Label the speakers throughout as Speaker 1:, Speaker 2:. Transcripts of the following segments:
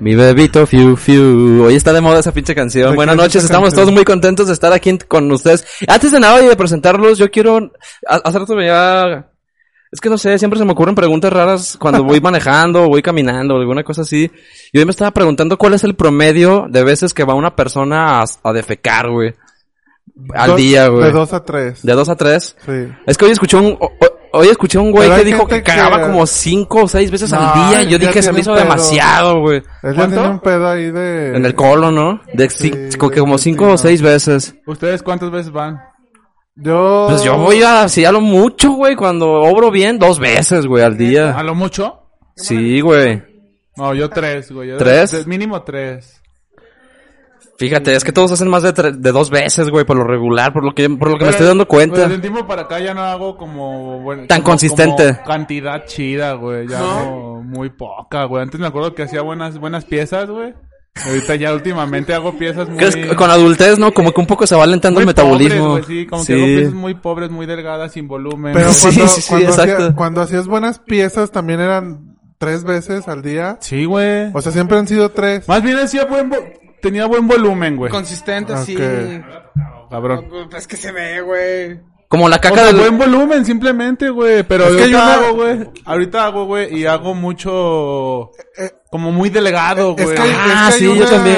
Speaker 1: Mi bebito, fiu, fiu. Hoy está de moda esa pinche canción.
Speaker 2: Hoy
Speaker 1: Buenas
Speaker 2: está
Speaker 1: noches,
Speaker 2: esa
Speaker 1: estamos
Speaker 2: canción.
Speaker 1: todos muy contentos de estar aquí con ustedes. Antes de nada y de presentarlos, yo quiero. ha- Hace rato me ya. Es que no sé, siempre se me ocurren preguntas raras cuando voy manejando o voy caminando o alguna cosa así. Y hoy me estaba preguntando cuál es el promedio de veces que va una persona a, a defecar, güey. Al
Speaker 2: Dos-
Speaker 1: día, güey.
Speaker 2: De dos a tres.
Speaker 1: De dos a tres.
Speaker 2: Sí.
Speaker 1: Es que hoy escuché un, o- o- hoy escuché un güey
Speaker 2: Pero
Speaker 1: que
Speaker 2: hay
Speaker 1: dijo
Speaker 2: gente
Speaker 1: que cagaba
Speaker 2: que-
Speaker 1: como cinco o seis veces
Speaker 2: No,
Speaker 1: al día. Y yo
Speaker 2: él ya
Speaker 1: dije, se
Speaker 2: tiene
Speaker 1: me hizo
Speaker 2: un pedo.
Speaker 1: demasiado, güey.
Speaker 2: Él ya
Speaker 1: ¿Cuánto?
Speaker 2: tiene un pedo ahí de...
Speaker 1: En el colo, ¿no? De cin-
Speaker 2: Sí,
Speaker 1: co- que como
Speaker 2: de
Speaker 1: cinco o
Speaker 2: continuo.
Speaker 1: seis veces.
Speaker 3: ¿Ustedes cuántas veces van?
Speaker 2: Yo...
Speaker 1: Pues yo voy a, si a lo mucho, güey, cuando obro bien, dos veces, güey, al
Speaker 3: ¿A
Speaker 1: día.
Speaker 3: lo mucho?
Speaker 1: Sí, güey.
Speaker 3: No, yo tres, güey. Yo
Speaker 1: ¿Tres?
Speaker 3: de- mínimo tres.
Speaker 1: Fíjate, es que todos hacen más de, tre- de dos veces, güey, por lo regular, por lo que, por lo que me estoy dando
Speaker 3: Pero
Speaker 1: cuenta.
Speaker 3: de un tiempo para acá ya no hago como... bueno,
Speaker 1: Tan
Speaker 3: como-
Speaker 1: consistente.
Speaker 3: como cantidad chida, güey. Ya hago muy poca, güey. Antes me acuerdo que hacía buenas, buenas piezas, güey. Ahorita ya últimamente hago piezas muy...
Speaker 1: ¿Crees que con adultez, no? Como que un poco se va alentando
Speaker 3: muy
Speaker 1: el metabolismo.
Speaker 3: pobres, güey, sí, como que hago piezas muy pobres, muy delgadas, sin volumen.
Speaker 2: Pero
Speaker 1: Sí,
Speaker 2: cuando,
Speaker 1: sí, sí,
Speaker 2: cuando,
Speaker 1: exacto.
Speaker 2: Hacía, cuando hacías buenas piezas también eran tres veces al día.
Speaker 3: Sí, güey.
Speaker 2: O sea, siempre han sido tres.
Speaker 3: Más bien hacía buen... vo- Tenía buen volumen, güey.
Speaker 4: Consistente,
Speaker 2: Ok.
Speaker 3: Cabrón.
Speaker 4: sí. Es que se ve, güey.
Speaker 1: Como la
Speaker 3: O
Speaker 1: caca
Speaker 3: sea,
Speaker 1: del...
Speaker 3: buen volumen, simplemente, güey. Pero
Speaker 2: Es que
Speaker 3: ahorita
Speaker 2: yo no-
Speaker 3: hago, güey. Ahorita hago, güey, y hago mucho... Como muy delegado,
Speaker 2: Eh, Es
Speaker 3: güey.
Speaker 2: que,
Speaker 1: Ah,
Speaker 2: es que
Speaker 1: sí,
Speaker 2: hay
Speaker 1: yo
Speaker 2: una-
Speaker 1: también.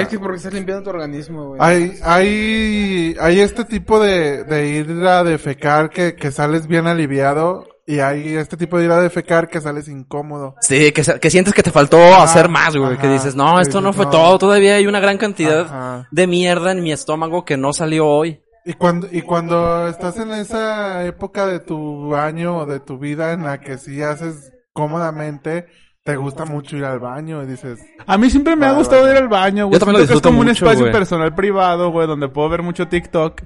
Speaker 4: Es que porque estás limpiando tu organismo, güey.
Speaker 2: Hay, hay, hay este tipo de, de ir a defecar que, que sales bien aliviado y hay este tipo de ir a defecar que sales incómodo.
Speaker 1: Sí, que, se- que sientes que te faltó hacer más, güey. Que
Speaker 2: ajá.
Speaker 1: dices, no, esto
Speaker 2: Dices,
Speaker 1: no fue
Speaker 2: no.
Speaker 1: todo. Todavía hay una gran cantidad
Speaker 2: Ajá.
Speaker 1: de mierda en mi estómago que no salió hoy.
Speaker 2: Y cuando, y cuando estás en esa época de tu año o de tu vida en la que sí haces cómodamente, te gusta mucho ir al baño y dices,
Speaker 3: A mí siempre me ha gustado ir al baño,
Speaker 1: Ah,
Speaker 3: güey.
Speaker 1: Yo también lo
Speaker 3: Siento que es
Speaker 1: disfruto
Speaker 3: como un
Speaker 1: mucho,
Speaker 3: espacio
Speaker 1: güey.
Speaker 3: personal privado, güey, donde puedo ver mucho TikTok.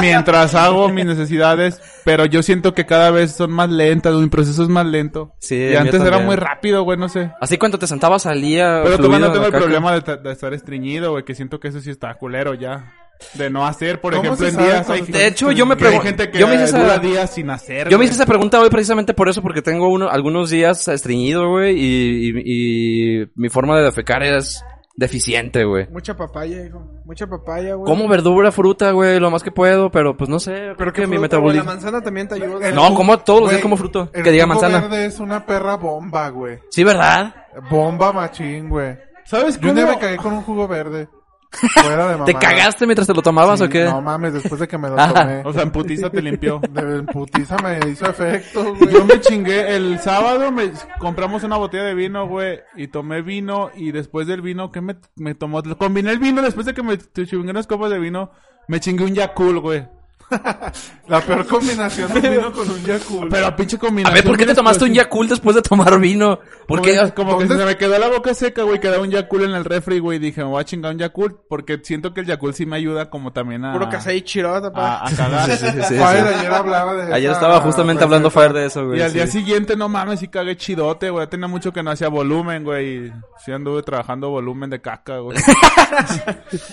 Speaker 3: mientras hago mis necesidades. Pero yo siento que cada vez son más lentas, mi proceso es más lento.
Speaker 1: Sí, el
Speaker 3: Y
Speaker 1: mío
Speaker 3: antes era
Speaker 1: también.
Speaker 3: muy rápido, güey, no sé.
Speaker 1: Así cuando te sentabas salía. fluido
Speaker 3: Pero todavía no tengo
Speaker 1: la
Speaker 3: el
Speaker 1: caca.
Speaker 3: problema de, ta- de estar estreñido, güey, que siento que eso sí está culero ya. De no hacer, por
Speaker 2: ¿Cómo
Speaker 3: ejemplo,
Speaker 2: se
Speaker 3: en
Speaker 2: sabe
Speaker 3: días...
Speaker 2: cuando
Speaker 3: hay-
Speaker 1: De hecho, yo me
Speaker 3: que hay
Speaker 1: pregunto.
Speaker 3: gente que
Speaker 1: Yo me hice
Speaker 3: dura
Speaker 1: esa,
Speaker 3: días sin hacer.
Speaker 1: yo me
Speaker 3: güey.
Speaker 1: hice esa pregunta hoy precisamente por eso, porque tengo uno, algunos días estreñido, güey, y, y- y mi forma de defecar es deficiente, güey.
Speaker 4: Mucha papaya, hijo. Mucha papaya, güey.
Speaker 1: Como verdura, fruta, güey, lo más que puedo, pero pues no sé, creo
Speaker 4: ¿Qué
Speaker 1: que mi
Speaker 4: fruta, güey? La
Speaker 1: metabolismo.
Speaker 4: manzana también te ayuda.
Speaker 2: El
Speaker 1: No,
Speaker 2: jugo-
Speaker 1: como todos los
Speaker 2: güey,
Speaker 1: días como fruto.
Speaker 2: el
Speaker 1: Que diga
Speaker 2: jugo
Speaker 1: manzana.
Speaker 2: verde es una perra bomba, güey.
Speaker 1: Sí, ¿verdad?
Speaker 2: Bomba machín, güey.
Speaker 3: ¿Sabes
Speaker 2: Yo un
Speaker 3: cómo?
Speaker 2: día me cagué con un jugo verde. Fuera de mamá.
Speaker 1: ¿Te cagaste mientras te lo tomabas o qué? Ah,
Speaker 2: No mames, después de que me lo
Speaker 1: Ajá.
Speaker 2: tomé.
Speaker 3: O sea, en putiza te limpió.
Speaker 2: De putiza me hizo efecto, güey.
Speaker 3: Yo me chingué el sábado, me compramos una botella de vino, güey, y tomé vino y después del vino que me, me tomó, combiné el vino después de que me t- chingué unas copas de vino, me chingué un Yakul, güey.
Speaker 2: La peor combinación de un vino con un Yakult.
Speaker 3: Pero pinche
Speaker 1: A
Speaker 3: combinación.
Speaker 1: ver, ¿por qué te tomaste un
Speaker 3: explosiva.
Speaker 1: Yakult después de tomar vino? ¿Por
Speaker 3: Como
Speaker 1: qué?
Speaker 3: que- Como que
Speaker 2: ¿Dónde-
Speaker 3: se me quedó la boca seca, güey, quedaba un Yakul en el refri, güey, y dije, me voy a chingar un Yakul porque siento que el Yakul sí me ayuda como también a
Speaker 4: Puro café y chirota, pa.
Speaker 3: a, a cagar.
Speaker 1: sí,
Speaker 2: Fire, ayer hablaba de
Speaker 1: Ayer
Speaker 2: esa pues,
Speaker 1: estaba justamente
Speaker 2: receta.
Speaker 1: hablando Fer de eso, güey.
Speaker 3: Y al
Speaker 1: sí.
Speaker 3: día siguiente, no mames, sí cagué chidote, güey. Tenía mucho que no hacía volumen, güey. y Sí anduve trabajando volumen de caca, güey.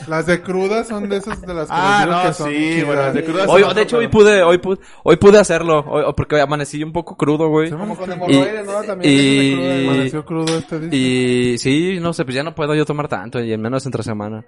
Speaker 2: Las de crudas son de esas de las que
Speaker 3: Ah,
Speaker 2: les digo
Speaker 3: no,
Speaker 2: que son
Speaker 3: sí,
Speaker 2: chidas.
Speaker 3: güey, las de crudas.
Speaker 1: Hoy, de hecho, hoy pude, hoy pude, hoy pude hacerlo, hoy- hoy- porque amanecí un poco crudo, güey.
Speaker 4: Como con
Speaker 1: Y-
Speaker 4: hemorroides, ¿no? También.
Speaker 1: y-
Speaker 4: eso te cruda, güey.
Speaker 2: Amaneció crudo este día.
Speaker 1: Y sí, no sé, pues ya no puedo yo tomar tanto, y en menos entre semana.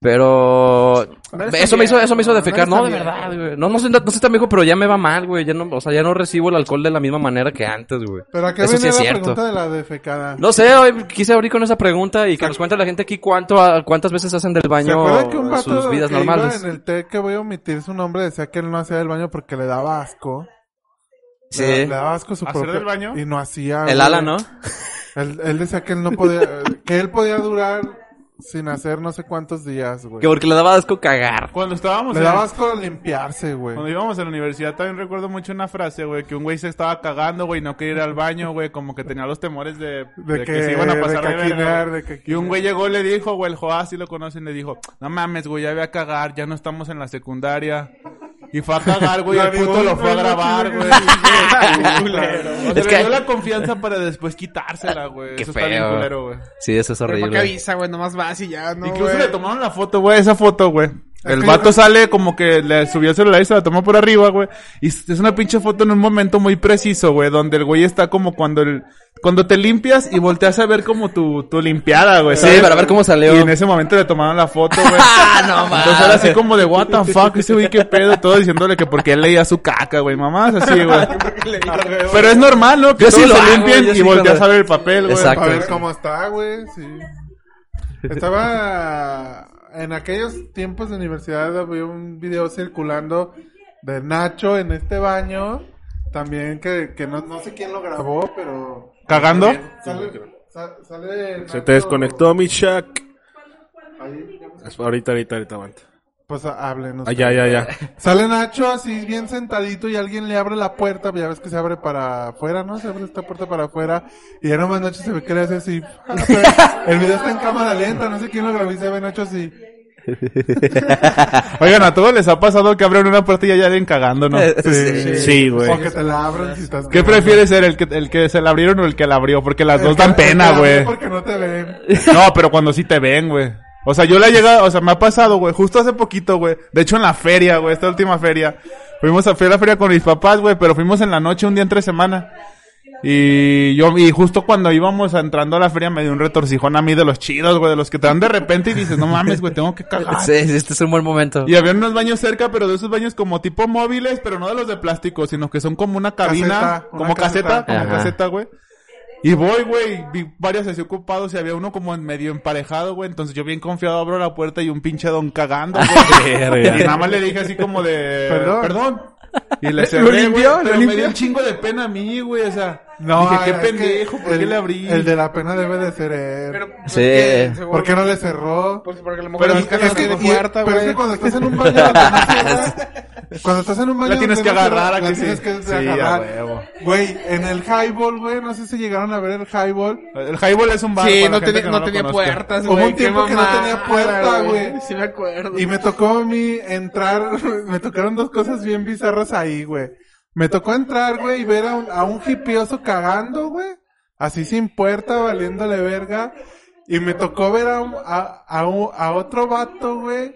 Speaker 1: Pero
Speaker 4: eres
Speaker 1: eso
Speaker 4: tan
Speaker 1: me hizo,
Speaker 4: viejo,
Speaker 1: eso me hizo
Speaker 4: no
Speaker 1: defecar,
Speaker 4: eres
Speaker 1: no,
Speaker 4: tan
Speaker 1: de
Speaker 4: viejo.
Speaker 1: verdad, güey. No, no sé, no sé tan viejo, pero ya me va mal, güey. Ya no, o sea, ya no recibo el alcohol de la misma manera que antes, güey.
Speaker 2: Pero acá
Speaker 1: Eso
Speaker 2: viene
Speaker 1: sí es
Speaker 2: la
Speaker 1: cierto.
Speaker 2: pregunta de la defecada.
Speaker 1: No sé, hoy quise abrir con esa pregunta y que nos cuente la gente aquí cuánto, a- cuántas veces hacen del
Speaker 2: ¿Se
Speaker 1: baño
Speaker 2: acuerdan que un
Speaker 1: en
Speaker 2: vato
Speaker 1: sus vidas
Speaker 2: que iba
Speaker 1: normales.
Speaker 2: en el té que voy a omitir su nombre decía que él no hacía del baño porque le daba asco?
Speaker 1: Sí.
Speaker 2: Le, le daba asco su
Speaker 3: ¿Hacer
Speaker 2: propio-
Speaker 3: del baño?
Speaker 2: Y no hacía.
Speaker 1: El
Speaker 2: güey.
Speaker 1: ala, ¿no?
Speaker 2: Él, él decía que él no podía, que él podía durar sin hacer no sé cuántos días, güey.
Speaker 1: Que porque le daba asco cagar.
Speaker 3: Cuando estábamos
Speaker 2: Le
Speaker 3: en,
Speaker 2: daba asco limpiarse, güey.
Speaker 3: cuando íbamos a la universidad también recuerdo mucho una frase, güey, que un güey se estaba cagando, güey, y no quería ir al baño, güey, como que tenía los temores de,
Speaker 2: De
Speaker 3: de que,
Speaker 2: que-
Speaker 3: se iban a
Speaker 2: de
Speaker 3: pasar de,
Speaker 2: caquinar,
Speaker 3: verga,
Speaker 2: de
Speaker 3: güey.
Speaker 2: caquinar.
Speaker 3: Y un güey llegó y le dijo, güey, el Joás, sí lo conocen, le dijo, no mames, güey, ya voy a cagar, ya no estamos en la secundaria. Y fue a cagar, güey, y
Speaker 2: La
Speaker 3: el puto
Speaker 2: digo,
Speaker 3: lo fue a
Speaker 2: no,
Speaker 3: grabar,
Speaker 2: no,
Speaker 3: güey. O sea,
Speaker 1: Es
Speaker 3: le
Speaker 1: que-
Speaker 3: dio la confianza para después quitársela, güey.
Speaker 1: Qué
Speaker 3: Eso está bien
Speaker 1: feo.
Speaker 3: culero, güey.
Speaker 1: Sí, eso es
Speaker 4: Pero ¿para qué
Speaker 1: horrible.
Speaker 4: avisa, güey? Nomás vas y ya, ¿no?
Speaker 3: Incluso
Speaker 4: güey?
Speaker 3: le tomaron la foto, güey, esa foto, güey. El vato sale como que le subió el celular y se la tomó por arriba, güey. Y es una pinche foto en un momento muy preciso, güey, donde el güey está como cuando el cuando te limpias y volteas a ver como tu, tu limpiada, güey.
Speaker 1: Sí,
Speaker 3: ¿sabes?
Speaker 1: para ver cómo salió.
Speaker 3: Y en ese momento le tomaron la foto, güey.
Speaker 1: ¡Ah, no
Speaker 3: Entonces era así como de what the fuck, ese güey qué pedo, todo diciéndole que porque él leía su caca, güey, mamás así, güey. Pero es normal, ¿no? Que
Speaker 1: Yo sí
Speaker 3: todos
Speaker 1: lo
Speaker 3: se
Speaker 1: hago,
Speaker 3: limpien
Speaker 1: yo
Speaker 3: y
Speaker 1: sí cuando-
Speaker 3: volteas a ver el papel, güey.
Speaker 1: Exacto.
Speaker 2: A ver cómo está, güey. Sí. Estaba en aquellos tiempos de universidad había un video circulando de Nacho en este baño. También que, que no, no sé quién lo grabó, pero
Speaker 3: ¿Cagando?
Speaker 2: sale, sa- sale
Speaker 5: Se
Speaker 2: Nacho-
Speaker 5: te desconectó mi Shaq.
Speaker 2: Ahí,
Speaker 5: Ahorita, ahorita, ahorita, aguanta.
Speaker 2: pues ah, háblenos.
Speaker 5: Ah, ya, ya, ya.
Speaker 2: Sale Nacho así bien sentadito y alguien le abre la puerta, pues ya ves que se abre para afuera, ¿no? Se abre esta puerta para afuera y ya nomás Nacho se ve que le hace así. El video está en cámara lenta, no sé quién lo grabó y se ve Nacho así.
Speaker 3: Oigan, a todos les ha pasado que abren una puerta y hay alguien cagando, ¿no?
Speaker 1: Eh, sí.
Speaker 5: Sí, güey.
Speaker 2: O que te la abran si estás...
Speaker 3: ¿Qué prefieres ser, el que, el que se la abrieron o el que la abrió? Porque las dos
Speaker 2: El que-
Speaker 3: dan
Speaker 2: el
Speaker 3: pena,
Speaker 2: que abre
Speaker 3: güey.
Speaker 2: Porque no te ven.
Speaker 3: No, pero cuando sí te ven, güey. O sea, yo la he llegado, o sea, me ha pasado, güey, justo hace poquito, güey. De hecho, en la feria, güey, esta última feria. Fuimos a, fui a la feria con mis papás, güey, pero fuimos en la noche, un día entre semana. Y yo, y justo cuando íbamos entrando a la feria me dio un retorcijón a mí de los chidos, güey, de los que te dan de repente y dices, no mames, güey, tengo que
Speaker 2: Ah.
Speaker 3: cagar.
Speaker 1: Sí, sí, este es un buen momento.
Speaker 3: Y había unos baños cerca, pero de esos baños como tipo móviles, pero no de los de plástico, sino que son como una cabina,
Speaker 2: Caseta, una
Speaker 3: como caseta,
Speaker 2: caseta.
Speaker 3: como
Speaker 1: Ajá.
Speaker 3: caseta, güey. Y voy, güey, vi varios así ocupados y había uno como en medio emparejado, güey. Entonces yo bien confiado abro la puerta y un pinche don cagando, güey. y nada más le dije así como de...
Speaker 2: Perdón.
Speaker 3: Perdón. Y le
Speaker 4: ¿Lo
Speaker 3: cerré, güey.
Speaker 4: limpió? ¿Lo
Speaker 3: Pero me dio
Speaker 4: limpió?
Speaker 3: un chingo de pena a mí, güey. O sea,
Speaker 2: No,
Speaker 3: dije, qué
Speaker 2: es que
Speaker 3: pendejo, ¿por qué
Speaker 2: el-
Speaker 3: le abrí?
Speaker 2: El de la pena debe de ser él.
Speaker 4: Pero, pues,
Speaker 1: Sí.
Speaker 4: que seguro-
Speaker 2: ¿Por qué no le cerró?
Speaker 4: Pues, Porque, porque a lo mejor
Speaker 3: Pero
Speaker 4: no
Speaker 3: es
Speaker 4: buscan
Speaker 3: que-
Speaker 4: la mejor
Speaker 2: y-
Speaker 4: puerta,
Speaker 2: pero es
Speaker 4: güey.
Speaker 2: que cuando estás en un baño donde no cierras, cuando estás en un baño
Speaker 3: La tienes
Speaker 2: donde
Speaker 3: que
Speaker 2: no cierras,
Speaker 3: agarrar, ¿a
Speaker 2: la
Speaker 3: que sí?
Speaker 2: tienes que
Speaker 3: Sí, a huevo.
Speaker 2: agarrar. Güey, en el highball, güey, no sé si llegaron a ver el highball.
Speaker 3: El highball es un bar.
Speaker 4: Sí,
Speaker 3: para
Speaker 4: no,
Speaker 3: la gente
Speaker 4: tenía-
Speaker 3: que
Speaker 4: no
Speaker 3: lo
Speaker 4: tenía
Speaker 3: conozca.
Speaker 4: puertas,
Speaker 2: Hubo
Speaker 4: güey.
Speaker 2: un tiempo
Speaker 4: qué
Speaker 2: que no
Speaker 4: mamada,
Speaker 2: tenía puerta, güey.
Speaker 4: Sí me acuerdo.
Speaker 2: Y me tocó a mí entrar, me tocaron dos cosas bien bizarras ahí, güey. Me tocó entrar, güey, y ver a un, a un hipioso cagando, güey. Así sin puerta, valiéndole verga. Y me tocó ver a, un- a, a un- a otro vato, güey,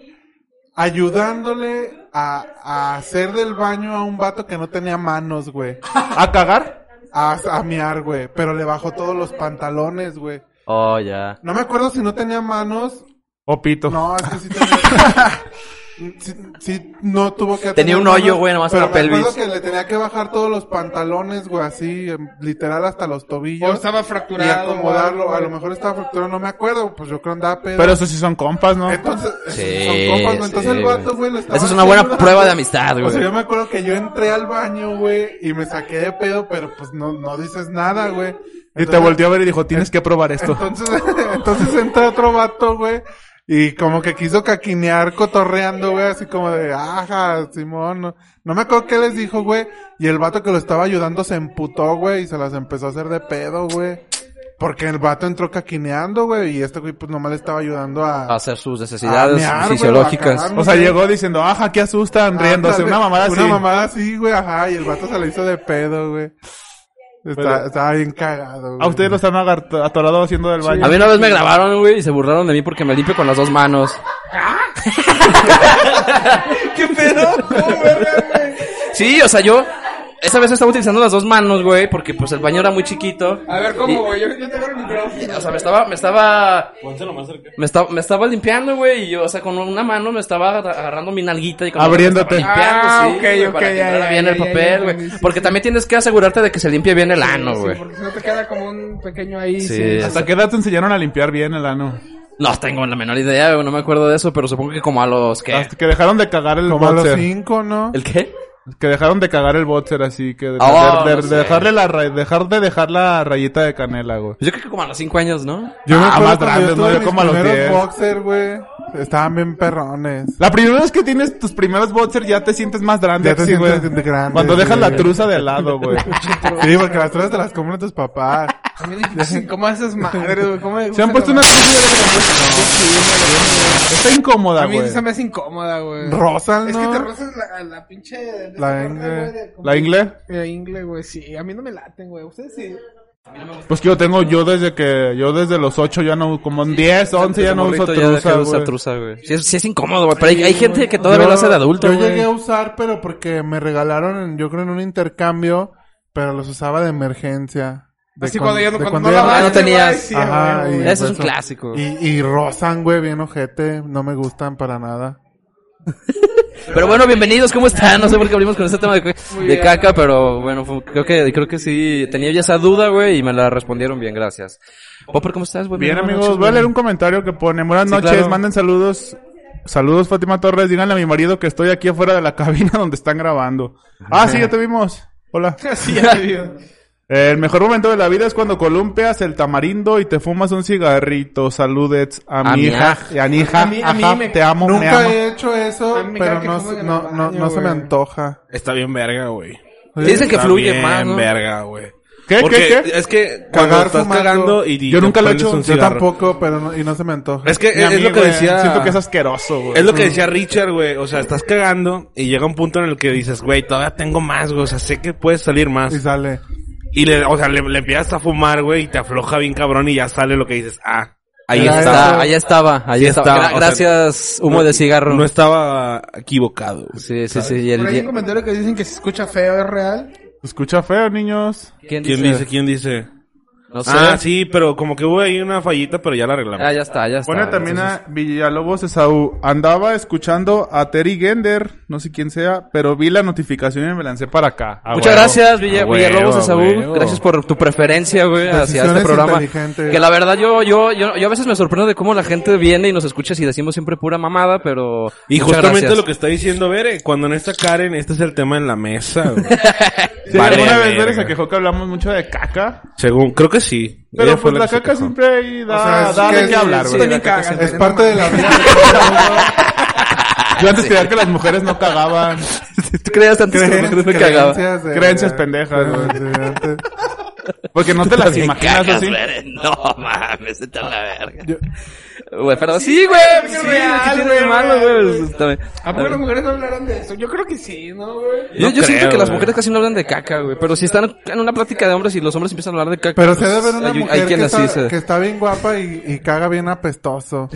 Speaker 2: ayudándole a, a hacer del baño a un vato que no tenía manos, güey.
Speaker 3: ¿A cagar?
Speaker 2: A, a miar, güey. Pero le bajó todos los pantalones, güey.
Speaker 1: Oh, ya.
Speaker 2: No me acuerdo si no tenía manos
Speaker 3: ¿O Oh, pito?
Speaker 2: no, es que sí tenía... sí, sí, no tuvo que...
Speaker 1: Tenía un hoyo, güey, nomás en
Speaker 2: pero
Speaker 1: la
Speaker 2: me acuerdo
Speaker 1: pelvis.
Speaker 2: que le tenía que bajar todos los pantalones, güey, así, em, literal hasta los
Speaker 4: O
Speaker 2: tobillos.
Speaker 4: estaba
Speaker 2: Y
Speaker 4: fracturado.
Speaker 2: acomodarlo,
Speaker 4: o algo,
Speaker 2: a lo mejor estaba fracturado, no me acuerdo, pues yo creo andaba pedo.
Speaker 3: Pero eso sí son compas, ¿no?
Speaker 2: Entonces,
Speaker 1: Sí,
Speaker 2: son compas, ¿no?
Speaker 1: sí,
Speaker 2: entonces el
Speaker 1: güey.
Speaker 2: vato, güey, le estaba
Speaker 1: Esa es una buena
Speaker 2: haciendo
Speaker 1: prueba de amistad, güey.
Speaker 2: O sea, yo me acuerdo que yo entré al baño, güey, y me saqué de pedo, pero pues no, no dices nada, güey.
Speaker 3: Y te
Speaker 2: Entonces-
Speaker 3: volteó a ver y dijo, tienes que probar esto.
Speaker 2: Entonces, entonces entra otro vato, güey. Y como que quiso caquinear cotorreando, güey, así como de, ajá, Simón. No, no me acuerdo qué les dijo, güey. Y el vato que lo estaba ayudando se emputó, güey, y se las empezó a hacer de pedo, güey. Porque el vato entró caquineando, güey, y este güey pues nomás le estaba ayudando a...
Speaker 1: Hacer sus
Speaker 2: a
Speaker 1: necesidades
Speaker 2: mear, güey,
Speaker 1: fisiológicas.
Speaker 2: bacán.
Speaker 3: O sea, llegó diciendo, ajá, qué asustan, Ah, riéndose.
Speaker 2: Ándale,
Speaker 3: Una mamada así.
Speaker 2: Una mamada así, güey, ajá, y el vato se le hizo de pedo, güey. Está-
Speaker 3: Bueno.
Speaker 2: estaba bien cagado,
Speaker 3: A
Speaker 2: güey.
Speaker 3: ustedes los han agar- atorado haciendo del baño.
Speaker 1: A mí una vez me grabaron, güey, y se burlaron de mí porque me limpio con las dos manos.
Speaker 4: ¿Qué pedo? ¿Cómo, verga, güey?
Speaker 1: Sí, o sea, yo... Esa vez estaba utilizando las dos manos, güey, porque pues el baño era muy chiquito.
Speaker 4: A ver,
Speaker 1: Y-
Speaker 4: ¿cómo, güey? Yo, yo tengo el micrófono.
Speaker 1: O sea, me estaba, me estaba,
Speaker 5: Pónselo más cerca.
Speaker 1: me estaba, me estaba limpiando, güey, y yo, o sea, con una mano me estaba aga- agarrando mi nalguita y como
Speaker 3: Abriéndote.
Speaker 1: me estaba limpiando,
Speaker 4: Ah,
Speaker 1: sí,
Speaker 4: ok,
Speaker 1: güey,
Speaker 4: ok,
Speaker 1: para que
Speaker 4: ya,
Speaker 1: entrara
Speaker 4: ya,
Speaker 1: bien
Speaker 4: ya,
Speaker 1: el
Speaker 4: ya,
Speaker 1: papel,
Speaker 4: ya,
Speaker 1: güey,
Speaker 4: sí, sí,
Speaker 1: porque también tienes que asegurarte de que se limpie bien el ano,
Speaker 4: Sí,
Speaker 1: güey.
Speaker 4: porque si no te queda como un pequeño ahí.
Speaker 1: Sí.
Speaker 4: sí.
Speaker 3: ¿Hasta qué edad te enseñaron a limpiar bien el ano?
Speaker 1: No tengo la menor idea, güey, no me acuerdo de eso, pero supongo que como a los que,
Speaker 3: Hasta que dejaron de cagar el
Speaker 2: Como a los
Speaker 3: boxer.
Speaker 2: cinco, ¿no?
Speaker 1: ¿el qué?
Speaker 3: Que dejaron de cagar el boxer así. Que de,
Speaker 1: Ah,
Speaker 3: de- de-
Speaker 1: no
Speaker 3: de
Speaker 1: sé.
Speaker 3: dejarle la ra- dejar de dejar la rayita de canela, güey.
Speaker 1: Pues yo creo que como a los cinco años, ¿no?
Speaker 2: Yo me acuerdo
Speaker 3: Ah, más
Speaker 2: cuando
Speaker 3: grandes, ¿no?
Speaker 2: tuve
Speaker 3: Yo
Speaker 2: mis
Speaker 3: como a los
Speaker 2: primeros
Speaker 3: 10.
Speaker 2: boxer, güey. Estaban bien perrones.
Speaker 3: La primera vez que tienes tus primeros boxer ya te sientes más grande.
Speaker 2: Ya te
Speaker 3: sí, güey.
Speaker 2: sientes grande,
Speaker 3: Cuando dejas
Speaker 2: sí.
Speaker 3: la truza de lado, güey.
Speaker 2: Sí, porque las tres te las compran tus papás.
Speaker 4: A mí difícil. ¿Cómo haces madre, güey? ¿Cómo me
Speaker 3: Se han
Speaker 4: gusta
Speaker 3: puesto
Speaker 4: la-
Speaker 3: una truza y ya le- Está incómoda,
Speaker 4: A mí
Speaker 3: güey.
Speaker 4: se me hace incómoda, güey.
Speaker 2: Rosal,
Speaker 4: Es que te
Speaker 2: ¿no?
Speaker 4: rozas la, la pinche... de esa
Speaker 2: La
Speaker 4: parte,
Speaker 2: ingle.
Speaker 4: güey, de-
Speaker 3: ¿La inglés?
Speaker 4: La ingle, güey, sí. A mí no me laten, güey. Ustedes sí.
Speaker 3: Pues que yo tengo, yo desde que, yo desde los 8 ya no, como en 10, 11 ya no uso
Speaker 1: Morrito ya deja
Speaker 3: trusa,
Speaker 1: de usar
Speaker 3: güey.
Speaker 1: trusa, güey. Sí, es, sí es incómodo, güey. Pero hay, hay gente que todavía
Speaker 2: Yo-
Speaker 1: lo hace de adulto,
Speaker 2: Yo
Speaker 1: güey.
Speaker 2: llegué a usar, pero porque me regalaron, en- yo creo, en un intercambio, pero los usaba de emergencia. De
Speaker 4: Así cuando ya no-
Speaker 2: de
Speaker 4: cuando no lavaste,
Speaker 1: no tenías.
Speaker 4: sí,
Speaker 2: Ajá,
Speaker 4: güey,
Speaker 2: y-
Speaker 4: güey.
Speaker 1: Eso es un
Speaker 2: eso.
Speaker 1: clásico.
Speaker 2: Y, y rozan, güey, bien ojete. No me gustan para nada.
Speaker 1: Pero bueno, bienvenidos, ¿cómo están? No sé por qué abrimos con este tema de,
Speaker 4: Muy
Speaker 1: de
Speaker 4: bien.
Speaker 1: caca, pero bueno, fue- creo que creo que sí. Tenía ya esa duda, güey, y me la respondieron bien, gracias. Popper, ¿cómo estás? güey?
Speaker 3: Bien,
Speaker 1: Buenas
Speaker 3: amigos,
Speaker 1: noches,
Speaker 3: voy a
Speaker 1: güey.
Speaker 3: leer un comentario que pone, buenas
Speaker 1: Sí,
Speaker 3: noches,
Speaker 1: claro.
Speaker 3: manden saludos. Saludos, Fátima Torres, díganle a mi marido que estoy aquí afuera de la cabina donde están grabando. Ah, sí, ya te vimos. Hola.
Speaker 4: Así ya te digo.
Speaker 3: El mejor momento de la vida es cuando columpias el tamarindo y te fumas un cigarrito. Saludes a,
Speaker 1: A
Speaker 3: mi
Speaker 1: mi
Speaker 3: hija.
Speaker 1: aj.
Speaker 3: Y a mi hija.
Speaker 4: A mí- a mí
Speaker 3: ajá,
Speaker 4: me-
Speaker 3: te amo, me
Speaker 2: Nunca
Speaker 3: ama.
Speaker 2: he hecho eso,
Speaker 4: A mí me
Speaker 2: pero
Speaker 4: caga que
Speaker 2: no,
Speaker 4: fumen en
Speaker 2: no,
Speaker 4: el
Speaker 2: no,
Speaker 4: baño,
Speaker 2: no se me
Speaker 4: güey.
Speaker 2: antoja.
Speaker 5: Está bien verga, güey.
Speaker 1: Sí, dicen que
Speaker 5: Está
Speaker 1: fluye
Speaker 5: bien
Speaker 1: más, ¿no?
Speaker 5: verga, güey.
Speaker 3: ¿Qué,
Speaker 5: Porque
Speaker 3: qué, qué?
Speaker 5: Es que
Speaker 2: Cagar
Speaker 5: cuando estás
Speaker 2: fumando.
Speaker 5: cagando y, y
Speaker 3: Yo
Speaker 5: te
Speaker 3: nunca lo he
Speaker 5: prendes
Speaker 3: hecho,
Speaker 5: un
Speaker 2: Yo
Speaker 5: cigarro.
Speaker 2: tampoco, pero no- y no se me antoja.
Speaker 5: Es que
Speaker 3: Ni a
Speaker 5: es,
Speaker 3: mí,
Speaker 5: lo que
Speaker 3: güey.
Speaker 5: decía...
Speaker 3: Siento que es asqueroso, güey.
Speaker 5: Es lo que decía Richard, güey. O sea, estás cagando y llega un punto en el que dices, güey, todavía tengo más, güey. O sea, sé que puede salir
Speaker 2: Y
Speaker 5: más.
Speaker 2: sale.
Speaker 5: Y le, o sea, le, le empiezas a fumar, güey, y te afloja bien cabrón y ya sale lo que dices, ah, ahí
Speaker 1: Ahí
Speaker 2: Era
Speaker 5: está.
Speaker 1: está, ahí estaba, ahí
Speaker 5: Sí
Speaker 1: estaba.
Speaker 5: estaba,
Speaker 1: Gra-
Speaker 5: o sea,
Speaker 1: gracias, humo
Speaker 5: no-
Speaker 1: de cigarro.
Speaker 5: No estaba equivocado. güey.
Speaker 1: sí, sí, sí. Y el,
Speaker 4: Por ahí
Speaker 1: y-
Speaker 4: hay un comentario que dicen que se escucha feo, ¿es real?
Speaker 3: Escucha feo, niños.
Speaker 1: ¿Quién
Speaker 5: ¿Quién
Speaker 1: dice?
Speaker 5: dice? ¿Quién dice?
Speaker 1: No sé.
Speaker 5: Ah, sí, pero como que hubo ahí una fallita, pero ya la arreglamos.
Speaker 1: Ah, ya está, ya está.
Speaker 3: Pone también
Speaker 1: Entonces-
Speaker 3: a Villalobos Esaú. Andaba escuchando a Terry Gender, no sé quién sea, pero vi la notificación y me lancé para acá. Ah, A
Speaker 1: Muchas
Speaker 3: huevo.
Speaker 1: gracias, Villa-
Speaker 5: A Ah, huevo,
Speaker 1: Villalobos
Speaker 5: a
Speaker 1: de
Speaker 5: huevo.
Speaker 1: Saúl. Gracias por tu preferencia, güey, hacia
Speaker 2: Decisiones
Speaker 1: este programa.
Speaker 2: inteligentes.
Speaker 1: Que la verdad yo, yo, yo, yo a veces me sorprendo de cómo la gente viene y nos escucha si decimos siempre pura mamada, pero.
Speaker 5: Y
Speaker 1: muchas
Speaker 5: justamente
Speaker 1: gracias.
Speaker 5: lo que está diciendo Bere, cuando en esta Karen, este es el tema en la mesa. güey.
Speaker 3: Sí,
Speaker 5: Vale,
Speaker 3: alguna vez
Speaker 5: verga.
Speaker 3: Vélez se quejó que hablamos mucho de caca.
Speaker 5: Según, creo que sí.
Speaker 3: Pero
Speaker 5: Ella fue
Speaker 3: pues la
Speaker 5: que se
Speaker 3: caca
Speaker 5: quejó.
Speaker 3: siempre ahí da,
Speaker 2: O sea, es
Speaker 3: da
Speaker 2: que
Speaker 3: de
Speaker 2: sí,
Speaker 3: qué hablar,
Speaker 2: sí,
Speaker 3: güey.
Speaker 4: también cagas,
Speaker 2: Es
Speaker 4: no
Speaker 2: parte
Speaker 4: mames.
Speaker 2: de la vida. de todo el mundo.
Speaker 3: Yo antes creía que las mujeres no cagaban.
Speaker 1: ¿Tú creías antes que
Speaker 2: Creen-
Speaker 1: me crees que cagaba?
Speaker 2: creencias de-
Speaker 3: Creencias pendejas, güey.
Speaker 2: de antes.
Speaker 3: Porque no te las imaginas así.
Speaker 1: No mames, está la verga. Güey, pero sí, güey, sí,
Speaker 4: sí,
Speaker 1: güey, ¿qué
Speaker 4: real,
Speaker 1: tiene de
Speaker 4: güey,
Speaker 1: malo, güey?
Speaker 4: güey.
Speaker 1: Pues, también-
Speaker 4: ¿A poco las mujeres no hablaron de eso? Yo creo que sí, ¿no, güey?
Speaker 1: Yo,
Speaker 5: No
Speaker 1: yo siento
Speaker 5: creo,
Speaker 1: que las
Speaker 5: güey.
Speaker 1: mujeres casi no hablan de caca, güey. Pero si están en una plática de hombres y los hombres empiezan a hablar de caca.
Speaker 2: Pero se
Speaker 1: pues,
Speaker 2: debe ver una
Speaker 1: hay- hay
Speaker 2: mujer que
Speaker 1: quien así
Speaker 2: está,
Speaker 1: se-
Speaker 2: que está bien guapa y, y caga bien apestoso.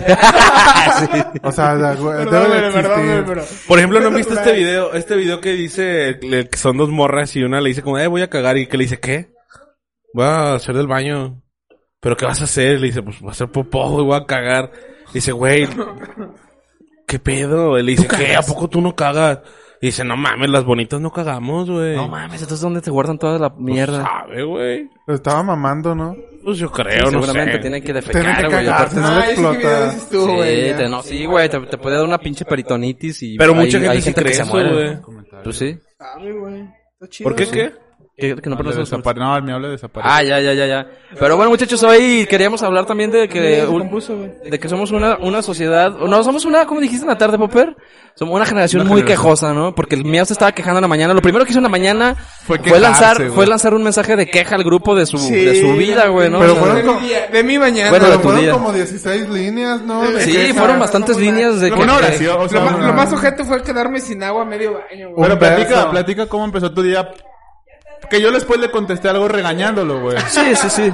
Speaker 2: O sea, la- debe de
Speaker 3: güey, perdón, güey,
Speaker 2: existir.
Speaker 3: pero-
Speaker 5: Por ejemplo, ¿no viste este video? Este video que dice le- que son dos morras y una le dice como, eh, voy a cagar. Y que le dice, ¿qué? Voy a hacer del baño. ¿Pero qué vas a hacer? Le dice, pues voy a hacer popó, güey, voy a cagar. Le dice, güey, ¿qué pedo? Y le dice, ¿qué? ¿A poco tú no cagas? Y dice, no mames, las bonitas no cagamos, güey. Pues,
Speaker 1: No mames, entonces ¿dónde te guardan toda la mierda?
Speaker 5: ¿Sabe, güey?
Speaker 2: Lo estaba mamando, ¿no?
Speaker 5: Pues yo creo, no
Speaker 1: Seguramente
Speaker 5: sé.
Speaker 1: tienen que
Speaker 2: Tiene que
Speaker 1: defecar, güey.
Speaker 2: cagar,
Speaker 1: aparte-
Speaker 2: no
Speaker 4: Ah,
Speaker 2: le
Speaker 4: ese que video
Speaker 2: explota.
Speaker 4: dices tú, güey.
Speaker 1: Sí,
Speaker 4: ya.
Speaker 1: te- no, sí, güey, te, te puede dar una pinche peritonitis y...
Speaker 5: Pero
Speaker 1: hay-
Speaker 5: mucha gente
Speaker 1: hay
Speaker 5: sí cree
Speaker 1: que se
Speaker 5: eso,
Speaker 1: muere.
Speaker 3: güey.
Speaker 1: Pues sí.
Speaker 4: Sabe, güey. Está chido,
Speaker 5: ¿Por qué
Speaker 4: ¿no?
Speaker 5: qué?
Speaker 1: Que, que no
Speaker 3: No,
Speaker 1: pronuncias-
Speaker 3: desapare- no, el mío le desaparece.
Speaker 1: Ah, ya, ya, ya, ya. Pero bueno, muchachos, hoy queríamos hablar también de que...
Speaker 4: Se
Speaker 1: un-
Speaker 4: compuso, güey.
Speaker 1: de que somos una, una sociedad, o no, somos una, como dijiste en la tarde, Popper, somos una generación
Speaker 3: Una
Speaker 1: muy
Speaker 3: generación.
Speaker 1: quejosa, ¿no? Porque el mío se estaba quejando en la mañana, lo primero que hizo en la mañana fue,
Speaker 3: Fue quejarse,
Speaker 1: lanzar,
Speaker 3: güey.
Speaker 1: fue lanzar un mensaje de queja al grupo de su,
Speaker 4: Sí,
Speaker 1: de su vida, güey, ¿no?
Speaker 2: Pero
Speaker 1: O sea,
Speaker 2: fueron
Speaker 4: De
Speaker 2: como-
Speaker 4: mi, día- de mi mañana.
Speaker 1: Bueno,
Speaker 2: Pero
Speaker 1: tu
Speaker 2: fueron
Speaker 1: vida.
Speaker 2: como 16 líneas, ¿no? De
Speaker 1: Sí,
Speaker 2: quejas.
Speaker 1: fueron bastantes
Speaker 4: Somos una-
Speaker 1: líneas de que...
Speaker 3: Una oración, o sea,
Speaker 4: lo, ma-
Speaker 3: una-
Speaker 4: lo más objeto fue quedarme sin agua a medio baño, güey.
Speaker 3: Pero
Speaker 2: Un verso.
Speaker 3: platica, platica cómo empezó tu día. Que yo después le contesté algo regañándolo, güey.
Speaker 1: Sí, sí, sí.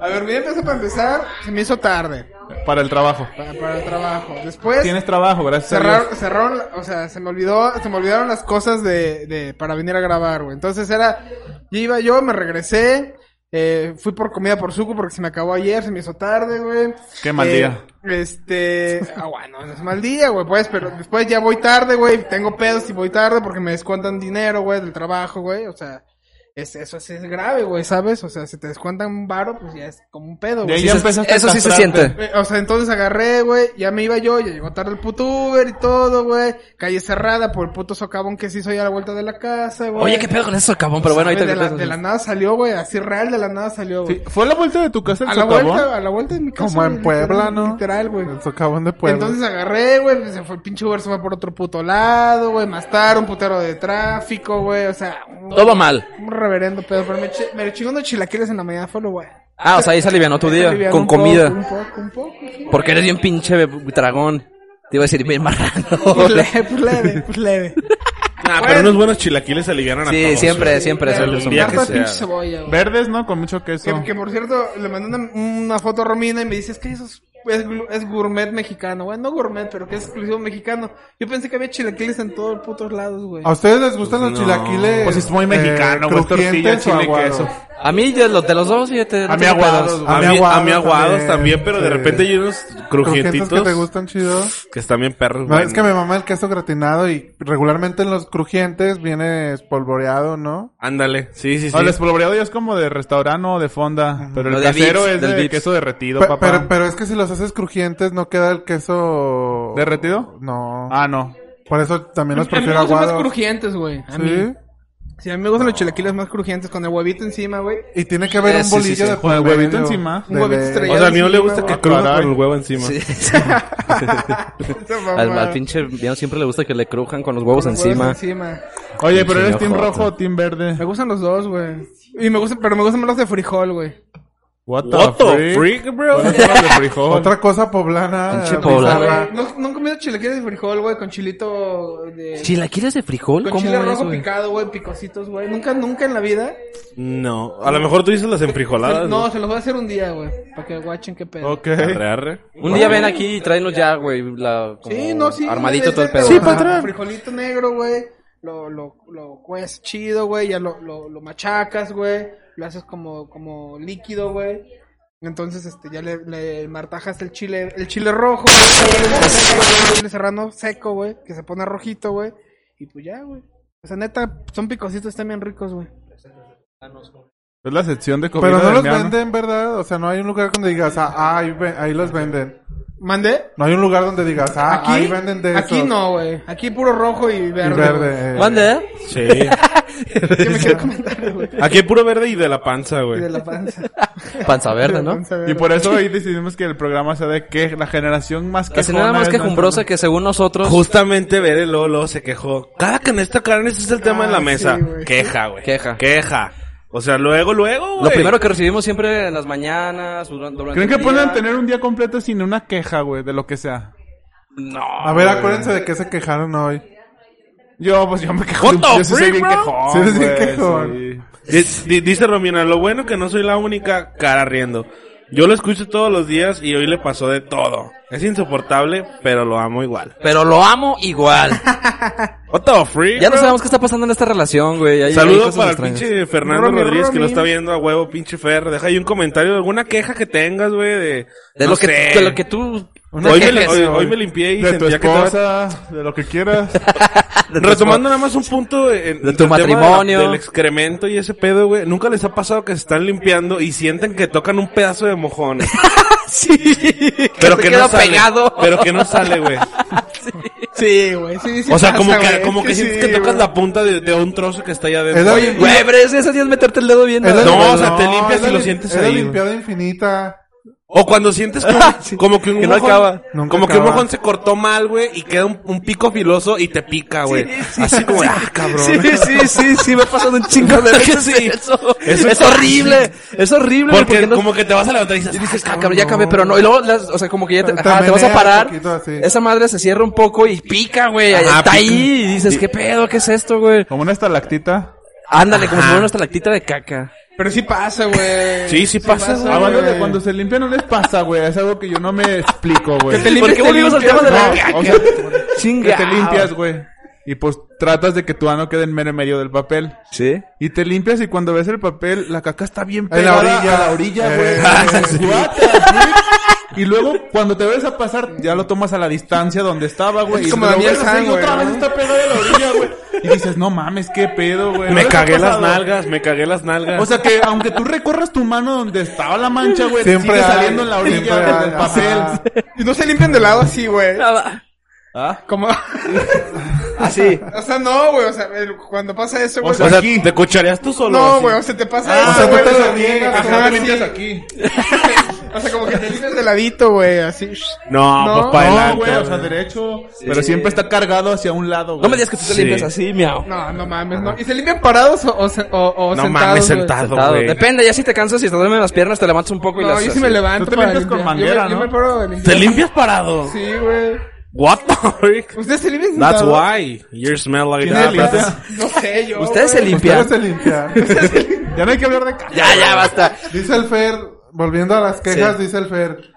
Speaker 4: A ver, bien empezó para empezar. Se me hizo tarde
Speaker 3: Para el trabajo.
Speaker 4: para, para el trabajo. Después
Speaker 3: Tienes trabajo, gracias a Dios.
Speaker 4: cerraron, cerraron, la- o sea, se me olvidó, se me olvidaron las cosas de, de para venir a grabar, güey. Entonces era, yo iba yo, me regresé, eh, fui por comida por suco porque se me acabó ayer, se me hizo tarde, güey.
Speaker 3: Qué mal
Speaker 4: Eh,
Speaker 3: día.
Speaker 4: Este, ah, bueno, no es mal día, güey, pues, pero después ya voy tarde, güey, tengo pedos y voy tarde porque me descuentan dinero, güey, del trabajo, güey, o sea, es, eso sí es grave, güey, ¿sabes? O sea, si te descuentan un varo, pues ya es como un pedo,
Speaker 3: De
Speaker 4: güey.
Speaker 3: ahí
Speaker 1: Sí
Speaker 3: ya
Speaker 1: se-
Speaker 3: empezaste a
Speaker 1: eso sí se
Speaker 3: castrarte.
Speaker 1: siente.
Speaker 4: Eh, O sea, entonces agarré, güey, ya me iba yo, ya llegó tarde el puto Uber y todo, güey. Calle cerrada por el puto socavón que se hizo ahí a la vuelta de la casa, güey.
Speaker 1: Oye, qué pedo con eso, cabrón, pero bueno, ahorita...
Speaker 4: de, la, de la nada salió, güey, así real de la nada salió, güey.
Speaker 3: Sí, ¿Fue a la vuelta de tu casa el
Speaker 4: A la
Speaker 3: socavón?
Speaker 4: vuelta, a la vuelta de mi casa.
Speaker 2: Como en
Speaker 4: güey,
Speaker 2: Puebla,
Speaker 4: literal,
Speaker 2: ¿no?
Speaker 4: Literal, güey.
Speaker 2: El socavón de Puebla.
Speaker 4: Entonces agarré, güey, se fue el pinche Uber, se fue por otro puto lado, güey, más tarde, un putero de tráfico, güey, o sea, un,
Speaker 1: Todo va mal.
Speaker 4: un reverendo pedo, pero me, chi- me chingó unos chilaquiles en la mañana, fue lo güey.
Speaker 1: Ah, o sea, ahí se alivianó tu día, con comida.
Speaker 4: Un poco, un poco. un poco.
Speaker 1: Porque eres bien pinche dragón. Te iba a decir bien marrano.
Speaker 4: Pues leve, pues leve, pues leve.
Speaker 5: Nah, Ah, pero unos buenos chilaquiles alivianan a
Speaker 1: Sí,
Speaker 5: todos.
Speaker 1: siempre,
Speaker 5: güey.
Speaker 1: siempre.
Speaker 5: el
Speaker 1: siempre son
Speaker 5: día
Speaker 1: buenos.
Speaker 5: que sea.
Speaker 3: Verdes, ¿no? Con mucho queso.
Speaker 4: Que, que, por cierto, le mandé una, una foto a Romina y me dice, es que eso es, es glu- es gourmet mexicano, güey. No gourmet, pero que es exclusivo mexicano. Yo pensé que había chilaquiles en todos putos lados, güey.
Speaker 2: ¿A ustedes les gustan los chilaquiles?
Speaker 3: Pues es muy mexicano, güey, es tortilla,
Speaker 2: crujientes
Speaker 3: chile,
Speaker 2: o aguados?
Speaker 3: queso.
Speaker 1: A mí de los, de los dos, fíjate. no
Speaker 3: A mí
Speaker 1: tengo
Speaker 3: aguados,
Speaker 1: pedos.
Speaker 3: güey.
Speaker 5: A mí, a mí
Speaker 2: Aguados
Speaker 5: aguados
Speaker 2: también,
Speaker 5: también, pero de
Speaker 2: sí.
Speaker 5: repente hay unos
Speaker 2: ¿Crujientitos
Speaker 5: crujientitos
Speaker 2: que te gustan chido?
Speaker 5: que están bien perros.
Speaker 2: No,
Speaker 5: güey.
Speaker 2: es que me mama el queso gratinado y regularmente en los crujientes viene espolvoreado, ¿no?
Speaker 5: Ándale, sí, sí, sí.
Speaker 3: No, el espolvoreado ya es como de restaurante o de fonda, Ah, pero
Speaker 1: O
Speaker 3: el
Speaker 1: de
Speaker 3: casero
Speaker 1: Vips,
Speaker 3: es de
Speaker 1: del Vips.
Speaker 3: queso derretido,
Speaker 2: Pe-
Speaker 3: papá.
Speaker 2: Pero, pero es que si los haces crujientes no queda el queso...
Speaker 3: ¿Derretido?
Speaker 2: No.
Speaker 3: Ah, no.
Speaker 2: Por eso también los
Speaker 4: a mí me
Speaker 2: prefiero
Speaker 4: gustan más
Speaker 2: aguados.
Speaker 4: crujientes, güey. A mí.
Speaker 2: ¿Sí?
Speaker 4: Sí, a mí me gustan los chilaquiles más crujientes, con el huevito encima, güey.
Speaker 2: Y tiene que haber
Speaker 1: Eh,
Speaker 2: un
Speaker 1: sí,
Speaker 2: bolillo
Speaker 1: sí, sí.
Speaker 2: de
Speaker 3: Con el
Speaker 2: por
Speaker 3: huevito
Speaker 2: medio,
Speaker 3: encima.
Speaker 2: de-
Speaker 4: Un huevito
Speaker 2: de-
Speaker 4: estrellado.
Speaker 5: o sea, al mío le gusta
Speaker 4: encima,
Speaker 5: que
Speaker 3: güey.
Speaker 5: cruja
Speaker 3: Caray.
Speaker 5: con el huevo encima.
Speaker 1: Sí, sí.
Speaker 4: Esa
Speaker 1: Al,
Speaker 4: mamada.
Speaker 1: al pinche mío siempre le gusta que le crujan con los huevos
Speaker 4: Con los huevos
Speaker 1: encima.
Speaker 4: encima.
Speaker 3: Oye, pero
Speaker 1: Pinche
Speaker 3: eres team
Speaker 1: miojota.
Speaker 3: rojo o team verde.
Speaker 4: Me gustan los dos, güey. Y me gustan, pero me gustan más los de frijol, güey.
Speaker 3: What
Speaker 5: What the freak, bro?
Speaker 3: Los de frijol.
Speaker 2: Otra cosa poblana.
Speaker 1: Pinche
Speaker 2: eh,
Speaker 1: poblana.
Speaker 2: bizarra.
Speaker 4: No, no he comido chilaquiles de frijol, güey, con chilito de...
Speaker 1: ¿Chilaquiles de frijol?
Speaker 4: con
Speaker 1: ¿Cómo
Speaker 4: chile
Speaker 1: es,
Speaker 4: rojo
Speaker 1: güey?
Speaker 4: picado, güey, picositos, güey. Nunca, nunca en la vida.
Speaker 5: No, a lo mejor tú dices las enfrijoladas.
Speaker 4: no,
Speaker 5: No,
Speaker 4: se los voy a hacer un día, güey. Para que guachen qué pedo.
Speaker 3: Ok.
Speaker 5: arre, arre.
Speaker 1: Un día ven aquí y tráenos ya, güey, la, como
Speaker 4: Sí, no, sí.
Speaker 1: armadito
Speaker 4: es-
Speaker 1: todo el
Speaker 4: es-
Speaker 1: pedo.
Speaker 4: es-
Speaker 1: Ajá.
Speaker 4: un Frijolito negro, güey. Lo, lo, lo cues chido, güey. Ya lo, lo, lo machacas, güey. Lo haces como, como líquido, güey. Entonces, este, ya le, le martajas el chile, el chile rojo, güey. El chile serrano seco, güey. Que se pone rojito, güey. Y pues ya, güey. O sea, neta, son picositos también ricos, güey.
Speaker 3: Es la sección de comida
Speaker 2: Pero no
Speaker 3: del
Speaker 2: los
Speaker 3: miano.
Speaker 2: venden, ¿verdad? O sea, no hay un lugar donde digas, ah, ahí, ve- ahí los venden.
Speaker 4: ¿Mandé?
Speaker 2: No hay un lugar donde digas, ah,
Speaker 4: Aquí,
Speaker 2: ahí venden de
Speaker 4: aquí
Speaker 2: esos.
Speaker 4: no, güey. Aquí puro rojo y
Speaker 2: Y
Speaker 4: verde. güey.
Speaker 2: verde. eh.
Speaker 1: ¿Mande, eh?
Speaker 5: Sí.
Speaker 4: ¿Qué me quiere comentar, güey?
Speaker 5: Aquí hay puro verde y de la panza,
Speaker 4: Y de
Speaker 5: güey.
Speaker 4: la panza.
Speaker 1: Panza verde,
Speaker 4: De la
Speaker 1: ¿no?
Speaker 4: panza
Speaker 3: Y
Speaker 4: verde.
Speaker 3: por eso hoy decidimos que el programa sea de que la generación más
Speaker 1: Que
Speaker 3: que
Speaker 1: si nada más quejumbrosa que según nosotros...
Speaker 5: Justamente Bere luego, luego se quejó. Cada canasta carne, ese es el tema
Speaker 4: Ah,
Speaker 5: de la mesa.
Speaker 4: sí, güey.
Speaker 5: Queja, güey.
Speaker 1: Queja.
Speaker 5: Queja. O sea, luego, luego, güey.
Speaker 1: Lo primero que recibimos siempre en las mañanas, duran- durante
Speaker 3: ¿Creen que
Speaker 1: el día.
Speaker 3: pueden tener un día completo sin una queja, güey, de lo que sea?
Speaker 1: No.
Speaker 2: A ver, acuérdense de qué se quejaron hoy.
Speaker 3: Yo, pues yo me quejo.
Speaker 5: What
Speaker 3: de-
Speaker 5: the
Speaker 3: Yo sí soy
Speaker 5: freak,
Speaker 3: bien
Speaker 5: bro?
Speaker 3: quejón.
Speaker 2: Sí eres bien
Speaker 3: güey,
Speaker 2: quejón.
Speaker 3: sí.
Speaker 5: Di- di- dice Romina, lo bueno que no soy la única cara riendo. Yo lo escucho todos los días y hoy le pasó de todo. Es insoportable, pero lo amo igual.
Speaker 1: Pero lo amo igual.
Speaker 5: What the freak,
Speaker 1: ya no
Speaker 5: bro?
Speaker 1: sabemos qué está pasando en esta relación, güey. Hay- hay
Speaker 5: Saludos
Speaker 1: cosas
Speaker 5: para el
Speaker 1: extrañas.
Speaker 5: pinche Fernando
Speaker 4: Romy,
Speaker 5: Rodríguez que lo
Speaker 4: Romy.
Speaker 5: está viendo a huevo, pinche Fer. Deja ahí un comentario de alguna queja que tengas, güey, de...
Speaker 1: De,
Speaker 5: no
Speaker 1: lo que,
Speaker 5: sé.
Speaker 1: de lo que tú...
Speaker 5: hoy, me,
Speaker 1: quejes,
Speaker 5: li- hoy-
Speaker 1: güey.
Speaker 5: hoy me limpié y
Speaker 3: De tu
Speaker 5: sentía que estaba-
Speaker 3: esposa, de lo que quieras.
Speaker 5: Retomando nada más un punto en,
Speaker 1: De tu
Speaker 5: del tema la-
Speaker 1: matrimonio.
Speaker 5: del excremento y ese pedo, güey. ¿Nunca les ha pasado que se están limpiando y sienten que tocan un pedazo de mojón?
Speaker 1: sí.
Speaker 5: Pero
Speaker 1: se
Speaker 5: que,
Speaker 1: queda
Speaker 5: no sale.
Speaker 1: pegado.
Speaker 5: Pero que no sale, güey.
Speaker 4: Sí, güey. Sí, sí
Speaker 5: O sea,
Speaker 4: pasa,
Speaker 5: como que,
Speaker 4: güey.
Speaker 5: como que
Speaker 4: Es
Speaker 5: sientes
Speaker 4: sí,
Speaker 5: que tocas
Speaker 4: güey.
Speaker 5: la punta de, de un trozo que está allá adentro.
Speaker 2: Es la-
Speaker 5: Oye,
Speaker 1: Güey, pero es- esa sí es meterte el dedo bien.
Speaker 2: Es la-
Speaker 5: No,
Speaker 1: adentro,
Speaker 5: o sea,
Speaker 1: ¿no?
Speaker 5: te limpias
Speaker 2: es la
Speaker 5: y lo
Speaker 2: lim-
Speaker 5: sientes
Speaker 2: es la
Speaker 5: ahí, güey.
Speaker 2: limpiada infinita.
Speaker 5: O cuando sientes como, como que un
Speaker 1: Que no
Speaker 5: mojón,
Speaker 1: acaba.
Speaker 2: Nunca
Speaker 5: como que un
Speaker 2: acaba.
Speaker 5: mojón se cortó mal, güey, y queda un, un pico filoso y te pica, güey. Así como, ah, cabrón.
Speaker 1: Sí, sí, sí, sí, me ha pasado un chingo de veces eso.
Speaker 5: Eso-
Speaker 1: es horrible, es horrible.
Speaker 5: Porque,
Speaker 1: no-
Speaker 5: como que te vas a levantar y dices,
Speaker 1: y dices,
Speaker 5: "Ah,
Speaker 1: ah, cabrón, ya acabé, pero no. Y luego, las- o sea, como que ya te,
Speaker 2: Te
Speaker 1: ajá, te vas a
Speaker 2: menea
Speaker 1: parar.
Speaker 2: un poquito así.
Speaker 1: Esa madre se cierra un poco y pica, güey.
Speaker 5: Ajá,
Speaker 1: está
Speaker 5: pica.
Speaker 1: ahí y dices, ¿qué pedo? ¿Qué es esto, güey?
Speaker 3: Como una estalactita.
Speaker 1: Ándale, como si fuera una estalactita de caca.
Speaker 4: Pero sí pasa, güey.
Speaker 5: "Ah, Sí, sí pasa, güey.
Speaker 3: Hablando de Ah, cuando se limpian, no les pasa, güey. Es algo que yo no me explico, güey.
Speaker 1: ¿Por qué volvimos al tema de la caca?
Speaker 3: O sea, que
Speaker 1: Chinga.
Speaker 3: te limpias, güey. Y pues tratas de que tu ano quede en mero en medio del papel.
Speaker 1: Sí.
Speaker 3: Y te limpias y cuando ves el papel, la caca está bien
Speaker 2: En la
Speaker 3: pegada
Speaker 2: orilla.
Speaker 3: a la orilla,
Speaker 2: Eh,
Speaker 3: güey.
Speaker 2: sí.
Speaker 3: What the freak? Y luego, cuando te ves a pasar, ya lo tomas a la distancia donde estaba, güey.
Speaker 4: Es
Speaker 3: y
Speaker 4: como
Speaker 3: lo
Speaker 4: Daniel
Speaker 3: ves así,
Speaker 4: San,
Speaker 3: y otra
Speaker 4: güey,
Speaker 3: vez
Speaker 4: ¿no?
Speaker 3: está pegada a la orilla, güey. Y dices, no mames, qué pedo, güey. ¿No
Speaker 5: Me
Speaker 3: les ha
Speaker 5: cagué las
Speaker 3: pasado?
Speaker 5: nalgas, me cagué las nalgas.
Speaker 3: O sea que aunque tú recorras tu mano donde estaba la mancha, güey,
Speaker 2: Siempre
Speaker 3: sigue
Speaker 2: hay,
Speaker 3: saliendo en la
Speaker 2: siempre
Speaker 3: orilla güey, del
Speaker 2: hay, ajá.
Speaker 3: papel.
Speaker 4: Y no se limpian de lado así, güey.
Speaker 5: Ah,
Speaker 4: Como...
Speaker 1: Así.
Speaker 4: o sea, no, güey. O sea, el- cuando pasa eso, güey.
Speaker 3: O sea,
Speaker 5: O sea,
Speaker 3: aquí.
Speaker 5: te cuchareas tú solo.
Speaker 4: Pues no,
Speaker 5: así.
Speaker 4: güey. O sea, te pasa
Speaker 2: o
Speaker 4: eso,
Speaker 2: sea, tú
Speaker 4: güey,
Speaker 2: te
Speaker 4: o
Speaker 2: lo
Speaker 4: sea,
Speaker 2: niegas,
Speaker 4: ajá,
Speaker 2: pero no te
Speaker 4: sí.
Speaker 2: limpias aquí.
Speaker 4: O sea, como que te limpias de ladito, güey. Así.
Speaker 5: No,
Speaker 4: No.
Speaker 5: pues para
Speaker 3: No,
Speaker 5: adelante.
Speaker 3: güey, o sea, derecho. Pero siempre está cargado hacia un lado, güey.
Speaker 1: No me digas que tú te
Speaker 5: Sí.
Speaker 1: limpias así, miau.
Speaker 4: No, no mames, no. ¿Y se limpian parados o, o, se- o- o
Speaker 5: No
Speaker 4: sentados,
Speaker 5: mames,
Speaker 4: güey?
Speaker 5: sentado,
Speaker 1: Sentado.
Speaker 5: güey.
Speaker 1: Depende, ya si te cansas y te duermen las piernas, te levantas un poco y
Speaker 4: No,
Speaker 1: las...
Speaker 4: yo sí me levanto
Speaker 3: Tú te
Speaker 4: para
Speaker 3: limpias con
Speaker 4: limpiar.
Speaker 3: manguera,
Speaker 4: yo
Speaker 3: ¿no?
Speaker 4: me, Yo me paro de
Speaker 5: ¿Te
Speaker 4: limpiar.
Speaker 5: limpias parado?
Speaker 4: Sí, güey.
Speaker 5: What the freak?
Speaker 4: ¿Ustedes se limpian
Speaker 5: That's
Speaker 4: sentados?
Speaker 5: why you smell like
Speaker 3: ¿Quién
Speaker 5: that.
Speaker 3: es Lisa?
Speaker 4: No sé, yo.
Speaker 1: ¿Ustedes se
Speaker 4: güey.
Speaker 1: limpian?
Speaker 2: Ustedes se limpian.
Speaker 3: Ya no hay que hablar de caca.
Speaker 1: Ya, ya, basta.
Speaker 2: Dice el Fer, volviendo a las quejas, dice el Fer.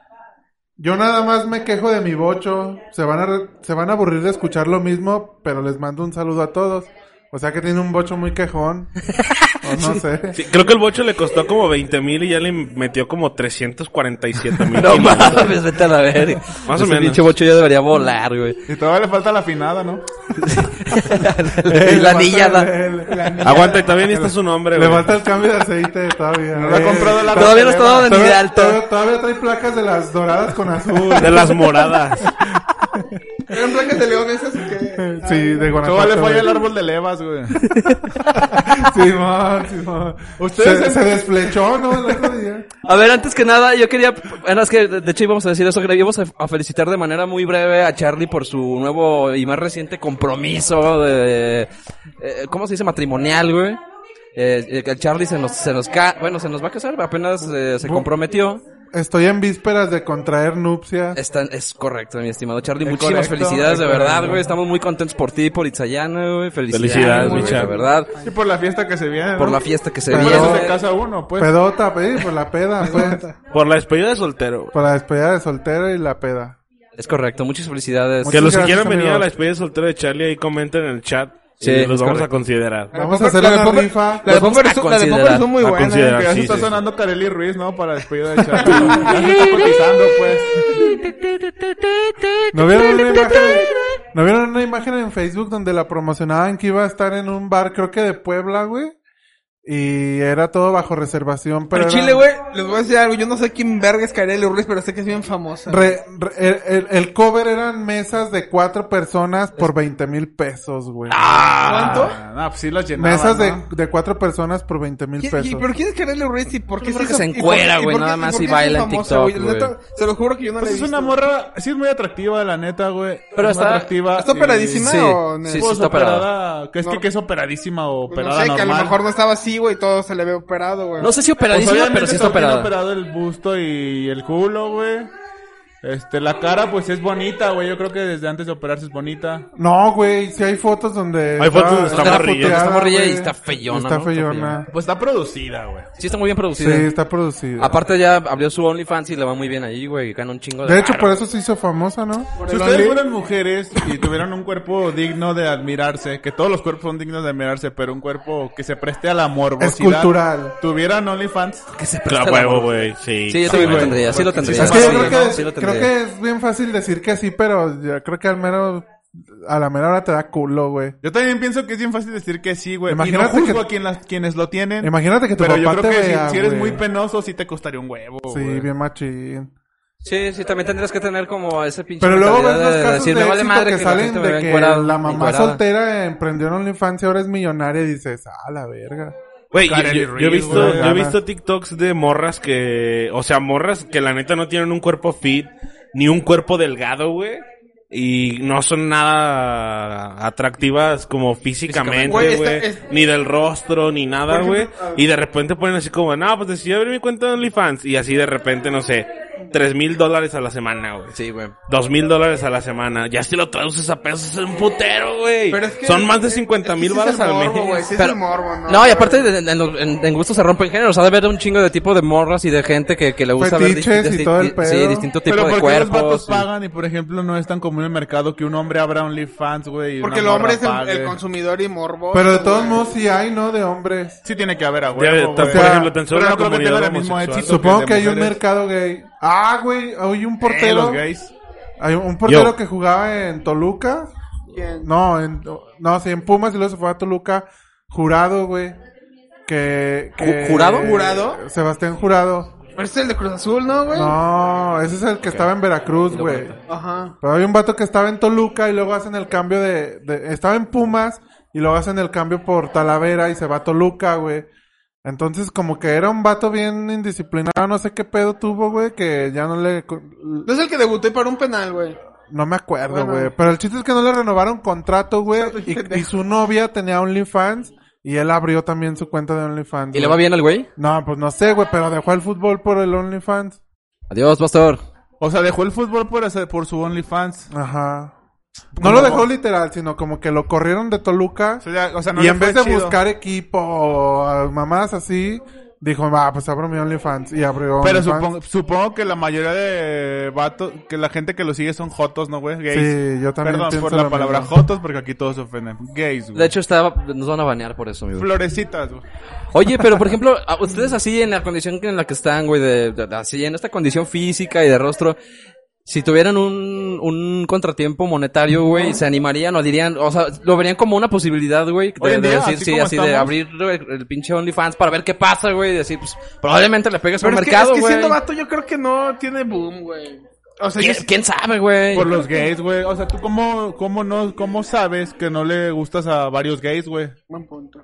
Speaker 2: Yo nada más me quejo de mi bocho. Se van, a, re- se van a aburrir de escuchar lo mismo, pero les mando un saludo a todos. O sea que tiene un bocho muy quejón. o no sé.
Speaker 5: Sí, creo que el bocho le costó como 20 mil y ya le metió como 347 mil.
Speaker 1: No mames, vete a la verga.
Speaker 5: Más
Speaker 1: Ese
Speaker 5: o menos.
Speaker 1: pinche bocho ya debería volar, güey.
Speaker 3: Y todavía le falta la afinada, ¿no?
Speaker 1: Y la anilla,
Speaker 2: falta
Speaker 1: la-
Speaker 2: el- el-
Speaker 5: Aguanta, y también está su nombre,
Speaker 2: Le
Speaker 5: güey.
Speaker 2: falta el cambio de aceite todavía.
Speaker 3: No lo ha
Speaker 2: Eh,
Speaker 3: comprado la
Speaker 1: Todavía no estaba ni de
Speaker 2: todavía,
Speaker 1: alto.
Speaker 2: todavía- todavía trae placas de las doradas con azul.
Speaker 5: De las moradas.
Speaker 4: Eran placas de león esas que.
Speaker 2: Sí, de Guanajuato.
Speaker 3: Todavía le falla
Speaker 2: güey.
Speaker 3: el árbol de levas, güey.
Speaker 2: Simón, Simón.
Speaker 3: Ustedes-
Speaker 2: se, se desplechó, ¿no? El otro día.
Speaker 1: A ver, antes que nada, yo quería. Bueno, es que de hecho íbamos a decir eso. que le Íbamos a, a felicitar de manera muy breve a Charlie por su nuevo y más reciente compromiso de. eh, ¿Cómo se dice? Matrimonial, güey. Eh, eh, que el Charlie se nos, se nos ca- Bueno, se nos va a casar, apenas eh, se comprometió.
Speaker 2: Estoy en vísperas de contraer nupcias.
Speaker 1: Está- es correcto, mi estimado Charlie.
Speaker 2: Es
Speaker 1: Muchísimas
Speaker 2: correcto,
Speaker 1: felicidades,
Speaker 2: es
Speaker 1: de verdad,
Speaker 2: correcto.
Speaker 1: güey. Estamos muy contentos por ti, por Itzayana, güey. Felicidades,
Speaker 5: Felicidades, mi
Speaker 1: güey, de
Speaker 5: Charlie.
Speaker 1: verdad.
Speaker 3: Y por la fiesta que se viene, ¿no?
Speaker 1: Por la fiesta que se
Speaker 2: Pero-
Speaker 3: Por
Speaker 1: viene.
Speaker 3: eso se casa uno, pues.
Speaker 2: Pedota, eh, por la peda, pues.
Speaker 5: Por la despedida de soltero.
Speaker 2: Por la despedida de soltero y la peda.
Speaker 1: Es correcto, muchas felicidades.
Speaker 5: Que los que
Speaker 2: gracias,
Speaker 5: quieran venir
Speaker 2: amigo.
Speaker 5: a la despedida de soltero de Charlie ahí comenten en el chat.
Speaker 1: Sí,
Speaker 5: y
Speaker 1: es
Speaker 5: los vamos
Speaker 1: correcto.
Speaker 5: a considerar.
Speaker 2: Vamos
Speaker 4: La
Speaker 2: a
Speaker 4: de
Speaker 2: hacer
Speaker 4: Popper-
Speaker 2: una
Speaker 4: la de
Speaker 2: rifa.
Speaker 4: La de Popper
Speaker 1: A
Speaker 4: es- la de Popper
Speaker 1: considerar.
Speaker 4: es muy
Speaker 5: A
Speaker 4: buena.
Speaker 5: considerar.
Speaker 3: Que ya se
Speaker 5: Sí,
Speaker 3: está
Speaker 5: sí, sí.
Speaker 3: sonando Kareli Ruiz, ¿no? Para despedida de Charlie. ya se está cotizando, pues.
Speaker 2: ¿No vieron una imagen? ¿No vieron una imagen en Facebook donde la promocionaban que iba a estar en un bar, creo que de Puebla, güey? Y era todo bajo reservación, pero
Speaker 4: Pero
Speaker 2: era-
Speaker 4: Chile, güey, les voy a decir algo. Yo no sé quién verga es Kareli Ruiz, pero sé que es bien famosa.
Speaker 2: Re- re- el, el- el cover eran mesas de cuatro personas por 20 mil pesos, güey.
Speaker 4: ¿Cuánto?
Speaker 3: Ah, no, pues sí los llenaba,
Speaker 2: mesas
Speaker 3: ¿no?
Speaker 2: de, de cuatro personas por 20 mil
Speaker 4: ¿Quién-
Speaker 2: pesos.
Speaker 4: y- ¿Pero quién es Kareli Ruiz y por qué
Speaker 1: Porque
Speaker 4: hizo-
Speaker 1: se
Speaker 4: y por-
Speaker 1: encuera,
Speaker 4: y
Speaker 1: güey,
Speaker 4: por qué-
Speaker 1: nada
Speaker 4: y
Speaker 1: más
Speaker 4: por
Speaker 1: y
Speaker 4: qué
Speaker 1: baila
Speaker 4: es
Speaker 1: en
Speaker 4: famosa,
Speaker 1: TikTok,
Speaker 4: La neta,
Speaker 1: güey.
Speaker 4: Se lo juro que yo no la he
Speaker 3: Pues es
Speaker 4: visto.
Speaker 3: una morra, sí es muy atractiva, la neta, güey.
Speaker 1: Pero
Speaker 3: es muy
Speaker 1: está-
Speaker 3: atractiva.
Speaker 4: ¿Está
Speaker 3: y-
Speaker 4: operadísima
Speaker 1: Sí,
Speaker 4: o no?
Speaker 1: sí,
Speaker 3: Pues,
Speaker 1: está
Speaker 3: operada. Que es
Speaker 4: No.
Speaker 3: que, que es operadísima o
Speaker 4: Pues
Speaker 3: operada
Speaker 4: no sé, que a lo
Speaker 3: normal.
Speaker 4: mejor no estaba así, güey, todo se le ve operado, güey.
Speaker 1: No sé si
Speaker 3: Pues,
Speaker 1: operadísima,
Speaker 3: obviamente
Speaker 1: pero sí está
Speaker 3: está bien
Speaker 1: operada.
Speaker 3: operado el busto y el culo, güey. Este, la cara, pues es bonita, güey. Yo creo que desde antes de operarse es bonita.
Speaker 2: No, güey, sí hay fotos donde...
Speaker 5: Hay fotos donde está
Speaker 2: estaba
Speaker 5: morrilla,
Speaker 2: puteada,
Speaker 1: está morrilla y
Speaker 2: güey.
Speaker 1: está feyona,
Speaker 2: Está
Speaker 1: ¿no?
Speaker 2: feyona.
Speaker 3: Pues está producida, güey.
Speaker 1: Sí está muy bien
Speaker 2: Sí,
Speaker 1: producida.
Speaker 2: está producida.
Speaker 1: Aparte ya abrió su OnlyFans y le va muy bien ahí, güey. Gana un chingo de...
Speaker 2: de hecho,
Speaker 1: varo.
Speaker 2: por eso se hizo famosa, ¿no?
Speaker 3: Si ustedes
Speaker 4: el Only-
Speaker 3: fueran mujeres y tuvieran un cuerpo digno de admirarse, que todos los cuerpos son dignos de admirarse, pero un cuerpo que se preste a la morbosidad.
Speaker 2: Escultural.
Speaker 3: Tuvieran OnlyFans.
Speaker 2: pues,
Speaker 1: que se presta
Speaker 5: La
Speaker 1: el
Speaker 5: huevo,
Speaker 1: amor.
Speaker 5: güey. Sí.
Speaker 1: Sí, yo también
Speaker 5: güey.
Speaker 1: lo tendría, sí lo tendría.
Speaker 2: Es
Speaker 1: Sí,
Speaker 2: que yo
Speaker 1: sí,
Speaker 2: creo,
Speaker 1: no,
Speaker 2: que,
Speaker 1: sí lo
Speaker 2: creo
Speaker 1: tendría.
Speaker 2: que es bien fácil decir que sí, pero yo creo que al menos... A la mera hora te da culo, güey.
Speaker 3: Yo también pienso que es bien fácil decir que sí, güey. Y no
Speaker 2: Imagínate
Speaker 3: juzgo
Speaker 2: que-
Speaker 3: a quien las- quienes lo tienen.
Speaker 2: Imagínate que tu
Speaker 3: pero yo
Speaker 2: papá
Speaker 3: creo
Speaker 2: te
Speaker 3: que si-
Speaker 2: vea,
Speaker 3: si, eres
Speaker 2: güey.
Speaker 3: muy penoso, sí te costaría un huevo.
Speaker 2: Sí,
Speaker 3: güey.
Speaker 2: bien machín.
Speaker 1: Sí, sí, también tendrías que tener como ese pinche...
Speaker 2: Pero luego ves
Speaker 1: mentalidad
Speaker 2: los
Speaker 1: de
Speaker 2: casos
Speaker 1: decir,
Speaker 2: de
Speaker 1: me vale
Speaker 2: éxito
Speaker 1: madre
Speaker 2: que
Speaker 1: que la
Speaker 2: salen
Speaker 1: gente me
Speaker 2: de
Speaker 1: vea
Speaker 2: que
Speaker 1: encuerada,
Speaker 2: la mamá
Speaker 1: encuerada.
Speaker 2: soltera emprendió en OnlyFans y ahora es millonaria y dices, ah, la verga.
Speaker 5: Güey, yo,
Speaker 3: Kareli
Speaker 5: yo- yo he
Speaker 3: Ruiz,
Speaker 5: visto,
Speaker 3: güey,
Speaker 5: yo he
Speaker 3: ganas.
Speaker 5: visto TikToks de morras que, o sea, morras que la neta no tienen un cuerpo fit, ni un cuerpo delgado, güey. Y no son nada atractivas como físicamente,
Speaker 4: Güey,
Speaker 5: güey.
Speaker 4: esta- es- ah.
Speaker 5: Ni del rostro, ni nada, güey. Y de repente ponen así como, no, pues decidí abrir mi cuenta de OnlyFans. Y así de repente, no sé, tres mil dólares a la semana, güey.
Speaker 1: Sí, güey.
Speaker 5: Dos mil dólares a la semana. Ya si lo traduces a pesos es un putero, güey.
Speaker 4: Pero es que-
Speaker 5: Son más de
Speaker 4: es-
Speaker 5: cincuenta
Speaker 4: es que
Speaker 5: mil
Speaker 4: sí es el
Speaker 5: balas al mes.
Speaker 4: morbo, güey, sí es
Speaker 1: Pero-
Speaker 4: el morbo, ¿no?
Speaker 1: No, y aparte de- de- en, los- en- en gusto se rompen géneros. Ha de haber un chingo de tipo de morras y de gente que, que le gusta ver
Speaker 2: Fetiches y todo el
Speaker 1: di-
Speaker 2: pedo.
Speaker 1: sí, distinto tipo
Speaker 3: Pero
Speaker 1: de
Speaker 3: ¿por qué los vatos
Speaker 1: cuerpos. y-
Speaker 3: pagan y, por ejemplo, no es tan común en el mercado que un hombre abra OnlyFans, güey? y
Speaker 4: Porque el
Speaker 3: una
Speaker 4: hombre
Speaker 3: morra
Speaker 4: es el,
Speaker 3: pague?
Speaker 4: el consumidor y morbo.
Speaker 2: Pero de todos
Speaker 4: güey.
Speaker 2: modos sí hay, ¿no? De hombres.
Speaker 3: Sí tiene que haber a
Speaker 5: Ya,
Speaker 3: huevo,
Speaker 5: por
Speaker 3: güey.
Speaker 5: ejemplo, tan solo
Speaker 3: Pero
Speaker 5: la
Speaker 3: no creo que
Speaker 5: comunidad
Speaker 3: tenga el mismo
Speaker 5: homosexual.
Speaker 3: éxito.
Speaker 2: Supongo que
Speaker 3: de
Speaker 2: hay un
Speaker 3: mujeres.
Speaker 2: mercado gay. Ah, güey, hay un
Speaker 3: Eh, los
Speaker 2: portero.
Speaker 3: gays.
Speaker 2: hay un portero
Speaker 5: Yo.
Speaker 2: que jugaba en Toluca.
Speaker 4: ¿Quién?
Speaker 2: No, en, no, sí, en Pumas y luego se fue a Toluca. Jurado, güey. Que, que-
Speaker 1: Ju- ¿Jurado?
Speaker 4: ¿Jurado?
Speaker 2: Sebastián Jurado.
Speaker 4: Pero ese es el de Cruz Azul, ¿no, güey?
Speaker 2: No, ese es el que estaba en Veracruz, güey.
Speaker 4: Ajá.
Speaker 2: Pero hay un vato que estaba en Toluca y luego hacen el cambio de, de- Estaba en Pumas y luego hacen el cambio por Talavera y se va a Toluca, güey. Entonces, como que era un vato bien indisciplinado, no sé qué pedo tuvo, güey, que ya no le...
Speaker 4: No es el que debutó y paró un penal, güey.
Speaker 2: No me acuerdo,
Speaker 4: Bueno.
Speaker 2: güey. Pero el chiste es que no le renovaron contrato, güey. Y, y su novia tenía OnlyFans y él abrió también su cuenta de OnlyFans.
Speaker 1: ¿Y le
Speaker 2: güey.
Speaker 1: va bien al güey?
Speaker 2: No, pues no sé, güey, pero dejó el fútbol por el OnlyFans.
Speaker 1: Adiós, pastor.
Speaker 3: O sea, dejó el fútbol por, hacer- por su OnlyFans.
Speaker 2: Ajá. No lo dejó literal, sino como que lo corrieron de Toluca.
Speaker 3: Pues O sea, o sea, no
Speaker 2: y
Speaker 3: le
Speaker 2: en
Speaker 3: fue
Speaker 2: vez de
Speaker 3: chido.
Speaker 2: buscar equipo o a mamás así, dijo, va, pues abro mi OnlyFans. Y abrió
Speaker 3: Pero
Speaker 2: OnlyFans.
Speaker 3: supongo, supongo que la mayoría de vatos, que la gente que lo sigue son jotos, ¿no, güey? Gays.
Speaker 2: Sí, yo también
Speaker 3: Perdón
Speaker 2: pienso
Speaker 3: por la
Speaker 2: lo
Speaker 3: palabra
Speaker 2: mismo.
Speaker 3: jotos, porque aquí todos se ofenden. Gays, güey.
Speaker 1: De hecho, está, nos van a banear por eso, amigo.
Speaker 3: florecitas, güey.
Speaker 1: Oye, pero por ejemplo, a ustedes así en la condición que- en la que están, güey, de, de- de- así en esta condición física y de rostro, si tuvieran un, un contratiempo monetario, güey, se animarían o dirían, o sea, lo verían como una posibilidad, güey,
Speaker 3: Hoy
Speaker 1: de,
Speaker 3: en
Speaker 1: de
Speaker 3: día,
Speaker 1: decir,
Speaker 3: así
Speaker 1: sí,
Speaker 3: como
Speaker 1: así de
Speaker 3: estamos.
Speaker 1: abrir el, el pinche OnlyFans para ver qué pasa, güey, y decir, pues, probablemente le pegues
Speaker 4: Pero
Speaker 1: al
Speaker 4: es que,
Speaker 1: mercado,
Speaker 4: es que
Speaker 1: güey.
Speaker 4: siendo vato yo creo que no tiene boom, güey. O sea, yo
Speaker 1: ¿Quién,
Speaker 4: sí-
Speaker 1: quién sabe, güey?
Speaker 3: Por los gays, güey. O sea, ¿tú cómo, cómo, no, cómo sabes que no le gustas a varios gays, güey?
Speaker 4: Buen punto.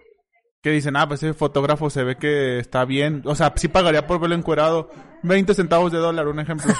Speaker 3: Que dicen, ah, pues ese fotógrafo se ve que está bien. O sea, sí pagaría por verlo encuerado. 20 centavos de dólar, un ejemplo.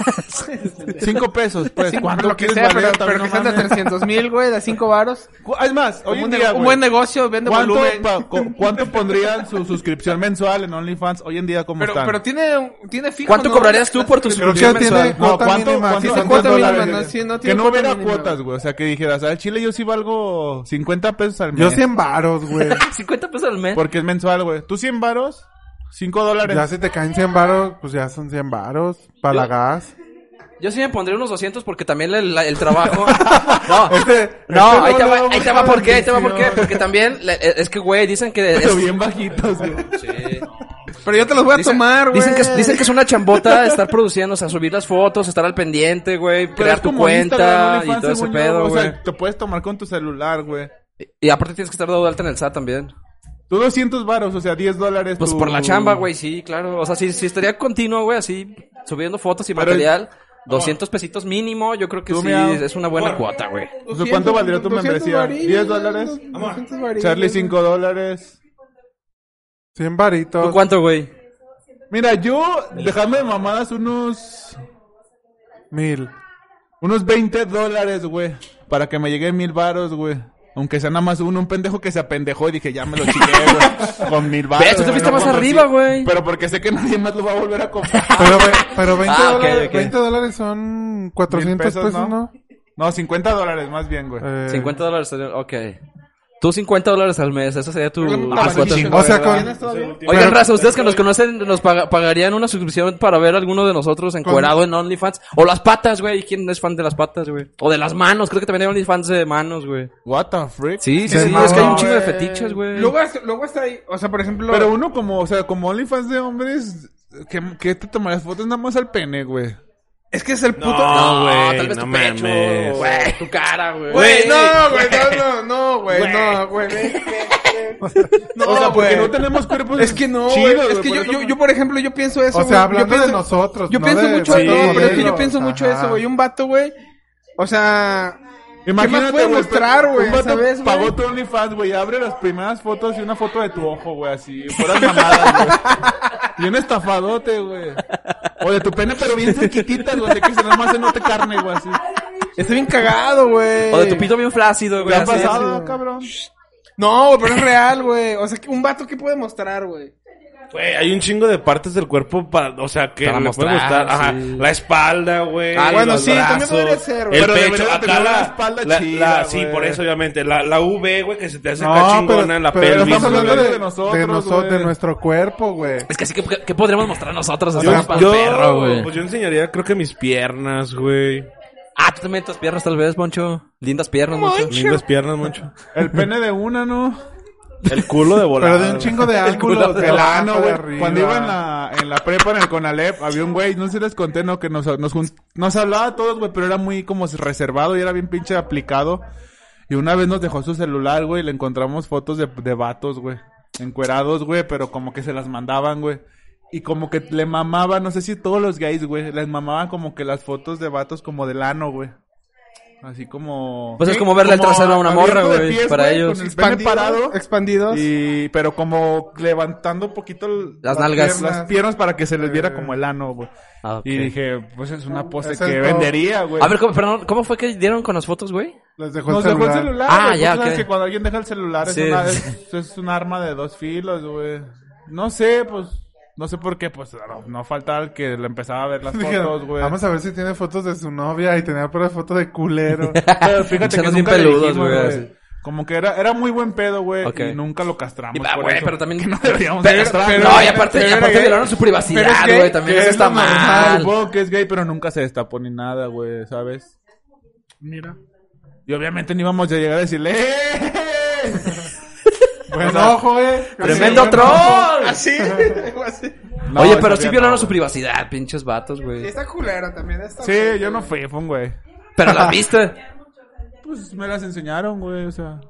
Speaker 3: 5 pesos, pues. ¿Cuánto
Speaker 4: Lo que
Speaker 3: quieres
Speaker 4: sea, pero,
Speaker 3: valer?
Speaker 4: pero
Speaker 3: También
Speaker 4: que
Speaker 3: no
Speaker 4: sean de
Speaker 3: mames.
Speaker 4: 300 mil, güey, de 5 varos.
Speaker 3: Cu- Es más, hoy
Speaker 4: un,
Speaker 3: en
Speaker 4: ne-
Speaker 3: día,
Speaker 4: un
Speaker 3: güey,
Speaker 4: buen negocio, vende
Speaker 3: ¿cuánto,
Speaker 4: volumen.
Speaker 3: pa- cu- ¿Cuánto pondrían su suscripción mensual en OnlyFans? Hoy en día, ¿cómo
Speaker 4: Pero,
Speaker 3: están?
Speaker 4: pero tiene, un- tiene fijo.
Speaker 1: ¿Cuánto
Speaker 4: ¿no?
Speaker 1: cobrarías tú por tu
Speaker 2: Creo que
Speaker 1: suscripción
Speaker 2: ya tiene
Speaker 1: mensual?
Speaker 2: cuota
Speaker 3: ¿cuánto-
Speaker 2: mínima.
Speaker 3: cuánto-
Speaker 2: sí,
Speaker 3: cuánto
Speaker 2: son
Speaker 4: cuota
Speaker 2: dos
Speaker 4: mínima,
Speaker 2: dólares.
Speaker 4: no? Sí, no
Speaker 3: que
Speaker 4: tiene
Speaker 3: no
Speaker 4: cuota
Speaker 3: hubiera
Speaker 4: mínima,
Speaker 3: cuotas,
Speaker 4: güey.
Speaker 3: güey. O sea, que dijeras, al chile yo sí valgo 50 pesos al mes.
Speaker 2: Yo 100 varos, güey.
Speaker 1: 50 pesos al mes.
Speaker 3: Porque es mensual, güey. ¿Tú 100 varos? 5 dólares.
Speaker 2: ya si te caen 100 varos, pues ya son 100 varos. Para la
Speaker 1: Yo-
Speaker 2: gas.
Speaker 1: Yo sí me pondría unos 200 porque también el, la- el trabajo... no,
Speaker 2: Este-
Speaker 1: No,
Speaker 2: este
Speaker 1: ahí, te
Speaker 2: le
Speaker 1: va,
Speaker 2: damos
Speaker 1: ahí te va por qué, ahí te va por qué.
Speaker 2: bendición.
Speaker 1: Porque también, le- e, es que, güey, dicen que... Es,
Speaker 3: Pero bien bajitos, güey.
Speaker 1: Sí.
Speaker 4: Pero yo te los voy a
Speaker 1: Dicen,
Speaker 4: tomar, güey.
Speaker 1: dicen que, es- dicen que es una chambota estar produciendo, o sea, subir las fotos, estar al pendiente, güey,
Speaker 3: Pero es
Speaker 1: crear tu
Speaker 3: como
Speaker 1: cuenta
Speaker 3: Instagram,
Speaker 1: y
Speaker 3: OnlyFans,
Speaker 1: todo ese
Speaker 3: según yo,
Speaker 1: pedo,
Speaker 3: O
Speaker 1: güey.
Speaker 3: sea, te puedes tomar con tu celular, güey.
Speaker 1: Y aparte tienes que estar dado de alta en el SAT también.
Speaker 3: Tú 200 varos, o sea, 10 dólares.
Speaker 1: Pues
Speaker 3: tu-
Speaker 1: por la chamba, güey, sí, claro. O sea, si, si estaría continuo, güey, así, subiendo fotos y
Speaker 3: Pero-
Speaker 1: material, 200 pesitos mínimo, yo creo que
Speaker 3: Tú
Speaker 1: sí,
Speaker 3: me ha-
Speaker 1: es una buena cuota, güey.
Speaker 3: O sea, ¿Cuánto valdría tu
Speaker 4: 200
Speaker 3: membresía?
Speaker 4: varillos,
Speaker 3: ¿10 dólares?
Speaker 4: 200 varillos.
Speaker 3: Charlie, 5 dólares.
Speaker 2: 100
Speaker 1: ¿Tú
Speaker 2: varitos.
Speaker 1: cuánto, güey?
Speaker 3: Mira, yo, dejadme de mamadas unos...
Speaker 2: Mil.
Speaker 3: Unos 20 dólares, güey. Para que me llegue mil varos, güey. Aunque sea nada más uno, un pendejo que se apendejó y dije, ya me lo chillé, güey. Con mil varos.
Speaker 1: Ve, tú te
Speaker 3: güey,
Speaker 1: fuiste
Speaker 3: no
Speaker 1: más
Speaker 3: conocí.
Speaker 1: arriba, güey.
Speaker 3: Pero porque sé que nadie más lo va a volver a comprar.
Speaker 2: Pero, ve- pero 20,
Speaker 1: Ah, ok,
Speaker 2: dólares,
Speaker 1: ok.
Speaker 2: 20 dólares son 400
Speaker 3: pesos,
Speaker 2: pesos, ¿no?
Speaker 3: ¿no? No, 50 dólares más bien, güey.
Speaker 2: Eh,
Speaker 1: 50 dólares, al- ok. Tú 50 dólares al mes, esa sería tu...
Speaker 4: Ah,
Speaker 1: tu
Speaker 4: sí,
Speaker 1: cuota.
Speaker 4: sí,
Speaker 2: O sea, con-
Speaker 4: ¿Tienes todavía?
Speaker 1: Oigan,
Speaker 2: Pero-
Speaker 1: raza, ustedes que nos conocen nos paga- pagarían una suscripción para ver alguno de nosotros encuerado en OnlyFans. O las patas, güey. ¿Quién es fan de las patas, güey? O de las manos. Creo que también hay OnlyFans de manos, güey.
Speaker 3: What the freak?
Speaker 1: Sí, sí,
Speaker 2: De
Speaker 1: sí.
Speaker 2: manos,
Speaker 1: es que hay un
Speaker 2: güey.
Speaker 1: chingo de fetiches, güey.
Speaker 4: Luego, es- luego está ahí, o sea, por ejemplo...
Speaker 3: Pero uno como, o sea, como OnlyFans de hombres, que, que te tomarás fotos nada más al pene, güey.
Speaker 4: es que es el puto...
Speaker 5: No, güey,
Speaker 1: Ah, tal vez
Speaker 5: no
Speaker 1: tu pecho,
Speaker 5: mames.
Speaker 1: güey, tu cara, güey.
Speaker 4: Güey, no, güey, no, no, no, güey, no, güey. No,
Speaker 3: o sea, porque
Speaker 4: güey.
Speaker 3: no tenemos cuerpos
Speaker 4: Es que no,
Speaker 3: chidos,
Speaker 4: güey. Es
Speaker 3: güey,
Speaker 4: que
Speaker 3: por
Speaker 4: yo,
Speaker 3: eso
Speaker 4: yo,
Speaker 3: no-
Speaker 4: yo, por ejemplo, yo pienso eso,
Speaker 2: O
Speaker 4: güey.
Speaker 2: sea,
Speaker 4: yo
Speaker 2: hablando de
Speaker 4: pienso,
Speaker 2: nosotros,
Speaker 4: Yo
Speaker 2: no
Speaker 4: pienso
Speaker 2: de-
Speaker 4: mucho
Speaker 2: sí,
Speaker 4: eso, pero es que yo
Speaker 2: modelos,
Speaker 4: pienso mucho
Speaker 2: ajá.
Speaker 4: eso, güey. Un vato, güey. O sea, ¿qué más puede
Speaker 3: güey,
Speaker 4: mostrar, güey?
Speaker 3: Un vato
Speaker 4: ¿Sabes, güey?
Speaker 3: pagó tu OnlyFans, güey. Abre las primeras fotos y una foto de tu ojo, güey, así. Puras mamadas, güey. Y un estafadote, güey. O de tu pene, pero bien cerquitita, güey. De que se nada más se note carne, güey, así.
Speaker 4: Está bien cagado, güey.
Speaker 1: O de tu pito bien flácido,
Speaker 3: ¿Qué
Speaker 1: güey.
Speaker 3: ha
Speaker 1: así.
Speaker 3: pasado, cabrón?
Speaker 4: No, güey, pero es real, güey. O sea, que un vato, ¿qué puede mostrar, güey?
Speaker 5: Güey, hay un chingo de partes del cuerpo para, o sea, que
Speaker 1: Para
Speaker 5: le puede
Speaker 1: mostrar,
Speaker 5: gustar. Ajá,
Speaker 1: sí.
Speaker 5: la espalda, güey.
Speaker 1: Ah,
Speaker 5: los
Speaker 1: bueno, sí,
Speaker 4: también
Speaker 5: brazos,
Speaker 4: podría ser, güey.
Speaker 5: El
Speaker 3: Pero
Speaker 5: pecho,
Speaker 3: debería de
Speaker 5: acá
Speaker 3: tener
Speaker 5: la,
Speaker 3: una espalda
Speaker 5: la-
Speaker 3: chida,
Speaker 5: la- sí,
Speaker 3: güey.
Speaker 5: por eso, obviamente. La, la V, güey, que se te hace
Speaker 2: No,
Speaker 5: acá
Speaker 2: pero,
Speaker 5: chingona en la
Speaker 2: pero
Speaker 5: pelvis.
Speaker 2: estamos
Speaker 5: güey.
Speaker 2: hablando de,
Speaker 3: de nosotros,
Speaker 2: de, noso-
Speaker 3: güey.
Speaker 2: de nuestro cuerpo, güey.
Speaker 1: Es que así que, ¿qué podríamos mostrar nosotros?
Speaker 5: Yo,
Speaker 1: Hasta para
Speaker 5: yo-
Speaker 1: el perro, güey.
Speaker 5: pues yo enseñaría, creo que mis piernas, güey.
Speaker 1: Ah, tú también tus piernas tal vez, Moncho. Lindas piernas, Moncho.
Speaker 5: Lindas piernas, mucho.
Speaker 3: El pene de una, ¿no?
Speaker 5: El culo de volar.
Speaker 2: Pero de un chingo de ángulos. de
Speaker 3: El
Speaker 2: abajo,
Speaker 3: ano,
Speaker 2: de
Speaker 3: güey.
Speaker 2: arriba.
Speaker 3: Cuando iba en la, en la prepa, en el Conalep, había un güey, no sé si les conté, no, que nos, nos, jun- nos hablaba a todos, güey, pero era muy como reservado y era bien pinche aplicado. Y una vez nos dejó su celular, güey, y le encontramos fotos de, de vatos, güey. Encuerados, güey, pero como que se las mandaban, güey. Y como que le mamaban, no sé si todos los gays, güey, les mamaban como que las fotos de vatos como del ano, güey. Así como...
Speaker 1: Pues es como verle el trasero a una morra,
Speaker 3: abierto de
Speaker 1: güey,
Speaker 3: pies,
Speaker 1: para
Speaker 3: güey,
Speaker 1: ellos.
Speaker 3: con el pene parado.
Speaker 4: Expandidos.
Speaker 3: Y, pero como levantando un poquito el-
Speaker 1: Las nalgas.
Speaker 3: piernas, las piernas para que se les viera como el ano, güey.
Speaker 1: Ah, ok.
Speaker 3: Y dije, pues es una pose
Speaker 2: Es el
Speaker 3: que
Speaker 2: top.
Speaker 3: vendería, güey.
Speaker 1: A ver, ¿cómo, perdón, ¿cómo fue que dieron con las fotos, güey?
Speaker 2: Les dejó el
Speaker 3: Nos dejó el
Speaker 2: celular.
Speaker 3: celular.
Speaker 1: Ah,
Speaker 3: güey. Tú
Speaker 1: ya,
Speaker 3: sabes
Speaker 1: ok.
Speaker 3: que cuando alguien deja el celular es,
Speaker 1: Sí.
Speaker 3: una, es, es un arma de dos filos, güey. No sé, pues No sé por qué, pues no, no faltaba el que le empezaba a ver las
Speaker 2: Dijeron,
Speaker 3: fotos, güey.
Speaker 2: Vamos a ver si tiene fotos de su novia y tenía pura foto de culero.
Speaker 3: Pero fíjate que
Speaker 1: Pinches
Speaker 3: nunca
Speaker 1: bien
Speaker 3: le
Speaker 1: peludos,
Speaker 3: dijimos,
Speaker 1: güey,
Speaker 3: güey.
Speaker 1: así.
Speaker 3: Como que era, era muy buen pedo, güey,
Speaker 1: Ok.
Speaker 3: y nunca lo castramos.
Speaker 1: Y va,
Speaker 3: por
Speaker 1: güey,
Speaker 3: eso.
Speaker 1: pero también-
Speaker 3: Que no deberíamos
Speaker 1: Pero-
Speaker 3: de castrarlo,
Speaker 1: no,
Speaker 3: güey.
Speaker 1: y aparte,
Speaker 3: Pero
Speaker 1: y
Speaker 3: era
Speaker 1: aparte
Speaker 3: gay.
Speaker 1: violaron su privacidad,
Speaker 3: Pero es gay,
Speaker 1: güey, también
Speaker 3: que
Speaker 1: eso
Speaker 3: es
Speaker 1: está
Speaker 3: lo normal.
Speaker 1: mal.
Speaker 3: Supongo que es gay, pero nunca se destapó ni nada, güey, ¿sabes?
Speaker 4: Mira.
Speaker 3: Y obviamente no íbamos a llegar a decirle, ¡Eh!
Speaker 2: Buen
Speaker 3: O sea,
Speaker 2: ojo, eh.
Speaker 1: ¡Tremendo
Speaker 2: Sí,
Speaker 1: troll!
Speaker 4: Así, algo así.
Speaker 3: No,
Speaker 1: Oye,
Speaker 3: ese
Speaker 1: pero sí
Speaker 3: día
Speaker 1: violaron
Speaker 3: no,
Speaker 1: su
Speaker 3: güey.
Speaker 1: privacidad, pinches vatos,
Speaker 4: Y
Speaker 1: güey.
Speaker 4: está culera también. Está
Speaker 3: Sí, yo no fui, fue un güey.
Speaker 1: Pero las viste.
Speaker 3: Pues me las enseñaron, güey, o sea.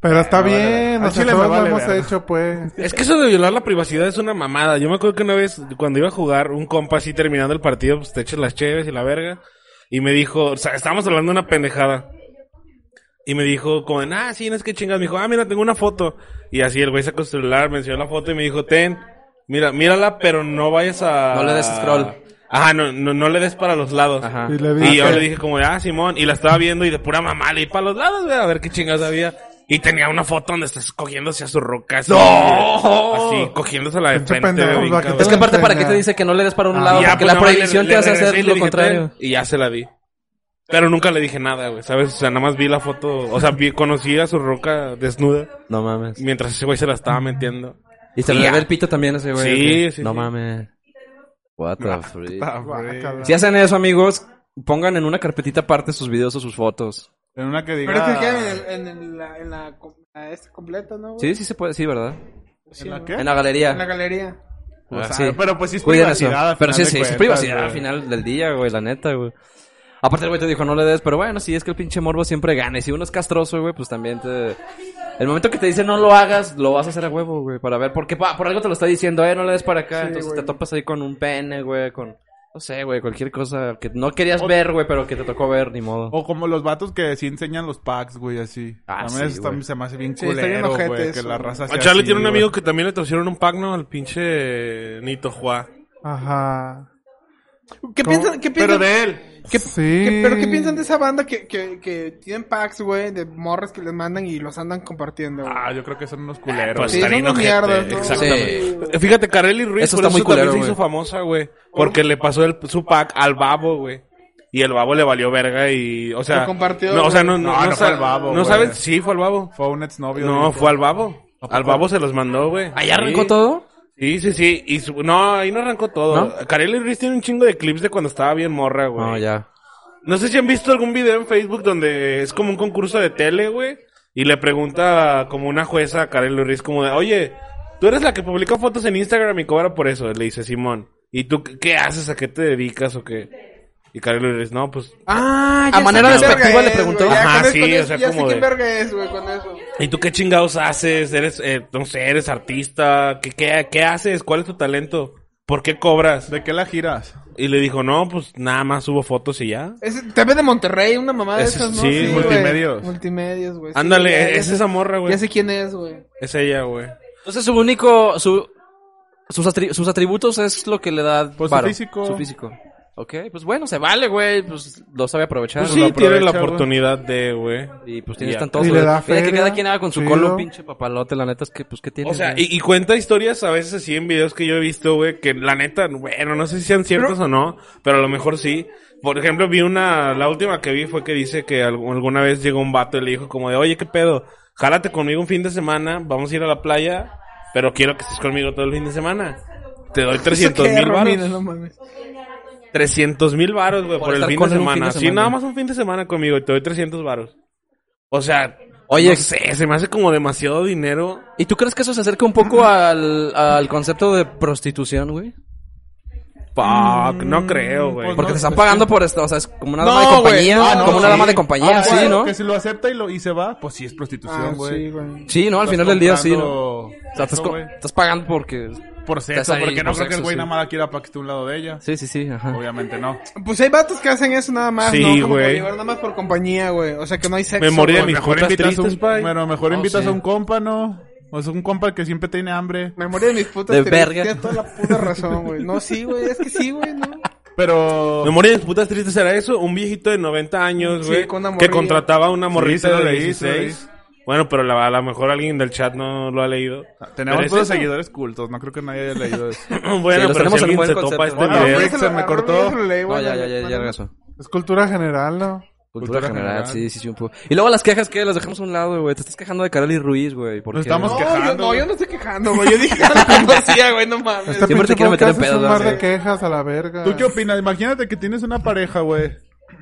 Speaker 2: Pero está
Speaker 3: Me vale
Speaker 2: bien,
Speaker 3: verga.
Speaker 2: o
Speaker 3: Al
Speaker 2: sea,
Speaker 3: chile me
Speaker 2: todos
Speaker 3: vale
Speaker 2: lo hemos
Speaker 3: verga.
Speaker 2: hecho, pues.
Speaker 5: Es que eso de violar la privacidad es una mamada. Yo me acuerdo que una vez, cuando iba a jugar, un compa así terminando el partido, pues te echas las cheves y la verga. Y me dijo, o sea, estábamos hablando de una pendejada. Y me dijo, como, de, ah, sí, no es que chingas. Me dijo, ah, mira, tengo una foto. Y así el güey sacó su celular, me enseñó la foto y me dijo, ten, mira, mírala, pero no vayas a.
Speaker 1: No le des scroll.
Speaker 5: Ajá, no, no, no le des para los lados.
Speaker 1: Ajá.
Speaker 2: Y le
Speaker 5: Y
Speaker 2: dije-
Speaker 5: yo le dije como, de, ah, Simón, y la estaba viendo y de pura mamá le di para los lados, güey, a ver qué chingas había. Y tenía una foto donde estás cogiéndose a su roca. Así, Así, cogiéndose la de
Speaker 2: Pinche
Speaker 5: frente,
Speaker 2: pendejo,
Speaker 5: güey,
Speaker 2: va,
Speaker 5: cabrón.
Speaker 2: que
Speaker 1: Es que aparte, ¿para
Speaker 2: enseña.
Speaker 1: qué te dice que no le des para un
Speaker 5: Y
Speaker 1: lado?
Speaker 5: ya,
Speaker 1: Porque
Speaker 5: pues,
Speaker 1: la
Speaker 5: nada más le-
Speaker 1: prohibición
Speaker 5: le
Speaker 1: te hace
Speaker 5: regresé y
Speaker 1: hacer
Speaker 5: le
Speaker 1: lo
Speaker 5: dije,
Speaker 1: contrario.
Speaker 5: "Ten", Y ya se la di. Pero nunca le dije nada, güey, ¿sabes? O sea, nada más vi la foto, o sea, vi, conocí a su roca desnuda
Speaker 1: No mames.
Speaker 5: mientras ese güey se la estaba metiendo.
Speaker 1: Y se
Speaker 5: Y
Speaker 1: le
Speaker 5: ya.
Speaker 1: ve el pito también a ese güey.
Speaker 5: Sí,
Speaker 1: ok.
Speaker 5: sí,
Speaker 1: No
Speaker 5: sí.
Speaker 1: mames. What the freak.
Speaker 2: Guácala.
Speaker 1: Si hacen eso, amigos, pongan en una carpetita aparte sus videos o sus fotos.
Speaker 3: En una que diga.
Speaker 4: Pero es que queda en, el- en, el- la, en la, com- la esta completa, ¿no? güey?
Speaker 1: Sí, sí se puede, sí, ¿verdad?
Speaker 4: Sí,
Speaker 3: ¿En la
Speaker 4: ¿no?
Speaker 3: qué?
Speaker 1: En la galería.
Speaker 4: En la galería.
Speaker 3: Pues,
Speaker 1: Ah,
Speaker 3: ah,
Speaker 1: sí.
Speaker 3: Pero pues sí es
Speaker 1: Cuiden eso.
Speaker 3: privacidad. al
Speaker 1: Pero sí,
Speaker 3: final de
Speaker 1: sí, sí es
Speaker 3: cuentas,
Speaker 1: privacidad
Speaker 3: güey.
Speaker 1: al final del día, güey, la neta, güey. Aparte el güey te dijo, no le des, pero bueno, sí, es que el pinche morbo siempre gana. Y si uno es castroso, güey, pues también te... El momento que te dice no lo hagas, lo vas a hacer a huevo, güey, para ver. Porque pa- por algo te lo está diciendo, eh, no le des para acá. Entonces te topas ahí con un pene, güey, con... No sé, güey, cualquier cosa que no querías ver, güey, pero que te tocó ver, ni modo.
Speaker 3: O como los vatos que sí enseñan los packs, güey, así.
Speaker 1: Ah,
Speaker 3: También
Speaker 1: sí,
Speaker 3: eso también
Speaker 1: güey.
Speaker 3: se me hace bien
Speaker 4: Sí, está bien
Speaker 3: culero,
Speaker 4: ojete
Speaker 3: güey. Que
Speaker 4: eso.
Speaker 3: la raza
Speaker 5: A
Speaker 3: sea
Speaker 5: Ah, Charlie
Speaker 3: así,
Speaker 5: tiene un
Speaker 3: güey.
Speaker 5: amigo que también le torcieron un pacno al pinche Nito Juá.
Speaker 2: Ajá.
Speaker 4: ¿Qué piensan, qué
Speaker 3: Pero
Speaker 4: piensan,
Speaker 3: de él.
Speaker 4: qué-
Speaker 2: Sí.
Speaker 4: qué- pero qué piensan de esa banda que, que, que tienen packs, güey, de morras que les mandan y los andan compartiendo, güey?
Speaker 3: Ah, yo creo que son unos culeros.
Speaker 5: Pues
Speaker 4: Sí,
Speaker 5: estaría
Speaker 4: son unos
Speaker 5: inojete,
Speaker 4: mierdas, ¿no?
Speaker 5: Exactamente. Eh, Fíjate, Carelli Ruiz
Speaker 1: Eso
Speaker 5: por
Speaker 1: está muy culero,
Speaker 5: también se hizo
Speaker 1: güey.
Speaker 5: famosa, güey. Porque le pasó el, su pack al babo, güey. Y el babo le valió verga y, o sea...
Speaker 4: Lo compartió,
Speaker 5: No, o sea, no,
Speaker 4: güey.
Speaker 5: no,
Speaker 3: No,
Speaker 5: no,
Speaker 3: no fue
Speaker 5: sa-
Speaker 3: al babo,
Speaker 5: No
Speaker 3: güey.
Speaker 5: saben, sí, fue al babo.
Speaker 3: Fue un exnovio.
Speaker 5: No,
Speaker 3: de-
Speaker 5: fue al babo. Al babo se los mandó, güey.
Speaker 1: ¿Ahí
Speaker 5: Sí.
Speaker 1: Ah, arrancó todo?
Speaker 5: Sí, sí, sí. Y su- no, ahí no arrancó todo.
Speaker 1: ¿No?
Speaker 5: Carelli Ruiz tiene un chingo de clips de cuando estaba bien morra, güey.
Speaker 1: No, ya.
Speaker 5: No sé si han visto algún video en Facebook donde es como un concurso de tele, güey. Y le pregunta como una jueza a Karen Luis como de, oye, tú eres la que publica fotos en Instagram y cobra por eso. Le dice Simón, ¿y tú qué qué haces? ¿A qué te dedicas o qué? Y Karen Luis, no, pues...
Speaker 4: Ah,
Speaker 1: A manera
Speaker 4: sé quién
Speaker 1: despectiva
Speaker 4: verga
Speaker 1: le
Speaker 4: es,
Speaker 1: preguntó.
Speaker 4: güey. Ya
Speaker 5: Ajá,
Speaker 4: con eso-
Speaker 5: sí,
Speaker 4: con
Speaker 5: o
Speaker 4: eso-
Speaker 5: sea,
Speaker 4: ya sé
Speaker 5: como
Speaker 4: quién
Speaker 5: de-
Speaker 4: verga es, güey, con eso.
Speaker 5: ¿Y tú qué chingados haces? ¿Eres, eh, no sé, eres artista? ¿Qué, qué, qué haces? ¿Cuál es tu talento? ¿Por qué cobras?
Speaker 3: ¿De qué la giras?
Speaker 5: Y le dijo, no, pues nada más subo fotos y ya.
Speaker 4: Es, también de Monterrey, una mamada de
Speaker 5: Ese-
Speaker 4: esas, ¿no?
Speaker 5: sí,
Speaker 4: güey.
Speaker 3: multimedios.
Speaker 4: Multimedios, güey. Sí,
Speaker 5: Ándale,
Speaker 4: ya- ya
Speaker 5: es
Speaker 4: sé-
Speaker 5: esa morra, güey.
Speaker 4: Ya sé quién es, güey.
Speaker 5: Es ella, güey.
Speaker 1: Entonces su único... Su, sus, atri- sus atributos es lo que le da...
Speaker 3: Pues, su
Speaker 1: varo,
Speaker 3: físico.
Speaker 1: Su físico. Ok, pues bueno, se vale, güey. Pues lo sabe aprovechar.
Speaker 5: Pues
Speaker 3: Pues lo
Speaker 5: sí, tiene la
Speaker 3: aprovecha, güey.
Speaker 5: oportunidad de, güey.
Speaker 1: Y pues tienes
Speaker 5: Ya.
Speaker 1: tanto
Speaker 2: Y le da
Speaker 1: que
Speaker 2: feria,
Speaker 1: cada quien haga con su
Speaker 2: chido.
Speaker 1: colo un pinche papalote, la neta es que pues qué tiene.
Speaker 5: O sea, y, y cuenta historias a veces así en videos que yo he visto, güey, que la neta, bueno, no sé si sean ciertas o no, pero a lo mejor sí. Por ejemplo, vi una, la última que vi fue que dice que al- alguna vez llegó un vato y le dijo como de, oye, ¿qué pedo? Jálate conmigo un fin de semana, vamos a ir a la playa, pero quiero que estés conmigo todo el fin de semana. Te doy 300
Speaker 4: Eso qué,
Speaker 5: mil varos.
Speaker 4: Romina, no mames.
Speaker 5: 300 mil varos, güey,
Speaker 1: Por
Speaker 5: por, el
Speaker 1: estar
Speaker 5: fin de
Speaker 1: con él un
Speaker 5: semana.
Speaker 1: fin de
Speaker 5: Sí,
Speaker 1: semana.
Speaker 5: nada más un fin de semana conmigo y te doy 300 varos. O sea,
Speaker 1: Oye.
Speaker 5: oye, no sé, se me hace como demasiado dinero.
Speaker 1: ¿Y tú crees que eso se acerca un poco al, al concepto de prostitución, güey?
Speaker 5: Fuck,
Speaker 3: Mm,
Speaker 5: no creo, güey.
Speaker 1: Porque
Speaker 3: Pues no,
Speaker 1: te están
Speaker 3: pues,
Speaker 1: pagando por esto, o sea, es como una
Speaker 4: No,
Speaker 1: dama de
Speaker 4: güey,
Speaker 1: compañía,
Speaker 4: no, no,
Speaker 1: como una
Speaker 4: sí.
Speaker 1: dama de compañía,
Speaker 3: Ah,
Speaker 1: sí,
Speaker 3: bueno,
Speaker 1: ¿no?
Speaker 3: Que si lo acepta y, lo, y se va, pues sí es
Speaker 4: Ah,
Speaker 3: prostitución,
Speaker 4: sí,
Speaker 3: güey.
Speaker 4: güey.
Speaker 1: Sí, ¿no? Al
Speaker 3: pues Estás
Speaker 1: final del día sí, ¿no? O
Speaker 3: comprando
Speaker 1: sea, estás,
Speaker 3: sexo,
Speaker 1: co-
Speaker 3: güey.
Speaker 1: estás pagando porque...
Speaker 3: Por
Speaker 1: Estás
Speaker 3: sexo,
Speaker 1: ahí
Speaker 3: porque no
Speaker 1: por
Speaker 3: creo que el
Speaker 1: sexo, sí.
Speaker 3: güey
Speaker 1: Ah.
Speaker 3: nada más la quiera para que esté a un lado de ella.
Speaker 1: Sí, sí, sí, ajá.
Speaker 3: Obviamente no.
Speaker 4: Pues hay vatos que hacen eso nada más,
Speaker 5: Sí,
Speaker 4: ¿no? Como por
Speaker 5: güey.
Speaker 4: llevar Nada más por compañía, güey. O sea, que no hay sexo.
Speaker 5: Me morí de
Speaker 4: güey.
Speaker 5: mis
Speaker 3: Mejor
Speaker 5: putas
Speaker 3: invitas,
Speaker 5: tristes,
Speaker 3: un,
Speaker 5: pai.
Speaker 3: bueno, mejor
Speaker 1: No,
Speaker 3: invitas
Speaker 1: Oh, sí.
Speaker 3: a un compa, ¿no? O sea, un compa que siempre tiene hambre.
Speaker 4: Me morí de mis putas
Speaker 1: De
Speaker 4: tristes.
Speaker 1: verga.
Speaker 4: Tienes toda la puta razón, güey. No, sí, güey. Es que sí, güey, ¿no?
Speaker 3: Pero...
Speaker 5: Memoria de putas tristes era eso, un viejito de 90 años,
Speaker 4: Sí,
Speaker 5: güey,
Speaker 4: con una
Speaker 5: que
Speaker 4: morrilla.
Speaker 5: contrataba a una
Speaker 3: Sí, se
Speaker 5: morrita
Speaker 3: lo
Speaker 5: de
Speaker 3: leí, se lo leí.
Speaker 5: 16 Bueno, pero la- a lo mejor alguien del chat no lo ha leído.
Speaker 3: Tenemos
Speaker 5: Pero es
Speaker 3: todos
Speaker 5: eso.
Speaker 3: seguidores cultos, no creo que nadie haya leído eso.
Speaker 5: bueno,
Speaker 1: los
Speaker 5: pero
Speaker 1: tenemos en
Speaker 5: si alguien
Speaker 1: buen
Speaker 5: se
Speaker 1: concepto. Ah, pues,
Speaker 5: topa este
Speaker 3: Hola,
Speaker 5: video.
Speaker 3: Rick. se me cortó.
Speaker 1: No, ya, ya, ya, ya regresó.
Speaker 2: Es cultura general, ¿no?
Speaker 1: Cultura,
Speaker 3: Cultura
Speaker 1: general,
Speaker 3: general.
Speaker 1: sí, sí, sí, un poco. Y luego las quejas que las dejamos a un lado, güey. Te estás quejando de Kareli Ruiz, güey. ¿por
Speaker 3: Nos
Speaker 1: qué?
Speaker 3: estamos
Speaker 4: No, yo,
Speaker 3: quejando,
Speaker 4: no,
Speaker 3: güey.
Speaker 4: yo no estoy quejando, güey. Yo dije algo que no hacía, güey, no mames.
Speaker 2: Este
Speaker 1: Siempre te
Speaker 2: pinche
Speaker 1: quiero meter en
Speaker 2: podcast es un
Speaker 1: pedos,
Speaker 2: mar de
Speaker 1: eh.
Speaker 2: quejas a la verga.
Speaker 3: ¿Tú qué opinas? Imagínate que tienes una pareja, güey,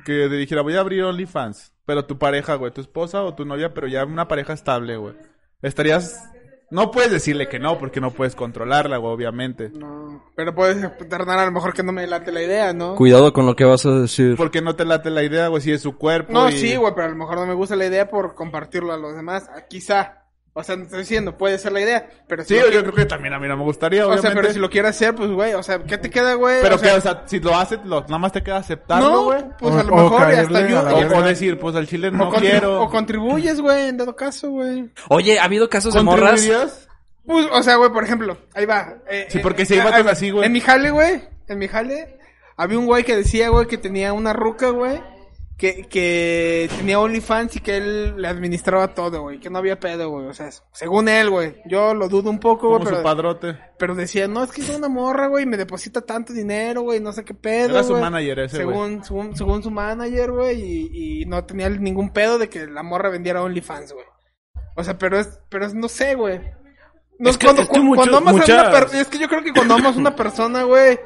Speaker 3: que te dijera, voy a abrir OnlyFans, pero tu pareja, güey, tu esposa o tu novia, pero ya una pareja estable, güey. Estarías... No puedes decirle que no, porque no puedes controlarla, güey, obviamente.
Speaker 4: No, pero puedes internar a lo mejor que no me late la idea, ¿no?
Speaker 1: Cuidado con lo que vas a decir.
Speaker 3: Porque no te late la idea, güey, si es su cuerpo.
Speaker 4: Pues, No,
Speaker 3: y-
Speaker 4: sí, güey, pero a lo mejor no me gusta la idea por compartirlo a los demás. Ah, Quizá. O sea, no estoy diciendo, puede ser la idea. Pero si
Speaker 3: Sí,
Speaker 4: lo
Speaker 3: yo
Speaker 4: que-
Speaker 3: creo que también a mí no me gustaría,
Speaker 4: O
Speaker 3: obviamente.
Speaker 4: sea, pero si lo quiere hacer, pues, güey, o sea, ¿qué te queda, güey?
Speaker 3: Pero
Speaker 4: o sea,
Speaker 3: que, o sea, si lo haces, lo- nada más te queda aceptarlo,
Speaker 4: no,
Speaker 3: güey.
Speaker 4: pues
Speaker 2: O-
Speaker 4: a lo
Speaker 2: o
Speaker 4: mejor y
Speaker 2: caerle
Speaker 4: hasta
Speaker 2: a la
Speaker 4: ayuda.
Speaker 3: O, o decir, pues al chile no
Speaker 4: o, contribu-
Speaker 3: quiero.
Speaker 4: o contribuyes, güey, en dado caso, güey.
Speaker 1: Oye, ha habido casos de morras.
Speaker 3: ¿Contribuirías?
Speaker 4: Pues, o sea, güey, por ejemplo, ahí va. eh,
Speaker 3: Sí,
Speaker 4: eh,
Speaker 3: porque si hay
Speaker 4: eh,
Speaker 3: vatos
Speaker 4: ah,
Speaker 3: así, güey.
Speaker 4: En mi jale, güey, en mi jale, había un güey que decía, güey, que tenía una ruca, güey, que, que tenía OnlyFans y que él le administraba todo, güey, que no había pedo, güey, o sea, según él, güey. Yo lo dudo un poco,
Speaker 3: Como
Speaker 4: güey,
Speaker 3: su
Speaker 4: pero,
Speaker 3: padrote.
Speaker 4: pero decía, no, es que es una morra, güey, y me deposita tanto dinero, güey, no sé qué pedo,
Speaker 3: Era su
Speaker 4: güey".
Speaker 3: manager ese, güey.
Speaker 4: según, según, según su manager, güey, y, y no tenía ningún pedo de que la morra vendiera OnlyFans, güey. O sea, pero es, pero es, no sé, güey. No,
Speaker 5: Es que-
Speaker 4: cuando,
Speaker 5: es que mucho-
Speaker 4: cuando amas a una
Speaker 5: muchas-
Speaker 4: per- es que yo creo que cuando amas a una persona, güey,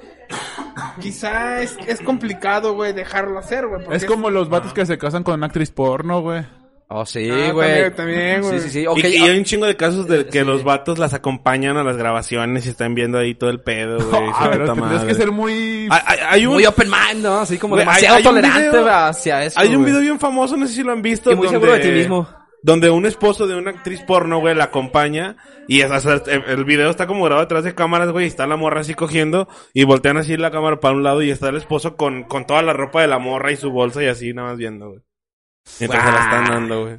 Speaker 4: quizá es, es complicado, güey, dejarlo hacer, güey. porque
Speaker 3: Es como los vatos que se casan con una actriz porno, güey.
Speaker 1: Oh, sí,
Speaker 4: Ah,
Speaker 1: güey.
Speaker 4: también, también, güey.
Speaker 1: Sí, sí, sí.
Speaker 5: Y
Speaker 1: Ok,
Speaker 5: que- y,
Speaker 1: ah,
Speaker 5: hay un chingo de casos de que los vatos las acompañan a las grabaciones y están viendo ahí todo el pedo, güey.
Speaker 3: Ah,
Speaker 5: su
Speaker 3: pero
Speaker 5: puta
Speaker 3: tendrías
Speaker 5: madre.
Speaker 3: que ser muy...
Speaker 4: Ah,
Speaker 5: Hay, hay- hay un,
Speaker 1: ah, Muy open mind, ¿no? Así como
Speaker 5: Güey,
Speaker 1: demasiado
Speaker 5: hay- hay un
Speaker 1: tolerante
Speaker 5: video-
Speaker 1: hacia eso.
Speaker 5: hay un
Speaker 1: güey.
Speaker 5: video bien famoso, no sé si lo han visto.
Speaker 1: Y muy seguro de ti mismo.
Speaker 5: Donde un esposo de una actriz porno, güey, la acompaña. Y es- o sea, el el video está como grabado detrás de cámaras, güey. Y está la morra así cogiendo. Y voltean así la cámara para un lado. Y está el esposo con, con toda la ropa de la morra y su bolsa y así, nada más viendo, güey. Mientras se la están dando, güey.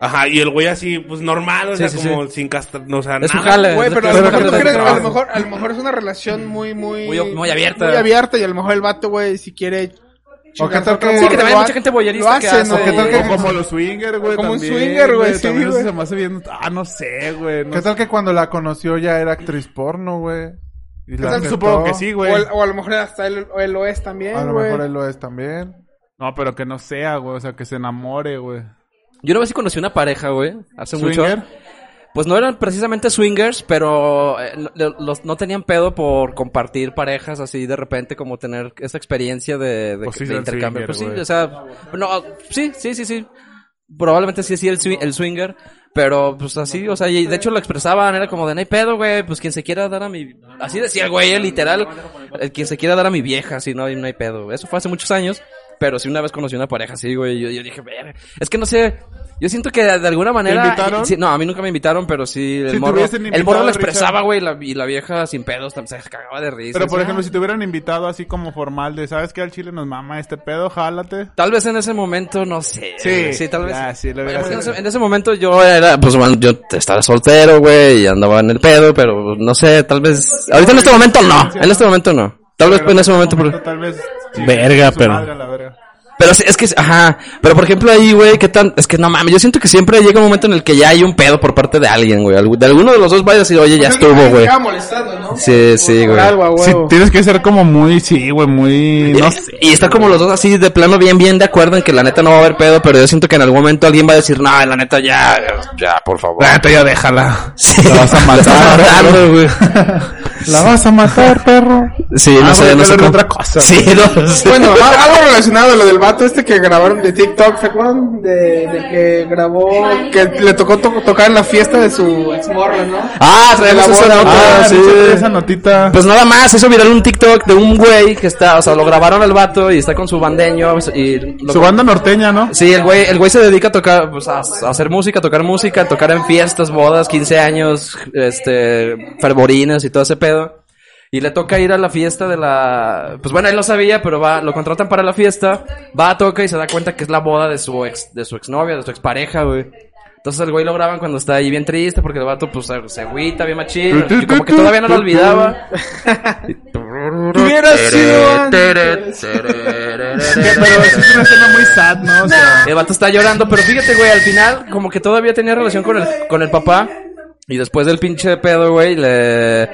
Speaker 5: Ajá, y el güey así, pues normal, o
Speaker 1: Sí,
Speaker 5: sea,
Speaker 1: sí,
Speaker 5: como sin castra, no, o sea,
Speaker 1: Es un
Speaker 5: nada.
Speaker 1: jale.
Speaker 4: Güey, pero a
Speaker 1: es
Speaker 4: lo
Speaker 1: un
Speaker 4: mejor,
Speaker 1: jale
Speaker 4: ¿tú
Speaker 1: de
Speaker 4: crees? a
Speaker 1: trabajo.
Speaker 4: lo mejor, a lo mejor es una relación muy, muy...
Speaker 1: Muy- muy abierta.
Speaker 4: Muy abierta, y a lo mejor el vato, güey, si quiere... chingarse
Speaker 2: tal
Speaker 4: a otra
Speaker 2: que-
Speaker 4: morra,
Speaker 2: Sí, que
Speaker 1: también hay
Speaker 4: lo
Speaker 1: mucha
Speaker 4: ha-
Speaker 1: gente voyerista
Speaker 4: lo
Speaker 1: que
Speaker 4: hace,
Speaker 1: hace,
Speaker 4: ¿no?
Speaker 1: ¿qué tal
Speaker 3: O como los swinger, güey,
Speaker 4: Como un
Speaker 3: también,
Speaker 4: swinger, güey, sí,
Speaker 3: también eso
Speaker 4: güey.
Speaker 3: se me hace bien... Ah, no sé, güey. no
Speaker 2: ¿Qué tal que cuando la conoció ya era actriz porno, güey? Y la
Speaker 3: tal?
Speaker 2: aceptó.
Speaker 3: Supongo que sí, güey.
Speaker 4: O, el- o a lo mejor hasta él, o él lo es también,
Speaker 2: A lo
Speaker 4: güey.
Speaker 2: mejor él lo es también.
Speaker 3: No, pero que no sea, güey. O sea, que se enamore, güey.
Speaker 1: Yo una vez sí conocí una pareja, güey, hace
Speaker 3: ¿Swinger?
Speaker 1: mucho. Pues no eran precisamente swingers, pero eh, no- lo- los, no tenían pedo por compartir parejas así de repente, como tener esa experiencia de, de,
Speaker 3: Pues sí,
Speaker 1: de
Speaker 3: era el
Speaker 1: intercambio.
Speaker 3: swinger,
Speaker 1: Pues sí,
Speaker 3: güey.
Speaker 1: o sea, no, sí, sí, sí, sí. Probablemente sí, sí, el, swi- el swinger. Pero pues así, o sea, y de hecho lo expresaban, era como de no hay pedo, güey, pues quien se quiera dar a mi. Así decía, güey, eh, literal, el quien se quiera dar a mi vieja, si no hay, no hay pedo. Eso fue hace muchos años, pero sí una vez conocí una pareja así, güey, y yo, yo dije, ver, es que no sé. Yo siento que de alguna manera.
Speaker 3: invitaron?
Speaker 1: Sí, no, a mí nunca me invitaron, pero sí el
Speaker 3: Si te
Speaker 1: morro,
Speaker 3: hubiesen
Speaker 1: el
Speaker 3: invitado,
Speaker 1: morro lo
Speaker 3: Richard.
Speaker 1: expresaba, güey, la- y la vieja sin pedos también se cagaba de risa.
Speaker 3: Pero, por
Speaker 1: Sí.
Speaker 3: ejemplo, si te hubieran invitado así como formal de... ¿Sabes qué? Al chile nos mama este pedo, jálate.
Speaker 1: Tal vez en ese momento, no sé.
Speaker 3: Sí.
Speaker 1: sí tal vez.
Speaker 3: Ya, sí, lo
Speaker 1: Pero
Speaker 3: hubiera
Speaker 1: en,
Speaker 3: hecho.
Speaker 1: ese, en ese momento yo era, pues bueno, yo estaba soltero, güey, y andaba en el pedo, pero pues, no sé, tal vez. Ahorita en este momento no, en este momento no. Tal vez en ese momento, por-
Speaker 3: Tal vez... sí,
Speaker 5: Verga,
Speaker 3: su
Speaker 5: pero-
Speaker 3: madre a la verga.
Speaker 1: Pero sí, es que, ajá, pero por ejemplo ahí, güey, qué tan, es que no mames, yo siento que siempre llega un momento en el que ya hay un pedo por parte de alguien, güey, algu- de alguno de los dos va a decir, oye, ya estuvo, güey.
Speaker 4: Estaba molestando, ¿no?
Speaker 1: Sí, sí,
Speaker 4: Por
Speaker 1: güey.
Speaker 4: algo, a
Speaker 3: Sí,
Speaker 4: huevo.
Speaker 3: tienes que ser como muy... Sí, güey, muy... No sé.
Speaker 1: Y estar como los dos así de plano bien, bien de acuerdo en que la neta no va a haber pedo, pero yo siento que en algún momento alguien va a decir, no, la neta ya, ya, por favor.
Speaker 3: Ah, te ya déjala.
Speaker 1: Sí,
Speaker 3: La vas a matar,
Speaker 1: la estás matando, güey.
Speaker 2: La vas a matar, perro.
Speaker 1: Sí, no
Speaker 3: Ah,
Speaker 1: sé,
Speaker 3: güey,
Speaker 1: no
Speaker 3: hablar
Speaker 1: sé.
Speaker 3: de
Speaker 1: cómo-
Speaker 3: otra cosa,
Speaker 1: Sí, no sé.
Speaker 4: Bueno, a- algo relacionado a lo del vato este que grabaron de TikTok, ¿se acuerdan? De, de que grabó, que le tocó to- tocar en la fiesta de su ex morra, ¿no?
Speaker 1: Ah, traemos
Speaker 4: De la
Speaker 1: esa
Speaker 4: boda.
Speaker 1: nota,
Speaker 3: Ah,
Speaker 1: sí.
Speaker 3: sí. Esa notita...
Speaker 1: Pues nada más, hizo viral un TikTok de un güey que está, o sea, lo grabaron al vato y está con su bandeño y lo-
Speaker 3: Su banda norteña, ¿no?
Speaker 1: Sí, el güey, el güey se dedica a tocar, pues, a, a hacer música, a tocar música, a tocar en fiestas, bodas, 15 años, este, fervorinas y todo ese pedo. Y le toca ir a la fiesta de la, pues bueno, él no sabía, pero va, lo contratan para la fiesta, va a toca y se da cuenta que es la boda de su ex, de su exnovia, de su expareja, güey. Entonces el güey lo graban cuando está ahí bien triste porque el vato pues se se agüita bien machín, y como que todavía no lo olvidaba. Y-
Speaker 4: Hubiera sido antes.
Speaker 3: Pero es una escena muy sad, ¿no? O sea,
Speaker 1: El vato está llorando, pero fíjate, güey, al final, como que todavía tenía relación con el, con el papá. Y después del pinche pedo, güey, le... El,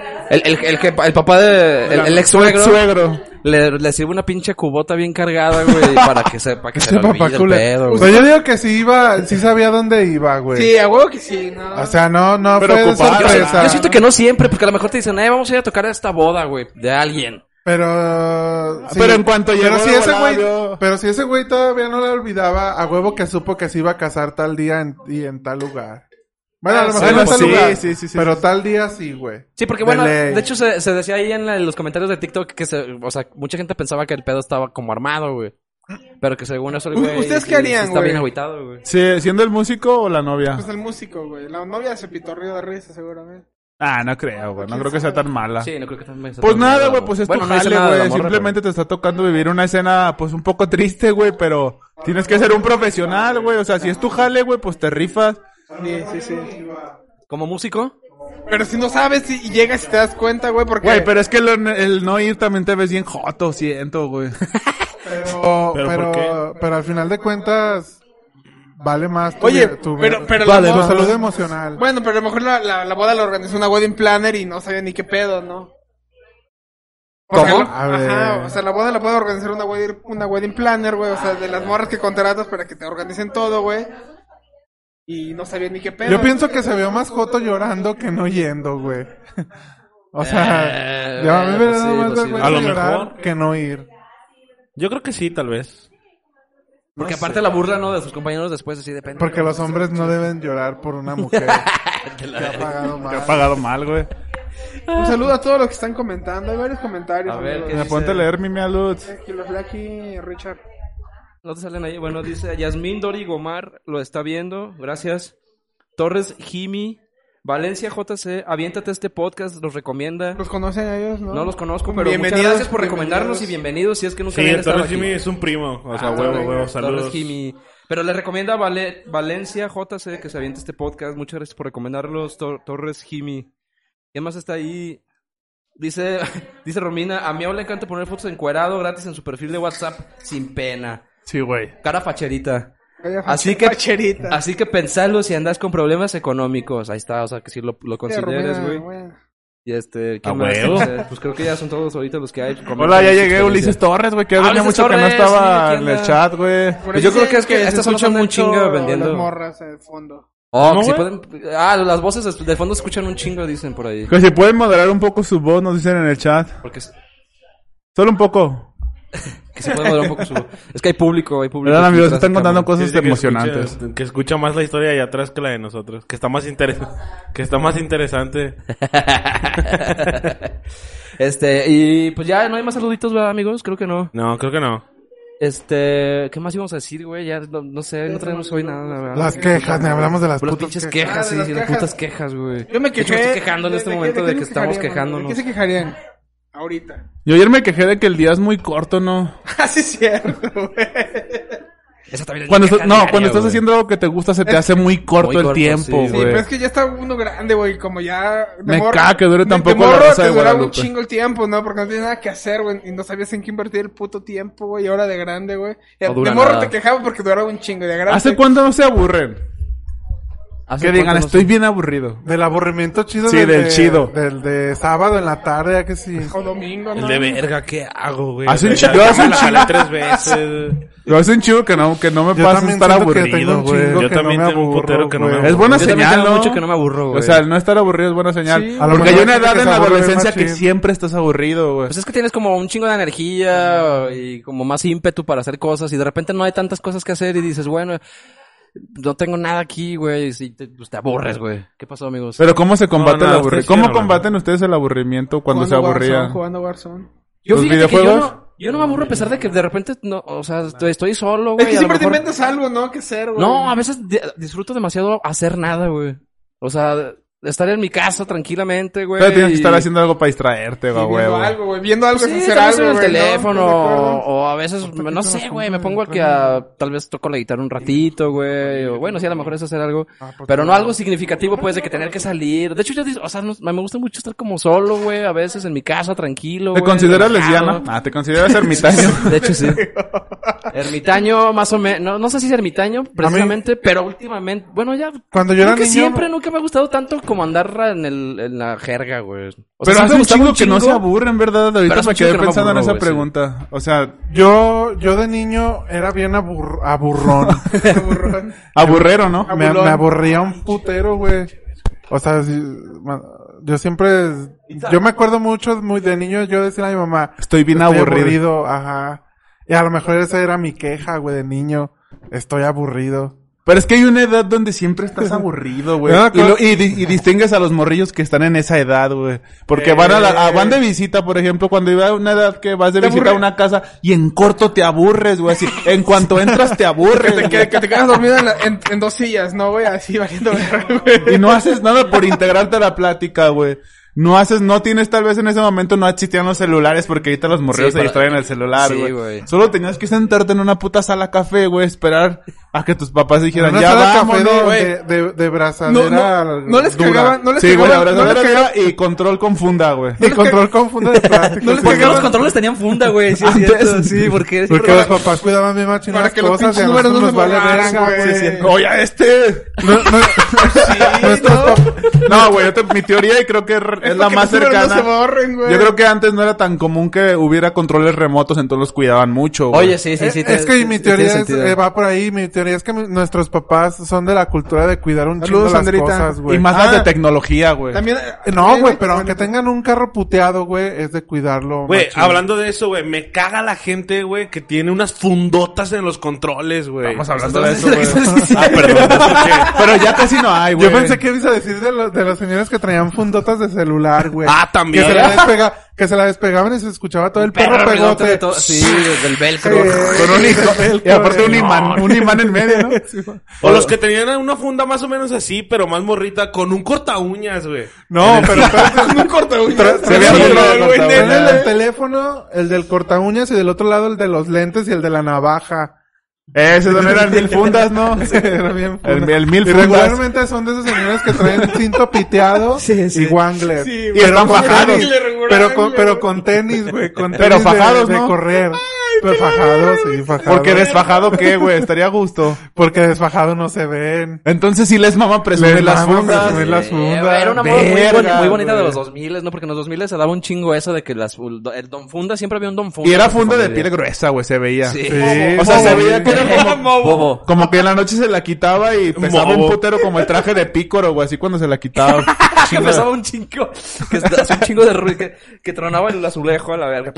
Speaker 1: el, el, que- el papá de... El, el ex suegro.
Speaker 3: suegro.
Speaker 1: Le, le sirve una pinche cubota bien cargada, güey, para que sepa que se le
Speaker 2: Este papá
Speaker 1: olvide el
Speaker 2: culero.
Speaker 1: pedo,
Speaker 2: Pero
Speaker 1: güey.
Speaker 2: yo digo que sí iba, sí sabía dónde iba, güey.
Speaker 4: Sí, a huevo que sí, no.
Speaker 2: O sea, no, no
Speaker 3: Pero
Speaker 2: fue de
Speaker 3: ocupado.
Speaker 1: Yo,
Speaker 2: sorpresa.
Speaker 1: yo siento que no siempre, porque a lo mejor te dicen, eh, vamos a ir a tocar a esta boda, güey, de alguien.
Speaker 2: Pero.
Speaker 3: Ah, Pero en cuanto llegó
Speaker 2: Pero si
Speaker 3: de
Speaker 2: ese
Speaker 3: volada,
Speaker 2: güey.
Speaker 3: vio-
Speaker 2: Pero si ese güey todavía no le olvidaba, a huevo que supo que se iba a casar tal día en- y en tal lugar. Bueno, a lo
Speaker 1: Ah,
Speaker 2: mejor
Speaker 1: sí,
Speaker 2: no en
Speaker 1: pues
Speaker 2: tal
Speaker 1: sí,
Speaker 2: lugar.
Speaker 3: sí, sí, sí,
Speaker 2: pero tal día sí, güey.
Speaker 1: Sí, porque bueno,
Speaker 2: ley.
Speaker 1: de hecho se, se decía ahí en, la- en los comentarios de TikTok que se, o sea, mucha gente pensaba que el pedo estaba como armado, güey. Pero que según eso, el
Speaker 4: U-
Speaker 1: güey,
Speaker 4: ¿ustedes
Speaker 1: sí-
Speaker 4: qué harían,
Speaker 1: sí Está
Speaker 4: güey?
Speaker 1: bien agüitado, güey.
Speaker 3: Sí, ¿Siendo el músico o la novia?
Speaker 4: Pues el músico, güey. La novia se pitorrió de risa, seguramente.
Speaker 3: Ah, no creo, güey. No creo que sea tan mala.
Speaker 1: Sí, no creo que también sea
Speaker 3: Pues
Speaker 1: tan
Speaker 3: nada,
Speaker 1: agüitado,
Speaker 3: güey, pues es
Speaker 1: Bueno,
Speaker 3: tu
Speaker 1: no dice
Speaker 3: jale,
Speaker 1: nada de
Speaker 3: güey.
Speaker 1: la morra,
Speaker 3: Simplemente te está tocando vivir una escena, pues un poco triste, güey, pero tienes que ser un profesional, güey. O sea, si es tu jale, güey, pues te rifas.
Speaker 4: Sí, sí, sí.
Speaker 1: pero- Como músico,
Speaker 4: Pero si no sabes si- y llegas y te das cuenta, güey, porque...
Speaker 1: Eh,
Speaker 3: Güey, pero es que lo- el no ir también te ves bien joto, siento, güey.
Speaker 2: Pero,
Speaker 5: ¿Pero por
Speaker 2: pero, pero al final de cuentas, vale más tu,
Speaker 4: Oye,
Speaker 2: tu-
Speaker 4: pero- pero
Speaker 2: tu
Speaker 4: la morra-
Speaker 2: salud emocional.
Speaker 4: Bueno, pero a lo mejor la, la, la boda la organizó una wedding planner y no sabía ni qué pedo, ¿no? Porque
Speaker 1: ¿Cómo?
Speaker 4: lo-
Speaker 2: A ver.
Speaker 4: Ajá, o sea, la boda la puede organizar una wedding, una wedding planner, güey. O sea, de las morras que contratas para que te organicen todo, güey. Y no sabía ni qué pedo.
Speaker 2: Yo pienso que se vio más Joto llorando que no yendo, güey. o sea,
Speaker 1: Eh,
Speaker 2: yo a mí me
Speaker 1: pues
Speaker 2: da
Speaker 1: sí,
Speaker 2: más
Speaker 1: pues sí.
Speaker 2: vergüenza
Speaker 5: A lo
Speaker 2: llorar
Speaker 5: mejor.
Speaker 2: que no ir.
Speaker 5: Yo creo que sí, tal vez.
Speaker 1: porque aparte la burla, ¿no? De sus compañeros después, así depende.
Speaker 2: Porque los hombres no deben llorar por una mujer que ha pagado
Speaker 3: Te ha
Speaker 2: mal.
Speaker 3: pagado mal, güey.
Speaker 4: Un saludo a todos los que están comentando. Hay varios comentarios.
Speaker 1: A ver,
Speaker 4: amigos.
Speaker 1: ¿qué
Speaker 3: Me
Speaker 1: dice?
Speaker 3: ponte a leer mi mea luz.
Speaker 4: Que los lea aquí Richard.
Speaker 1: No te salen ahí. Bueno, dice Yasmín Dori Gomar, lo está viendo, gracias. Torres Jimmy, Valencia JC, aviéntate este podcast, los recomienda.
Speaker 4: ¿Los conocen a ellos? No,
Speaker 1: No los conozco, pero muchas gracias por recomendarnos y bienvenidos, si es que nunca
Speaker 5: Sí,
Speaker 1: habían
Speaker 5: el
Speaker 1: estado
Speaker 5: Torres
Speaker 1: aquí.
Speaker 5: Jimmy es un primo. O sea,
Speaker 1: Ah,
Speaker 5: huevo,
Speaker 1: Torres-
Speaker 5: huevo,
Speaker 1: Torres
Speaker 5: saludos.
Speaker 1: Jimmy. Pero le recomienda Vale- Valencia JC que se aviente este podcast. Muchas gracias por recomendarlos, Tor- Torres Jimmy. ¿Quién más está ahí? Dice, dice Romina, a Miau le encanta poner fotos encuerado gratis en su perfil de WhatsApp sin pena.
Speaker 3: Sí, güey.
Speaker 1: Cara facherita.
Speaker 4: Así
Speaker 1: Así
Speaker 4: que.
Speaker 1: que-
Speaker 4: Pacherita.
Speaker 1: Así que pensalo si andas con problemas económicos. Ahí está, o sea, que si lo, lo consideres, güey. Y este, ¿quién
Speaker 5: A
Speaker 1: más?
Speaker 5: huevo.
Speaker 1: No sé, pues creo que ya son todos ahorita los que hay.
Speaker 3: Hola, ya
Speaker 1: Comentan su
Speaker 3: llegué,
Speaker 1: experiencia.
Speaker 3: Ulises Torres, güey, que
Speaker 1: Ah,
Speaker 3: tenía
Speaker 1: Ulises
Speaker 3: mucho que no
Speaker 1: Torres, sí,
Speaker 3: estaba
Speaker 1: aquí
Speaker 3: en el
Speaker 1: anda.
Speaker 3: chat, güey.
Speaker 1: Pues yo creo que es que estas
Speaker 4: son
Speaker 1: zonas andan un chingo vendiendo.
Speaker 4: Las morras de fondo.
Speaker 1: Oh,
Speaker 5: ¿Cómo,
Speaker 1: que si
Speaker 5: güey?
Speaker 1: pueden- Ah, las voces de fondo se escuchan un chingo, dicen por ahí.
Speaker 3: Que Pues, si pueden moderar un poco su voz, nos dicen en el chat.
Speaker 1: Porque es-
Speaker 3: Solo un poco.
Speaker 1: que se puede moderar un poco su... Es que hay público, hay público.
Speaker 3: ¿Verdad,
Speaker 1: aquí
Speaker 3: amigos?
Speaker 1: detrás
Speaker 3: Están
Speaker 1: de
Speaker 3: contando
Speaker 1: cámara.
Speaker 3: cosas
Speaker 5: Dice que
Speaker 3: emocionantes.
Speaker 5: escucha- que escucha más la historia de allá atrás que la de nosotros. Que está más interesante. Que está más interesante.
Speaker 1: Este, y pues ya no hay más saluditos, ¿verdad, amigos? Creo que no.
Speaker 5: No, creo que no.
Speaker 1: Este, ¿qué más íbamos a decir, güey? Ya no, no sé, no traemos hoy nada, la ¿verdad?
Speaker 2: Las quejas, ni hablamos de las
Speaker 1: Puras
Speaker 2: putas
Speaker 1: pinches quejas,
Speaker 2: quejas.
Speaker 4: Ah,
Speaker 1: sí,
Speaker 4: de las
Speaker 1: sí, las
Speaker 4: quejas.
Speaker 1: putas quejas, güey.
Speaker 4: Yo me
Speaker 1: De hecho,
Speaker 4: quejé.
Speaker 1: me estoy quejando en
Speaker 4: ¿De-
Speaker 1: este
Speaker 4: de- de
Speaker 1: momento
Speaker 4: qué
Speaker 1: de
Speaker 4: nos
Speaker 1: que estamos
Speaker 4: quejaríamos? ¿De
Speaker 1: quejándonos.
Speaker 4: qué se quejarían? Ahorita.
Speaker 3: Yo ayer me quejé de que el día es muy corto, ¿no?
Speaker 4: Así es Ah, cierto, güey.
Speaker 1: Esa también es mi
Speaker 3: Cuando
Speaker 1: queja
Speaker 3: estás- no,
Speaker 1: diaria,
Speaker 3: cuando estás
Speaker 1: güey.
Speaker 3: haciendo algo que te gusta se te hace muy corto
Speaker 1: Muy
Speaker 3: el
Speaker 1: corto, sí,
Speaker 3: tiempo,
Speaker 1: sí.
Speaker 4: Sí, pero
Speaker 3: güey.
Speaker 4: es que ya está uno grande, güey. Como ya. de
Speaker 3: Me
Speaker 4: morro-
Speaker 3: caga que dure
Speaker 4: de-
Speaker 3: tampoco
Speaker 4: de morro
Speaker 3: la Rosa
Speaker 4: te
Speaker 3: de
Speaker 4: duraba un
Speaker 3: Guadalupe.
Speaker 4: chingo el tiempo, ¿no? Porque no tienes nada que hacer, güey. Y no sabías en qué invertir el puto tiempo, güey. Y ahora de grande, güey.
Speaker 1: No
Speaker 4: de
Speaker 1: dura
Speaker 4: morro
Speaker 1: nada.
Speaker 4: te quejaba porque duraba un chingo. y De grande.
Speaker 3: ¿Hace cuánto no se aburren?
Speaker 1: ¿Hace
Speaker 3: Que digan,
Speaker 1: cuánto no
Speaker 3: estoy
Speaker 1: sé?
Speaker 3: bien aburrido.
Speaker 2: Del aburrimiento chido.
Speaker 3: Sí, del
Speaker 2: de-
Speaker 3: chido.
Speaker 2: Del de sábado en la tarde, ya que sí.
Speaker 4: O domingo, ¿no?
Speaker 5: El de verga, ¿qué hago, güey?
Speaker 3: Hace un
Speaker 5: Ya-
Speaker 3: chingo,
Speaker 5: ya
Speaker 3: hace
Speaker 5: me
Speaker 3: un
Speaker 5: la
Speaker 3: chingo.
Speaker 5: jalé tres veces.
Speaker 3: Lo hace un chivo que no, que no me
Speaker 2: Yo
Speaker 3: pasa
Speaker 2: también
Speaker 3: estar
Speaker 2: siento que tengo
Speaker 3: aburrido,
Speaker 2: un chingo
Speaker 3: güey.
Speaker 5: Yo
Speaker 2: que
Speaker 5: también
Speaker 2: no me
Speaker 5: tengo un
Speaker 2: aburro,
Speaker 5: putero que no me
Speaker 2: güey.
Speaker 5: aburro.
Speaker 3: Es buena
Speaker 1: Yo también
Speaker 3: señal,
Speaker 1: tengo
Speaker 3: ¿no?
Speaker 1: mucho que no me aburro,
Speaker 3: O
Speaker 1: güey.
Speaker 3: sea, el no estar aburrido es buena señal.
Speaker 4: Sí.
Speaker 2: A lo
Speaker 3: Porque
Speaker 2: mejor
Speaker 3: hay una
Speaker 2: hay gente
Speaker 3: edad
Speaker 2: que
Speaker 3: en
Speaker 2: se
Speaker 3: la
Speaker 2: aburre
Speaker 3: adolescencia
Speaker 2: machín.
Speaker 3: que siempre estás aburrido, güey.
Speaker 1: Pues es que tienes como un chingo de energía y como más ímpetu para hacer cosas y de repente no hay tantas cosas que hacer y dices, bueno, no tengo nada aquí, güey, y te, pues te aburres, güey. ¿Qué pasó, amigos?
Speaker 3: Pero ¿cómo se combate
Speaker 5: No, no,
Speaker 3: el aburrimiento?
Speaker 5: ustedes
Speaker 3: ¿Cómo
Speaker 5: siguen hablando.
Speaker 3: combaten ustedes el aburrimiento cuando se
Speaker 4: Jugando Warzone,
Speaker 3: aburría?
Speaker 4: Jugando Warzone.
Speaker 1: yo
Speaker 3: ¿los
Speaker 1: fíjate que yo
Speaker 3: videojuegos?
Speaker 1: no, yo no me aburro a pesar de que de repente no, o sea, estoy, estoy solo, güey.
Speaker 4: Es que
Speaker 1: a lo
Speaker 4: siempre te
Speaker 1: mejor-
Speaker 4: inventas algo, ¿no? Que hacer, güey.
Speaker 1: No, a veces di- disfruto demasiado hacer nada, güey. O sea, estar en mi casa tranquilamente, güey.
Speaker 3: Pero tienes que estar
Speaker 1: y-
Speaker 3: haciendo algo para distraerte,
Speaker 4: Sí,
Speaker 3: güey,
Speaker 4: viendo
Speaker 3: güey.
Speaker 4: algo, güey. Viendo algo
Speaker 1: Pues Sí,
Speaker 4: es hacer
Speaker 1: tal vez
Speaker 4: algo,
Speaker 1: en el
Speaker 4: güey, ¿no?
Speaker 1: teléfono
Speaker 4: ¿Estás de acuerdo?
Speaker 1: o, o a veces, no sé, güey, me pongo aquí a, tal vez toco la guitarra un ratito, güey, o bueno, sí, a lo mejor es hacer algo, pero no algo significativo, pues, de que tener que salir. De hecho, yo, dis- o sea, no- me gusta mucho estar como solo, güey, a veces en mi casa, tranquilo,
Speaker 3: ¿Te
Speaker 1: güey,
Speaker 3: consideras
Speaker 1: relajado.
Speaker 3: lesbiana? Ah, ¿te consideras ermitaño?
Speaker 1: De hecho, sí. ermitaño, más o menos, no, no sé si es ermitaño, precisamente, pero últimamente, bueno, ya...
Speaker 2: Cuando yo
Speaker 1: Creo
Speaker 2: era
Speaker 1: que
Speaker 2: niño.
Speaker 1: siempre, nunca me ha gustado tanto como andar en, el, en la jerga, güey. O
Speaker 3: Pero
Speaker 1: sí me
Speaker 3: hace un
Speaker 1: gustaba
Speaker 3: chingo que no se
Speaker 1: chingo.
Speaker 3: aburren, ¿verdad? Ahorita
Speaker 1: hace
Speaker 3: me
Speaker 1: un chingo
Speaker 3: quedé
Speaker 1: que no me
Speaker 3: pensando en
Speaker 1: aburro,
Speaker 3: esa
Speaker 1: güey, sí.
Speaker 3: pregunta. O sea,
Speaker 2: Yo, yo de niño era bien abur- aburrón.
Speaker 4: Burrón.
Speaker 3: aburrero, ¿no?
Speaker 2: me, me aburría un putero, güey. O sea, si- ma- yo siempre, yo me acuerdo mucho muy de niño yo decía a mi mamá,
Speaker 3: Estoy bien aburrido.
Speaker 2: ajá. Y a lo mejor esa era mi queja, güey, de niño. Estoy aburrido.
Speaker 3: Pero es que hay una edad donde siempre estás aburrido, güey.
Speaker 2: No,
Speaker 3: y,
Speaker 2: claro.
Speaker 3: lo- y di- y distingues a los morrillos que están en esa edad, güey. Porque van a la- a- van de visita, por ejemplo, cuando iba a una edad que vas de
Speaker 4: Te
Speaker 3: visita a
Speaker 4: aburre.
Speaker 3: una casa y en corto te aburres, güey. Así, en cuanto entras te aburres.
Speaker 4: Que, que- que te quedas dormido en, la- en- en dos sillas, ¿no, güey? Así valiendo verga,
Speaker 3: güey.
Speaker 4: güey.
Speaker 3: Y no haces nada por integrarte a la plática, güey. No haces, no tienes tal vez en ese momento, no existían los celulares porque ahorita los morrillos
Speaker 1: Sí,
Speaker 3: se
Speaker 1: para-
Speaker 3: distraen el celular,
Speaker 1: Sí,
Speaker 3: güey.
Speaker 1: güey.
Speaker 3: Solo tenías que sentarte en una puta sala café, güey, esperar a que tus papás dijeran,
Speaker 2: Una
Speaker 3: ya
Speaker 2: sala de
Speaker 3: vámonos,
Speaker 2: café de-
Speaker 3: güey.
Speaker 2: de, de, de
Speaker 4: No,
Speaker 2: brazadera
Speaker 4: no, no les
Speaker 2: dura.
Speaker 4: cagaban, no les
Speaker 3: Sí, güey, la
Speaker 4: cagaban, no les
Speaker 3: verdadera era y control con funda, güey.
Speaker 2: Y control con funda de plástico.
Speaker 4: No les
Speaker 2: sí,
Speaker 1: Porque los
Speaker 2: güey.
Speaker 1: controles tenían funda, güey. Sí, es cierto. Sí, porque...
Speaker 2: Porque los papás cuidaban bien machín
Speaker 4: Para
Speaker 2: las
Speaker 4: que los
Speaker 2: cosas y a
Speaker 4: pinches números
Speaker 2: nosotros
Speaker 4: no
Speaker 2: nos
Speaker 4: se
Speaker 2: vale
Speaker 4: borraran,
Speaker 2: verga,
Speaker 4: güey.
Speaker 2: güey.
Speaker 3: Oye, este.
Speaker 2: No, no, nuestros pap-
Speaker 3: No, güey, yo te- mi teoría y creo que es
Speaker 4: Es
Speaker 3: la
Speaker 4: para que
Speaker 3: más
Speaker 4: los números
Speaker 3: cercana.
Speaker 4: No se borren, güey.
Speaker 3: yo creo que antes no era tan común que hubiera controles remotos, entonces los cuidaban mucho. güey.
Speaker 1: Oye, sí, sí, sí.
Speaker 2: Eh,
Speaker 1: te-
Speaker 2: es que mi
Speaker 1: sí, tiene
Speaker 2: teoría es-
Speaker 1: sentido.
Speaker 2: eh, va por ahí. Mi teoría es que mi- nuestros papás son de la cultura de cuidar un chingo
Speaker 3: Saludos,
Speaker 2: las
Speaker 3: Andrita.
Speaker 2: cosas, güey.
Speaker 3: Y más las
Speaker 4: Ah.
Speaker 3: de tecnología, güey.
Speaker 4: También,
Speaker 2: Eh, No, güey, pero aunque tengan un carro puteado, güey, es de cuidarlo.
Speaker 5: Güey,
Speaker 2: machín.
Speaker 5: hablando de eso, güey, me caga la gente, güey, que tiene unas fundotas en los controles, güey.
Speaker 3: Estamos hablando de eso,
Speaker 1: Entonces,
Speaker 3: güey.
Speaker 1: sí, sí.
Speaker 5: Ah, perdón. porque-
Speaker 3: Pero ya casi no hay, güey.
Speaker 2: Yo pensé que ibas a decir de, lo- de los señores que traían fundotas de celular, güey.
Speaker 5: Ah, también.
Speaker 2: Que se, la despega- que se la despegaban y se escuchaba todo el perro,
Speaker 1: Perro pegote
Speaker 2: pegote.
Speaker 1: de todo- Sí, desde el velcro.
Speaker 3: Con un hijo. Y aparte un
Speaker 2: No.
Speaker 3: imán, un imán en medio, ¿no?
Speaker 5: O los que tenían una funda más o menos así, pero más morrita, con un corta uñas, güey.
Speaker 2: No, pero espérate,
Speaker 4: No corta, güey.
Speaker 3: Se veía
Speaker 2: Sí,
Speaker 3: muy
Speaker 2: güey,
Speaker 3: raro, güey.
Speaker 5: güey,
Speaker 2: Traen el del teléfono, el del corta uñas y del otro lado el de los lentes y el de la navaja.
Speaker 3: Ese no eran mil fundas, ¿no?
Speaker 2: Era bien funa.
Speaker 3: El- el mil
Speaker 2: Y
Speaker 3: fundas.
Speaker 2: Regularmente son de esos señores que traen cinto piteado
Speaker 1: Sí, sí.
Speaker 2: y wangler.
Speaker 4: Sí,
Speaker 3: Y están
Speaker 2: Con
Speaker 3: fajados.
Speaker 2: tenis, Pero con, pero con tenis, güey. Con tenis
Speaker 3: Pero
Speaker 2: de-
Speaker 3: fajados,
Speaker 2: de,
Speaker 3: ¿no?
Speaker 2: correr. Pero fajados, sí, fajados.
Speaker 3: Porque desfajado, ¿qué, güey? Estaría a gusto.
Speaker 2: Porque desfajados no se ven.
Speaker 3: Entonces, si les mama presumir
Speaker 2: Les
Speaker 3: las
Speaker 2: mama
Speaker 3: fundas.
Speaker 2: presumir las fundas.
Speaker 1: Era una moda muy,
Speaker 3: Verga,
Speaker 1: boni- muy bonita de
Speaker 3: güey.
Speaker 1: los 2000, ¿no? Porque en los 2000 se daba un chingo eso de que las, el don funda, siempre había un don funda.
Speaker 3: Y era
Speaker 1: en su
Speaker 3: funda de
Speaker 1: familia.
Speaker 3: piel gruesa, güey, se veía.
Speaker 1: Sí.
Speaker 2: Sí,
Speaker 3: O sea, se
Speaker 2: güey.
Speaker 3: veía que era como,
Speaker 1: Bobo.
Speaker 3: como que en la noche se la quitaba y pesaba
Speaker 5: Bobo.
Speaker 3: un putero como el traje de pícoro, güey, así cuando se la quitaba.
Speaker 1: Que pesaba un chingo, que hacía un chingo de ruido, que, que tronaba el azulejo a la verga.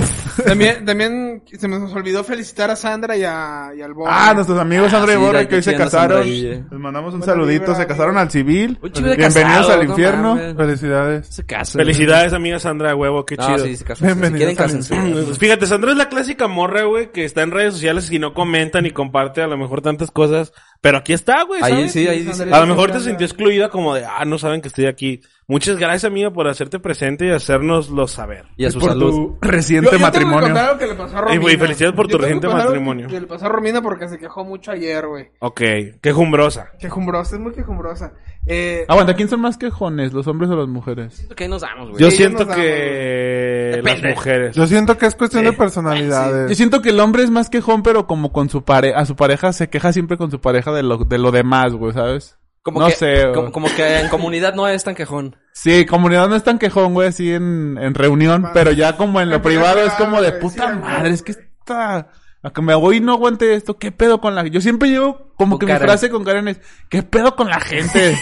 Speaker 4: También, también se me- nos olvidó felicitar a Sandra y, a, y al Bob.
Speaker 3: Ah, nuestros amigos Sandra y
Speaker 1: sí,
Speaker 3: Borre
Speaker 1: la
Speaker 3: que hoy se
Speaker 1: entiendo,
Speaker 3: casaron.
Speaker 1: Sandra y-
Speaker 3: Les mandamos un
Speaker 4: Buena
Speaker 3: saludito,
Speaker 4: vibra,
Speaker 3: se casaron al civil.
Speaker 1: Un chingo de
Speaker 3: Bienvenidos
Speaker 1: casados,
Speaker 3: al
Speaker 1: no
Speaker 3: infierno.
Speaker 1: mames.
Speaker 2: Felicidades.
Speaker 1: Se casan.
Speaker 5: Felicidades, amiga Sandra, huevo, qué
Speaker 1: No,
Speaker 5: chido.
Speaker 1: sí, se casan. Si
Speaker 2: Bienvenidos
Speaker 1: quieren
Speaker 2: al
Speaker 1: cásense.
Speaker 5: Pues Fíjate, Sandra es la clásica morra, güey, que está en redes sociales y no comenta ni comparte a lo mejor tantas cosas. Pero aquí está, güey.
Speaker 1: Ahí
Speaker 5: ¿sabes?
Speaker 1: sí, ahí sí.
Speaker 5: A lo mejor te sintió excluida como de, ah, no saben que estoy aquí. Muchas gracias, amiga, por hacerte presente y hacérnoslo saber.
Speaker 1: Y a su
Speaker 3: Por
Speaker 1: salud.
Speaker 3: tu
Speaker 4: Yo-
Speaker 3: reciente
Speaker 4: yo tengo que
Speaker 3: matrimonio.
Speaker 4: contar algo que le pasó a Romina.
Speaker 5: Eh, güey, felicidades por tu
Speaker 4: Yo tengo que
Speaker 5: reciente
Speaker 4: contar algo
Speaker 5: matrimonio.
Speaker 4: Que le pasó a Romina porque se quejó mucho ayer, güey.
Speaker 5: Ok, quejumbrosa.
Speaker 4: Quejumbrosa, es muy quejumbrosa. Eh,
Speaker 3: Aguanta, ¿quién son más quejones, los hombres o las mujeres?
Speaker 1: Siento que ahí nos damos, güey.
Speaker 5: Yo
Speaker 4: Sí,
Speaker 5: siento
Speaker 4: ya nos
Speaker 5: que las
Speaker 1: Depende.
Speaker 5: mujeres.
Speaker 2: Yo siento que es cuestión de
Speaker 3: Yo
Speaker 2: personalidades.
Speaker 3: siento que el hombre es más quejón, pero como con su pareja, a su pareja se queja siempre con su pareja de lo, de lo demás, güey, ¿sabes?
Speaker 1: Como
Speaker 3: no
Speaker 1: que,
Speaker 3: sé, güey.
Speaker 1: Como, como que en comunidad no es tan quejón.
Speaker 3: Sí, comunidad no es tan quejón, güey, así en, en reunión, pero ya como en lo
Speaker 4: En
Speaker 3: privado es
Speaker 4: privado,
Speaker 3: como de
Speaker 4: güey,
Speaker 3: puta
Speaker 4: sí,
Speaker 3: madre, es que está... A que me voy y no aguante esto, ¿qué pedo con la Yo siempre llevo como
Speaker 1: Con
Speaker 3: que mi
Speaker 1: Karen.
Speaker 3: frase con Karen es, ¿qué pedo con la gente?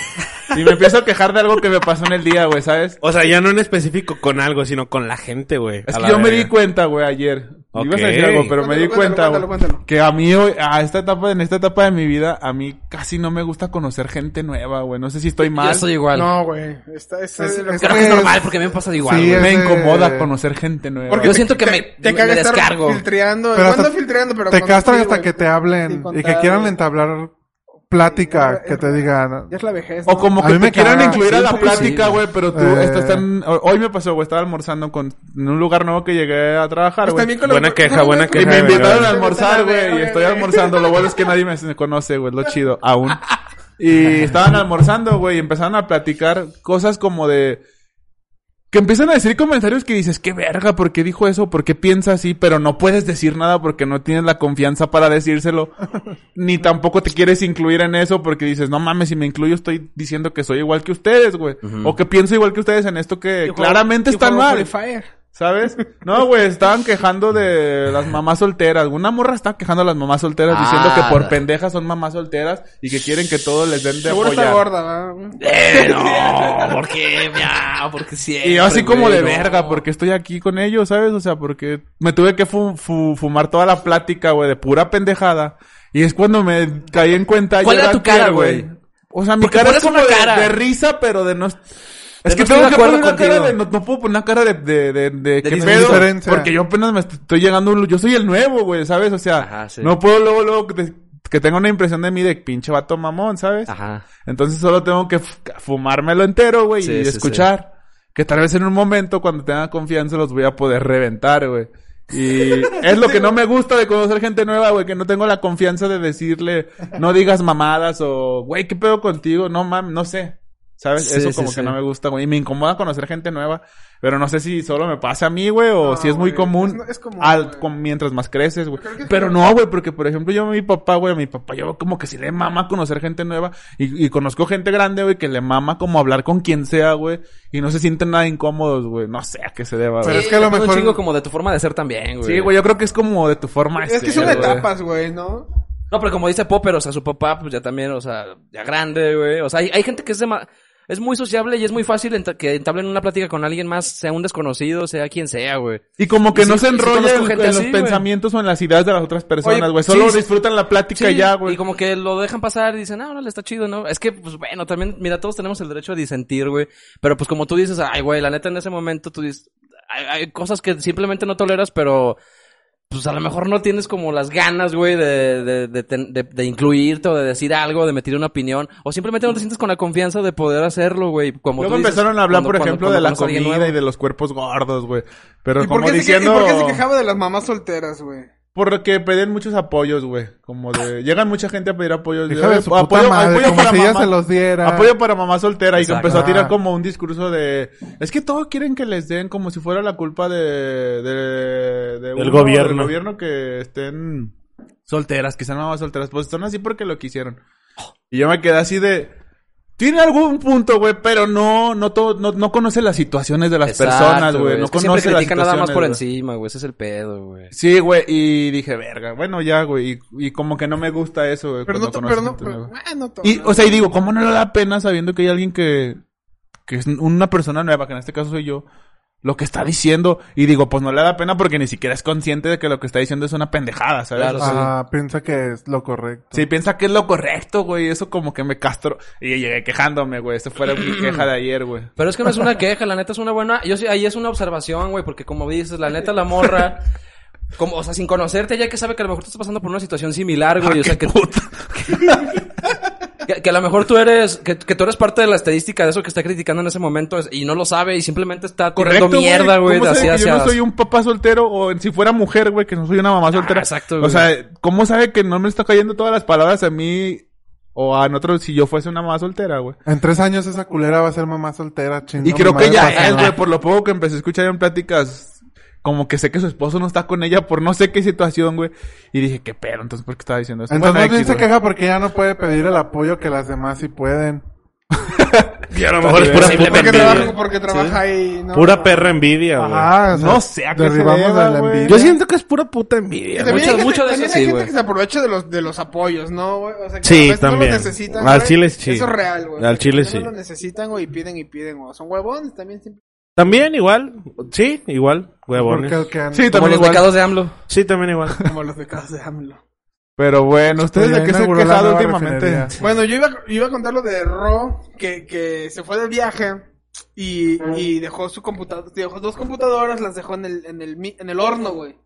Speaker 3: y me empiezo a quejar de algo que me pasó en el día, güey, ¿sabes?
Speaker 5: O sea, ya no en específico con algo, sino con la gente, güey.
Speaker 3: Es
Speaker 5: A
Speaker 3: que
Speaker 5: la
Speaker 3: yo me
Speaker 5: verga.
Speaker 3: di cuenta, güey, ayer.
Speaker 5: Ok.
Speaker 3: Ibas a decir algo, pero me di
Speaker 4: Cuéntalo,
Speaker 3: cuenta,
Speaker 4: cuéntalo,
Speaker 3: güey,
Speaker 4: cuéntalo, cuéntalo.
Speaker 3: que a mí hoy, a esta etapa, en esta etapa de mi vida, a mí casi no me gusta conocer gente nueva, güey. No sé si estoy
Speaker 1: Yo
Speaker 3: mal.
Speaker 1: estoy igual.
Speaker 4: no, güey. Esta, esta
Speaker 2: Es-
Speaker 4: es la-
Speaker 2: es-
Speaker 1: Creo que es
Speaker 2: Pues,
Speaker 1: normal porque a mí me pasa igual.
Speaker 2: sí,
Speaker 1: güey.
Speaker 2: es-
Speaker 3: Me
Speaker 2: ese-
Speaker 3: incomoda conocer gente nueva.
Speaker 4: Porque
Speaker 1: Yo
Speaker 4: te-
Speaker 1: siento que
Speaker 4: te-
Speaker 1: me-
Speaker 4: te
Speaker 1: me
Speaker 4: caga estar
Speaker 1: descargo.
Speaker 4: filtreando,
Speaker 2: Pero
Speaker 4: pero ando
Speaker 2: hasta-
Speaker 4: filtreando, pero
Speaker 2: te
Speaker 4: cuando
Speaker 2: castran
Speaker 4: sí,
Speaker 2: hasta
Speaker 4: güey.
Speaker 2: que te hablen
Speaker 4: Sí,
Speaker 2: y
Speaker 4: contar,
Speaker 2: que quieran
Speaker 4: güey.
Speaker 2: entablar plática que te digan.
Speaker 4: Ya es la vejez.
Speaker 3: O
Speaker 4: ¿no?
Speaker 3: como
Speaker 2: A
Speaker 3: que
Speaker 2: mí
Speaker 3: te
Speaker 2: me
Speaker 3: quieran
Speaker 2: caga.
Speaker 3: incluir a
Speaker 1: Sí,
Speaker 3: la
Speaker 1: sí,
Speaker 3: plática,
Speaker 1: sí.
Speaker 3: güey, pero tú
Speaker 2: Eh.
Speaker 3: estás tan... Hoy me pasó, güey, estaba almorzando con... en un lugar nuevo que llegué a trabajar,
Speaker 4: Pues
Speaker 3: güey.
Speaker 4: también con los-
Speaker 5: Buena queja, buena
Speaker 4: Y
Speaker 5: queja,
Speaker 3: Y me
Speaker 5: Ajá, güey,
Speaker 3: invitaron a
Speaker 5: güey.
Speaker 3: almorzar, güey, y estoy almorzando. Lo bueno es que nadie me conoce, güey, lo chido, aún. Y estaban almorzando, güey, y empezaron a platicar cosas como de... Que empiezan a decir comentarios que dices, qué verga, ¿por qué dijo eso? ¿Por qué piensa así? Pero no puedes decir nada porque no tienes la confianza para decírselo. ni tampoco te quieres incluir en eso porque dices, no mames, si me incluyo estoy diciendo que soy igual que ustedes, güey. O que pienso igual que ustedes en esto que
Speaker 4: Yo juego-
Speaker 3: claramente
Speaker 4: yo
Speaker 3: está
Speaker 4: juego
Speaker 3: mal.
Speaker 4: Free Fire.
Speaker 3: ¿Sabes? No, güey, estaban quejando de las mamás solteras. Una morra estaba quejando a las mamás solteras
Speaker 1: Ah,
Speaker 3: diciendo que por
Speaker 1: la-
Speaker 3: pendejas son mamás solteras y que quieren que todos les den de
Speaker 4: Seguro está
Speaker 3: apoyar.
Speaker 4: gorda, ¿verdad?
Speaker 1: Eh, no, ¿por qué? Ya, porque siempre.
Speaker 3: Y yo así como de
Speaker 1: güey, no.
Speaker 3: verga, porque estoy aquí con ellos, ¿sabes? O sea, porque me tuve que fu- fu- fumar toda la plática, güey, de pura pendejada. Y es cuando me caí en cuenta.
Speaker 1: ¿Cuál
Speaker 3: yo
Speaker 1: era tu
Speaker 3: antier,
Speaker 1: cara, güey?
Speaker 3: O sea, mi
Speaker 1: Porque
Speaker 3: cara
Speaker 1: pones
Speaker 3: es como
Speaker 1: una
Speaker 3: de,
Speaker 1: cara.
Speaker 3: de risa, pero de no... Es
Speaker 1: no
Speaker 3: que
Speaker 1: estoy de
Speaker 3: tengo que poner
Speaker 1: acuerdo
Speaker 3: una cara de...
Speaker 1: contigo.
Speaker 3: No, no puedo poner una cara de... de, de, de, ¿qué
Speaker 1: diferencia.
Speaker 3: pedo? Porque yo apenas me est- estoy llegando... a un lu- Yo soy el nuevo, güey, ¿sabes? O sea,
Speaker 1: Ajá, sí.
Speaker 3: no puedo luego, luego... Que, que tenga una impresión de mí de pinche vato mamón, ¿sabes?
Speaker 1: Ajá.
Speaker 3: Entonces solo tengo que f- fumármelo entero, güey,
Speaker 1: Sí,
Speaker 3: y
Speaker 1: sí,
Speaker 3: escuchar. Que tal vez en un momento, cuando tenga confianza, los voy a poder reventar, güey. Y es lo que no me gusta de conocer gente nueva, güey, que no tengo la confianza de decirle, no digas mamadas o, güey, ¿qué pedo contigo? No mames, no sé. ¿Sabes?
Speaker 1: Sí,
Speaker 3: Eso
Speaker 1: sí,
Speaker 3: como
Speaker 1: sí.
Speaker 3: que no me gusta, güey. Y me incomoda conocer gente nueva. Pero no sé si solo me pasa a mí, güey, o
Speaker 4: No,
Speaker 3: si es muy
Speaker 4: güey,
Speaker 3: común.
Speaker 4: es- es común,
Speaker 3: al-
Speaker 4: güey.
Speaker 3: con- mientras más creces, güey.
Speaker 4: creo que es
Speaker 3: Pero
Speaker 4: peor.
Speaker 3: no, güey, porque por ejemplo yo a mi papá, güey, a mi papá yo como que si le mama conocer gente nueva y, y conozco gente grande, güey, que le mama como hablar con quien sea, güey, y no se sienten nada incómodos, güey. No sé a qué se deba,
Speaker 2: Pero
Speaker 3: güey.
Speaker 2: es que a lo
Speaker 1: Es un
Speaker 2: mejor-
Speaker 1: chingo como de tu forma de ser también, güey.
Speaker 3: Sí, güey, yo creo que es como de tu forma de
Speaker 4: Es que
Speaker 3: ser,
Speaker 4: son
Speaker 3: güey.
Speaker 4: etapas, güey, ¿no?
Speaker 1: No, pero como dice Popper, o sea, su papá, pues ya también, o sea, ya grande, güey. O sea, hay, hay gente que es dema- es muy sociable y es muy fácil enta- que entablen una plática con alguien más, sea un desconocido, sea quien sea, güey.
Speaker 3: Y como que
Speaker 1: Y
Speaker 3: no
Speaker 1: sí-
Speaker 3: se
Speaker 1: y sí
Speaker 3: enrolla
Speaker 1: conozco
Speaker 3: en,
Speaker 1: gente
Speaker 3: en los
Speaker 1: así, güey.
Speaker 3: pensamientos o en las ideas de las otras personas,
Speaker 1: Oye,
Speaker 3: güey. Solo
Speaker 1: sí,
Speaker 3: disfrutan la plática y
Speaker 1: Sí,
Speaker 3: ya, güey.
Speaker 1: Y como que lo dejan pasar y dicen, ah, órale, está chido, ¿no? Es que, pues bueno, también, mira, todos tenemos el derecho a disentir, güey. Pero pues como tú dices, ay, güey, la neta en ese momento tú dices, hay, hay cosas que simplemente no toleras, pero pues a lo mejor no tienes como las ganas, güey, de, de, de, ten- de- de incluirte o de decir algo, de meter una opinión, o simplemente no te sientes con la confianza de poder hacerlo, güey. Como
Speaker 3: Luego
Speaker 1: tú dices,
Speaker 3: empezaron a hablar,
Speaker 1: cuando-
Speaker 3: por
Speaker 1: cuando-
Speaker 3: ejemplo,
Speaker 1: cuando
Speaker 3: de la
Speaker 1: conoces a alguien
Speaker 3: comida
Speaker 1: nuevo.
Speaker 3: y de los cuerpos gordos, güey. Pero
Speaker 4: ¿Y por,
Speaker 3: como
Speaker 4: qué se, que- y
Speaker 3: diciendo...
Speaker 4: por qué se quejaba de las mamás solteras, güey?
Speaker 3: Porque pedían muchos apoyos, güey. Como de... Llegan mucha gente a pedir apoyos.
Speaker 2: Hija de su puta madre, como si ella se los diera.
Speaker 3: Apoyo para mamá soltera. Y que
Speaker 1: Exacto.
Speaker 3: empezó a tirar
Speaker 2: Ah.
Speaker 3: como un discurso de... Es que todos quieren que les den como si fuera la culpa de... de, de
Speaker 5: Del gobierno.
Speaker 3: Del gobierno que estén solteras, que sean mamás solteras. Pues son así porque lo quisieron. Y yo me quedé así de... Tiene algún punto, güey, pero no, no, todo, no, no conoce las situaciones de las
Speaker 1: Exacto,
Speaker 3: personas, güey. No
Speaker 1: Es que siempre
Speaker 3: conoce las
Speaker 1: critican nada más
Speaker 3: situaciones,
Speaker 1: por
Speaker 3: güey.
Speaker 1: encima, güey. Ese es el pedo, güey.
Speaker 3: Sí, güey, y dije, verga, bueno, ya, güey, y, y como que no me gusta eso, güey.
Speaker 4: Pero no,
Speaker 3: cuando
Speaker 4: to-
Speaker 3: conoces
Speaker 4: pero no,
Speaker 3: gente
Speaker 4: pero,
Speaker 3: nueva.
Speaker 4: bueno, to-
Speaker 3: Y, o sea, y digo, ¿cómo no le da pena sabiendo que hay alguien que, que es una persona nueva, que en este caso soy yo, lo que está diciendo? Y digo, pues no le da pena porque ni siquiera es consciente de que lo que está diciendo es una pendejada, ¿sabes?
Speaker 1: Claro,
Speaker 3: O sea,
Speaker 2: Ah, piensa que es lo correcto.
Speaker 3: Sí, piensa que es lo correcto, güey, eso como que me castro. Y llegué quejándome, güey, esa fue la- mi queja de ayer, güey.
Speaker 1: Pero es que no es una queja, la neta es una buena. Yo sí, ahí es una observación, güey, porque como dices, la neta la morra. Como, o sea, sin conocerte, ya que sabe que a lo mejor tú estás pasando por una situación similar, güey. o sea, que, que, que a lo mejor tú eres, que, que tú eres parte de la estadística de eso que está criticando en ese momento es- y no lo sabe y simplemente está tirando mierda, güey,
Speaker 3: ¿Cómo
Speaker 1: de
Speaker 3: sabe
Speaker 1: hacia,
Speaker 3: que yo
Speaker 1: hacia.
Speaker 3: no soy un papá soltero o en- si fuera mujer, güey, que no soy una mamá soltera?
Speaker 1: Ah, exacto,
Speaker 3: O
Speaker 1: güey.
Speaker 3: sea, ¿cómo sabe que no me está cayendo todas las palabras a mí o a nosotros si yo fuese una mamá soltera, güey?
Speaker 2: En tres años esa culera va a ser mamá soltera, chingada.
Speaker 3: Y creo que
Speaker 2: ya
Speaker 3: ya es, güey, por lo poco que empecé a escuchar en pláticas, como que sé que su esposo no está con ella por no sé qué situación, güey. Y dije, ¿qué pedo? Entonces, ¿por qué estaba diciendo eso?
Speaker 2: Entonces
Speaker 3: Bueno,
Speaker 2: más bien
Speaker 3: X,
Speaker 2: se
Speaker 3: güey.
Speaker 2: queja porque ya no puede pedir el apoyo que las demás sí pueden.
Speaker 5: Y a lo mejor es pura puta
Speaker 4: porque trabaja,
Speaker 5: envidia.
Speaker 4: porque trabaja ahí, ¿no?
Speaker 5: Pura perra envidia, güey.
Speaker 2: Ajá, o sea,
Speaker 3: No sé a qué se
Speaker 2: derribamos
Speaker 3: deba,
Speaker 2: de la
Speaker 3: güey.
Speaker 2: envidia.
Speaker 5: Yo siento que es pura puta envidia.
Speaker 4: También
Speaker 1: Mucho-
Speaker 5: güey.
Speaker 4: hay gente,
Speaker 1: mucho de
Speaker 4: también
Speaker 1: eso
Speaker 4: hay
Speaker 1: sí,
Speaker 4: gente
Speaker 1: güey.
Speaker 4: que se aprovecha de los, de los apoyos, ¿no, güey? O sea, que
Speaker 5: Sí,
Speaker 4: a veces
Speaker 5: también.
Speaker 4: No lo necesitan,
Speaker 5: Al
Speaker 4: güey.
Speaker 5: chile sí.
Speaker 4: Eso es real, güey.
Speaker 5: Al chile
Speaker 4: No
Speaker 5: sí.
Speaker 4: lo necesitan, güey, y piden y piden, güey. Son huevones también. siempre.
Speaker 5: También igual. Sí, igual.
Speaker 2: Porque
Speaker 5: Huevones.
Speaker 2: el que-
Speaker 3: Sí,
Speaker 1: Como
Speaker 3: también
Speaker 1: los
Speaker 3: igual.
Speaker 1: pecados de AMLO.
Speaker 5: Sí, también igual.
Speaker 4: Como los becados de AMLO.
Speaker 3: Pero bueno, ¿ustedes de
Speaker 2: Oye,
Speaker 3: qué se han
Speaker 2: inauguró la
Speaker 3: quejado
Speaker 2: nueva
Speaker 3: últimamente?
Speaker 2: refinería.
Speaker 4: Bueno, yo iba, iba a contar lo de Ro, que, que se fue de viaje y, y dejó su computadora, dejó dos computadoras, las dejó en el, en el, mi- en el horno, güey.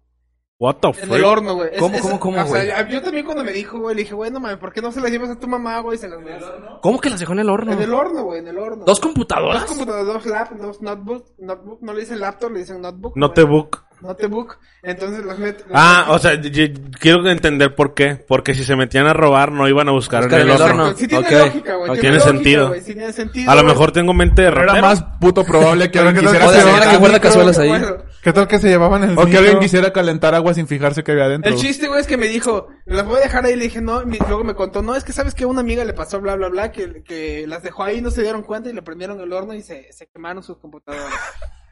Speaker 5: What the
Speaker 4: En el
Speaker 5: fuck?
Speaker 4: horno, güey. Es-
Speaker 1: ¿Cómo,
Speaker 4: es-
Speaker 1: cómo, cómo,
Speaker 4: o sea,
Speaker 1: güey?
Speaker 4: yo también cuando me dijo, güey, le dije, bueno, mames, ¿por qué no se las llevas a tu mamá, güey? Se las horno?
Speaker 1: ¿Cómo que las dejó en el horno?
Speaker 4: En el horno, güey, en el horno.
Speaker 1: ¿Dos
Speaker 4: Dos
Speaker 1: computadoras?
Speaker 4: computadoras, dos lap, dos notebook, notebook, no le dicen laptop, le dicen notebook.
Speaker 5: No
Speaker 4: güey.
Speaker 5: te book.
Speaker 4: Notebook. Entonces los meto. los
Speaker 5: Ah,
Speaker 4: meto-
Speaker 5: o sea, yo- yo quiero entender por qué. Porque si se metían a robar, no iban a buscar en
Speaker 1: Buscar
Speaker 5: el
Speaker 1: en el
Speaker 5: horno.
Speaker 1: horno.
Speaker 4: Sí tiene
Speaker 1: ok.
Speaker 4: lógica, güey.
Speaker 1: Ok.
Speaker 5: Tiene
Speaker 4: lógica,
Speaker 5: sentido.
Speaker 4: güey, sí tiene sentido.
Speaker 5: A lo
Speaker 4: güey.
Speaker 5: mejor tengo mente de ratero.
Speaker 3: Era más puto probable que
Speaker 2: Pero
Speaker 3: alguien
Speaker 2: que
Speaker 3: quisiera
Speaker 2: no
Speaker 1: O de
Speaker 2: se
Speaker 1: la
Speaker 2: van
Speaker 1: que
Speaker 2: a
Speaker 1: guarda
Speaker 2: micro,
Speaker 1: cazuelas ahí.
Speaker 4: Bueno,
Speaker 2: ¿Qué tal que se llevaban el
Speaker 3: O que alguien
Speaker 2: micro?
Speaker 3: quisiera calentar agua sin fijarse que había adentro.
Speaker 4: El chiste, güey, es que me dijo, las voy a dejar ahí. Le dije, no. Y mi- luego me contó, no, es que sabes que una amiga le pasó bla, bla, bla, que, que las dejó ahí, no se dieron cuenta y le prendieron el horno y se, se quemaron sus computadoras.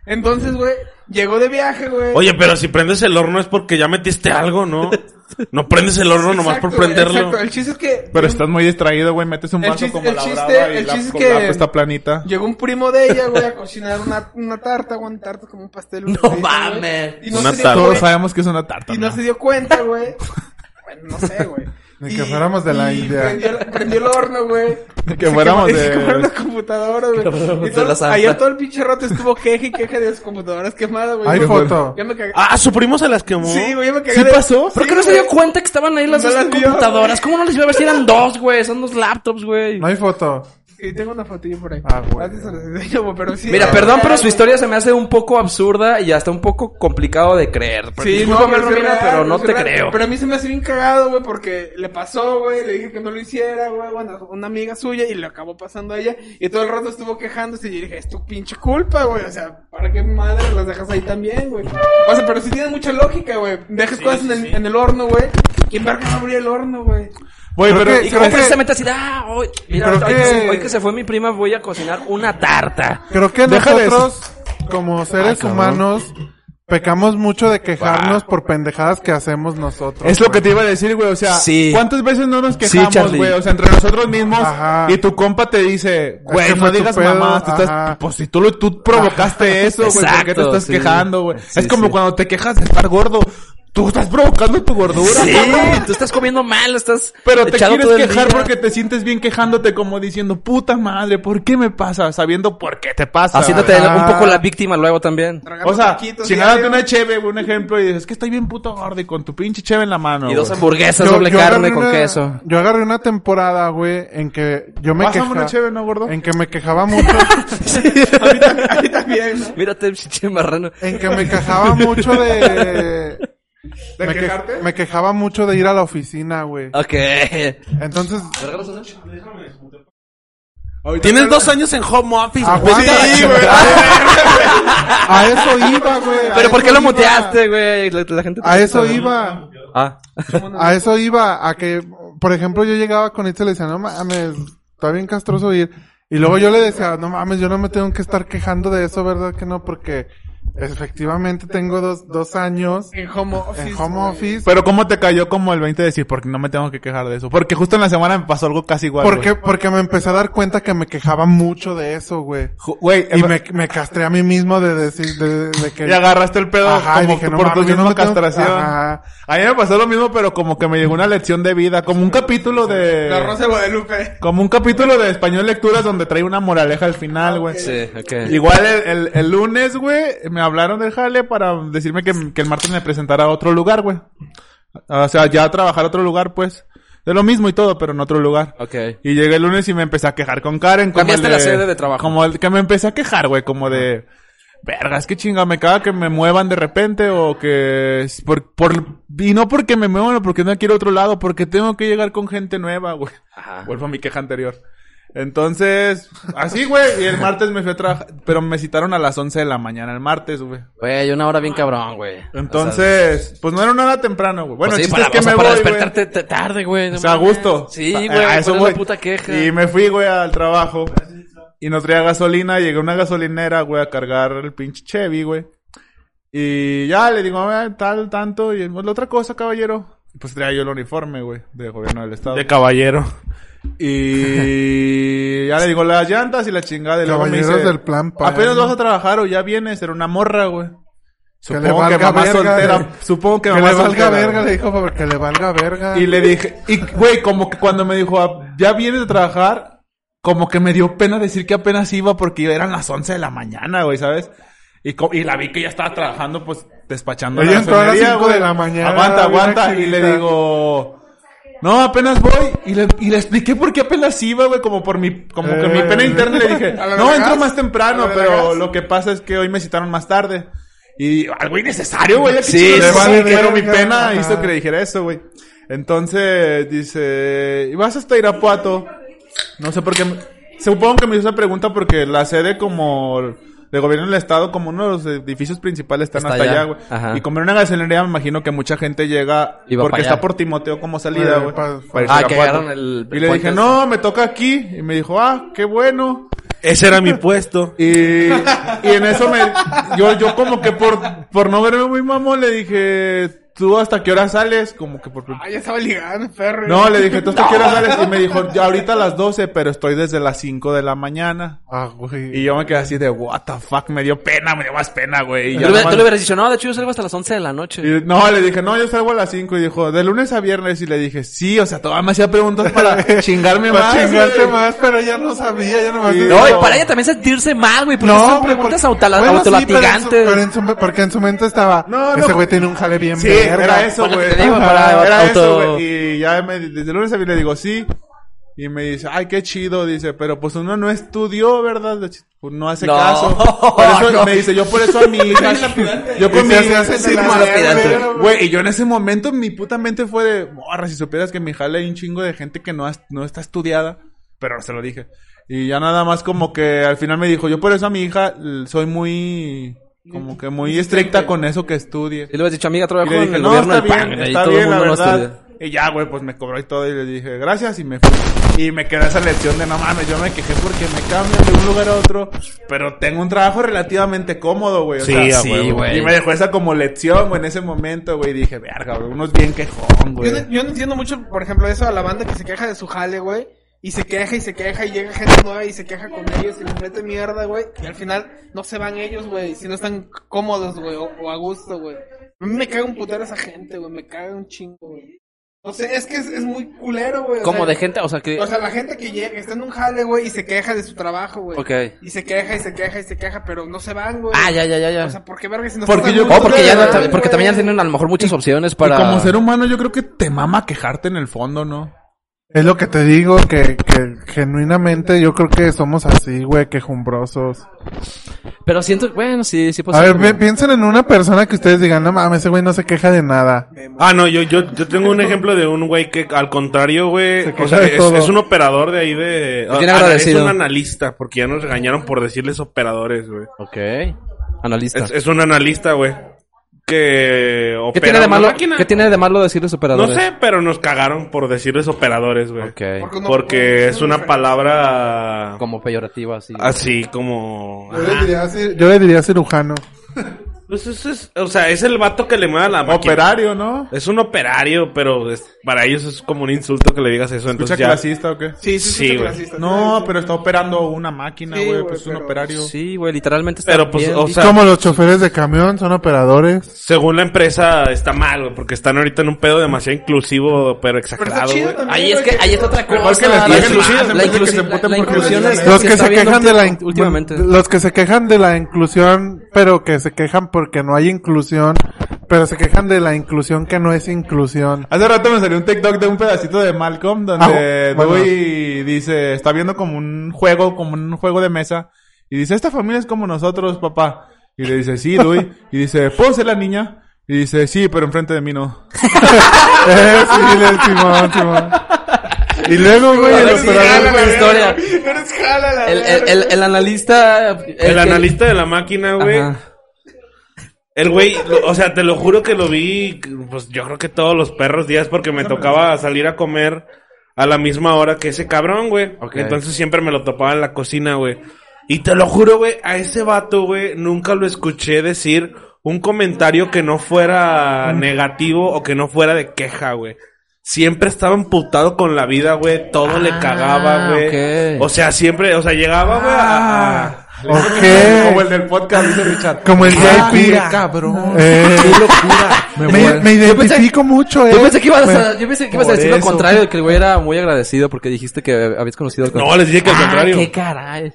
Speaker 4: Entonces, güey, llegó de viaje, güey.
Speaker 5: Oye, pero si prendes el horno es porque ya metiste algo, ¿no? No prendes el horno nomás por
Speaker 4: Exacto, güey,
Speaker 5: prenderlo.
Speaker 4: Exacto, el chiste es que.
Speaker 3: Pero estás muy distraído, güey. Metes un
Speaker 4: El
Speaker 3: vaso
Speaker 4: chiste-
Speaker 3: como
Speaker 4: el
Speaker 3: la
Speaker 4: chiste-
Speaker 3: brava y
Speaker 4: el
Speaker 3: la-
Speaker 4: chiste es
Speaker 3: con
Speaker 4: que-
Speaker 3: la está planita.
Speaker 4: Llegó un primo de ella, güey, a cocinar una, una tarta, güey, una tarta como un pastel. una
Speaker 1: No
Speaker 4: tortilla, güey.
Speaker 1: mames.
Speaker 4: Y no
Speaker 5: Una
Speaker 4: se
Speaker 5: tarta.
Speaker 4: dio cuenta-
Speaker 3: Todos sabemos que es una tarta.
Speaker 4: Y no
Speaker 3: ¿no?
Speaker 4: se dio cuenta, güey. Bueno, no sé, güey.
Speaker 2: Ni que fuéramos de la
Speaker 4: y
Speaker 2: India.
Speaker 4: Prendió, prendió el horno, güey.
Speaker 3: Que fuéramos
Speaker 4: Y se
Speaker 3: de-
Speaker 4: quemaron las computadoras, güey.
Speaker 1: fuéramos
Speaker 4: Y
Speaker 1: de la
Speaker 4: todo-
Speaker 1: Santa.
Speaker 4: Ayer todo el pinche rato estuvo queje y queje de las computadoras quemadas, güey.
Speaker 2: Hay
Speaker 4: Yo-
Speaker 2: foto.
Speaker 4: Yo me cagué.
Speaker 5: Ah, su primo se las quemó.
Speaker 4: Sí, güey, yo me cagué.
Speaker 3: ¿Sí
Speaker 4: de-
Speaker 3: pasó?
Speaker 1: ¿Pero
Speaker 4: Sí,
Speaker 1: qué no se dio
Speaker 4: güey.
Speaker 1: cuenta que estaban ahí las
Speaker 4: No
Speaker 1: dos
Speaker 4: las vio,
Speaker 1: computadoras? ¿Cómo no les iba a ver si eran dos, güey? Son dos laptops, güey.
Speaker 2: No hay foto.
Speaker 4: Sí, tengo una fotillo por ahí.
Speaker 2: Ah, güey.
Speaker 4: Antes se las enseño, güey, pero sí.
Speaker 1: Mira,
Speaker 4: Ah,
Speaker 1: perdón, pero su
Speaker 4: güey.
Speaker 1: historia se me hace un poco absurda y hasta un poco complicado de creer. Pero
Speaker 4: Sí, no,
Speaker 1: discúlpame,
Speaker 4: pero, sí es
Speaker 1: Romina,
Speaker 4: real,
Speaker 1: pero
Speaker 4: sí
Speaker 1: no
Speaker 4: es
Speaker 1: te
Speaker 4: real.
Speaker 1: creo.
Speaker 4: Pero a mí se me hace bien cagado, güey, porque le pasó, güey, le dije que no lo hiciera, güey, bueno, una amiga suya y le acabó pasando a ella. Y todo el rato estuvo quejándose y yo dije, es tu pinche culpa, güey, o sea, ¿para qué madre las dejas ahí también, güey? O sea, pero sí tiene mucha lógica, güey. Dejas cosas en, el, en el horno, güey. ¿Quién verga va a abrir el horno, güey?
Speaker 3: Güey,
Speaker 2: Creo
Speaker 3: pero...
Speaker 2: que-
Speaker 1: Y como
Speaker 2: creo que-
Speaker 1: precisamente así, ah, hoy, mira,
Speaker 2: Creo
Speaker 1: hoy que... se-
Speaker 2: que-
Speaker 1: hoy que se fue mi prima voy a cocinar una tarta.
Speaker 2: Creo que
Speaker 3: Deja de
Speaker 2: nosotros, como seres humanos, pecamos mucho de quejarnos por pendejadas que hacemos nosotros.
Speaker 3: Es lo que te iba a decir, güey. O sea,
Speaker 1: Sí.
Speaker 3: ¿cuántas veces no nos quejamos,
Speaker 1: Charlie.
Speaker 3: güey? o sea, entre nosotros mismos.
Speaker 2: Ajá.
Speaker 3: Y tu compa te dice,
Speaker 2: que
Speaker 3: güey,
Speaker 2: fue
Speaker 3: no
Speaker 2: tu
Speaker 3: digas
Speaker 2: pedo,
Speaker 3: mamá. Tú estás,
Speaker 2: ajá.
Speaker 3: pues si tú, lo, tú provocaste eso, güey. ¿Por qué te
Speaker 1: Exacto,
Speaker 3: estás
Speaker 1: sí.
Speaker 3: quejando, güey?
Speaker 1: Sí,
Speaker 3: es como
Speaker 1: sí.
Speaker 3: cuando te quejas de estar gordo. Tú estás provocando tu gordura.
Speaker 1: Sí,
Speaker 3: cabrón.
Speaker 1: tú estás comiendo mal, estás
Speaker 3: Pero te
Speaker 1: echado todo el
Speaker 3: quieres quejar
Speaker 1: día.
Speaker 3: porque te sientes bien quejándote como diciendo, puta madre, ¿por qué me pasa? Sabiendo por qué te pasa.
Speaker 1: Haciéndote
Speaker 3: güey.
Speaker 1: un poco la víctima luego también.
Speaker 4: Tragando
Speaker 3: O sea,
Speaker 4: taquitos
Speaker 3: chingándote
Speaker 4: diario.
Speaker 3: una cheve, güey, un ejemplo, y dices, es que estoy bien puto gordo y con tu pinche cheve en la mano.
Speaker 1: Y dos
Speaker 3: güey.
Speaker 1: hamburguesas, doble
Speaker 2: agarré
Speaker 1: carne con
Speaker 2: una-
Speaker 1: queso.
Speaker 2: Yo agarré una temporada, güey, en que yo me
Speaker 3: Pásame una
Speaker 2: quejaba.
Speaker 3: cheve, ¿no, gordo?
Speaker 2: En que me quejaba mucho.
Speaker 4: A mí también- a mí también, ¿no?
Speaker 1: Mírate, pinche marrano.
Speaker 2: en que me quejaba mucho de. me, que- me quejaba mucho de ir a la oficina, güey.
Speaker 1: Ok.
Speaker 2: Entonces,
Speaker 5: Tienes dos años en home office.
Speaker 1: Ah,
Speaker 2: aguanta.
Speaker 5: Vete a la
Speaker 2: Sí,
Speaker 5: chingada.
Speaker 2: güey. a eso iba, güey.
Speaker 1: Pero
Speaker 2: a
Speaker 1: ¿por
Speaker 2: eso
Speaker 1: qué lo
Speaker 2: iba.
Speaker 1: muteaste, güey? La, la gente te-
Speaker 2: A eso iba.
Speaker 1: Ah.
Speaker 2: A eso iba, a que, por ejemplo, yo llegaba con esto y le decía, no mames, está bien castroso ir. Y luego yo le decía, no mames, yo no me tengo que estar quejando de eso, ¿verdad que no? Porque efectivamente tengo dos, dos años
Speaker 4: En home office.
Speaker 2: en home
Speaker 4: güey.
Speaker 2: office.
Speaker 3: Pero ¿cómo te cayó como el 20 de decir, porque no me tengo que quejar de eso? Porque justo en la semana me pasó algo casi igual.
Speaker 2: Porque, porque me empecé a dar cuenta que me quejaba mucho de eso, güey.
Speaker 3: Ju- Güey,
Speaker 2: Y me, me castré a mí mismo de decir, de, de que...
Speaker 3: Y agarraste el pedo
Speaker 2: Ajá, y
Speaker 3: como
Speaker 2: dije,
Speaker 3: tú
Speaker 2: no
Speaker 3: por tu
Speaker 2: mames, yo no
Speaker 3: misma
Speaker 2: me tengo-
Speaker 3: castración.
Speaker 2: Ajá.
Speaker 3: A mí me pasó lo mismo, pero como que me llegó una lección de vida, como un capítulo de...
Speaker 4: La Rosa de Guadalupe.
Speaker 3: Como un capítulo de Español Lecturas donde trae una moraleja al final, güey.
Speaker 1: Sí, ok.
Speaker 3: Igual el, el- el lunes, güey, me hablaron del jale para decirme que, que el martes me presentara a otro lugar, güey. O sea, ya a trabajar a otro lugar, pues. De lo mismo y todo, pero en otro lugar.
Speaker 1: Ok.
Speaker 3: Y llegué el lunes y me empecé a quejar con Karen. como
Speaker 1: Cambiaste
Speaker 3: el
Speaker 1: la sede de trabajo.
Speaker 3: Como el que me empecé a quejar, güey, como de... Vergas, qué chinga, me caga que me muevan de repente o que... es Por, por, y no porque me muevan o porque no quiero otro lado, porque tengo que llegar con gente nueva, güey.
Speaker 1: Ajá.
Speaker 3: Vuelvo a mi queja anterior. Entonces, así, güey. Y el martes me fui a trabajar. Pero me citaron a las 11 de la mañana el martes, güey.
Speaker 1: Güey, una hora bien cabrón, güey.
Speaker 3: Entonces, pues no era una hora temprano, güey.
Speaker 1: O sea,
Speaker 3: Bueno,
Speaker 1: pues
Speaker 3: el
Speaker 1: sí,
Speaker 3: chiste
Speaker 1: para,
Speaker 3: es que
Speaker 1: o sea,
Speaker 3: me
Speaker 1: para
Speaker 3: voy, güey.
Speaker 1: despertarte t- tarde, güey. no
Speaker 3: O sea, a
Speaker 1: mames.
Speaker 3: gusto.
Speaker 1: Sí,
Speaker 3: Pa-
Speaker 1: güey.
Speaker 3: a
Speaker 1: ¿cuál
Speaker 3: eso
Speaker 1: es
Speaker 3: voy.
Speaker 1: la puta queja.
Speaker 3: Y me fui, güey, al trabajo. Y no traía gasolina. Llegué a una gasolinera, güey, a cargar el pinche Chevy, güey. Y ya le digo, "Ah, tal, tanto. Y pues, la otra cosa, caballero. Y Pues traía yo el uniforme, güey, de gobierno del estado.
Speaker 5: De caballero.
Speaker 3: Y ya le digo las llantas y la chingada. Y luego me
Speaker 2: Caballeros
Speaker 3: dice,
Speaker 2: del plan, pa-
Speaker 3: Apenas vas a trabajar o ya vienes, era una morra, güey.
Speaker 2: le
Speaker 3: Supongo que,
Speaker 2: valga
Speaker 3: mamá
Speaker 2: verga,
Speaker 3: soltera.
Speaker 2: güey.
Speaker 3: Supongo que
Speaker 2: Que
Speaker 3: mamá
Speaker 2: le valga
Speaker 3: soltera,
Speaker 2: verga,
Speaker 3: güey.
Speaker 2: le dijo, porque le valga verga.
Speaker 3: Y le dije, y güey, como que cuando me dijo, "Ah, ya vienes a trabajar, como que me dio pena decir que apenas iba porque eran las 11 de la mañana, güey, ¿sabes? Y, co- y la vi que ya estaba trabajando, pues, despachando.
Speaker 2: Ella entró a las
Speaker 3: gasolinería,
Speaker 2: cinco
Speaker 3: güey.
Speaker 2: de la mañana,
Speaker 3: Aguanta,
Speaker 2: bien
Speaker 3: aguanta. Y
Speaker 2: activita.
Speaker 3: le digo, no, apenas voy. Y le, y le expliqué por qué apenas iba, güey. Como por mi, como que
Speaker 2: Eh.
Speaker 3: mi pena interna le dije,
Speaker 4: A la
Speaker 3: no,
Speaker 4: vergas,
Speaker 3: entro más
Speaker 4: a
Speaker 3: temprano,
Speaker 4: la
Speaker 3: pero
Speaker 4: vergas.
Speaker 3: lo que pasa es que hoy me citaron más tarde. Y algo innecesario, güey. ya que
Speaker 1: Sí,
Speaker 3: chingos,
Speaker 1: le
Speaker 2: vale
Speaker 3: pero mi
Speaker 2: verga,
Speaker 3: pena
Speaker 2: ajá.
Speaker 3: hizo que le dijera eso, güey. Entonces, dice, ¿y vas hasta Irapuato? No sé por qué. me- Supongo que me hizo esa pregunta porque la sede como de gobierno del estado, como uno de los edificios principales están
Speaker 1: Está
Speaker 3: hasta
Speaker 1: allá.
Speaker 3: allá, güey.
Speaker 1: Ajá.
Speaker 3: Y comer una gasolinería me imagino que mucha gente llega
Speaker 1: Y va
Speaker 3: porque
Speaker 1: para allá.
Speaker 3: está por Timoteo como salida,
Speaker 2: Eh,
Speaker 3: güey.
Speaker 2: pa-
Speaker 3: para irse
Speaker 1: Ah,
Speaker 3: a
Speaker 1: que
Speaker 3: Irapuato.
Speaker 1: agarran el-
Speaker 3: Y
Speaker 1: el
Speaker 3: le
Speaker 1: puente
Speaker 3: dije,
Speaker 1: ese.
Speaker 3: no, me toca aquí. Y me dijo, ah, qué bueno.
Speaker 5: Ese era mi puesto.
Speaker 3: Y, y en eso me, yo, yo como que por, por no verme muy mamón le dije, ¿tú hasta qué hora sales? Como que por,
Speaker 4: Ah, ya estaba ligando, perro.
Speaker 3: no, le dije, ¿tú hasta qué hora sales? Y me dijo, "Ya ahorita a las 12, pero estoy desde las 5 de la mañana.
Speaker 2: Ah, güey.
Speaker 3: Y yo me quedé así de, what the fuck, me dio pena, me dio más pena, güey. Y
Speaker 1: Tú
Speaker 3: ya
Speaker 1: le,
Speaker 3: nomás-
Speaker 1: tú le hubieras dicho, no, de hecho yo salgo hasta las 11 de la noche.
Speaker 3: y no, le dije, no, yo salgo a las 5 y dijo, de lunes a viernes. Y le dije, sí, o sea, todavía me hacía preguntas para chingarme
Speaker 2: Para
Speaker 3: más.
Speaker 2: chingarte
Speaker 3: güey.
Speaker 2: más, pero ella no sabía, ella nomás...
Speaker 3: Y-
Speaker 2: decía-
Speaker 1: No, y
Speaker 3: No.
Speaker 1: para ella también sentirse mal, güey, porque
Speaker 2: No,
Speaker 1: pues, son
Speaker 2: güey,
Speaker 1: preguntas
Speaker 2: porque-
Speaker 1: autola-
Speaker 2: Bueno, sí, pero en su-
Speaker 1: autolatigantes.
Speaker 2: pero en su- porque en su mente estaba,
Speaker 3: No, no.
Speaker 2: ese güey tiene un jale bien
Speaker 3: Sí,
Speaker 2: verga.
Speaker 3: era eso,
Speaker 1: Para que
Speaker 3: güey.
Speaker 1: te digo,
Speaker 3: Ajá,
Speaker 1: para
Speaker 3: Era eso,
Speaker 1: auto-
Speaker 3: güey. Y ya me, desde el lunes a viernes le digo, sí. Y me dice, ay, qué chido, dice, pero pues uno no estudió, ¿verdad? Pues, No hace
Speaker 1: No.
Speaker 3: caso. Por eso
Speaker 1: No.
Speaker 3: me dice, yo por eso a mi hija. yo
Speaker 2: Y
Speaker 3: con mi
Speaker 2: se hace
Speaker 1: sí,
Speaker 2: así,
Speaker 1: la-
Speaker 2: madre,
Speaker 1: pirata.
Speaker 2: verga, güey.
Speaker 3: Güey, y yo en ese momento mi puta mente fue de, morra, si supieras que en mi jale hay un chingo de gente que no, has- no está estudiada, pero no se lo dije. Y ya nada más como que al final me dijo, yo por eso a mi hija l- soy muy, como que muy estricta con eso que estudie.
Speaker 1: Y le hubieras dicho, amiga,
Speaker 3: Y
Speaker 1: trabajo
Speaker 3: le
Speaker 1: en
Speaker 3: dije,
Speaker 1: el
Speaker 3: no,
Speaker 1: gobierno
Speaker 3: está
Speaker 1: del PAN,
Speaker 3: bien,
Speaker 1: güey, y
Speaker 3: está
Speaker 1: todo el
Speaker 3: bien, la
Speaker 1: mundo no
Speaker 3: verdad.
Speaker 1: estudia.
Speaker 3: Y ya, güey, pues me cobró y todo y le dije, gracias, y me fui. Y me quedó esa lección de, no mames, yo me quejé porque me cambian de un lugar a otro, pero tengo un trabajo relativamente cómodo, güey. o
Speaker 5: Sí,
Speaker 3: sea,
Speaker 5: a
Speaker 1: sí,
Speaker 5: huevo.
Speaker 1: güey.
Speaker 3: y me dejó esa como lección, güey, en ese momento, güey. y Dije, verga, güey, uno es bien quejón,
Speaker 4: Yo
Speaker 3: güey.
Speaker 1: Pues
Speaker 4: no, yo no entiendo mucho, por ejemplo, eso a la banda que se queja de su jale, güey. Y se queja y se queja y llega gente nueva y se queja con ellos y les mete mierda, güey. Y al final no se van ellos, güey. Si no están cómodos, güey, o, o a gusto, güey. A mí me caga un putero esa gente, güey. Me caga un chingo, güey. No sé, es que es, es muy culero, güey. o
Speaker 1: Como
Speaker 4: sea,
Speaker 1: de gente, o sea, que...
Speaker 4: O sea, la gente que llega, que está en un jale, güey, y se queja de su trabajo, güey.
Speaker 1: Ok.
Speaker 4: Y se queja y se queja y se queja, pero no se van, güey.
Speaker 1: Ah, ya, ya, ya, ya.
Speaker 4: O sea, ¿por qué verga si no
Speaker 3: Porque
Speaker 4: se
Speaker 3: yo-
Speaker 1: Oh, porque ya no-
Speaker 3: Ay,
Speaker 1: porque también ya tienen a lo mejor muchas opciones para...
Speaker 3: Y como ser humano, yo creo que te mama quejarte en el fondo, ¿no?
Speaker 2: Es lo que te digo, que, que genuinamente yo creo que somos así, güey, quejumbrosos.
Speaker 1: Pero siento, bueno, sí, Pues sí
Speaker 2: A
Speaker 1: posible.
Speaker 2: ver, pi- piensen en una persona que ustedes digan, no mames, ese güey no se queja de nada.
Speaker 5: Ah, no, yo, yo, yo tengo un ejemplo de un güey que, al contrario, güey,
Speaker 2: Se
Speaker 5: o
Speaker 2: queja
Speaker 5: sea,
Speaker 2: de
Speaker 5: es,
Speaker 2: todo.
Speaker 5: es un operador de ahí de...
Speaker 1: Lo tiene
Speaker 5: ah,
Speaker 1: agradecido.
Speaker 5: Es un analista, porque ya nos regañaron por decirles operadores, güey.
Speaker 1: Ok. Analista.
Speaker 5: Es, es un analista, güey, que opera
Speaker 1: ¿Qué tiene de
Speaker 5: una
Speaker 1: malo,
Speaker 5: máquina.
Speaker 1: ¿Qué tiene de malo decirles
Speaker 5: No
Speaker 1: operadores?
Speaker 5: sé, pero nos cagaron por decirles operadores, güey.
Speaker 1: Ok.
Speaker 4: Porque-
Speaker 5: Porque es una palabra
Speaker 1: Como peyorativa, así.
Speaker 5: así como...
Speaker 2: Yo le diría, cir- yo le diría cirujano.
Speaker 5: Pues eso es, o sea, es el vato que le mueve la máquina.
Speaker 3: Operario, ¿no?
Speaker 5: Es un operario, pero es- para ellos es como un insulto que le digas eso.
Speaker 3: ¿Escucha
Speaker 5: Entonces ya...
Speaker 3: clasista o qué?
Speaker 4: Sí,
Speaker 5: Sí,
Speaker 4: sí, sí,
Speaker 5: güey.
Speaker 4: clasista,
Speaker 3: No, pero Pues está operando una máquina,
Speaker 4: Sí,
Speaker 3: güey,
Speaker 4: güey,
Speaker 3: pues es un
Speaker 4: pero-
Speaker 3: operario.
Speaker 1: Sí, güey, literalmente está
Speaker 5: Pero, pues,
Speaker 1: bien
Speaker 5: o
Speaker 1: dicho.
Speaker 5: sea-
Speaker 2: Como los choferes de camión, son operadores.
Speaker 5: Según la empresa está mal, güey, porque están ahorita en un pedo demasiado inclusivo, pero exagerado,
Speaker 4: chido
Speaker 5: güey.
Speaker 4: también.
Speaker 1: Ahí es que, ahí es otra cosa.
Speaker 3: Mejor que les
Speaker 1: la
Speaker 3: paguen
Speaker 1: inclusión-
Speaker 3: más, en
Speaker 1: la
Speaker 3: vez de que se
Speaker 1: inclusión-
Speaker 3: emputen
Speaker 1: la
Speaker 3: porque les
Speaker 1: inclusión
Speaker 3: dicen-
Speaker 1: es-
Speaker 2: Los que
Speaker 1: está
Speaker 2: se
Speaker 1: viendo
Speaker 2: quejan de la in-
Speaker 1: últim- últimamente.
Speaker 2: los que se quejan de la inclusión, pero que se quejan porque no hay inclusión, pero se quejan de la inclusión que no es inclusión.
Speaker 3: Hace rato me salió un TikTok de un pedacito de Malcolm donde
Speaker 2: Ah, bueno.
Speaker 3: Dewey dice, está viendo como un juego, como un juego de mesa, y dice, esta familia es como nosotros, papá. Y le dice, sí, Dewey. Y dice, ¿puedo ser la niña? Y dice, sí, pero enfrente de mí no.
Speaker 2: Eh, sí, el Simón, Simón. Y luego, güey, el
Speaker 1: Alex,
Speaker 2: operador-
Speaker 1: gana la historia.
Speaker 4: Eres jala la
Speaker 1: El, el, el, el analista... eh,
Speaker 5: El
Speaker 1: que-
Speaker 5: analista de la máquina, güey.
Speaker 1: Ajá.
Speaker 5: El güey, lo- o sea, te lo juro que lo vi, pues yo creo que todos los perros días porque me tocaba salir a comer a la misma hora que ese cabrón, güey.
Speaker 1: Ok.
Speaker 5: Entonces siempre me lo topaba en la cocina, güey. Y te lo juro, güey, a ese vato, güey, nunca lo escuché decir un comentario que no fuera
Speaker 1: Mm.
Speaker 5: negativo o que no fuera de queja, güey. Siempre estaba emputado con la vida, güey. Todo le
Speaker 1: Ah,
Speaker 5: cagaba, güey.
Speaker 1: ok. Ah,
Speaker 5: O sea, siempre, o sea, llegaba, güey, a- a-
Speaker 3: Como
Speaker 2: Ok.
Speaker 3: el del podcast, dice Richard.
Speaker 2: Como el JP.
Speaker 5: cabrón.
Speaker 2: Eh, me, me identifico mucho, eh.
Speaker 1: Yo pensé que ibas
Speaker 2: Me-
Speaker 1: a, yo pensé que ibas a
Speaker 3: Por
Speaker 1: decir lo
Speaker 3: eso.
Speaker 1: contrario, de que el güey era muy agradecido porque dijiste que habías conocido al
Speaker 5: No, les dije que al contrario.
Speaker 1: Ah. qué caray.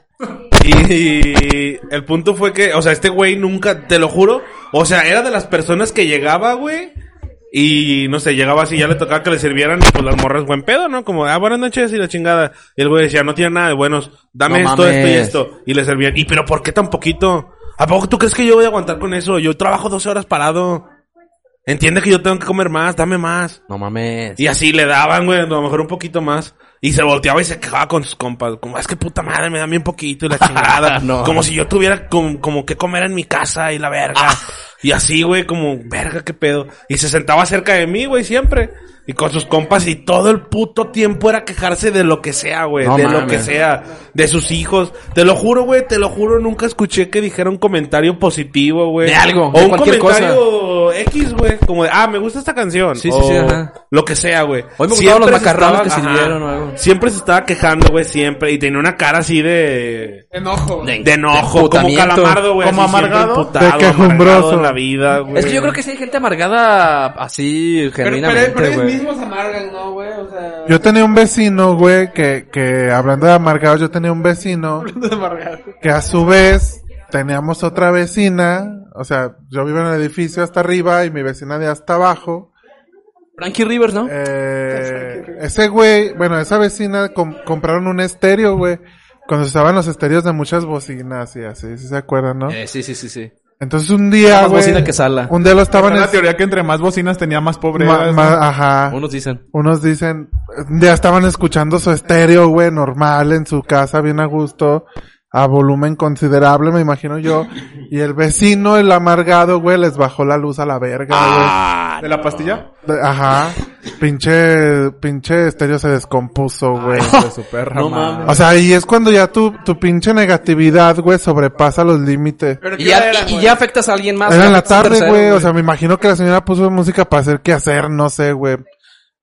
Speaker 5: Y el punto fue que, o sea, este güey nunca, te lo juro, o sea, era de las personas que llegaba, güey. Y no sé, llegaba así, ya le tocaba que le sirvieran, y pues las morras, buen pedo, ¿no? Como, ah, buenas noches y la chingada. Y el güey decía, no tiene nada de buenos, dame
Speaker 1: No
Speaker 5: esto, esto y
Speaker 1: mames.
Speaker 5: esto. Y le servían, ¿y pero por qué tan poquito? ¿A poco tú crees que yo voy a aguantar con eso? Yo trabajo 12 horas parado. Entiende que yo tengo que comer más, dame más.
Speaker 1: No mames.
Speaker 5: Y así le daban, güey, a lo mejor un poquito más. Y se volteaba y se quejaba con sus compas. Como, es que puta madre, me dan bien poquito y la chingada.
Speaker 1: No.
Speaker 5: Como si yo tuviera com- como que comer en mi casa y la verga.
Speaker 1: Ah.
Speaker 5: y así, güey, como, verga, qué pedo. Y se sentaba cerca de mí, güey, siempre. Y con sus compas y todo el puto tiempo era quejarse de lo que sea, güey.
Speaker 1: No
Speaker 5: de lo
Speaker 1: mames.
Speaker 5: que sea. De sus hijos. Te lo juro, güey, te lo juro, nunca escuché que dijera un comentario positivo, güey.
Speaker 1: De algo,
Speaker 5: O
Speaker 1: de
Speaker 5: un
Speaker 1: cualquier cosa.
Speaker 5: comentario X, güey. Como de, ah, me gusta esta canción.
Speaker 1: Sí, sí,
Speaker 5: o
Speaker 1: sí, ajá.
Speaker 5: Lo que sea, güey.
Speaker 1: Hoy me gustaron
Speaker 5: Siempre
Speaker 1: los
Speaker 5: se
Speaker 1: macarrones
Speaker 5: estaba-
Speaker 1: que
Speaker 5: ajá.
Speaker 1: sirvieron o algo.
Speaker 5: Siempre se estaba quejando, güey, siempre. Y tenía una cara así de...
Speaker 4: Enojo. güey.
Speaker 5: De enojo, como
Speaker 1: emputamiento.
Speaker 5: calamardo, güey.
Speaker 3: Como
Speaker 5: así siempre
Speaker 3: amargado.
Speaker 5: emputado,
Speaker 2: De quejumbroso.
Speaker 5: amargado en la vida, güey.
Speaker 1: Es que yo creo que sí hay gente amargada así,
Speaker 4: Pero, pero, pero
Speaker 1: genuinamente,
Speaker 4: ellos
Speaker 1: güey.
Speaker 4: mismos amargan, ¿no, güey? O sea...
Speaker 2: Yo tenía un vecino, güey, que, que hablando de amargados, yo tenía un vecino
Speaker 4: Amargado.
Speaker 2: que a su vez teníamos otra vecina, o sea, yo vivo en el edificio hasta arriba y mi vecina de hasta abajo.
Speaker 1: Frankie Rivers, ¿no?
Speaker 2: Eh, ese güey, bueno, esa vecina com- compraron un estéreo, güey, cuando se usaban los estéreos de muchas bocinas y así, si se acuerdan, ¿no?
Speaker 1: Eh, sí, sí, sí, sí.
Speaker 2: Entonces un día,
Speaker 1: Más
Speaker 2: güey,
Speaker 1: bocina que sala.
Speaker 2: un día lo
Speaker 3: Estaba
Speaker 2: estaban,
Speaker 3: en la
Speaker 2: es-
Speaker 3: teoría que entre más bocinas tenía más pobre.
Speaker 2: ma-
Speaker 3: era, ¿no?
Speaker 2: ma- ajá,
Speaker 1: Unos dicen.
Speaker 2: Unos dicen, ya estaban escuchando su estéreo, güey, normal, en su casa, bien a gusto, a volumen considerable, me imagino yo. Y el vecino, el amargado, güey, les bajó la luz a la verga,
Speaker 1: Ah,
Speaker 3: ¿De la pastilla?
Speaker 2: güey. Ajá. Pinche, pinche estéreo se descompuso, güey.
Speaker 3: De su perra,
Speaker 1: No
Speaker 3: madre.
Speaker 1: mames.
Speaker 2: O sea, y es cuando ya tu, tu pinche negatividad, güey, sobrepasa los límites.
Speaker 4: Pero
Speaker 1: Y
Speaker 4: ¿qué hora
Speaker 1: ya,
Speaker 4: era,
Speaker 1: y
Speaker 4: güey?
Speaker 1: ya afectas a alguien más.
Speaker 2: Era en la
Speaker 1: afectas a un
Speaker 2: tarde,
Speaker 1: tercero,
Speaker 2: güey. O sea, me imagino que la señora puso música para hacer qué hacer, no sé, güey.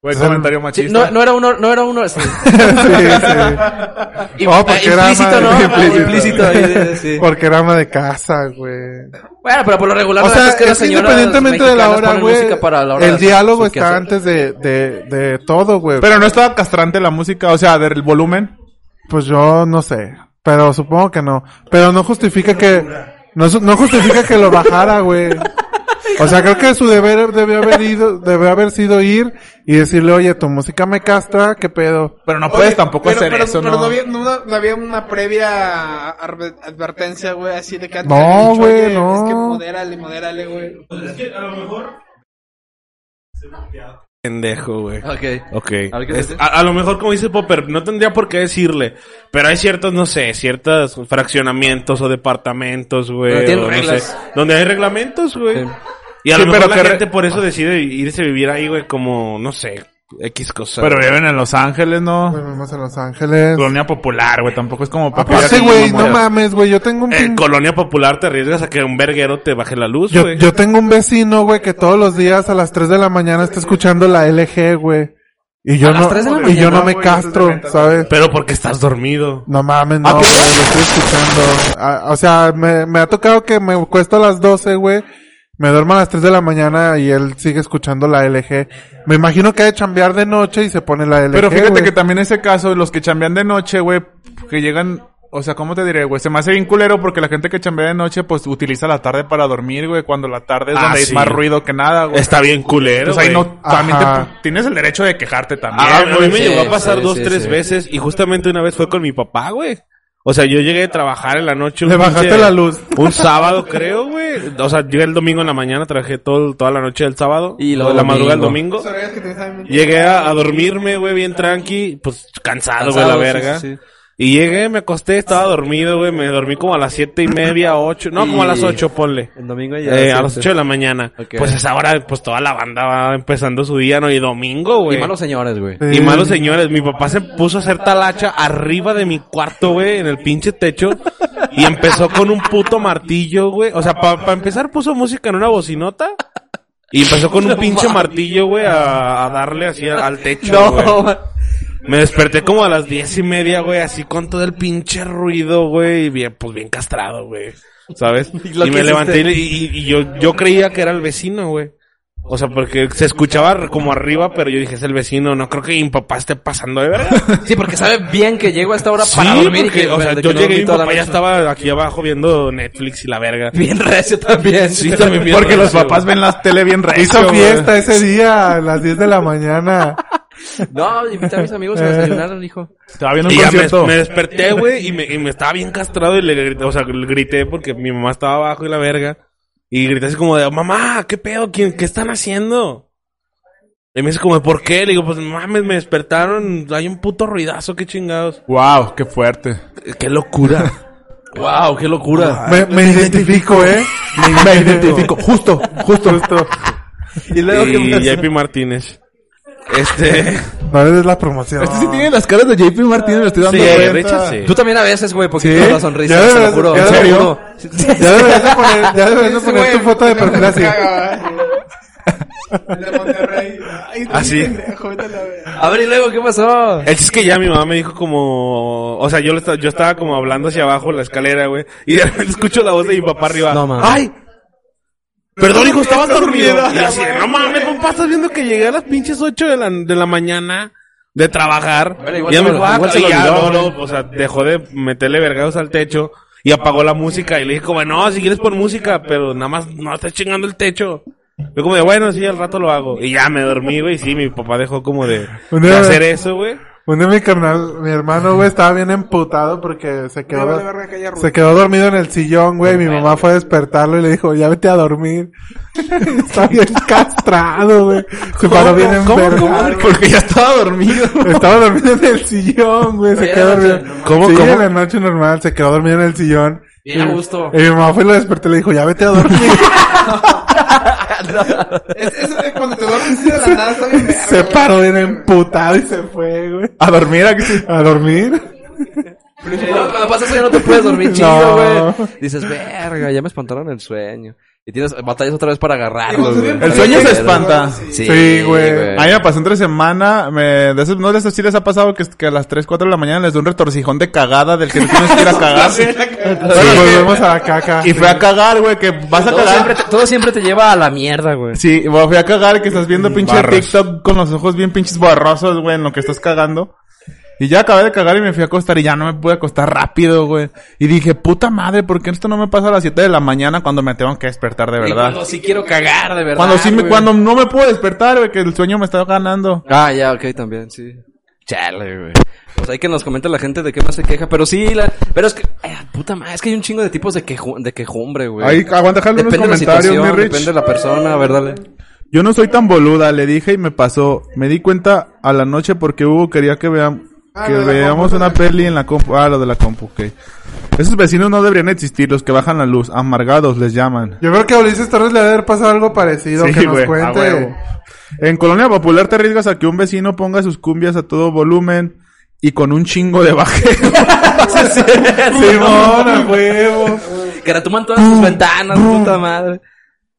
Speaker 3: Güey,
Speaker 2: O sea,
Speaker 3: comentario
Speaker 1: Sí,
Speaker 3: machista.
Speaker 1: no, no era uno, no era uno, sí.
Speaker 2: sí, sí.
Speaker 1: Y-
Speaker 2: Oh, porque
Speaker 1: eh,
Speaker 2: era
Speaker 1: implícito, ¿no?
Speaker 2: madre,
Speaker 1: Implícito.
Speaker 2: implícito.
Speaker 1: ahí de- sí.
Speaker 2: Porque era ama de casa, güey.
Speaker 1: Bueno, pero por lo regular,
Speaker 2: O
Speaker 1: la verdad
Speaker 2: sea,
Speaker 1: es que las
Speaker 2: es que
Speaker 1: señoras
Speaker 2: independientemente de la
Speaker 1: mexicanas
Speaker 2: hora,
Speaker 1: ponen
Speaker 2: güey.
Speaker 1: música para la hora de
Speaker 2: El
Speaker 1: hacer
Speaker 2: diálogo
Speaker 1: sus
Speaker 2: está
Speaker 1: quehaceres.
Speaker 2: antes de, de, de todo, güey.
Speaker 3: Pero no estaba castrante la música, o sea, del volumen.
Speaker 2: Pues yo no sé. Pero supongo que no. Pero no justifica que. No, su- no justifica que lo bajara, güey. O sea, creo que su deber debió haber ido, debió haber sido ir y decirle, oye, tu música me castra, qué pedo.
Speaker 3: Pero no puedes
Speaker 4: Oye,
Speaker 3: tampoco
Speaker 4: pero-
Speaker 3: hacer
Speaker 4: pero-
Speaker 3: eso,
Speaker 4: pero
Speaker 3: ¿no?
Speaker 4: no había, no, una- no había una previa arbe- advertencia, güey, así de que antes
Speaker 2: No,
Speaker 4: le habían dicho,
Speaker 2: güey,
Speaker 4: "Oye,
Speaker 2: no.
Speaker 4: Es que modérale, modérale, güey.
Speaker 5: Pendejo, güey.
Speaker 1: Ok.
Speaker 5: Ok.
Speaker 1: A ver, ¿qué
Speaker 5: Es-
Speaker 1: dices?
Speaker 5: a, a lo mejor, como dice Popper, no tendría por qué decirle. Pero hay ciertos, no sé, ciertos fraccionamientos o departamentos, güey.
Speaker 1: Pero tienen
Speaker 5: o no
Speaker 1: reglas.
Speaker 5: sé, donde hay reglamentos, güey.
Speaker 1: Sí.
Speaker 5: Y a
Speaker 3: Sí,
Speaker 5: lo mejor
Speaker 3: pero
Speaker 5: la
Speaker 3: que re-
Speaker 5: gente por eso decide irse a vivir ahí, güey, como, no sé, X cosa.
Speaker 3: Pero
Speaker 5: güey.
Speaker 3: viven en Los Ángeles, ¿no?
Speaker 2: Vivimos en Los Ángeles.
Speaker 3: Colonia popular, güey, tampoco es como para
Speaker 2: Aparte,
Speaker 3: que-
Speaker 2: Ah, pues güey, no mames, güey. Yo tengo un
Speaker 5: En
Speaker 3: Eh,
Speaker 2: pin-
Speaker 5: Eh, Colonia Popular te arriesgas a que un verguero te baje la luz,
Speaker 2: Yo,
Speaker 5: güey.
Speaker 2: yo tengo un vecino, güey, que todos los días a las 3 de la mañana está escuchando la LG, güey. Y yo
Speaker 1: ¿A las
Speaker 2: no,
Speaker 1: 3 de la
Speaker 2: y
Speaker 1: mañana,
Speaker 2: yo no me
Speaker 3: güey? Eso es de
Speaker 2: castro,
Speaker 3: neta.
Speaker 2: ¿sabes?
Speaker 5: Pero porque estás dormido.
Speaker 2: No mames, no, güey, lo estoy escuchando. Ah, o sea, me, me ha tocado que me cuesto a las 12, güey. Me duermo a las 3 de la mañana y él sigue escuchando la LG. Me imagino que ha de chambear de noche y se pone la LG.
Speaker 3: Pero fíjate
Speaker 2: güey.
Speaker 3: que también ese caso, los que chambean de noche, güey, que llegan, o sea, ¿cómo te diré, güey? Se me hace bien culero porque la gente que chambea de noche, pues utiliza la tarde para dormir, güey, cuando la tarde es
Speaker 5: Ah,
Speaker 3: donde hay
Speaker 5: sí.
Speaker 3: más ruido que nada, güey.
Speaker 5: Está bien
Speaker 2: Pues
Speaker 5: culero,
Speaker 3: Entonces ahí
Speaker 5: güey.
Speaker 3: no, también
Speaker 2: Ajá.
Speaker 3: te- tienes el derecho de quejarte también.
Speaker 5: Ah, a mí
Speaker 3: güey.
Speaker 5: me
Speaker 1: Sí,
Speaker 5: llegó a pasar
Speaker 1: sí,
Speaker 5: dos,
Speaker 1: sí,
Speaker 5: tres
Speaker 1: sí.
Speaker 5: veces y justamente una vez fue con mi papá, güey. O sea, yo llegué a trabajar en la noche. un
Speaker 2: Le bajaste
Speaker 5: pinche-
Speaker 2: la luz.
Speaker 5: Un sábado, creo, güey. O sea, llegué el domingo en la mañana, trabajé todo, toda la noche del sábado.
Speaker 1: Y luego
Speaker 5: o la madrugada del
Speaker 1: domingo.
Speaker 5: domingo.
Speaker 4: Las orejas que tenías ahí.
Speaker 5: Llegué a, a dormirme, güey, bien tranqui. Pues cansado, güey,
Speaker 1: Cansado,
Speaker 5: la
Speaker 1: sí,
Speaker 5: verga.
Speaker 1: sí, sí.
Speaker 5: Y llegué, me acosté, estaba dormido, güey. Me dormí como a las siete y media, ocho. No, como a las
Speaker 1: Y-
Speaker 5: ocho, ponle.
Speaker 1: El domingo ya.
Speaker 5: Eh, a
Speaker 1: sí,
Speaker 5: las
Speaker 1: sí.
Speaker 5: 8 de la mañana.
Speaker 1: Ok.
Speaker 5: Pues a esa hora, pues toda la banda va empezando su día, ¿no? Y domingo,
Speaker 1: Y
Speaker 5: güey.
Speaker 1: malos señores, güey.
Speaker 2: Sí.
Speaker 5: Y malos señores, mi papá se puso a hacer talacha arriba de mi cuarto, güey, en el pinche techo. Y empezó con un puto martillo, güey. O sea, para empezar puso música en una bocinota. Y empezó con un pinche martillo, güey, a, a darle así al, al techo, güey.
Speaker 1: No,
Speaker 5: Me desperté como a las diez y media, güey, así con todo el pinche ruido, güey, y bien, pues bien castrado, güey. ¿Sabes? Y,
Speaker 1: lo que
Speaker 5: me
Speaker 1: hiciste.
Speaker 5: levanté y, y- y yo, yo creía que era el vecino, güey. O sea, porque se escuchaba como arriba, pero yo dije, es el vecino, no creo que mi papá esté pasando de verga.
Speaker 1: Sí, porque sabe bien que llego a esta hora para
Speaker 5: Sí,
Speaker 1: dormir. y
Speaker 5: porque,
Speaker 1: que-
Speaker 5: o sea,
Speaker 1: de
Speaker 5: yo
Speaker 1: que no
Speaker 5: llegué y
Speaker 1: dormí
Speaker 5: mi
Speaker 1: toda la
Speaker 5: papá ya
Speaker 1: noche.
Speaker 5: estaba aquí abajo viendo Netflix y la verga.
Speaker 1: Bien recio también.
Speaker 5: Sí, también bien
Speaker 3: Porque los
Speaker 5: recio,
Speaker 3: papás ven las tele bien recio,
Speaker 2: Hizo
Speaker 3: güey.
Speaker 2: fiesta ese día a las 10 de la mañana.
Speaker 1: No, invité a mis amigos a
Speaker 2: Eh.
Speaker 1: desayunar, dijo.
Speaker 3: Estaba viendo un
Speaker 5: Y ya me,
Speaker 3: concierto.
Speaker 5: me desperté, güey, y me, y me estaba bien castrado y le grité, o sea, le grité porque mi mamá estaba abajo y la verga. Y grité así como de, mamá, ¿qué pedo? ¿Quién, ¿Qué están haciendo? Y me dice como, ¿por qué? Le digo, pues mames, me despertaron, hay un puto ruidazo, qué chingados.
Speaker 3: Wow, qué fuerte.
Speaker 5: Qué locura. wow, qué locura.
Speaker 2: Me, me identifico, ¿eh?
Speaker 3: Me identifico. Justo, justo. justo.
Speaker 1: Y luego
Speaker 5: Y JP Martínez. Este.
Speaker 2: No le des la promoción.
Speaker 3: Este sí tiene las caras de JP Martínez, le estoy dando
Speaker 5: eh,
Speaker 3: cuenta.
Speaker 1: Tú también a veces, güey, porque
Speaker 2: ¿Sí?
Speaker 1: la sonrisa,
Speaker 2: Ya
Speaker 1: se lo
Speaker 2: deberás-
Speaker 1: juro.
Speaker 2: ya
Speaker 1: se lo
Speaker 2: deberás-
Speaker 1: juro.
Speaker 2: Ya deberías de poner, ya deberías de
Speaker 4: Ese
Speaker 2: poner
Speaker 4: güey,
Speaker 2: tu foto de perfil así.
Speaker 4: caga, güey. El de Monterrey. Ay, tú
Speaker 5: Así.
Speaker 4: pendejo, vete a la verga.
Speaker 1: A ver, ¿y luego qué pasó?
Speaker 5: El chiste es que ya mi mamá me dijo como... O sea, yo, le esta- yo estaba como hablando hacia abajo la escalera, güey. Y de repente escucho la voz de mi papá arriba.
Speaker 1: No, mames.
Speaker 5: ¡Ay! Perdón, hijo, estabas dormido. Y así, de, no mames, compa, estás viendo que llegué a las pinches 8 de la, de la mañana de trabajar.
Speaker 1: Bueno, igual
Speaker 5: y ya
Speaker 1: se
Speaker 5: me
Speaker 1: lo-
Speaker 5: dijo, ah,
Speaker 1: igual se
Speaker 5: y
Speaker 1: lo
Speaker 5: ya,
Speaker 1: olvidó,
Speaker 5: no, no, o sea, dejó de meterle vergados al techo y apagó la música. Y le dije como, no, si quieres pon música, pero nada más no estés chingando el techo. Yo como de, bueno, sí, al rato lo hago. Y ya me dormí, güey, y sí, mi papá dejó como de, de
Speaker 2: Una-
Speaker 5: hacer eso, güey.
Speaker 2: Un día mi carnal, mi hermano, güey, estaba bien emputado porque se
Speaker 4: Me vale
Speaker 2: quedó,
Speaker 4: verga que haya ruido.
Speaker 2: se quedó dormido en el sillón, güey. Mi mamá fue a despertarlo y le dijo, ya vete a dormir. Está bien castrado, güey. Se paró bien en
Speaker 3: Porque ya estaba dormido.
Speaker 2: Estaba dormido en el sillón, güey. Se
Speaker 1: Oye,
Speaker 2: quedó
Speaker 1: era noche
Speaker 2: dormido.
Speaker 1: normal.
Speaker 5: ¿Cómo,
Speaker 2: Sí,
Speaker 5: cómo?
Speaker 2: en la noche normal. Se quedó dormido en el sillón.
Speaker 1: Bien a gusto.
Speaker 2: Y mi mamá fue y lo despertó y le dijo, ya vete a dormir.
Speaker 4: Es, es de cuando te duermes así de la nada, está bien verga,
Speaker 2: se
Speaker 4: güey.
Speaker 2: paró bien emputado y se fue, güey.
Speaker 3: A dormir, ¿a que sí?
Speaker 2: A dormir.
Speaker 1: Y luego Cuando pasa eso ya no te puedes dormir
Speaker 2: No.
Speaker 1: chido, güey. Dices, verga, ya me espantaron el sueño. Y tienes batallas otra vez para agarrarlo, güey.
Speaker 3: El sueño se espanta.
Speaker 1: Sí,
Speaker 2: Sí, güey.
Speaker 3: A mí me pasó entre semana, me, de esos, no les, sí les ha pasado que, que a las 3, 4 de la mañana les da un retorcijón de cagada del que no tienes que ir a cagar.
Speaker 2: Bueno, volvemos a la caca.
Speaker 3: Y fue a cagar, güey, que vas a
Speaker 1: Todo siempre,
Speaker 3: cagar.
Speaker 1: te, todo siempre te lleva a la mierda, güey.
Speaker 3: Sí, güey, fui a cagar que estás
Speaker 1: Mm,
Speaker 3: viendo pinche
Speaker 5: Barros.
Speaker 3: TikTok con los ojos bien pinches borrosos, güey, en lo que estás cagando. Y ya acabé de cagar y me fui a acostar y ya no me pude acostar rápido, güey. Y dije, puta madre, ¿por qué esto no me pasa a las 7 de la mañana cuando me tengo que despertar de
Speaker 1: Y
Speaker 3: verdad?
Speaker 1: Cuando sí quiero cagar, de verdad.
Speaker 3: Cuando sí me,
Speaker 1: güey.
Speaker 3: cuando no me puedo despertar, güey, que el sueño me está ganando.
Speaker 1: Ah, ya, ok, también, sí. Chale, güey. Pues hay que nos comente la gente de qué más se queja. Pero sí, la... pero es que, ay, puta madre, es que hay un chingo de tipos de, queju- de quejumbre, güey.
Speaker 3: Ahí, aguanta, déjale unos
Speaker 1: depende de la
Speaker 3: comentarios, mi
Speaker 1: situación,
Speaker 3: Rich.
Speaker 1: depende de la persona, a ver, dale.
Speaker 3: Yo no soy tan boluda, le dije y me pasó. Me di cuenta a la noche porque Hugo quería que veamos
Speaker 4: Ah,
Speaker 3: que
Speaker 4: lo de la
Speaker 3: veamos
Speaker 4: compu,
Speaker 3: una
Speaker 4: lo de
Speaker 3: peli en la compu. Ah, lo de la compu, ok. Esos vecinos no deberían existir, los que bajan la luz. Amargados les llaman.
Speaker 2: Yo creo que a Ulises Torres le debe haber pasado algo parecido.
Speaker 3: Sí,
Speaker 2: que nos
Speaker 3: güey, a
Speaker 2: cuente.
Speaker 3: huevo. En Colonia Popular te arriesgas a que un vecino ponga sus cumbias a todo volumen y con un chingo de baje.
Speaker 2: Simón, a huevo.
Speaker 1: Que retuman todas
Speaker 3: Mm.
Speaker 1: sus ventanas, puta madre.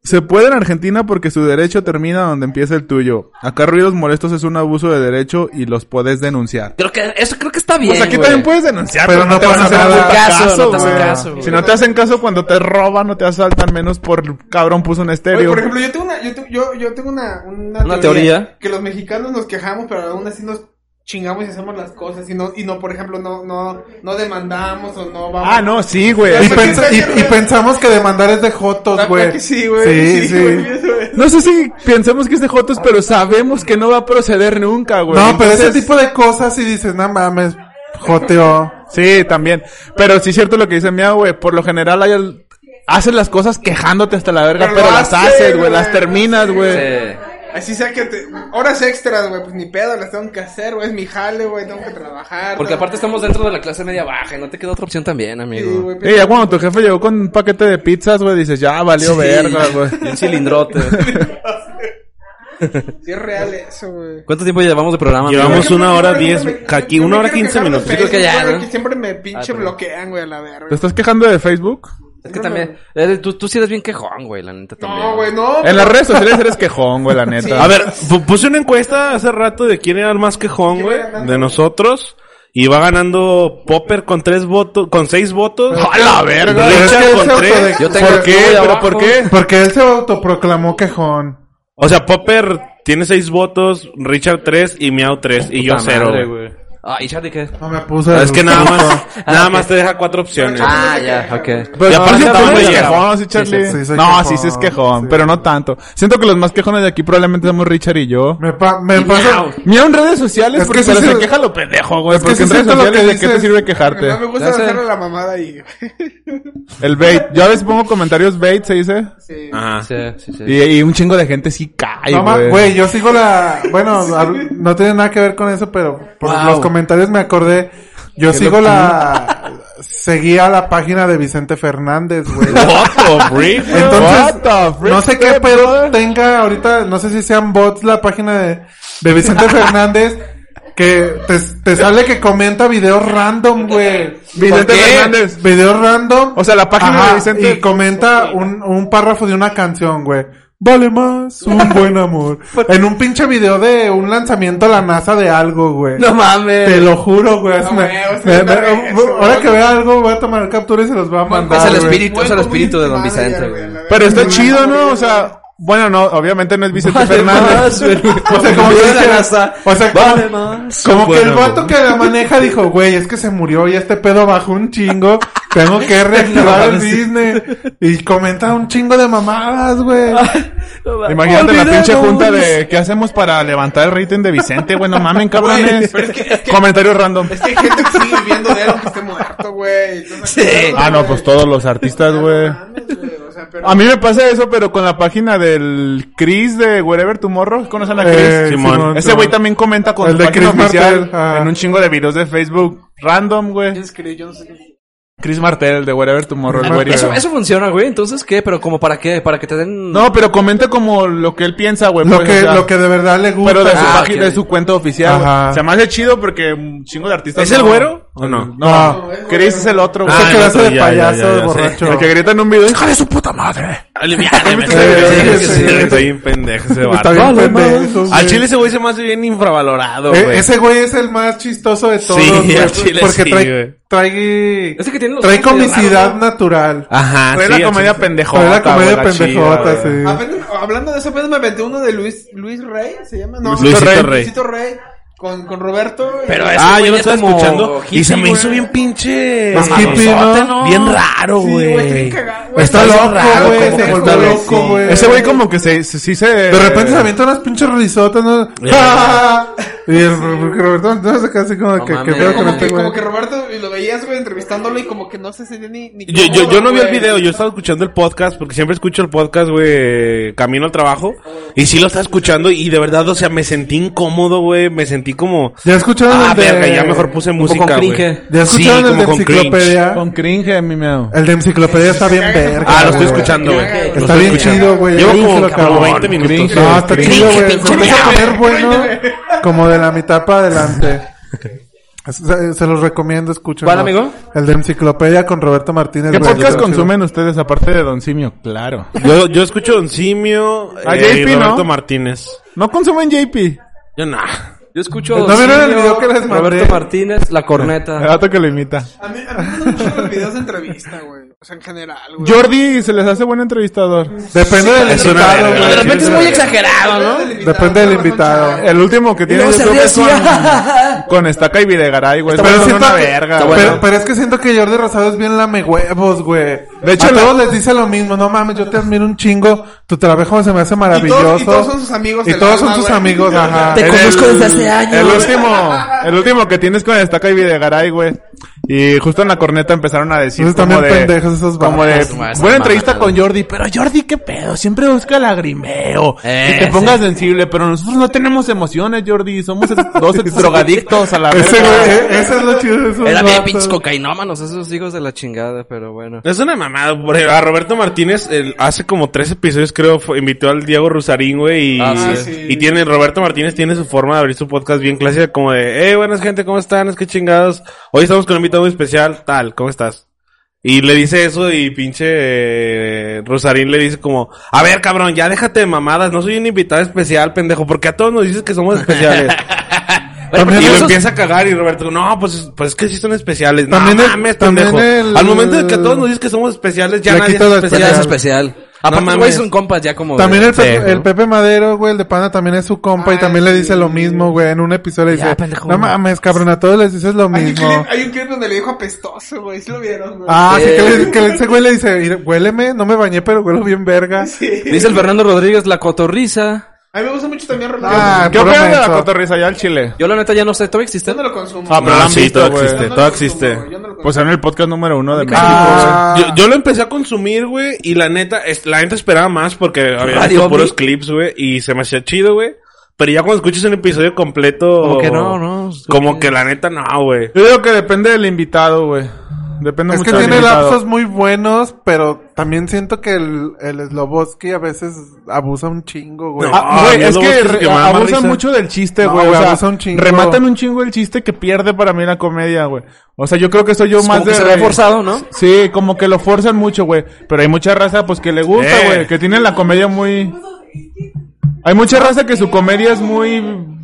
Speaker 3: Se puede en Argentina porque su derecho termina donde empieza el tuyo. Acá ruidos molestos es un abuso de derecho y los podés denunciar.
Speaker 1: Creo que, eso creo que está bien,
Speaker 3: O sea, Pues aquí
Speaker 1: güey.
Speaker 3: también puedes denunciar,
Speaker 2: Pero no pasa nada.
Speaker 1: Caso, no te hacen
Speaker 3: güey.
Speaker 1: caso, güey.
Speaker 3: Si no te hacen caso cuando te roban, no te asaltan, menos por cabrón puso un
Speaker 4: Oye,
Speaker 3: estéreo.
Speaker 4: por ejemplo, yo tengo una, yo, tu- yo, yo tengo una, una,
Speaker 1: Una teoría.
Speaker 4: que los mexicanos nos quejamos, pero aún así nos chingamos y hacemos las cosas y no, y no, por ejemplo, no, no, no demandamos o no vamos.
Speaker 3: ah, no, sí, güey.
Speaker 2: Y,
Speaker 4: Pero
Speaker 3: Pens-
Speaker 2: pensa-
Speaker 4: ¿qué
Speaker 2: y-
Speaker 4: tal que-
Speaker 2: y pensamos que demandar es de Jotos,
Speaker 4: ¿Verdad
Speaker 2: güey.
Speaker 4: que sí, güey.
Speaker 2: Sí, sí.
Speaker 4: güey, eso es.
Speaker 3: No sé si pensamos que es de Jotos, pero sabemos que no va a proceder nunca, güey.
Speaker 2: No, pero ese
Speaker 3: Entonces-
Speaker 2: tipo de cosas y dices, no mames, joteo.
Speaker 3: Sí, también. Pero sí es cierto lo que dice Mia, güey. Por lo general hay al- haces las cosas quejándote hasta la verga,
Speaker 4: Pero
Speaker 3: pero,
Speaker 4: lo
Speaker 3: las
Speaker 4: haces,
Speaker 3: haces, güey.
Speaker 4: güey.
Speaker 3: Las terminas, güey.
Speaker 1: Sí.
Speaker 4: Así sea que te- horas extras, güey, pues ni pedo, las tengo que hacer, güey, es mi jale, güey, tengo que trabajar.
Speaker 1: Porque
Speaker 4: tengo-
Speaker 1: aparte estamos dentro de la clase media baja y no te queda otra opción también,
Speaker 4: Sí,
Speaker 1: amigo.
Speaker 4: güey,
Speaker 3: Y ya cuando tu jefe llegó con un paquete de pizzas, güey, dices, ya valió
Speaker 1: Sí,
Speaker 3: verga, güey.
Speaker 1: y Un cilindrote.
Speaker 4: sí es real eso, güey.
Speaker 1: ¿Cuánto tiempo llevamos de programa? amigo?
Speaker 5: Llevamos-
Speaker 4: Por ejemplo,
Speaker 5: una hora
Speaker 4: por ejemplo,
Speaker 5: diez,
Speaker 4: me-
Speaker 5: aquí,
Speaker 4: yo
Speaker 5: una
Speaker 4: me
Speaker 5: hora
Speaker 4: quiero
Speaker 5: quince
Speaker 4: quejar de
Speaker 5: minutos.
Speaker 1: Yo creo que
Speaker 4: Facebook,
Speaker 1: ya,
Speaker 4: güey,
Speaker 1: ¿no?
Speaker 4: Siempre me pinche
Speaker 1: Ah, perdón.
Speaker 4: bloquean, güey, a la verga.
Speaker 3: ¿Te estás quejando de Facebook?
Speaker 1: Es que también, eh, tú, tú sí eres bien quejón, güey, la neta también.
Speaker 4: No, güey, no.
Speaker 3: En las redes sociales eres quejón, güey, la neta.
Speaker 5: A ver, pu- puse una encuesta hace rato de quién era el más quejón, güey, de nosotros. Y va ganando Popper con tres votos, con seis votos.
Speaker 3: A la verga.
Speaker 5: Richard
Speaker 2: es que
Speaker 5: con
Speaker 2: ese
Speaker 5: tres.
Speaker 2: autode-
Speaker 1: Yo tengo
Speaker 5: ¿Por qué?
Speaker 1: estudio
Speaker 5: ¿Pero
Speaker 1: abajo.
Speaker 5: por qué?
Speaker 2: Porque él se autoproclamó quejón.
Speaker 5: O sea, Popper tiene seis votos, Richard tres y Miau tres. Y yo
Speaker 1: Puta
Speaker 5: cero,
Speaker 1: madre,
Speaker 5: güey.
Speaker 1: Ah, ¿y Charlie qué?
Speaker 2: No me puso.
Speaker 5: Es
Speaker 2: el-
Speaker 5: que nada más,
Speaker 1: Ah,
Speaker 5: nada
Speaker 1: ok.
Speaker 5: más te deja cuatro opciones.
Speaker 1: Ah, ya, ok.
Speaker 3: Pues
Speaker 5: Y
Speaker 3: no,
Speaker 5: aparte
Speaker 3: sí,
Speaker 5: tú
Speaker 3: tú
Speaker 5: no
Speaker 3: eres
Speaker 5: llegas.
Speaker 3: quejón, sí, Charlie.
Speaker 2: sí, sí, soy
Speaker 3: no,
Speaker 2: quejón,
Speaker 3: sí, sí es quejón,
Speaker 2: sí.
Speaker 3: pero no tanto. Siento que los más quejones de aquí probablemente somos Richard y yo.
Speaker 2: Me, pa- me pasa.
Speaker 3: Mira en redes sociales,
Speaker 2: Es
Speaker 3: porque
Speaker 2: que sí
Speaker 3: pero
Speaker 2: se-
Speaker 3: se queja lo pendejo, güey.
Speaker 2: Es que
Speaker 3: porque
Speaker 2: sí
Speaker 3: en redes
Speaker 2: siento lo que
Speaker 3: sociales, ¿de qué te
Speaker 2: dices.
Speaker 3: sirve
Speaker 4: No me
Speaker 3: quejarte?
Speaker 4: gusta
Speaker 1: Ya sé.
Speaker 4: hacerle la mamada ahí.
Speaker 3: El bait. Yo a veces pongo comentarios bait, se dice.
Speaker 4: Sí.
Speaker 5: Ajá.
Speaker 1: Sí, sí, sí.
Speaker 3: Y, y un chingo de gente sí cae,
Speaker 2: No, ma-
Speaker 3: güey.
Speaker 2: güey, yo sigo la... Bueno, hablo- no tiene nada que ver con eso, pero por
Speaker 1: Wow.
Speaker 2: los comentarios me acordé. Yo sigo la... Seguía la página de Vicente Fernández, güey.
Speaker 3: What the freak?
Speaker 2: Entonces,
Speaker 3: What the freak,
Speaker 2: no sé qué
Speaker 3: step,
Speaker 2: pedo
Speaker 3: brother?
Speaker 2: tenga ahorita, no sé si sean bots la página de, de Vicente Fernández, que te, te sale que comenta videos random, güey.
Speaker 3: Vicente
Speaker 2: ¿Por qué?
Speaker 3: Fernández.
Speaker 2: Videos random.
Speaker 3: O sea, la página
Speaker 2: Ajá,
Speaker 3: de Vicente-
Speaker 2: Y comenta un, un párrafo de una canción, güey. Vale más un buen amor. En un pinche video de un lanzamiento a la NASA de algo, güey.
Speaker 1: No mames.
Speaker 2: Te lo juro, güey.
Speaker 4: No,
Speaker 2: Me-
Speaker 4: güey, o sea,
Speaker 2: me-
Speaker 4: no
Speaker 2: me-
Speaker 4: hagas eso,
Speaker 2: ahora
Speaker 4: güey.
Speaker 2: que vea algo, voy a tomar el captura y se los va a mandar.
Speaker 1: Es pues, el
Speaker 2: güey.
Speaker 1: espíritu, es el espíritu de Don Vicente, güey.
Speaker 3: Pero está chido, ¿no? O sea, bueno, no, obviamente no es Vicente Fernández.
Speaker 2: O sea, como que dice- o sea, como-
Speaker 1: vale más.
Speaker 2: Como que el
Speaker 5: Bueno,
Speaker 2: vato que la maneja dijo, güey, es que se murió y este pedo bajó un chingo. Tengo que reactivar el Disney. Y comenta un chingo de mamadas, güey.
Speaker 3: Imagínate la pinche
Speaker 1: Olvidemos.
Speaker 3: junta de qué hacemos para levantar el rating de Vicente, güey, no mamen, cabrones.
Speaker 4: Pero es que- es que-
Speaker 3: Comentarios random.
Speaker 4: Es que hay gente que sigue viviendo de él aunque esté muerto, güey.
Speaker 1: Sí.
Speaker 3: Ah, no, pues todos los artistas, güey. A
Speaker 4: A
Speaker 3: mí me pasa eso, pero con la página del Chris de Wherever Tomorrow. ¿Conocen a Chris?
Speaker 2: Eh,
Speaker 5: Simón.
Speaker 3: Ese güey también comenta con
Speaker 2: El
Speaker 3: su
Speaker 2: de
Speaker 3: página
Speaker 2: Chris
Speaker 3: oficial
Speaker 2: Martel, ah.
Speaker 3: en un chingo de videos de Facebook random, güey.
Speaker 4: Yo no sé qué.
Speaker 3: Chris Martel de Wherever Tomorrow. el
Speaker 2: Ah,
Speaker 3: güey.
Speaker 1: Eso, eso funciona, güey. Entonces, ¿qué? ¿Pero como para qué? ¿Para que te den...?
Speaker 3: No, pero comenta como lo que él piensa, güey.
Speaker 2: Lo
Speaker 3: pues,
Speaker 2: que,
Speaker 3: o sea,
Speaker 2: lo que de verdad le gusta.
Speaker 3: Pero de su
Speaker 1: Ah,
Speaker 3: página,
Speaker 1: ok.
Speaker 3: de su cuenta oficial.
Speaker 2: Ajá.
Speaker 3: güey. Se me hace chido porque un chingo de artistas.
Speaker 5: ¿Es el
Speaker 3: no-
Speaker 5: güero o no?
Speaker 3: No,
Speaker 2: No.
Speaker 3: Chris es el otro, güey.
Speaker 2: Ese
Speaker 5: Ah,
Speaker 2: que
Speaker 5: el
Speaker 2: lo
Speaker 5: otro,
Speaker 2: hace de
Speaker 5: ya, ya,
Speaker 2: payaso,
Speaker 5: ya, ya,
Speaker 2: de
Speaker 5: sí.
Speaker 2: borracho.
Speaker 3: El que grita en un video, hija de su puta madre.
Speaker 5: Aliviáneme,
Speaker 2: Sí,
Speaker 5: güey.
Speaker 2: sí,
Speaker 5: Sí,
Speaker 2: sí.
Speaker 5: Está bien pendejo ese
Speaker 2: Está
Speaker 5: vato.
Speaker 2: bien pendejo,
Speaker 5: Al
Speaker 2: güey.
Speaker 5: chile ese güey se me hace bien infravalorado,
Speaker 2: Eh,
Speaker 5: güey.
Speaker 2: ese güey es el más chistoso de todos.
Speaker 5: Sí,
Speaker 2: güey,
Speaker 3: pues,
Speaker 5: al chile
Speaker 2: Porque
Speaker 5: sí,
Speaker 2: trae,
Speaker 5: güey.
Speaker 2: trae,
Speaker 1: Es que tiene los
Speaker 2: trae
Speaker 1: ojos medio
Speaker 2: comicidad
Speaker 1: raros,
Speaker 2: natural.
Speaker 5: Ajá,
Speaker 3: Trae
Speaker 5: Ah, sí,
Speaker 3: la
Speaker 5: al
Speaker 3: comedia
Speaker 5: chile.
Speaker 3: pendejota.
Speaker 2: Trae la comedia
Speaker 3: güey, la chida,
Speaker 2: pendejota,
Speaker 3: güey.
Speaker 2: sí.
Speaker 4: Apenas- hablando de eso, apenas me aventé uno de Luis, Luis Rey, ¿se llama? No,
Speaker 5: Luisito Rey.
Speaker 4: Luisito Rey. Con, con Roberto. y-
Speaker 1: Pero ese
Speaker 5: Ah,
Speaker 1: güey
Speaker 5: yo lo
Speaker 1: es
Speaker 5: estaba
Speaker 1: como
Speaker 5: escuchando y
Speaker 1: hippie,
Speaker 5: se me
Speaker 1: güey.
Speaker 5: hizo bien pinche...
Speaker 2: Más hippie,
Speaker 5: mamador,
Speaker 2: ¿no?
Speaker 5: Bien raro,
Speaker 4: Sí, güey, está bien
Speaker 5: güey.
Speaker 4: cagado, güey.
Speaker 2: Está
Speaker 4: Está
Speaker 2: loco, güey.
Speaker 5: raro, como
Speaker 2: Se
Speaker 5: que
Speaker 2: volvió
Speaker 5: está
Speaker 2: loco,
Speaker 5: loco.
Speaker 2: güey.
Speaker 3: Ese güey como que se, se- sí se...
Speaker 2: De repente se avientan unas pinches risotas,
Speaker 5: Eh.
Speaker 2: ¿no?
Speaker 5: Ya.
Speaker 2: y el porque Roberto no se casi como
Speaker 1: No
Speaker 2: que, que
Speaker 1: mames.
Speaker 2: pedo con
Speaker 4: Como
Speaker 2: este
Speaker 4: que,
Speaker 2: güey.
Speaker 4: como que Roberto, y lo veías, güey, entrevistándolo y como que no se sentía ni... ni
Speaker 5: Yo, yo,
Speaker 4: cómodo,
Speaker 5: yo no vi el
Speaker 4: güey.
Speaker 5: video, yo estaba escuchando el podcast, porque siempre escucho el podcast, güey, camino al trabajo. Y sí lo estaba escuchando y de verdad, o sea, me sentí incómodo, güey. Me sentí como...
Speaker 2: ¿Ya escucharon
Speaker 5: Ah,
Speaker 2: el de-
Speaker 5: verga, ya mejor puse música,
Speaker 1: con
Speaker 5: güey.
Speaker 1: cringe.
Speaker 2: ¿Ya escucharon el de
Speaker 5: con cringe.
Speaker 2: enciclopedia?
Speaker 3: Con cringe, mi miedo.
Speaker 2: El de enciclopedia está bien verga.
Speaker 5: Ah, lo estoy
Speaker 2: güey.
Speaker 5: escuchando, güey. Lo
Speaker 2: Está
Speaker 5: estoy
Speaker 2: bien
Speaker 5: escuchando.
Speaker 2: chido, güey.
Speaker 5: Llevo
Speaker 2: Cringe,
Speaker 5: como,
Speaker 2: lo
Speaker 5: como
Speaker 2: cabrón.
Speaker 5: 20 minutos.
Speaker 2: No, está
Speaker 5: Cringe.
Speaker 2: chido, güey. Se
Speaker 1: pinche
Speaker 2: empieza a
Speaker 1: mierda.
Speaker 2: poner bueno como de la mitad para adelante. Se, se los recomiendo, escuchen.
Speaker 1: ¿Cuál, amigo?
Speaker 2: El de enciclopedia con Roberto Martínez.
Speaker 3: ¿Qué
Speaker 2: güey.
Speaker 3: podcast
Speaker 2: Está chido.
Speaker 3: consumen ustedes aparte de Don Simio? Claro.
Speaker 5: Yo, yo escucho Don Simio
Speaker 3: A
Speaker 5: eh, y
Speaker 3: JP, ¿no?
Speaker 5: Roberto Martínez.
Speaker 3: No consumen JP.
Speaker 5: Yo nah.
Speaker 1: Yo escucho...
Speaker 2: ¿No vieron el video que les mandé? Ah,
Speaker 1: Roberto Martínez, La
Speaker 5: Ah.
Speaker 3: El
Speaker 1: Corneta.
Speaker 3: gato que lo imita.
Speaker 4: A mí, a mí me gustan mucho los videos de entrevista, güey. O sea, en general, güey.
Speaker 3: Jordi se les hace buen entrevistador.
Speaker 2: Depende del
Speaker 5: Es una
Speaker 2: invitado,
Speaker 5: verga,
Speaker 2: güey.
Speaker 5: de repente es muy
Speaker 1: exagerado,
Speaker 2: Depende del invitado.
Speaker 3: El último que tiene
Speaker 1: luego se
Speaker 3: YouTube
Speaker 1: ríe
Speaker 3: es con,
Speaker 1: así.
Speaker 3: con Estaca y Videgaray, güey.
Speaker 2: Pero,
Speaker 3: Pero es
Speaker 2: siento
Speaker 3: una
Speaker 2: que-
Speaker 3: verga,
Speaker 2: pero-
Speaker 3: güey.
Speaker 1: bueno.
Speaker 2: pero es que siento que Jordi Rosado es bien lame huevos, güey.
Speaker 3: De hecho,
Speaker 2: a
Speaker 3: la-
Speaker 2: todos les dice lo mismo. No mames, yo te admiro un chingo. Tu trabajo se me hace maravilloso.
Speaker 4: Y todos- y todos son sus amigos
Speaker 2: Y
Speaker 4: del
Speaker 2: todos son
Speaker 4: alma,
Speaker 2: sus
Speaker 4: güey.
Speaker 2: amigos, ajá.
Speaker 1: Te
Speaker 3: En
Speaker 1: conozco
Speaker 3: el-
Speaker 1: desde hace años.
Speaker 3: El último, el último que tienes con Estaca y Videgaray, güey. Y justo en la corneta empezaron a decir
Speaker 2: Esos
Speaker 3: como
Speaker 2: Pues también
Speaker 3: de,
Speaker 2: pendejos, esos
Speaker 3: como de,
Speaker 2: vatos.
Speaker 3: buena entrevista con Jordi, pero Jordi qué pedo, siempre busca lagrimeo,
Speaker 1: Eh,
Speaker 3: que te pongas sensible, pero nosotros no tenemos emociones, Jordi, somos dos drogadictos a la
Speaker 2: Ese güey,
Speaker 3: verga.
Speaker 2: eh, ese es lo chido de esos
Speaker 1: Era bien
Speaker 2: vatos.
Speaker 1: pinches cocainómanos, esos hijos de la chingada, pero bueno.
Speaker 5: Es una mamada. por ejemplo, A Roberto Martínez, el- hace como tres episodios, creo, fue- invitó al Diego Rusarín, güey. Y,
Speaker 1: Ah, sí.
Speaker 5: y- y tiene, Roberto Martínez tiene su forma de abrir su podcast bien clásica, "Eh, como de, hey, buenas gente, ¿cómo están? Es que chingados. Hoy estamos con un invitado muy especial, tal, ¿cómo estás? Y le dice eso y pinche eh, Rosarín le dice como, a ver cabrón, ya déjate de mamadas, no soy un invitado especial, pendejo, porque a todos nos dices que somos especiales.
Speaker 1: porque
Speaker 5: y lo
Speaker 1: esos-
Speaker 5: empieza a cagar y Roberto, no, pues, pues es que sí son especiales. No
Speaker 2: También el-
Speaker 5: mames,
Speaker 2: también
Speaker 5: pendejo.
Speaker 2: el-
Speaker 5: Al mommomento de que a todos nos dices que somos especiales, ya
Speaker 2: Le
Speaker 5: nadie es
Speaker 2: quito lo
Speaker 5: especial.
Speaker 1: Ya es especial. Aparte, los
Speaker 5: mames.
Speaker 1: güeyes son compas ya como... de-
Speaker 2: Ah, También el,
Speaker 1: eh, Sí,
Speaker 2: Pepe,
Speaker 1: ¿no?
Speaker 2: el Pepe Madero, güey, el de Pana también es su compa y
Speaker 4: Ah,
Speaker 2: también le
Speaker 4: sí.
Speaker 2: dice lo mismo, güey. En un episodio le
Speaker 1: Ya,
Speaker 2: dice,
Speaker 1: pendejo.
Speaker 2: no mames, cabrón, a todos les dices lo
Speaker 4: Hay un,
Speaker 2: mismo.
Speaker 4: clip, hay un clip donde le dijo apestoso, güey. ¿Sí lo vieron, güey?
Speaker 2: Ah, sí,
Speaker 1: Sí.
Speaker 2: que, le- que ese güey le dice, "Mira, huéleme, no me bañé, pero huelo bien verga.
Speaker 1: Dice el Fernando Rodríguez, la cotorriza.
Speaker 4: A mí me gusta mucho también Ronaldo.
Speaker 2: Ah,
Speaker 3: ¿Qué
Speaker 2: puro
Speaker 3: opinas de la
Speaker 2: menso.
Speaker 3: cotorriza allá al Chile?
Speaker 1: Yo la neta ya no sé, ¿todavía existe?
Speaker 4: Yo no lo consumo.
Speaker 3: Ah, pero
Speaker 5: No,
Speaker 3: la han
Speaker 5: sí,
Speaker 3: visto,
Speaker 5: todo
Speaker 3: güey.
Speaker 5: existe,
Speaker 4: Yo no
Speaker 5: todo
Speaker 4: lo consumo,
Speaker 5: existe.
Speaker 4: güey, yo no lo consumo.
Speaker 3: Pues en el podcast número uno de México.
Speaker 2: Ah.
Speaker 3: eh,
Speaker 5: Yo, yo lo empecé a consumir, güey, y la neta, es- la neta esperaba más porque había
Speaker 1: Radio
Speaker 5: visto puros
Speaker 1: Bee.
Speaker 5: clips, güey, y se me hacía chido, güey. Pero ya cuando escuchas un episodio completo...
Speaker 1: Como que no, no.
Speaker 5: Como que la neta no, güey.
Speaker 3: Yo digo que depende del invitado, güey. Depende
Speaker 2: Es
Speaker 3: mucho
Speaker 2: que
Speaker 3: del
Speaker 2: tiene
Speaker 3: invitado.
Speaker 2: lapsos muy buenos, pero también siento que el, el Sloboski a veces abusa un chingo, güey.
Speaker 5: No,
Speaker 2: Ah,
Speaker 3: Ah, güey,
Speaker 5: Ah,
Speaker 3: es
Speaker 5: luego
Speaker 3: que
Speaker 5: otros que
Speaker 3: re-
Speaker 5: me dan más
Speaker 3: abusan
Speaker 5: risa.
Speaker 3: mucho del chiste,
Speaker 2: No,
Speaker 3: güey.
Speaker 2: güey,
Speaker 3: o
Speaker 2: abusa
Speaker 3: sea,
Speaker 2: un chingo.
Speaker 3: rematan un chingo el chiste que pierde para mí la comedia, güey. O sea, yo creo que soy yo más
Speaker 1: Como
Speaker 3: de...
Speaker 1: que se ve
Speaker 3: re-
Speaker 1: forzado, ¿no?
Speaker 3: Sí, como que lo forzan mucho, güey. Pero hay mucha raza, pues, que le gusta,
Speaker 5: Eh.
Speaker 3: güey. Que tienen la comedia muy... Hay mucha raza que su comedia es muy...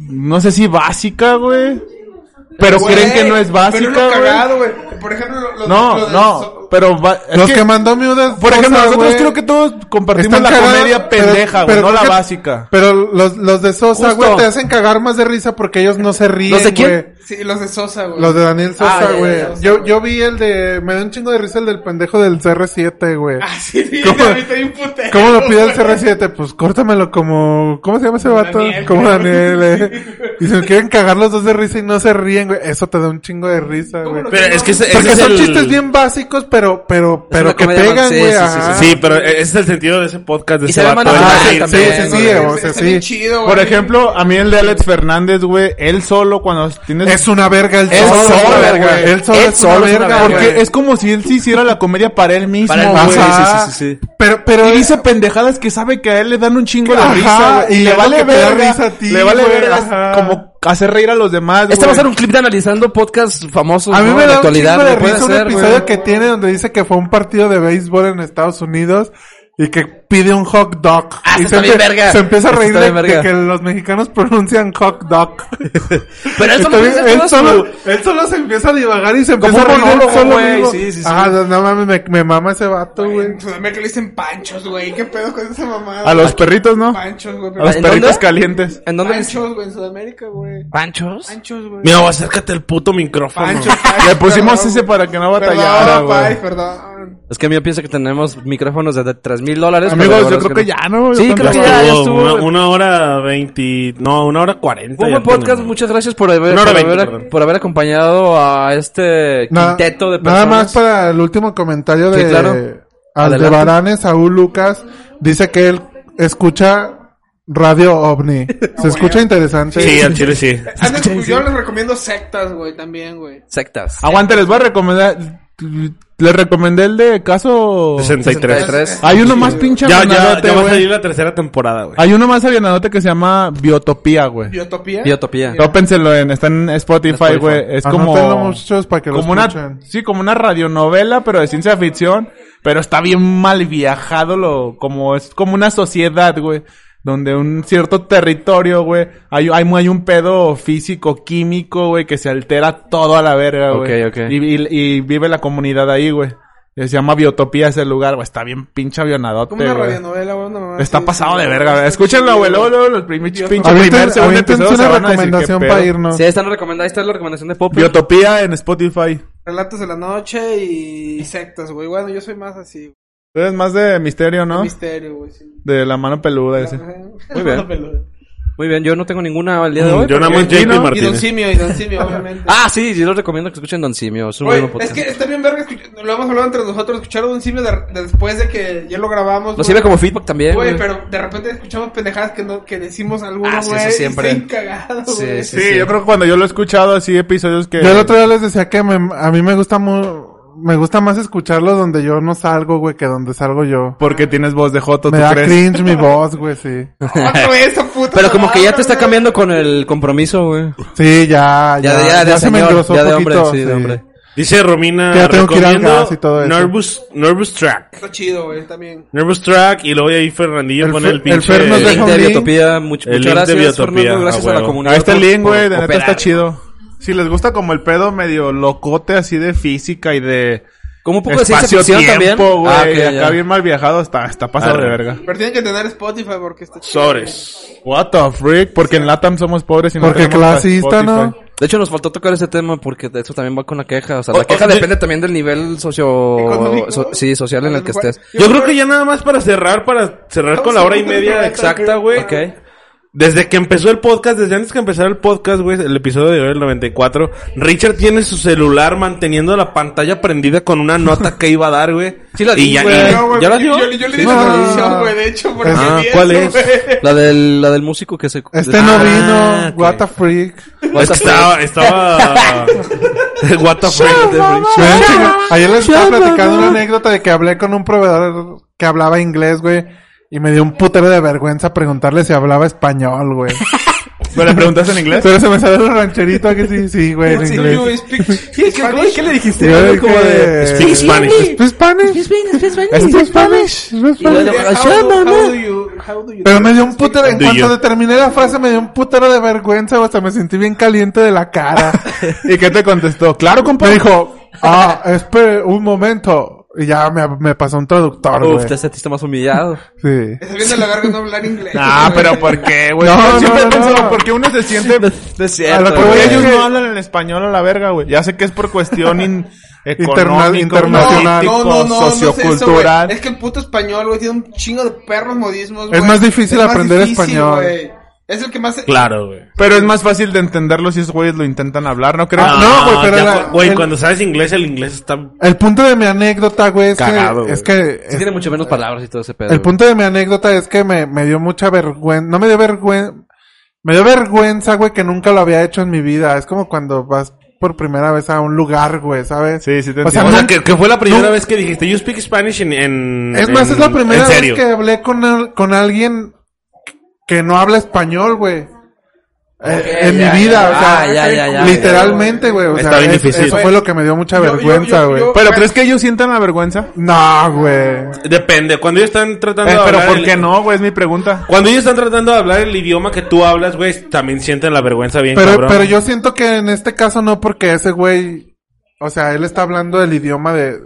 Speaker 3: No sé si básica, güey. Pero
Speaker 4: Güey,
Speaker 3: creen que no es
Speaker 4: Pero es lo
Speaker 3: básica,
Speaker 4: cagado, güey. Por ejemplo, lo, lo-
Speaker 3: güey. No,
Speaker 4: lo del
Speaker 3: no.
Speaker 4: so-
Speaker 3: Pero... va- es
Speaker 2: Los
Speaker 3: que-
Speaker 2: que, mandó miudas.
Speaker 3: Por
Speaker 2: Sosa,
Speaker 3: ejemplo, nosotros
Speaker 2: güey,
Speaker 3: creo que todos compartimos
Speaker 2: están
Speaker 3: la
Speaker 2: cagados,
Speaker 3: comedia
Speaker 2: pero-
Speaker 3: pendeja, güey.
Speaker 2: pero
Speaker 3: No
Speaker 2: creo
Speaker 3: la
Speaker 2: que-
Speaker 3: básica.
Speaker 2: Pero los, los de Sosa,
Speaker 1: Justo.
Speaker 2: güey, te hacen cagar más de risa porque ellos no se ríen,
Speaker 1: ¿Los de quién?
Speaker 2: güey.
Speaker 4: Sí, los de Sosa, güey.
Speaker 2: Los de Daniel
Speaker 1: Ah, ya,
Speaker 2: Sosa,
Speaker 1: ya,
Speaker 2: güey.
Speaker 1: ya,
Speaker 4: ya,
Speaker 2: yo,
Speaker 4: güey.
Speaker 2: yo vi el de... Me da un chingo de risa el del pendejo del CR7, güey.
Speaker 4: Ah, sí, sí,
Speaker 2: ¿Cómo-
Speaker 4: a mí estoy un putero.
Speaker 2: ¿Cómo lo pide el CR7? Pues córtamelo como... ¿Cómo se llama ese vato?
Speaker 4: Daniel,
Speaker 2: como
Speaker 4: cabrón.
Speaker 2: Daniel, eh. Y se me quieren cagar los dos de risa y no se ríen, güey. Eso te da un chingo de risa,
Speaker 4: ¿Cómo
Speaker 2: güey.
Speaker 4: lo-
Speaker 5: Pero es que ese, ese
Speaker 2: Porque
Speaker 5: es
Speaker 2: son
Speaker 5: el-
Speaker 2: chistes bien básicos, pero, pero, pero
Speaker 1: una
Speaker 2: que
Speaker 1: comedia
Speaker 2: pegan,
Speaker 1: romance,
Speaker 2: güey.
Speaker 1: sí, sí,
Speaker 2: ajá.
Speaker 1: sí,
Speaker 5: Sí, pero e, ese es el sentido de ese podcast, de
Speaker 1: Y
Speaker 5: ese
Speaker 1: se ve
Speaker 5: vato. Ah,
Speaker 1: manual
Speaker 5: de-
Speaker 1: también,
Speaker 5: de-
Speaker 2: sí, sí,
Speaker 1: güey.
Speaker 2: sí,
Speaker 4: Está-
Speaker 2: o sea,
Speaker 4: está
Speaker 2: sí.
Speaker 4: bien chido, güey.
Speaker 3: Por ejemplo, a mí el de Alex Fernández, güey, él solo cuando tienes...
Speaker 2: Es una verga el
Speaker 3: Él
Speaker 2: solo,
Speaker 3: solo,
Speaker 2: güey.
Speaker 3: güey.
Speaker 2: Él solo
Speaker 1: Él
Speaker 2: es una
Speaker 1: solo es una
Speaker 2: verga,
Speaker 1: verga,
Speaker 2: güey.
Speaker 3: Porque es como si él se hiciera la comedia para él mismo,
Speaker 1: Para él
Speaker 3: güey.
Speaker 1: mismo,
Speaker 2: Ajá.
Speaker 1: sí, sí, sí, sí, sí.
Speaker 2: Pero, pero
Speaker 3: Y dice pendejadas que sabe que a él le dan un chingo de
Speaker 2: Ajá,
Speaker 3: risa, güey.
Speaker 2: y
Speaker 3: Y le
Speaker 2: es lo
Speaker 3: vale
Speaker 2: que te da
Speaker 3: verga.
Speaker 2: risa a ti,
Speaker 3: le vale
Speaker 2: güey,
Speaker 3: verga
Speaker 2: ajá.
Speaker 3: como hacer reír a los demás,
Speaker 1: Este
Speaker 3: güey.
Speaker 1: va a ser un clip de analizando podcasts famosos
Speaker 2: a mí
Speaker 1: Pues ¿no?
Speaker 2: me
Speaker 1: de
Speaker 2: da un
Speaker 1: actualidad.
Speaker 2: chingo de
Speaker 1: güey, puede
Speaker 2: risa un
Speaker 1: ser, güey.
Speaker 2: episodio que tiene donde dice que fue un partido de béisbol en Estados Unidos y que pide un hot dog.
Speaker 1: Ah,
Speaker 2: y
Speaker 1: eso está bien
Speaker 2: empie-
Speaker 1: verga.
Speaker 2: se empieza a
Speaker 1: Eso
Speaker 2: reír
Speaker 1: está
Speaker 2: de,
Speaker 1: bien
Speaker 2: de
Speaker 1: verga.
Speaker 2: que los mexicanos pronuncian hot dog.
Speaker 1: Pero eso
Speaker 2: Está
Speaker 1: lo
Speaker 2: bien,
Speaker 1: dice
Speaker 2: él,
Speaker 1: todo
Speaker 2: solo,
Speaker 1: su-
Speaker 2: él solo se empieza a divagar y se
Speaker 1: Como
Speaker 2: empieza a
Speaker 1: un
Speaker 2: reír él
Speaker 1: monólogo,
Speaker 2: solo
Speaker 1: güey,
Speaker 2: mismo.
Speaker 1: sí, sí, sí.
Speaker 2: Ah, no, no mames, me, me mama ese vato, güey.
Speaker 4: En Sudamérica le dicen panchos, güey. ¿Qué pedo con esa mamada?
Speaker 2: Ah.
Speaker 3: A los perritos, ¿no? A
Speaker 4: Panchos, güey.
Speaker 3: los
Speaker 1: ¿En
Speaker 3: perritos
Speaker 1: dónde?
Speaker 3: calientes.
Speaker 1: ¿En dónde? dice?
Speaker 4: Panchos, güey, en Sudamérica, güey.
Speaker 1: ¿Panchos?
Speaker 4: Panchos, güey.
Speaker 5: Mira, güey, acércate al puto micrófono.
Speaker 4: Panchos, Panchos,
Speaker 3: Le pusimos
Speaker 4: perdón,
Speaker 3: ese
Speaker 4: güey.
Speaker 3: para que no batallara,
Speaker 4: Perdón, Pai,
Speaker 3: güey.
Speaker 4: perdón.
Speaker 1: Es que yo pienso que tenemos micrófonos de 3 mil dólares. pero la
Speaker 3: Amigos, yo
Speaker 1: verdad
Speaker 3: creo
Speaker 1: es
Speaker 3: que ya, ¿no?
Speaker 1: Sí,
Speaker 3: Yo
Speaker 1: creo que
Speaker 3: tampoco-
Speaker 1: ya, ya
Speaker 5: Estuvo
Speaker 1: estuvo.
Speaker 5: una, una hora veinti... No, una hora cuarenta.
Speaker 1: Fue un
Speaker 5: ya
Speaker 1: buen podcast,
Speaker 5: tenemos.
Speaker 1: muchas gracias por haber, por,
Speaker 5: Una hora veinte,
Speaker 1: haber,
Speaker 5: perdón.
Speaker 1: por haber acompañado a este
Speaker 2: Nada-
Speaker 1: quinteto de
Speaker 2: Nada
Speaker 1: personas.
Speaker 2: más para el último comentario
Speaker 1: Sí,
Speaker 2: de
Speaker 1: claro.
Speaker 2: Aldebarán, Saúl Lucas. Dice que él escucha Radio OVNI. Se escucha interesante.
Speaker 5: Sí, al chile sí.
Speaker 4: Antes, Ah, pues yo les recomiendo sectas, güey, también, güey.
Speaker 1: Sectas.
Speaker 5: Ah,
Speaker 3: Aguante, les voy a recomendar... Les recomendé el de caso...
Speaker 5: 63.
Speaker 1: 63.
Speaker 3: Hay uno más pinche
Speaker 5: Ya, ya,
Speaker 3: avionadote,
Speaker 5: ya va a
Speaker 3: güey.
Speaker 5: salir la tercera temporada, güey.
Speaker 3: Hay uno más avionadote que se llama Biotopía, güey.
Speaker 4: Biotopía.
Speaker 1: Biotopía.
Speaker 3: Tópenselo en, está en Spotify,
Speaker 1: Spotify.
Speaker 3: güey. Es como,
Speaker 2: Anótenlo, muchachos, para que lo
Speaker 3: como una,
Speaker 2: escuchen.
Speaker 3: sí, como una radionovela, pero de ciencia ficción. Pero está bien mal viajado, lo, como es como una sociedad, güey. Donde un cierto territorio, güey, hay, hay, hay un pedo físico, químico, güey, que se altera todo a la verga, güey.
Speaker 1: Ok, ok.
Speaker 3: Y, y- y vive la comunidad ahí, güey. Se llama Biotopía ese lugar, güey. Está bien pinche avionadote,
Speaker 4: Como una
Speaker 3: güey.
Speaker 4: radionovela, güey. una mamá
Speaker 3: Está
Speaker 4: así.
Speaker 3: pasado de verga, güey. Escúchenlo, güey. Luego, luego, los primer,
Speaker 4: Dios.
Speaker 3: pinche primer,
Speaker 2: Avienten-
Speaker 3: segundo
Speaker 2: aviéntense
Speaker 3: episodio se
Speaker 2: una
Speaker 3: van a decir
Speaker 2: recomendación
Speaker 3: qué
Speaker 2: para
Speaker 3: pedo.
Speaker 2: irnos.
Speaker 1: Sí, ahí está la recomendación, ahí está la recomendación de Pop.
Speaker 3: Biotopía en Spotify.
Speaker 4: Relatos de la noche y sectas, güey. Bueno, yo soy más así, güey.
Speaker 3: Tú eres más de misterio, ¿no? Pues
Speaker 4: Misterio, güey. sí.
Speaker 3: De la mano peluda ese.
Speaker 1: Muy bien. Muy bien, yo Ah, no tengo ninguna al día de hoy.
Speaker 5: Mm, Yo nada más
Speaker 3: porque-
Speaker 5: JP
Speaker 3: ¿no?
Speaker 4: Y Don
Speaker 5: Martínez.
Speaker 4: Simio, y Don Simio, obviamente.
Speaker 1: Ah, sí, yo les recomiendo que escuchen Don Simio. Es un
Speaker 4: Oye,
Speaker 1: buen podcast.
Speaker 4: es que está bien verga, escuch- lo hemos hablado entre nosotros, escuchar Don Simio de- de después de que ya lo grabamos.
Speaker 1: Nos
Speaker 4: güey.
Speaker 1: sirve como feedback también.
Speaker 4: Güey,
Speaker 1: güey.
Speaker 4: pero de repente escuchamos pendejadas que, no, que decimos
Speaker 1: Ah,
Speaker 4: algunos,
Speaker 1: sí,
Speaker 4: güey.
Speaker 1: eso
Speaker 4: y
Speaker 1: siempre.
Speaker 4: están cagados,
Speaker 1: Sí,
Speaker 4: güey.
Speaker 1: sí.
Speaker 3: Sí, yo creo que cuando yo lo he escuchado así, episodios que...
Speaker 2: Yo el otro día les decía que me- a mí me gusta mu- me gusta más escucharlo donde yo no salgo, güey, que donde salgo yo.
Speaker 3: Porque tienes voz de joto, ¿tú
Speaker 2: Me da
Speaker 3: crees?
Speaker 2: cringe mi voz, güey, sí.
Speaker 4: Otra vez, esa puta
Speaker 1: Pero como que ya te
Speaker 4: palabra,
Speaker 1: está
Speaker 4: güey.
Speaker 1: cambiando con el compromiso, güey.
Speaker 2: Sí, ya,
Speaker 1: Ya, de- ya, de señor,
Speaker 2: engrosó
Speaker 1: ya de hombre,
Speaker 2: poquito,
Speaker 1: sí, de hombre.
Speaker 5: Dice Romina,
Speaker 2: Que ya tengo que ir al
Speaker 5: recomiendo
Speaker 2: gas y todo eso.
Speaker 5: Nervous, Nervous Track.
Speaker 4: Está chido, güey, también.
Speaker 5: Nervous Track y luego ahí Fernandillo
Speaker 2: El
Speaker 5: pone
Speaker 2: Fer-
Speaker 5: el
Speaker 2: el
Speaker 5: pinche...
Speaker 2: Fer nos
Speaker 1: El
Speaker 2: deja
Speaker 1: link de
Speaker 2: un link.
Speaker 1: Biotopía. Much-
Speaker 5: El
Speaker 1: muchas
Speaker 5: link de
Speaker 1: gracias,
Speaker 5: Biotopía, Ah,
Speaker 1: Fernando. Gracias
Speaker 5: a
Speaker 1: a, la
Speaker 5: huevo.
Speaker 1: comunidad.
Speaker 3: Ahí está el
Speaker 1: por-
Speaker 3: link, güey,
Speaker 1: por
Speaker 3: de neta
Speaker 1: cooperar.
Speaker 3: está chido. Si les gusta como el pedo medio locote así de física y de
Speaker 1: Como un poco de ciencia
Speaker 3: espacio
Speaker 1: ficción también.
Speaker 3: tiempo, güey,
Speaker 1: Ah, ok,
Speaker 3: acá
Speaker 1: ya.
Speaker 3: bien mal viajado, está, está pasado
Speaker 5: Arre.
Speaker 3: de verga.
Speaker 4: Pero tienen que tener Spotify porque está chido.
Speaker 5: Sores.
Speaker 3: What the freak, porque en Latam somos pobres y no
Speaker 2: Porque
Speaker 3: tenemos
Speaker 2: clasista, ¿no?
Speaker 3: Spotify.
Speaker 1: De hecho, nos faltó tocar ese tema porque de eso también va con la queja. O sea,
Speaker 5: O-
Speaker 1: la
Speaker 5: o-
Speaker 1: queja
Speaker 5: de-
Speaker 1: depende también del nivel socio...
Speaker 4: Económico.
Speaker 1: so- sí, social en el que estés.
Speaker 5: Yo creo que ya nada más para cerrar, para cerrar con la hora y media exacta, güey.
Speaker 1: Ok.
Speaker 5: Desde que empezó el podcast, desde antes que empezara el podcast, güey, el episodio de hoy, el 94, Richard tiene su celular manteniendo la pantalla prendida con una nota que iba a dar, güey.
Speaker 1: Sí la di,
Speaker 5: y ya,
Speaker 1: güey.
Speaker 5: y-
Speaker 4: No, güey,
Speaker 1: ¿Ya la
Speaker 4: yo,
Speaker 1: dio?
Speaker 4: yo- yo le di
Speaker 2: Sí.
Speaker 4: la
Speaker 2: Ah.
Speaker 4: traducción, güey, de hecho, porque
Speaker 5: Ah,
Speaker 4: vi
Speaker 5: ¿cuál
Speaker 4: eso,
Speaker 5: es?
Speaker 4: güey.
Speaker 1: La del, la del músico que se...
Speaker 2: Este no
Speaker 1: Ah,
Speaker 2: vino,
Speaker 1: ok.
Speaker 2: what the freak.
Speaker 1: What
Speaker 5: es que
Speaker 1: the fuck.
Speaker 5: estaba, estaba... What the fuck?
Speaker 2: Ven, chinga. Ayer les estaba platicando una anécdota de que hablé con un proveedor que hablaba inglés, güey. Y me dio un putero de vergüenza preguntarle si hablaba español, güey.
Speaker 3: ¿Pero le preguntaste en inglés?
Speaker 2: Pero se me salió el rancherito aquí, sí, sí, güey, en
Speaker 4: Sí,
Speaker 2: inglés.
Speaker 4: you speak- ¿Qué- qué- ¿Qué le dijiste?
Speaker 2: Yo
Speaker 4: güey?
Speaker 2: dije,
Speaker 4: Como de...
Speaker 5: Speak Spanish.
Speaker 2: "Speak Spanish, speak Spanish, speak Spanish".
Speaker 4: How do- how do you- how do you-
Speaker 2: Pero me dio un putero, en
Speaker 5: Do
Speaker 2: cuanto
Speaker 5: you?
Speaker 2: de- terminé la frase, me dio un putero de vergüenza, hasta me sentí bien caliente de la cara.
Speaker 3: ¿Y qué te contestó? Claro, compa.
Speaker 2: Me dijo, ah, espere un momento. Y ya me, me pasó un traductor,
Speaker 1: Uf,
Speaker 2: güey.
Speaker 1: te sentiste más humillado.
Speaker 2: Sí.
Speaker 4: Se viene la garganta no hablar inglés.
Speaker 3: Ah,
Speaker 4: güey.
Speaker 3: pero ¿por qué, güey?
Speaker 2: No,
Speaker 3: Yo siempre
Speaker 2: no,
Speaker 3: he pensado,
Speaker 2: no.
Speaker 3: ¿por qué uno se siente
Speaker 1: Es
Speaker 3: A lo
Speaker 1: cierto,
Speaker 3: que
Speaker 1: güey.
Speaker 3: voy,
Speaker 2: güey.
Speaker 3: ellos no hablan el español a la verga, güey. Ya sé que es por cuestión in-
Speaker 2: Interna-
Speaker 3: económico,
Speaker 2: internacional.
Speaker 3: político,
Speaker 4: no es eso,
Speaker 3: sociocultural.
Speaker 4: güey. es que el puto español, güey, tiene un chingo de perros modismos, güey.
Speaker 2: Es más difícil aprender español.
Speaker 4: güey. Es el que más...
Speaker 5: Claro, güey.
Speaker 3: Pero es más fácil de entenderlo si esos güeyes lo intentan hablar, ¿no crees?
Speaker 2: Ah, no, güey, pero
Speaker 5: ya
Speaker 2: la-
Speaker 5: cu- güey,
Speaker 2: el-
Speaker 5: cuando sabes inglés, el inglés está...
Speaker 2: El punto de mi anécdota, güey, es
Speaker 5: Cagado,
Speaker 2: que,
Speaker 5: güey.
Speaker 2: es que
Speaker 1: Sí tiene mucho menos palabras y todo ese pedo.
Speaker 2: El
Speaker 1: güey.
Speaker 2: punto de mi anécdota es que me, me dio mucha vergüenza. No me dio vergüenza. Me dio vergüenza, güey, que nunca lo había hecho en mi vida. Es como cuando vas por primera vez a un lugar, güey, ¿sabes?
Speaker 3: Sí, sí te
Speaker 2: O sea,
Speaker 5: O
Speaker 3: entiendo.
Speaker 5: sea,
Speaker 2: nunca-
Speaker 5: que, que fue la primera
Speaker 2: no.
Speaker 5: vez que dijiste, you speak Spanish en... en-
Speaker 2: Es más,
Speaker 5: en-
Speaker 2: es la primera
Speaker 5: en
Speaker 2: vez
Speaker 5: serio.
Speaker 2: que hablé con, al- con alguien que no habla español, güey. Eh, en
Speaker 1: ya,
Speaker 2: mi vida,
Speaker 1: ya,
Speaker 2: o sea,
Speaker 1: ya, Ah, ya, ya, ya.
Speaker 2: literalmente, güey. O
Speaker 5: Está
Speaker 2: sea,
Speaker 5: bien
Speaker 2: es-
Speaker 5: difícil.
Speaker 2: eso fue lo que me dio mucha
Speaker 4: Yo- yo-
Speaker 2: vergüenza,
Speaker 4: yo-
Speaker 2: güey.
Speaker 4: yo-
Speaker 3: ¿Pero crees que ellos sientan la vergüenza?
Speaker 2: No, güey. Eh,
Speaker 5: Depende, cuando ellos están tratando
Speaker 3: Eh,
Speaker 5: de
Speaker 3: pero
Speaker 5: hablar
Speaker 3: ¿por
Speaker 5: el-
Speaker 3: qué no, güey? Es mi pregunta.
Speaker 5: Cuando ellos están tratando de hablar el idioma que tú hablas, güey, también sienten la vergüenza bien
Speaker 2: Pero,
Speaker 5: cabrón.
Speaker 2: pero yo siento que en este caso no, porque ese güey, o sea, él está hablando del idioma de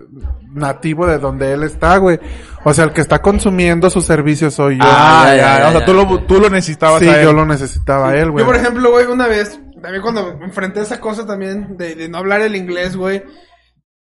Speaker 2: nativo de donde él está, güey. O sea, el que está consumiendo sus servicios soy yo.
Speaker 3: Ah,
Speaker 1: ya,
Speaker 3: ya,
Speaker 1: ya,
Speaker 3: o sea,
Speaker 1: ya,
Speaker 3: tú,
Speaker 1: ya.
Speaker 3: Lo, tú lo necesitabas
Speaker 2: sí,
Speaker 3: a él.
Speaker 2: yo lo necesitaba a él, güey.
Speaker 4: Yo, por ejemplo, güey, una vez, también cuando me enfrenté a esa cosa también de, de no hablar el inglés, güey,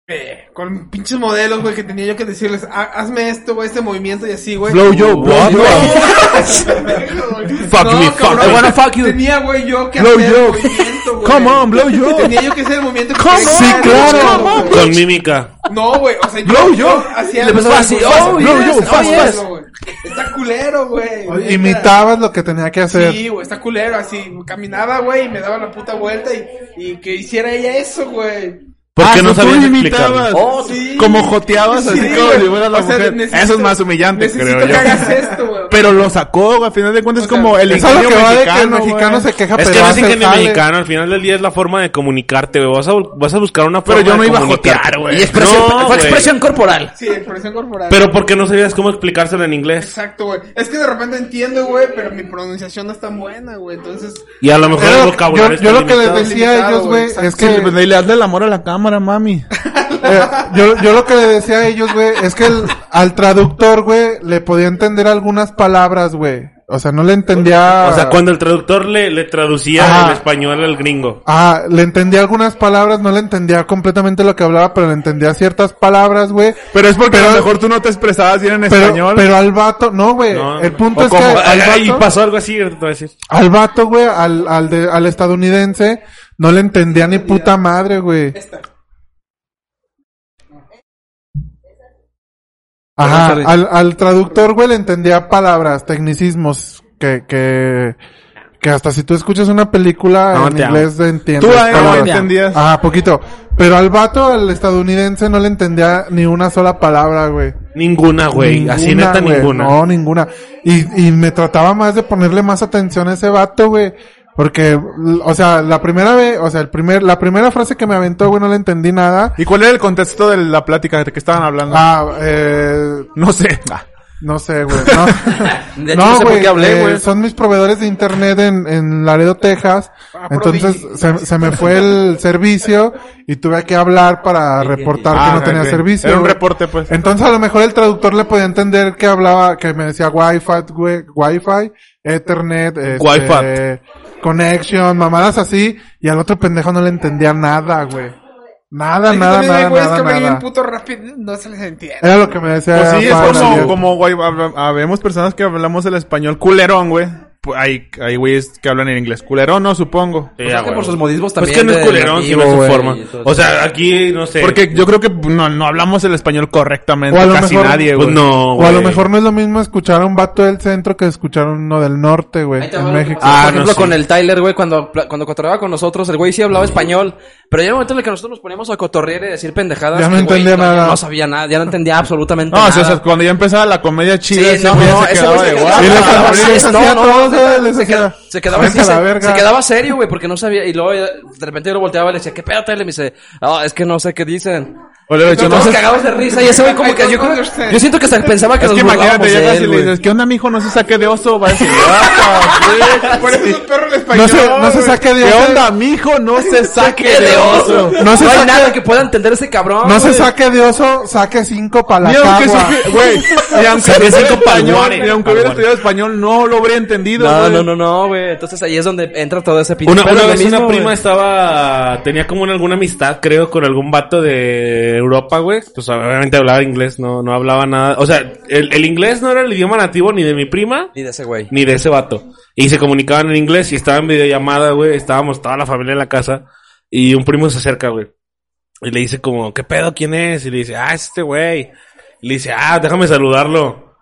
Speaker 4: eh, con pinches modelos, güey, que tenía yo que decirles, "Ha- hazme esto, güey, este movimiento y así, güey.
Speaker 3: Blow yo, blow yo.
Speaker 5: Fuck me, fuck me. I wanna
Speaker 4: fuck you. Tenía, güey, yo que
Speaker 3: Blow
Speaker 4: hacer
Speaker 3: yo.
Speaker 4: el movimiento, güey.
Speaker 3: Come on, blow yo.
Speaker 4: Tenía yo que hacer el movimiento. que
Speaker 3: Come
Speaker 4: tenía
Speaker 3: on,
Speaker 4: que
Speaker 2: Sí,
Speaker 4: hacer,
Speaker 2: claro.
Speaker 3: Come
Speaker 4: güey.
Speaker 3: on.
Speaker 5: Con mímica.
Speaker 4: No, güey, o sea, yo,
Speaker 3: Blow yo.
Speaker 4: hacía
Speaker 1: Le empezaba así, oh,
Speaker 4: güey,
Speaker 1: blow
Speaker 4: güey,
Speaker 1: yo,
Speaker 4: está
Speaker 1: fast,
Speaker 4: culero,
Speaker 1: fast.
Speaker 4: güey. Está culero, güey. neta.
Speaker 2: Imitabas lo que tenía que hacer.
Speaker 4: Sí, güey, está culero, así, caminaba, güey, y me daba la puta vuelta y, y que hiciera ella eso, güey.
Speaker 5: ¿Por qué
Speaker 3: Ah,
Speaker 5: no
Speaker 3: tú
Speaker 5: sabías
Speaker 3: imitabas.
Speaker 5: explicarlo?
Speaker 1: Oh,
Speaker 4: sí.
Speaker 3: Como joteabas así
Speaker 4: Sí,
Speaker 3: como
Speaker 4: güey.
Speaker 3: si fuera la
Speaker 4: O sea,
Speaker 3: mujer.
Speaker 4: necesito-
Speaker 3: Eso es más humillante,
Speaker 4: necesito
Speaker 3: creo yo.
Speaker 4: que hagas esto, güey.
Speaker 3: Pero lo sacó, güey. Al final de cuentas
Speaker 4: O
Speaker 3: es
Speaker 4: sea,
Speaker 3: como el
Speaker 2: es a lo
Speaker 3: ingenio
Speaker 2: que va de que el
Speaker 3: güey.
Speaker 2: mexicano se queja,
Speaker 5: Es
Speaker 2: pero
Speaker 5: que no es
Speaker 2: hace
Speaker 5: ingenio
Speaker 2: sale.
Speaker 5: mexicano, al final del día es la forma de comunicarte, güey. Vas a, vas a buscar una
Speaker 3: Pero
Speaker 5: forma
Speaker 3: yo no
Speaker 5: de
Speaker 3: iba a
Speaker 5: comunicarte.
Speaker 3: jotear, güey.
Speaker 1: Y expresión,
Speaker 5: No,
Speaker 1: fue
Speaker 5: güey.
Speaker 1: expresión corporal.
Speaker 4: Sí, expresión corporal.
Speaker 5: Pero porque no sabías cómo explicárselo en inglés.
Speaker 4: Exacto, güey. Es que de repente entiendo, güey, pero mi pronunciación no es tan buena, güey. Entonces,
Speaker 5: Y a lo mejor
Speaker 2: Era
Speaker 5: el
Speaker 2: lo que- yo,
Speaker 5: vocabulario
Speaker 2: yo
Speaker 5: está
Speaker 2: lo que les
Speaker 5: limitado.
Speaker 2: decía a
Speaker 4: Limitado,
Speaker 2: ellos, güey,
Speaker 4: güey,
Speaker 2: es
Speaker 3: Sí,
Speaker 2: que...
Speaker 3: pues, y le das el amor a la cámara, mami.
Speaker 2: Eh, yo, yo lo que le decía a ellos, güey, es que el- al traductor, güey, le podía entender algunas palabras, güey. O sea, no le entendía...
Speaker 5: O sea, cuando el traductor le, le traducía
Speaker 2: Ajá.
Speaker 5: el español al gringo.
Speaker 2: Ah, le entendía algunas palabras, no le entendía completamente lo que hablaba, pero le entendía ciertas palabras, güey.
Speaker 3: Pero es porque a
Speaker 2: Pero-
Speaker 3: lo mejor tú no te expresabas bien en
Speaker 2: Pero,
Speaker 3: español.
Speaker 2: pero al vato, no, güey.
Speaker 5: No,
Speaker 2: Eh, el
Speaker 5: no.
Speaker 2: punto
Speaker 5: O
Speaker 2: es que
Speaker 5: como-
Speaker 2: al
Speaker 5: ay, y
Speaker 2: vato,
Speaker 5: pasó algo así, ahorita te voy a decir.
Speaker 2: al vato, güey, al, al, de- al estadounidense, no le entendía ni puta madre, güey.
Speaker 4: esta.
Speaker 2: Ajá,
Speaker 1: Perdón,
Speaker 2: al, al traductor, güey, le entendía palabras, tecnicismos, que, que, que hasta si tú escuchas una película
Speaker 5: No,
Speaker 2: en
Speaker 5: te amo.
Speaker 2: inglés le entiendes.
Speaker 3: Tú a él no
Speaker 2: palabras.
Speaker 3: entendías.
Speaker 2: Ajá, poquito. Pero al vato, al estadounidense, no le entendía ni una sola palabra, güey.
Speaker 5: Ninguna, güey. Así
Speaker 2: Ninguna,
Speaker 5: neta,
Speaker 2: güey.
Speaker 5: ninguna.
Speaker 2: No, ninguna. Y, y me trataba más de ponerle más atención a ese vato, güey. Porque, l- o sea, la primera vez, o sea, el primer, la primera frase que me aventó, güey, no le entendí nada.
Speaker 3: ¿Y cuál era el contexto de la plática de que estaban hablando?
Speaker 2: Ah, eh,
Speaker 3: No sé. Ah.
Speaker 2: no sé, güey. No,
Speaker 1: De hecho, no sé por qué hablé,
Speaker 2: eh,
Speaker 1: güey.
Speaker 2: son mis proveedores de internet en, en Laredo, Texas. Entonces se, se me fue el servicio y tuve que hablar para reportar
Speaker 3: Ah,
Speaker 2: que no tenía
Speaker 3: ok.
Speaker 2: servicio.
Speaker 3: Era un
Speaker 2: güey.
Speaker 3: reporte, pues.
Speaker 2: Entonces a lo mejor el traductor le podía entender que hablaba, que me decía Wi-Fi, güey, Wi-Fi, Ethernet, este,
Speaker 5: Wi-Fi.
Speaker 2: Connection, mamadas así, y al otro pendejo no le entendía nada, güey. Nada,
Speaker 4: Ay,
Speaker 2: nada,
Speaker 4: también hay
Speaker 2: nada,
Speaker 4: güeyes
Speaker 2: nada,
Speaker 4: que hablan
Speaker 2: nada.
Speaker 4: bien puto rápido, no se les entiende.
Speaker 2: Era lo que me decía.
Speaker 3: Pues sí, es
Speaker 2: Juan
Speaker 3: como,
Speaker 2: ayer.
Speaker 3: como güey, hab- habemos personas que hablamos el español culerón, güey. Pu- Hay, hay güeyes que hablan en inglés culerón, no supongo.
Speaker 1: Pues es que por sus modismos
Speaker 5: Pues
Speaker 1: también.
Speaker 5: que no es
Speaker 1: de
Speaker 5: culerón,
Speaker 1: nativo,
Speaker 5: sino su
Speaker 1: güey,
Speaker 5: forma.
Speaker 1: y todo
Speaker 5: O
Speaker 1: eso.
Speaker 5: sea, aquí, no sé.
Speaker 3: Porque yo creo que no, no hablamos el español correctamente
Speaker 2: O a lo
Speaker 3: casi
Speaker 2: mejor-
Speaker 3: nadie, güey.
Speaker 5: Pues no,
Speaker 2: O a lo
Speaker 5: güey.
Speaker 2: mejor no es lo mismo escuchar a un vato del centro que escuchar a uno del norte, güey,
Speaker 1: Ahí te
Speaker 2: en
Speaker 1: va lo que
Speaker 2: México.
Speaker 1: pasó,
Speaker 5: Ah,
Speaker 1: por ejemplo,
Speaker 5: no, sí.
Speaker 1: con el Tyler, güey, cuando, pla- cuando cotorreaba con nosotros, el güey sí hablaba español. Pero ya el momento en el que nosotros nos poníamos a cotorrear y decir pendejadas,
Speaker 2: Ya no
Speaker 1: el güey
Speaker 2: entendía
Speaker 1: ya
Speaker 2: nada.
Speaker 1: No sabía nada, ya no entendía absolutamente
Speaker 3: No, o
Speaker 1: nada.
Speaker 3: sea, o sea, cuando ya empezaba la comedia chida,
Speaker 1: Sí,
Speaker 3: ese
Speaker 1: no,
Speaker 3: güey
Speaker 1: no,
Speaker 3: se
Speaker 1: ese
Speaker 3: quedaba
Speaker 1: güey se
Speaker 3: de
Speaker 1: quedaba-
Speaker 3: guau.
Speaker 2: Y les
Speaker 1: Ah,
Speaker 2: hacía-
Speaker 1: sí,
Speaker 2: les
Speaker 1: no,
Speaker 2: hacía
Speaker 1: no,
Speaker 2: todos, güey, les
Speaker 1: se,
Speaker 2: hacía-
Speaker 1: queda- se quedaba
Speaker 2: Vente
Speaker 1: así,
Speaker 2: a la
Speaker 1: se,
Speaker 2: verga.
Speaker 1: se quedaba serio, güey, porque no sabía. Y luego, eh, de repente yo lo volteaba y le decía, ¿qué pedo, Tyler? Y me dice, no, es que no sé qué dicen.
Speaker 3: O le he dicho,
Speaker 1: Yo
Speaker 3: no
Speaker 1: nos
Speaker 3: sé-
Speaker 1: cagamos de risa y ese güey como
Speaker 4: I
Speaker 1: que
Speaker 4: don't
Speaker 1: yo creo-
Speaker 4: understand.
Speaker 1: yo siento que se pensaba que
Speaker 3: Es
Speaker 1: nos
Speaker 3: que
Speaker 1: burlábamos
Speaker 3: imagínate,
Speaker 1: de
Speaker 3: llegas y
Speaker 1: él,
Speaker 3: le
Speaker 1: güey.
Speaker 3: dices, ¿qué onda, mijo? No se saque de oso. Va a decir, "Ah,
Speaker 4: Por eso es un perro el español.
Speaker 2: No se, no se saque de
Speaker 3: ¿qué
Speaker 2: onda.
Speaker 3: onda, mijo? No se saque de oso.
Speaker 1: No,
Speaker 2: No se
Speaker 1: hay
Speaker 2: saque-
Speaker 1: nada que pueda entender ese cabrón.
Speaker 2: No se
Speaker 1: Ah, güey.
Speaker 2: saque de oso, saque cinco para la
Speaker 3: Ni aunque
Speaker 2: cagua.
Speaker 3: supi- güey, ni aunque
Speaker 5: Saqué
Speaker 3: hubiera
Speaker 5: cinco
Speaker 3: español,
Speaker 5: palmares.
Speaker 3: ni aunque hubiera
Speaker 5: Palmares.
Speaker 3: estudiado español, no lo habría entendido.
Speaker 1: No,
Speaker 3: güey.
Speaker 1: no, no, no, güey. Entonces ahí es donde entra todo ese pinche
Speaker 5: Una,
Speaker 1: pedo
Speaker 5: una
Speaker 1: de
Speaker 5: vez
Speaker 1: mismo,
Speaker 5: una
Speaker 1: güey.
Speaker 5: prima estaba... Tenía como una- alguna amistad, creo, con algún vato de Europa, güey. Pues obviamente hablaba inglés, no, no hablaba nada. O sea, el, el inglés no era el idioma nativo ni de mi prima,
Speaker 1: Y de ese güey.
Speaker 5: ni de ese vato. Y se comunicaban en inglés y estaba en videollamada, güey. Estábamos toda la familia en la casa. Y un primo se acerca, güey. Y le dice como, ¿qué pedo? ¿Quién es? Y le dice, ah, es este güey. Y le dice, ah, déjame saludarlo.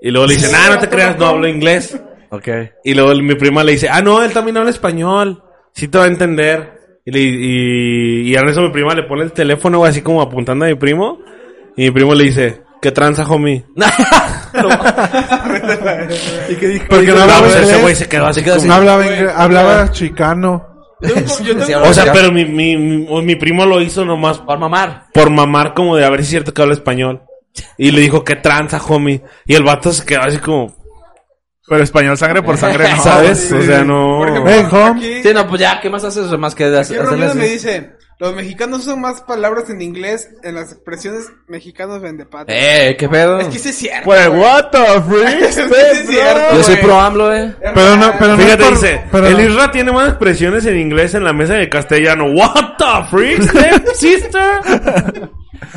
Speaker 5: Y luego le dice, nah, no te creas, no hablo inglés.
Speaker 1: Ok.
Speaker 5: Y luego mi prima le dice, ah, no, él también habla español. Sí te va a entender. Y, le- y, y a eso mi prima le pone el teléfono, güey, así como apuntando a mi primo. Y mi primo le dice, ¿qué tranza, homie?
Speaker 2: Porque no
Speaker 5: No,
Speaker 2: hablaba
Speaker 5: pues ese güey
Speaker 2: inglés.
Speaker 5: se quedó así
Speaker 1: Se quedó
Speaker 5: como-
Speaker 1: así.
Speaker 2: No hablaba inglés, hablaba chicano.
Speaker 5: O sea, pero mi, mi, mi- o mi primo lo hizo nomás por mamar. Por mamar, como de a ver si es cierto que habla español. Y le dijo, qué tranza, homie. Y el vato se quedó así como,
Speaker 3: Pero español sangre por sangre, no.
Speaker 5: ¿sabes?
Speaker 3: Sí.
Speaker 5: O sea, no.
Speaker 4: Por ejemplo,
Speaker 2: Hey, home.
Speaker 4: aquí-
Speaker 1: Sí, no, pues ya, ¿qué más haces más que de
Speaker 4: Aquí
Speaker 1: hacer- hacerle
Speaker 4: Romero
Speaker 1: así?
Speaker 4: me dice, los mexicanos usan más palabras en inglés en las expresiones mexicanos vende pato.
Speaker 1: Eh, qué pedo.
Speaker 4: Es que sí es cierto.
Speaker 3: Pues, what the freak,
Speaker 4: Es que
Speaker 3: bro?
Speaker 4: sí es cierto.
Speaker 1: Yo soy
Speaker 4: güey.
Speaker 1: pro AMLO, eh.
Speaker 2: Pero no, pero no es
Speaker 5: Fíjate,
Speaker 2: por-
Speaker 5: dice,
Speaker 2: pero-
Speaker 5: el Isra tiene más expresiones en inglés en la mesa de castellano. What the freak, step sister?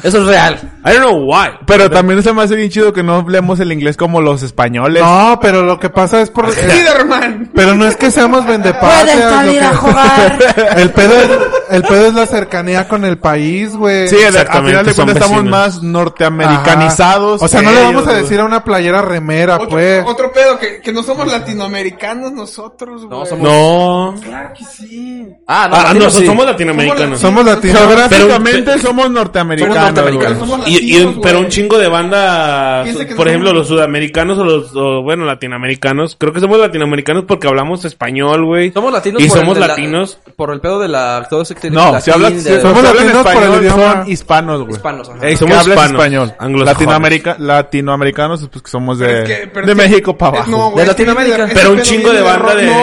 Speaker 1: Eso es real.
Speaker 5: I don't know why.
Speaker 3: Pero también se me hace bien chido que no hablemos el inglés como los españoles.
Speaker 2: No, pero lo que pasa es por...
Speaker 4: Spiderman.
Speaker 2: Pero no es que seamos vendepatrias.
Speaker 1: Pueden salir
Speaker 2: lo que-
Speaker 1: a jugar.
Speaker 2: El pedo, es, el pedo es la cercanía con el país, güey.
Speaker 3: Sí, al al
Speaker 5: Exactamente,
Speaker 3: final de
Speaker 5: son
Speaker 3: cuentas estamos
Speaker 5: vecinos.
Speaker 3: más norteamericanizados.
Speaker 2: Ajá. O sea,
Speaker 3: que
Speaker 2: no le
Speaker 3: ellos,
Speaker 2: vamos a
Speaker 3: güey.
Speaker 2: decir a una playera remera,
Speaker 4: Otro,
Speaker 2: pues.
Speaker 4: otro pedo, que, que no somos latinoamericanos nosotros, güey.
Speaker 1: somos-
Speaker 5: No.
Speaker 4: Claro que sí.
Speaker 1: Ah, no,
Speaker 5: Ah,
Speaker 1: Martino,
Speaker 5: no,
Speaker 1: sí.
Speaker 5: somos latinoamericanos.
Speaker 2: Somos latinos.
Speaker 3: Geográficamente somos norteamericanos.
Speaker 1: Somos norteamericanos.
Speaker 3: güey.
Speaker 4: Somos
Speaker 5: Y, y-
Speaker 4: latinos, güey.
Speaker 5: pero un chingo de banda,
Speaker 4: Piensa que
Speaker 5: por
Speaker 4: somos-
Speaker 5: ejemplo, los sudamericanos o los, o, bueno, latinoamericanos. Creo que somos latinoamericanos porque hablamos español, güey.
Speaker 1: Somos latinos
Speaker 5: Y
Speaker 1: por el
Speaker 5: somos
Speaker 1: de la-
Speaker 5: latinos.
Speaker 1: por el pedo de la todo ese que-
Speaker 3: No,
Speaker 1: latín,
Speaker 3: si hablas, si
Speaker 1: de-
Speaker 2: somos
Speaker 3: hablan
Speaker 2: latinos por el
Speaker 3: español,
Speaker 2: idioma.
Speaker 3: son hispanos, güey.
Speaker 1: hispanos, ajá.
Speaker 5: Ey,
Speaker 3: Que
Speaker 5: somos
Speaker 3: hablas
Speaker 5: hispanos,
Speaker 3: español.
Speaker 5: anglosajones.
Speaker 3: Latinoamerica, latinoamericanos, pues que somos de,
Speaker 4: Es que- pero
Speaker 3: de
Speaker 4: es que-
Speaker 3: México para
Speaker 4: es-
Speaker 3: abajo.
Speaker 4: no, güey,
Speaker 1: De
Speaker 4: es que
Speaker 1: Latinoamérica.
Speaker 4: viene ese
Speaker 5: Pero un
Speaker 4: pedo
Speaker 5: chingo de
Speaker 4: viene
Speaker 5: banda
Speaker 4: Ro-
Speaker 5: de,
Speaker 4: no, no, no,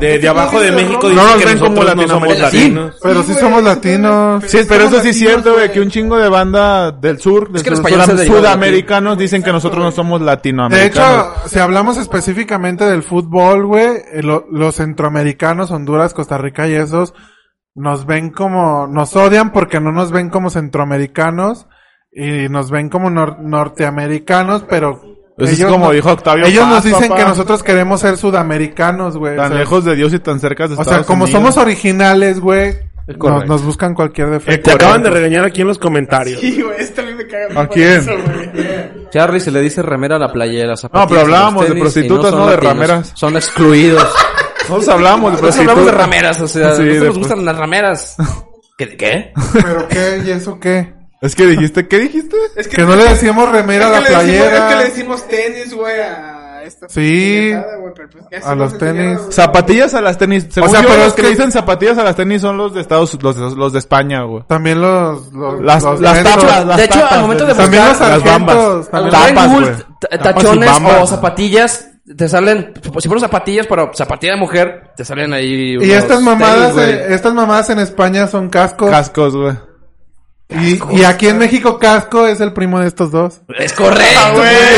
Speaker 5: de,
Speaker 4: ese
Speaker 5: de
Speaker 4: pedo
Speaker 5: abajo de
Speaker 4: viene
Speaker 5: México
Speaker 4: Ro-
Speaker 5: dicen
Speaker 3: No nos
Speaker 5: que
Speaker 3: ven como
Speaker 5: nosotros no somos
Speaker 3: latinoamericanos.
Speaker 5: latinos.
Speaker 2: Pero sí
Speaker 4: güey,
Speaker 2: somos
Speaker 4: ese pedo-
Speaker 2: latinos.
Speaker 3: Sí, pero
Speaker 4: somos
Speaker 3: eso sí es
Speaker 4: latinos,
Speaker 3: cierto, güey, que un chingo de banda del sur, del
Speaker 1: que el
Speaker 3: sur-
Speaker 1: español se
Speaker 3: sudam-
Speaker 1: derivó de
Speaker 3: sudamericanos, dicen que nosotros no somos
Speaker 2: De
Speaker 3: latinoamericanos.
Speaker 2: hecho, si hablamos específicamente del fútbol, güey, eh, lo- los centroamericanos, Honduras, Costa Rica y esos, nos ven como, nos odian porque no nos ven como centroamericanos y nos ven como nor- norteamericanos, pero
Speaker 3: Eso Pues es como
Speaker 2: no-
Speaker 3: dijo Octavio
Speaker 2: ellos
Speaker 3: Paz,
Speaker 2: nos dicen
Speaker 3: papá.
Speaker 2: que nosotros queremos ser sudamericanos, güey.
Speaker 3: tan
Speaker 2: o sea,
Speaker 3: lejos de Dios y tan cerca de
Speaker 2: o sea,
Speaker 3: Estados
Speaker 2: como
Speaker 3: Unidos.
Speaker 2: somos originales, güey, nos,
Speaker 3: correcto.
Speaker 2: nos buscan cualquier defecto.
Speaker 3: Eh,
Speaker 5: Te acaban de regañar aquí en los comentarios.
Speaker 4: Sí, güey, este a mí me caga.
Speaker 3: ¿A
Speaker 4: por
Speaker 3: quién?
Speaker 4: eso, güey.
Speaker 1: Charlie se le dice remera a la playera, zapatillas
Speaker 3: No, pero
Speaker 1: a los
Speaker 3: hablábamos de
Speaker 1: tenis,
Speaker 3: prostitutas,
Speaker 1: y son
Speaker 3: no de
Speaker 1: latinos.
Speaker 3: rameras.
Speaker 1: Son excluidos.
Speaker 3: Nosotros hablamos pues, de
Speaker 1: Nosotros hablamos de
Speaker 3: prostitutas.
Speaker 1: rameras, o sea,
Speaker 3: Sí,
Speaker 1: nosotros
Speaker 3: después.
Speaker 1: nos gustan las rameras. ¿Qué? ¿Qué?
Speaker 2: ¿Pero qué? ¿Y eso qué?
Speaker 3: Es que dijiste, ¿qué dijiste?
Speaker 4: Es que,
Speaker 2: Que no le decíamos remera a la
Speaker 4: es que le decimos-
Speaker 2: playera.
Speaker 4: es que le decimos tenis, güey, a a esta.
Speaker 2: Sí.
Speaker 4: pendejada, güey, pero pues, ya
Speaker 2: A
Speaker 4: se
Speaker 2: los
Speaker 4: nos
Speaker 2: tenis.
Speaker 4: enseñaron, güey.
Speaker 3: Zapatillas a las tenis. Según
Speaker 2: sea,
Speaker 3: yo,
Speaker 2: pero
Speaker 3: los
Speaker 2: es
Speaker 3: que
Speaker 2: que-
Speaker 3: dicen zapatillas a las tenis son los de Estados, los de, los de España, güey.
Speaker 2: También los... los
Speaker 3: Las,
Speaker 2: los
Speaker 3: las
Speaker 2: negros.
Speaker 3: tapas, las
Speaker 1: de hecho,
Speaker 3: tapas,
Speaker 1: al momento de
Speaker 3: güey.
Speaker 2: También los
Speaker 1: buscar-
Speaker 3: las bambas.
Speaker 2: argentos. también-
Speaker 1: Buscar en
Speaker 3: Tapas,
Speaker 1: Google,
Speaker 3: güey.
Speaker 1: t-
Speaker 3: Tapas y
Speaker 1: tachones
Speaker 3: bambas.
Speaker 1: o zapatillas, te salen, si fueron zapatillas, pero zapatilla de mujer, te salen ahí. unos
Speaker 2: Y estas
Speaker 1: tenis,
Speaker 2: mamadas,
Speaker 1: güey.
Speaker 2: eh, estas mamadas en España son cascos.
Speaker 3: Cascos, güey.
Speaker 2: y, y aquí en México casco es el primo de estos dos.
Speaker 1: Es correcto.
Speaker 3: Ah,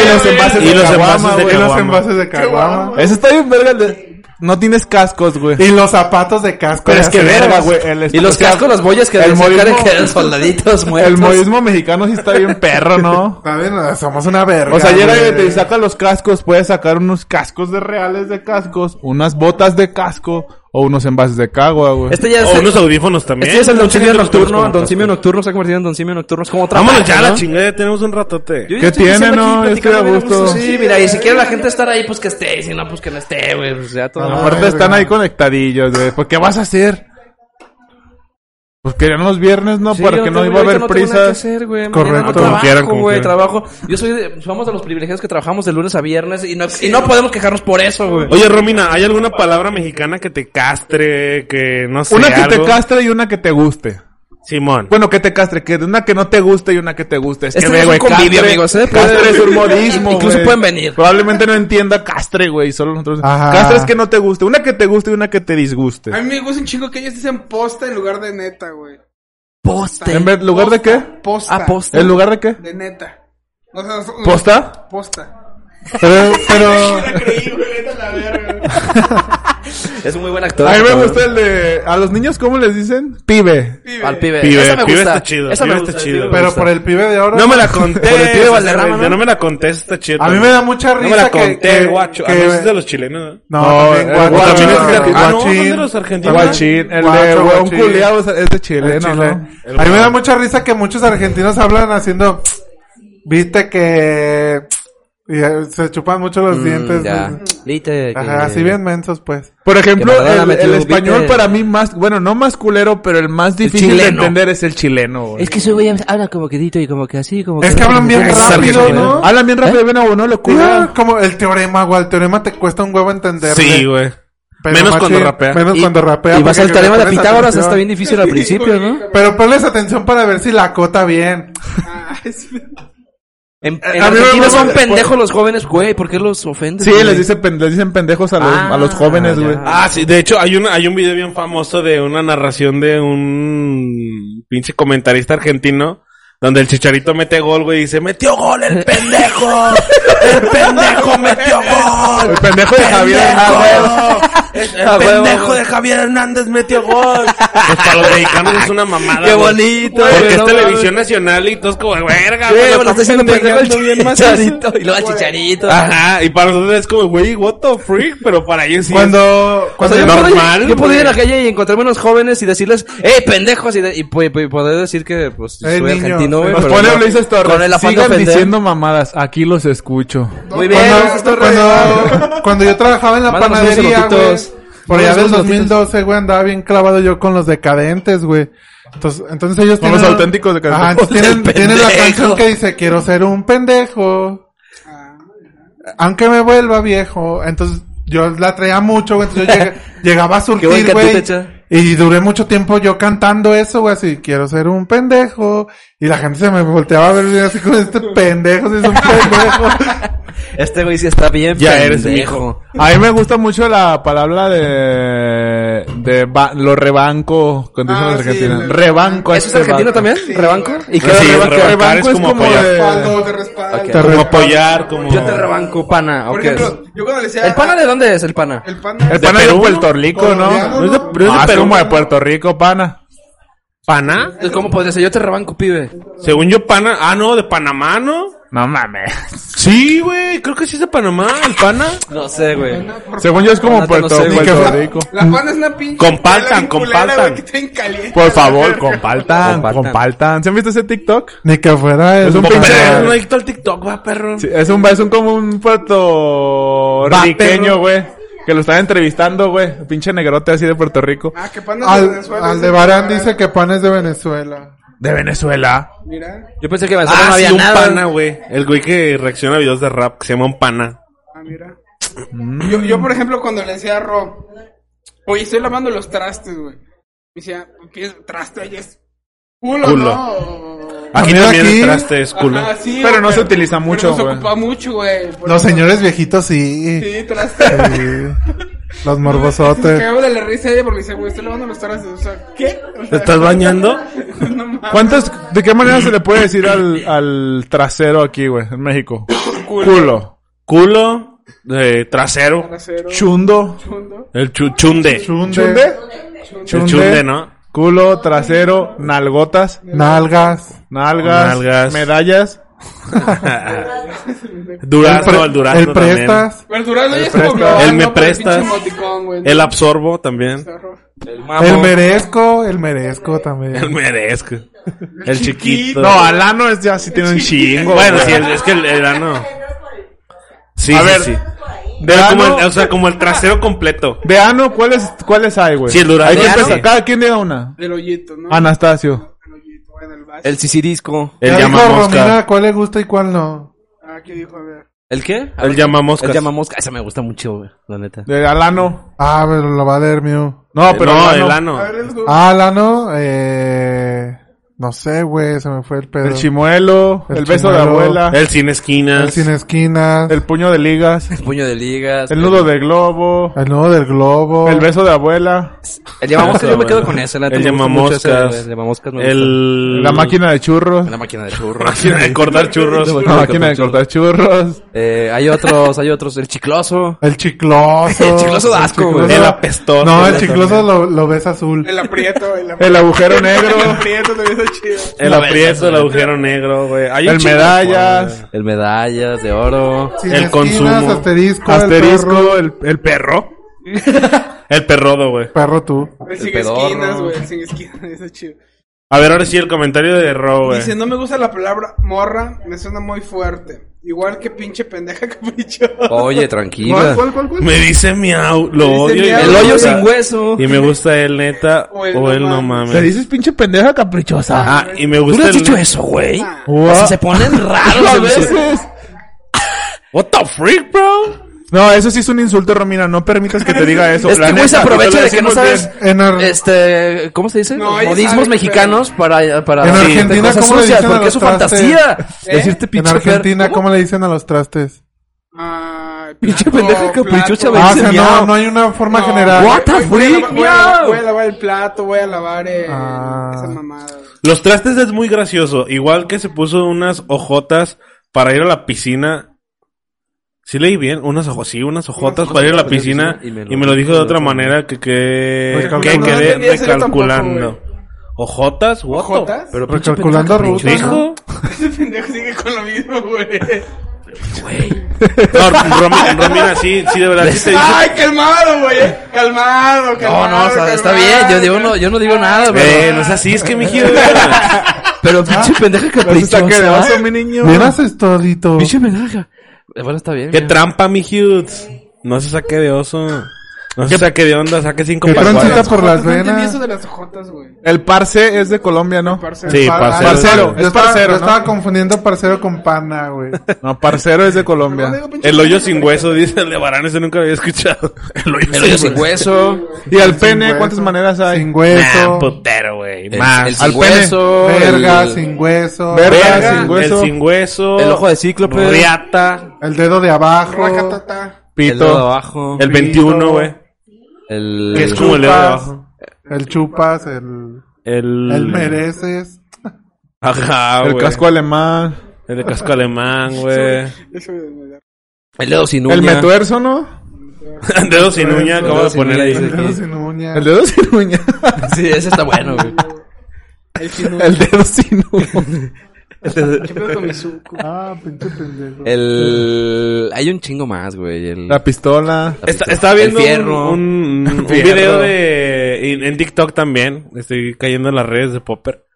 Speaker 3: Y los envases
Speaker 5: Y
Speaker 3: de
Speaker 5: los
Speaker 3: caguama,
Speaker 5: envases de
Speaker 3: güey.
Speaker 2: Y los
Speaker 5: caguama.
Speaker 2: envases de caguama.
Speaker 3: Eso está bien, verga. el de- No tienes cascos, güey.
Speaker 2: Y los zapatos de casco.
Speaker 3: Pero
Speaker 2: de
Speaker 3: es que
Speaker 2: acero.
Speaker 3: verga, güey. el est-
Speaker 1: Y los
Speaker 3: o sea,
Speaker 1: cascos, las boyas que
Speaker 3: el
Speaker 1: decía Karen
Speaker 3: modismo-
Speaker 1: que eran soldaditos muertos.
Speaker 3: El modismo mexicano sí está bien perro, ¿no?
Speaker 2: ¿Saben? Ah, Somos una verga.
Speaker 3: O sea, llega y
Speaker 2: güey.
Speaker 3: te saca los cascos, puedes sacar unos cascos de reales de cascos, unas botas de casco o unos envases de cagua, güey.
Speaker 1: Este ya es
Speaker 5: O
Speaker 1: el,
Speaker 5: unos audífonos también.
Speaker 1: este ya es el Don
Speaker 5: Mucha
Speaker 1: Simio
Speaker 5: gente los
Speaker 1: Nocturno.
Speaker 5: conoce.
Speaker 1: Don Simio Nocturno se ha convertido en Don Simio Nocturno. Es como otra
Speaker 5: Vámonos
Speaker 1: marca,
Speaker 5: ya, la
Speaker 1: ¿no?
Speaker 5: chingada, ya tenemos un ratote.
Speaker 1: Yo ya
Speaker 3: ¿Qué
Speaker 1: estoy
Speaker 3: tiene,
Speaker 1: siempre
Speaker 3: no?
Speaker 1: aquí
Speaker 3: Estoy a
Speaker 1: platicando bien
Speaker 3: gusto.
Speaker 1: Sí, mira, y si quiere la gente estar ahí, pues que esté. Y si no, pues que no esté, güey. Pues ya todo.
Speaker 3: Aparte
Speaker 2: verga.
Speaker 3: están ahí conectadillos, güey. Pues, ¿qué vas a hacer? Pues querían los viernes, ¿no?
Speaker 1: Sí,
Speaker 3: Para
Speaker 1: yo
Speaker 3: que no
Speaker 1: tengo-
Speaker 3: iba a
Speaker 1: ahorita
Speaker 3: haber
Speaker 1: no tengo nada que
Speaker 3: prisas.
Speaker 1: hacer, güey.
Speaker 2: Correcto.
Speaker 1: Mañana no
Speaker 2: Como
Speaker 1: trabajo,
Speaker 5: quieran, como
Speaker 1: güey,
Speaker 5: quieran.
Speaker 1: trabajo. Yo soy de, somos de los privilegiados que trabajamos de lunes a viernes y no, y no podemos quejarnos por eso, güey.
Speaker 5: Oye, Romina, ¿hay alguna palabra mexicana que te castre, que no sé,
Speaker 3: Una que
Speaker 5: algo?
Speaker 3: te castre y una que te guste.
Speaker 5: Simón.
Speaker 3: Bueno, que te castre, que una que no te guste y una que te guste. Es
Speaker 1: Este
Speaker 3: que ve,
Speaker 1: es un
Speaker 3: güey,
Speaker 1: convivio,
Speaker 3: castre,
Speaker 1: amigos, ¿eh?
Speaker 3: Castre es un modismo,
Speaker 1: Incluso
Speaker 3: güey.
Speaker 1: pueden venir.
Speaker 3: Probablemente no entienda castre, güey, solo nosotros.
Speaker 2: Ajá.
Speaker 3: Castre es que no te guste, una que te guste y una que te disguste.
Speaker 4: A mí me gusta un chingo que ellos dicen posta en lugar de neta, güey.
Speaker 1: Poste.
Speaker 3: ¿En vez- lugar de qué?
Speaker 4: Posta.
Speaker 1: Ah, poste.
Speaker 3: ¿En lugar de qué?
Speaker 4: De neta. O sea, son-
Speaker 3: ¿Posta?
Speaker 4: Posta.
Speaker 3: Pero, pero...
Speaker 4: La creí, güey, neta la verga.
Speaker 1: Es un muy buen actor.
Speaker 3: A mí me
Speaker 1: cabrón.
Speaker 3: gusta el de... ¿A los niños cómo les dicen? Pibe.
Speaker 4: Pibe.
Speaker 1: Al pibe.
Speaker 5: Pibe,
Speaker 1: Esa me
Speaker 5: pibe
Speaker 1: gusta.
Speaker 5: está chido,
Speaker 1: Esa
Speaker 5: pibe
Speaker 1: me
Speaker 5: está
Speaker 1: gusta.
Speaker 5: chido.
Speaker 1: sí me
Speaker 2: Pero
Speaker 1: gusta.
Speaker 2: por el pibe de oro.
Speaker 5: No me la conté.
Speaker 1: Por el pibe Valderrama,
Speaker 5: no
Speaker 1: ¿no?
Speaker 5: me la conté, está chido.
Speaker 2: A mí me da mucha
Speaker 5: No me la
Speaker 2: risa que...
Speaker 5: conté,
Speaker 2: que-
Speaker 5: guacho. Ah,
Speaker 2: que-
Speaker 5: no, ese es de los chilenos. ¿no?
Speaker 2: No,
Speaker 3: No,
Speaker 2: también
Speaker 3: el
Speaker 2: guacho,
Speaker 3: guachín es de-
Speaker 2: guachín.
Speaker 5: ah, no, son de los argentinos.
Speaker 3: Guachín. El de
Speaker 2: Guacho,
Speaker 3: huevón
Speaker 2: guachín.
Speaker 3: culiado es, es de chileno,
Speaker 2: Chile.
Speaker 3: ¿no?
Speaker 2: A mí me da mucha risa que muchos argentinos hablan haciendo... Viste que... Y eh, se chupan mucho los
Speaker 1: Mm,
Speaker 2: dientes.
Speaker 1: ya. Lite, que-
Speaker 2: Ajá, así bien mensos, pues.
Speaker 3: Por ejemplo,
Speaker 1: Que Maradona
Speaker 3: el,
Speaker 1: metió
Speaker 3: el
Speaker 1: un
Speaker 3: español
Speaker 1: beat de-
Speaker 3: para mí más... Bueno, no más culero, pero el más difícil de
Speaker 1: chileno.
Speaker 3: entender es el chileno, güey.
Speaker 1: Es que ese güey habla como quedito y como que así, como
Speaker 2: Es que hablan bien
Speaker 1: como-
Speaker 2: rápido, ¿no?
Speaker 1: Ah,
Speaker 3: Hablan bien rápido, bien abonado,
Speaker 2: ¿Eh? Mira,
Speaker 3: culo.
Speaker 2: ah, como el teorema, güey. El teorema te cuesta un huevo entender.
Speaker 5: Sí, güey.
Speaker 2: Pero
Speaker 5: Menos
Speaker 2: machín,
Speaker 5: cuando rapea.
Speaker 2: Menos
Speaker 1: Y-
Speaker 2: cuando rapea.
Speaker 1: Y vas
Speaker 2: porque
Speaker 1: al
Speaker 2: le
Speaker 1: teorema de
Speaker 2: pones
Speaker 1: Pitágoras,
Speaker 2: atención.
Speaker 1: está bien difícil al principio, ¿no?
Speaker 2: Pero ponles atención para ver si la cota bien.
Speaker 4: Ah, es-
Speaker 1: En, en
Speaker 3: a mí me
Speaker 1: Argentina son
Speaker 3: mama-
Speaker 1: pendejos los jóvenes, güey. ¿Por qué los ofendes?
Speaker 3: Sí,
Speaker 1: güey?
Speaker 3: les, dice pen- les dicen pendejos a los,
Speaker 1: Ah,
Speaker 3: a los jóvenes,
Speaker 1: ya.
Speaker 3: güey.
Speaker 5: Ah, sí, de hecho hay un, hay un video bien famoso de una narración de un pinche comentarista argentino donde el chicharito mete gol, güey, y dice, metió gol el pendejo, el pendejo metió gol.
Speaker 3: El pendejo de Javier. Ah, güey.
Speaker 5: El
Speaker 1: Ah, huevo.
Speaker 5: pendejo de Javier Hernández metió gol. Pues para los mexicanos es una mamada.
Speaker 1: Qué
Speaker 5: güey.
Speaker 1: bonito,
Speaker 5: Porque
Speaker 1: güey,
Speaker 5: es
Speaker 1: no
Speaker 5: televisión nacional y todos como, verga,
Speaker 1: Sí,
Speaker 5: güey,
Speaker 1: Ah, bueno,
Speaker 5: están
Speaker 1: está haciendo pendejo el
Speaker 5: pendejando bien macizo".
Speaker 1: chicharito. Y luego el chicharito.
Speaker 5: Ajá, y para nosotros es como, güey, what the freak, pero para ellos sí. es-
Speaker 2: Cuando,
Speaker 1: O
Speaker 2: cuando
Speaker 1: sea, yo,
Speaker 2: yo-
Speaker 5: normal,
Speaker 1: puedo ir, yo puedo ir a la
Speaker 5: güey.
Speaker 1: calle y encontrarme unos jóvenes y decirles, ¡eh, pendejos! Y, de- y pu- pu- poder decir que, pues,
Speaker 2: Eh,
Speaker 1: soy
Speaker 2: niño,
Speaker 1: argentino, güey.
Speaker 3: Nos
Speaker 1: pero
Speaker 3: pone
Speaker 1: no-
Speaker 3: Ulises Torres.
Speaker 1: Con el afán de
Speaker 3: Sigan
Speaker 1: ofender.
Speaker 3: diciendo mamadas. Aquí los escucho.
Speaker 1: Muy bien, Ulises
Speaker 2: cuando,
Speaker 1: Torres.
Speaker 2: cuando, cuando yo trabajaba en la
Speaker 1: Mándanos unos
Speaker 2: panadería, güey.
Speaker 1: lotitos.
Speaker 2: Por allá del
Speaker 1: Mándanos unos
Speaker 2: 2012, güey, andaba bien clavado yo con los decadentes, güey. Entonces, entonces ellos
Speaker 3: Con
Speaker 2: tienen...
Speaker 3: los
Speaker 2: un-
Speaker 3: auténticos decadentes.
Speaker 2: Ajá, entonces
Speaker 1: El
Speaker 2: tienen, tienen la
Speaker 1: pendejo.
Speaker 2: canción que dice, quiero ser un pendejo. Aunque me vuelva viejo. Entonces, yo la traía mucho, güey. Entonces, yo llegué- llegaba a
Speaker 1: buen
Speaker 2: surtir,
Speaker 1: cantante,
Speaker 2: güey.
Speaker 1: cha.
Speaker 2: Y duré mucho tiempo yo cantando eso, güey, así, quiero ser un pendejo. Y la gente se me volteaba a ver y así con este pendejo, si es un pendejo.
Speaker 1: Este güey sí está bien
Speaker 5: Ya
Speaker 1: pendejo.
Speaker 5: eres un hijo.
Speaker 3: A mí me gusta mucho la palabra de, de ba- lo rebanco, cuando dicen
Speaker 4: Ah,
Speaker 3: los
Speaker 4: sí,
Speaker 3: argentinos.
Speaker 4: el-
Speaker 3: rebanco. a
Speaker 1: ¿Eso es
Speaker 3: este
Speaker 1: argentino
Speaker 3: vato.
Speaker 1: también?
Speaker 4: Sí,
Speaker 1: ¿Rebanco?
Speaker 4: güey.
Speaker 1: ¿Y qué
Speaker 5: Sí,
Speaker 1: es
Speaker 3: Rebanco,
Speaker 5: rebancar
Speaker 3: rebanco
Speaker 5: es
Speaker 3: es
Speaker 5: como
Speaker 3: como
Speaker 5: apoyar.
Speaker 3: de-
Speaker 4: Respaldo, te respaldo.
Speaker 1: Ok.
Speaker 5: Como apoyar, como...
Speaker 1: Yo te rebanco, pana. ¿o
Speaker 4: Por
Speaker 1: qué es?
Speaker 4: ejemplo, yo cuando le decía...
Speaker 1: ¿El pana de dónde es el pana?
Speaker 4: El pana...
Speaker 3: El pana es de
Speaker 5: Perú,
Speaker 3: Puerto Rico, ¿no?
Speaker 4: Colombiano,
Speaker 5: ¿No es de-
Speaker 4: ¿no?
Speaker 5: pero es de
Speaker 3: Ah, es
Speaker 5: Perú?
Speaker 3: como de Puerto Rico, pana.
Speaker 5: ¿Pana?
Speaker 1: ¿Cómo podría ser? Yo te rebanco, pibe.
Speaker 5: Según yo, pana... Ah, no, de Panamá, ¿no?
Speaker 3: No mames.
Speaker 5: Sí, güey, creo que sí es de Panamá, el pana.
Speaker 1: No sé, güey.
Speaker 3: Según yo es
Speaker 1: Neta,
Speaker 3: como
Speaker 1: no
Speaker 3: Puerto,
Speaker 1: sé, güey. Ni
Speaker 3: Puerto
Speaker 1: que-
Speaker 3: Rico.
Speaker 4: La pana es una pinche...
Speaker 5: Compartan, compartan.
Speaker 3: Por favor, compartan,
Speaker 1: Compartan.
Speaker 3: compartan. ¿Se han visto ese TikTok?
Speaker 2: Ni que fuera
Speaker 3: Es
Speaker 2: el-
Speaker 3: un
Speaker 5: Pero
Speaker 3: pinche-
Speaker 5: es un adicto al TikTok, va, perro.
Speaker 3: Ah. Sí, es un, es un como un puertorriqueño, güey. Que lo están entrevistando, güey. Un Pinche negrote así de Puerto Rico.
Speaker 4: Ah, que pana es de
Speaker 2: Al,
Speaker 4: Venezuela.
Speaker 2: Aldebarán dice que pan es de Venezuela.
Speaker 3: De Venezuela.
Speaker 4: Mira.
Speaker 1: Yo pensé que en Venezuela
Speaker 5: Ah,
Speaker 1: no había
Speaker 5: sí, un
Speaker 1: nada.
Speaker 5: pana, güey. El güey que reacciona a videos de rap, que se llama un pana.
Speaker 4: Ah, Ah, mira. Yo, yo, por ejemplo, cuando le decía a Rob, oye, estoy lavando los trastes, güey. Me decía, "Pies- traste, oye, es culo,
Speaker 5: Culo.
Speaker 4: ¿no?
Speaker 3: Ah,
Speaker 5: Aquí
Speaker 2: Mira
Speaker 5: también
Speaker 2: aquí.
Speaker 5: entraste, es culo.
Speaker 4: Ajá, sí,
Speaker 3: Pero
Speaker 4: güey,
Speaker 3: no se utiliza mucho,
Speaker 4: no se
Speaker 3: güey.
Speaker 4: ocupa mucho, güey. Por
Speaker 2: Los
Speaker 4: eso-
Speaker 2: señores viejitos sí.
Speaker 4: Sí, traste.
Speaker 2: Sí. Los
Speaker 4: Me
Speaker 2: morbosotes.
Speaker 4: cago de la risa a ella porque dice, güey, estoy lavando los trastes. O sea, ¿qué? O sea,
Speaker 5: ¿Te estás bañando?
Speaker 4: no mames,
Speaker 3: ¿Cuántas, de qué manera se le puede decir al, al trasero aquí, güey, en México?
Speaker 4: culo,
Speaker 3: Culo.
Speaker 5: Culo, eh, trasero,
Speaker 4: trasero,
Speaker 3: Chundo.
Speaker 4: chundo,
Speaker 5: el chu- chunde.
Speaker 3: Chunde.
Speaker 5: El chunde, ¿no?
Speaker 3: Culo, trasero, nalgotas,
Speaker 2: Nalgas.
Speaker 3: nalgas,
Speaker 5: Nalgas.
Speaker 3: medallas.
Speaker 5: Durazno, el durazno
Speaker 2: El
Speaker 5: también.
Speaker 2: prestas.
Speaker 4: Pero el durazno ya es
Speaker 3: presta-
Speaker 4: como global,
Speaker 5: el me
Speaker 4: ¿no? Por
Speaker 5: prestas.
Speaker 4: pinche emoticón, güey.
Speaker 5: El absorbo también.
Speaker 4: Zorro.
Speaker 2: El merezco. El merezco
Speaker 5: El
Speaker 2: también.
Speaker 5: merezco. El chiquito.
Speaker 3: No, Alano es ya sí tiene un chingo.
Speaker 5: Bueno,
Speaker 3: güey.
Speaker 5: sí, es, es que el, el ano. Sí,
Speaker 3: A
Speaker 5: sí,
Speaker 3: ver,
Speaker 5: sí.
Speaker 3: de
Speaker 5: Pero como
Speaker 3: ano-
Speaker 5: el- o sea, como el trasero completo.
Speaker 3: De ano, ah, ¿cuáles, cuáles hay, güey?
Speaker 5: Sí, el durazno,
Speaker 3: Hay que
Speaker 5: sí.
Speaker 3: empezar. Cada quien diga una.
Speaker 4: Del hoyito,
Speaker 3: Ah.
Speaker 4: ¿no?
Speaker 3: Anastasio.
Speaker 4: Del hoyito, güey, del vaso.
Speaker 1: El sisirisco.
Speaker 5: El
Speaker 2: Ya dijo
Speaker 5: llama
Speaker 2: Romina
Speaker 5: mosca.
Speaker 2: cuál le gusta y cuál no.
Speaker 4: Ah, ¿qué dijo? A ver.
Speaker 1: ¿El qué?
Speaker 5: El llama mosca.
Speaker 1: El llamamosca. Esa me gusta mucho, güey. La neta.
Speaker 3: De Alano.
Speaker 2: Ah, pero lo va a leer Mew.
Speaker 3: Eh, No, pero
Speaker 5: no,
Speaker 3: Alano.
Speaker 5: el
Speaker 4: A
Speaker 5: ano.
Speaker 4: ver, es-
Speaker 2: Ah, Lano. Eh, no sé, güey. Se me fue el pedo.
Speaker 3: El chimuelo. El,
Speaker 2: El
Speaker 3: beso de
Speaker 2: chimuelo. Eh.
Speaker 3: abuela. El,
Speaker 5: El sin esquinas.
Speaker 2: El sin esquinas. El,
Speaker 3: puño de ligas.
Speaker 1: El puño de ligas.
Speaker 3: El nudo de globo.
Speaker 2: nudo del globo.
Speaker 3: El beso de abuela.
Speaker 1: El llamamosca, yo me
Speaker 5: Bueno.
Speaker 1: quedo con ese. La neta,
Speaker 5: El
Speaker 1: me gusta mucho ese,
Speaker 5: llamamoscas.
Speaker 1: güey. El llamamoscas me gusta.
Speaker 5: El...
Speaker 3: La máquina de churros.
Speaker 1: La máquina de churros.
Speaker 5: máquina de cortar churros.
Speaker 3: La máquina de cortar churros.
Speaker 1: Eh, hay otros, hay otros. El chicloso.
Speaker 2: El chicloso.
Speaker 1: El chicloso da asco, güey.
Speaker 5: El apestoso.
Speaker 2: No, el chicloso lo, lo ves azul.
Speaker 4: El aprieto, el aprieto.
Speaker 3: El agujero negro.
Speaker 4: El aprieto también está chido.
Speaker 5: El aprieto, el agujero negro, güey. Hay un
Speaker 3: El
Speaker 5: chingo de
Speaker 3: medallas.
Speaker 5: formas,
Speaker 1: El medallas de oro.
Speaker 2: Sin
Speaker 5: el
Speaker 2: esquinas,
Speaker 5: consumo.
Speaker 2: Asterisco. El perro,
Speaker 3: Asterisco. El, el perro.
Speaker 5: güey. El perrodo, güey.
Speaker 2: perro tú.
Speaker 4: El sin
Speaker 1: pedorro.
Speaker 4: esquinas, güey. El sin esquinas, está chido.
Speaker 5: A ver, ahora sí, el comentario de Ro, güey.
Speaker 4: Dice, no me gusta la palabra morra, me suena muy fuerte. Igual que pinche pendeja caprichosa.
Speaker 1: Oye, tranquila.
Speaker 2: ¿Cuál, cuál, cuál, cuál?
Speaker 5: Me dice miau, lo
Speaker 4: Me dice
Speaker 5: odio. y
Speaker 4: miau.
Speaker 5: me
Speaker 1: El hoyo
Speaker 5: gusta.
Speaker 1: sin hueso.
Speaker 5: Y me gusta él, neta. O él, no mames.
Speaker 3: Le dices pinche pendeja caprichosa.
Speaker 5: Ah, y me
Speaker 1: ¿Tú
Speaker 5: gusta
Speaker 1: le has
Speaker 5: el-
Speaker 1: dicho eso, güey?
Speaker 4: Ah.
Speaker 1: O sea, se ponen raros
Speaker 3: A
Speaker 1: a veces.
Speaker 3: veces.
Speaker 5: What the freak, bro?
Speaker 3: No, eso sí es un insulto, Romina. No permitas que te diga eso.
Speaker 1: Este
Speaker 3: La
Speaker 1: güey se
Speaker 3: neta,
Speaker 1: aprovecha
Speaker 3: te lo
Speaker 1: de que no
Speaker 3: decimos
Speaker 1: sabes.
Speaker 3: bien.
Speaker 2: En, Ar-
Speaker 1: Este, ¿cómo se dice?
Speaker 4: No,
Speaker 1: Los
Speaker 4: ella
Speaker 1: modismos
Speaker 4: sabe,
Speaker 1: mexicanos para, para
Speaker 2: En
Speaker 1: decirte
Speaker 2: Argentina,
Speaker 1: cosas
Speaker 2: ¿cómo le
Speaker 1: sucias,
Speaker 2: dicen a
Speaker 1: porque es su
Speaker 2: los trastes?
Speaker 1: fantasía.
Speaker 4: ¿Eh?
Speaker 1: Decirte
Speaker 2: en
Speaker 1: pinche
Speaker 2: Argentina,
Speaker 1: perro.
Speaker 2: ¿cómo le dicen a los trastes?
Speaker 4: Ah,
Speaker 1: Pinche Ah,
Speaker 4: plato,
Speaker 1: pendeja caprichosa,
Speaker 4: plato.
Speaker 1: Me
Speaker 2: Ah, o
Speaker 1: dice
Speaker 2: sea,
Speaker 1: miau.
Speaker 2: no, no hay una forma
Speaker 4: No,
Speaker 2: general.
Speaker 1: What the
Speaker 4: voy- voy a
Speaker 1: freak,
Speaker 4: lavar- voy a lavar-
Speaker 1: miau.
Speaker 4: Voy a lavar el plato, voy a lavar eh,
Speaker 2: Ah.
Speaker 4: esa mamada.
Speaker 5: Los trastes es muy gracioso. Igual que se puso unas ojotas para ir a la piscina. Sí leí bien, unas ojo, sí, unas ojotas para ir a la piscina y me lo, dijo de otra manera Pues, que que,
Speaker 2: Recalculando.
Speaker 5: que
Speaker 2: No, no
Speaker 5: quedé
Speaker 4: entendí eso yo tampoco,
Speaker 5: recalculando. Ojotas, what the-
Speaker 4: ¿Jotas?
Speaker 1: Pero
Speaker 2: Recalculando
Speaker 5: ¿Dijo?
Speaker 2: rutas. ¿no?
Speaker 4: Ese pendejo sigue con lo mismo, güey.
Speaker 5: No, Romina, Romina, sí, sí de verdad sí te dice.
Speaker 4: Ay, calmado, güey. Calmado,
Speaker 1: No,
Speaker 4: calmado.
Speaker 1: no, o sea, está
Speaker 4: calmado.
Speaker 1: bien. Yo digo, no, yo no digo nada,
Speaker 5: Eh,
Speaker 1: pero.
Speaker 5: no es así, es que mi hijo.
Speaker 1: Pero pinche pendeja
Speaker 3: Está que de
Speaker 1: caprichosa.
Speaker 3: oso, mi niño.
Speaker 2: Bien asustadito.
Speaker 1: Pinche pendeja. Eh, Bueno, está bien.
Speaker 5: Qué
Speaker 1: mira.
Speaker 5: trampa, mi Hughes. No se saque de oso. No se saque de onda, saque cinco
Speaker 2: Que
Speaker 5: para
Speaker 2: transita
Speaker 5: cuatro.
Speaker 2: por las
Speaker 4: No entendí
Speaker 2: venas.
Speaker 4: eso de las ojotas, güey.
Speaker 3: El parce es de Colombia, ¿no?
Speaker 4: Parce-
Speaker 5: Sí, parcero.
Speaker 3: Parcero.
Speaker 2: Yo
Speaker 3: Es
Speaker 2: estaba,
Speaker 3: parcero,
Speaker 2: yo
Speaker 3: ¿no?
Speaker 2: estaba confundiendo parcero con pana, güey.
Speaker 3: No, parcero es de
Speaker 4: No
Speaker 3: Colombia.
Speaker 4: digo pinche
Speaker 5: El hoyo
Speaker 4: pendeja
Speaker 5: sin hueso, dice el de Barán, ese nunca lo había escuchado. El hoyo,
Speaker 1: El hoyo sin hueso.
Speaker 3: Y al
Speaker 2: Sin
Speaker 3: pene,
Speaker 2: hueso,
Speaker 3: ¿cuántas maneras hay?
Speaker 2: Sin
Speaker 5: Ah,
Speaker 2: hueso.
Speaker 5: putero, güey.
Speaker 1: El,
Speaker 5: Más.
Speaker 1: el
Speaker 3: al
Speaker 1: sin
Speaker 3: pene.
Speaker 1: hueso.
Speaker 2: verga,
Speaker 1: pues, el-
Speaker 2: sin hueso.
Speaker 3: Verga,
Speaker 5: Verga,
Speaker 3: sin hueso.
Speaker 5: El sin hueso.
Speaker 1: El ojo de cíclope.
Speaker 5: Riata.
Speaker 2: El dedo de
Speaker 1: Oh.
Speaker 2: abajo.
Speaker 4: Racatata.
Speaker 1: El dedo de
Speaker 3: Pito.
Speaker 1: abajo.
Speaker 5: El 21, güey.
Speaker 1: El.
Speaker 5: Que es como el dedo de abajo.
Speaker 2: El chupas, el,
Speaker 5: El.
Speaker 2: el mereces.
Speaker 5: Ajá, güey.
Speaker 3: El casco alemán.
Speaker 5: El de casco alemán, güey.
Speaker 4: Eso me da-
Speaker 1: El dedo sin uña.
Speaker 3: El metuerzo, ¿no?
Speaker 5: Dedo sin uña, acabo de
Speaker 1: sin
Speaker 5: poner
Speaker 1: uña,
Speaker 5: ahí.
Speaker 1: dice.
Speaker 2: El dedo
Speaker 1: aquí.
Speaker 2: sin uña.
Speaker 3: El dedo sin uña.
Speaker 1: Sí, ese está bueno, güey.
Speaker 4: El sin
Speaker 3: El dedo sin uña.
Speaker 4: ¿Qué pedo con mi suco?
Speaker 2: Ah, pinche pendejo.
Speaker 1: El. Hay un chingo más, güey. El...
Speaker 3: La pistola.
Speaker 5: Está, estaba viendo
Speaker 1: El
Speaker 5: un,
Speaker 1: fierro.
Speaker 5: un- un
Speaker 3: Fierro.
Speaker 5: video de en, en TikTok también. Estoy cayendo en las redes de Popper.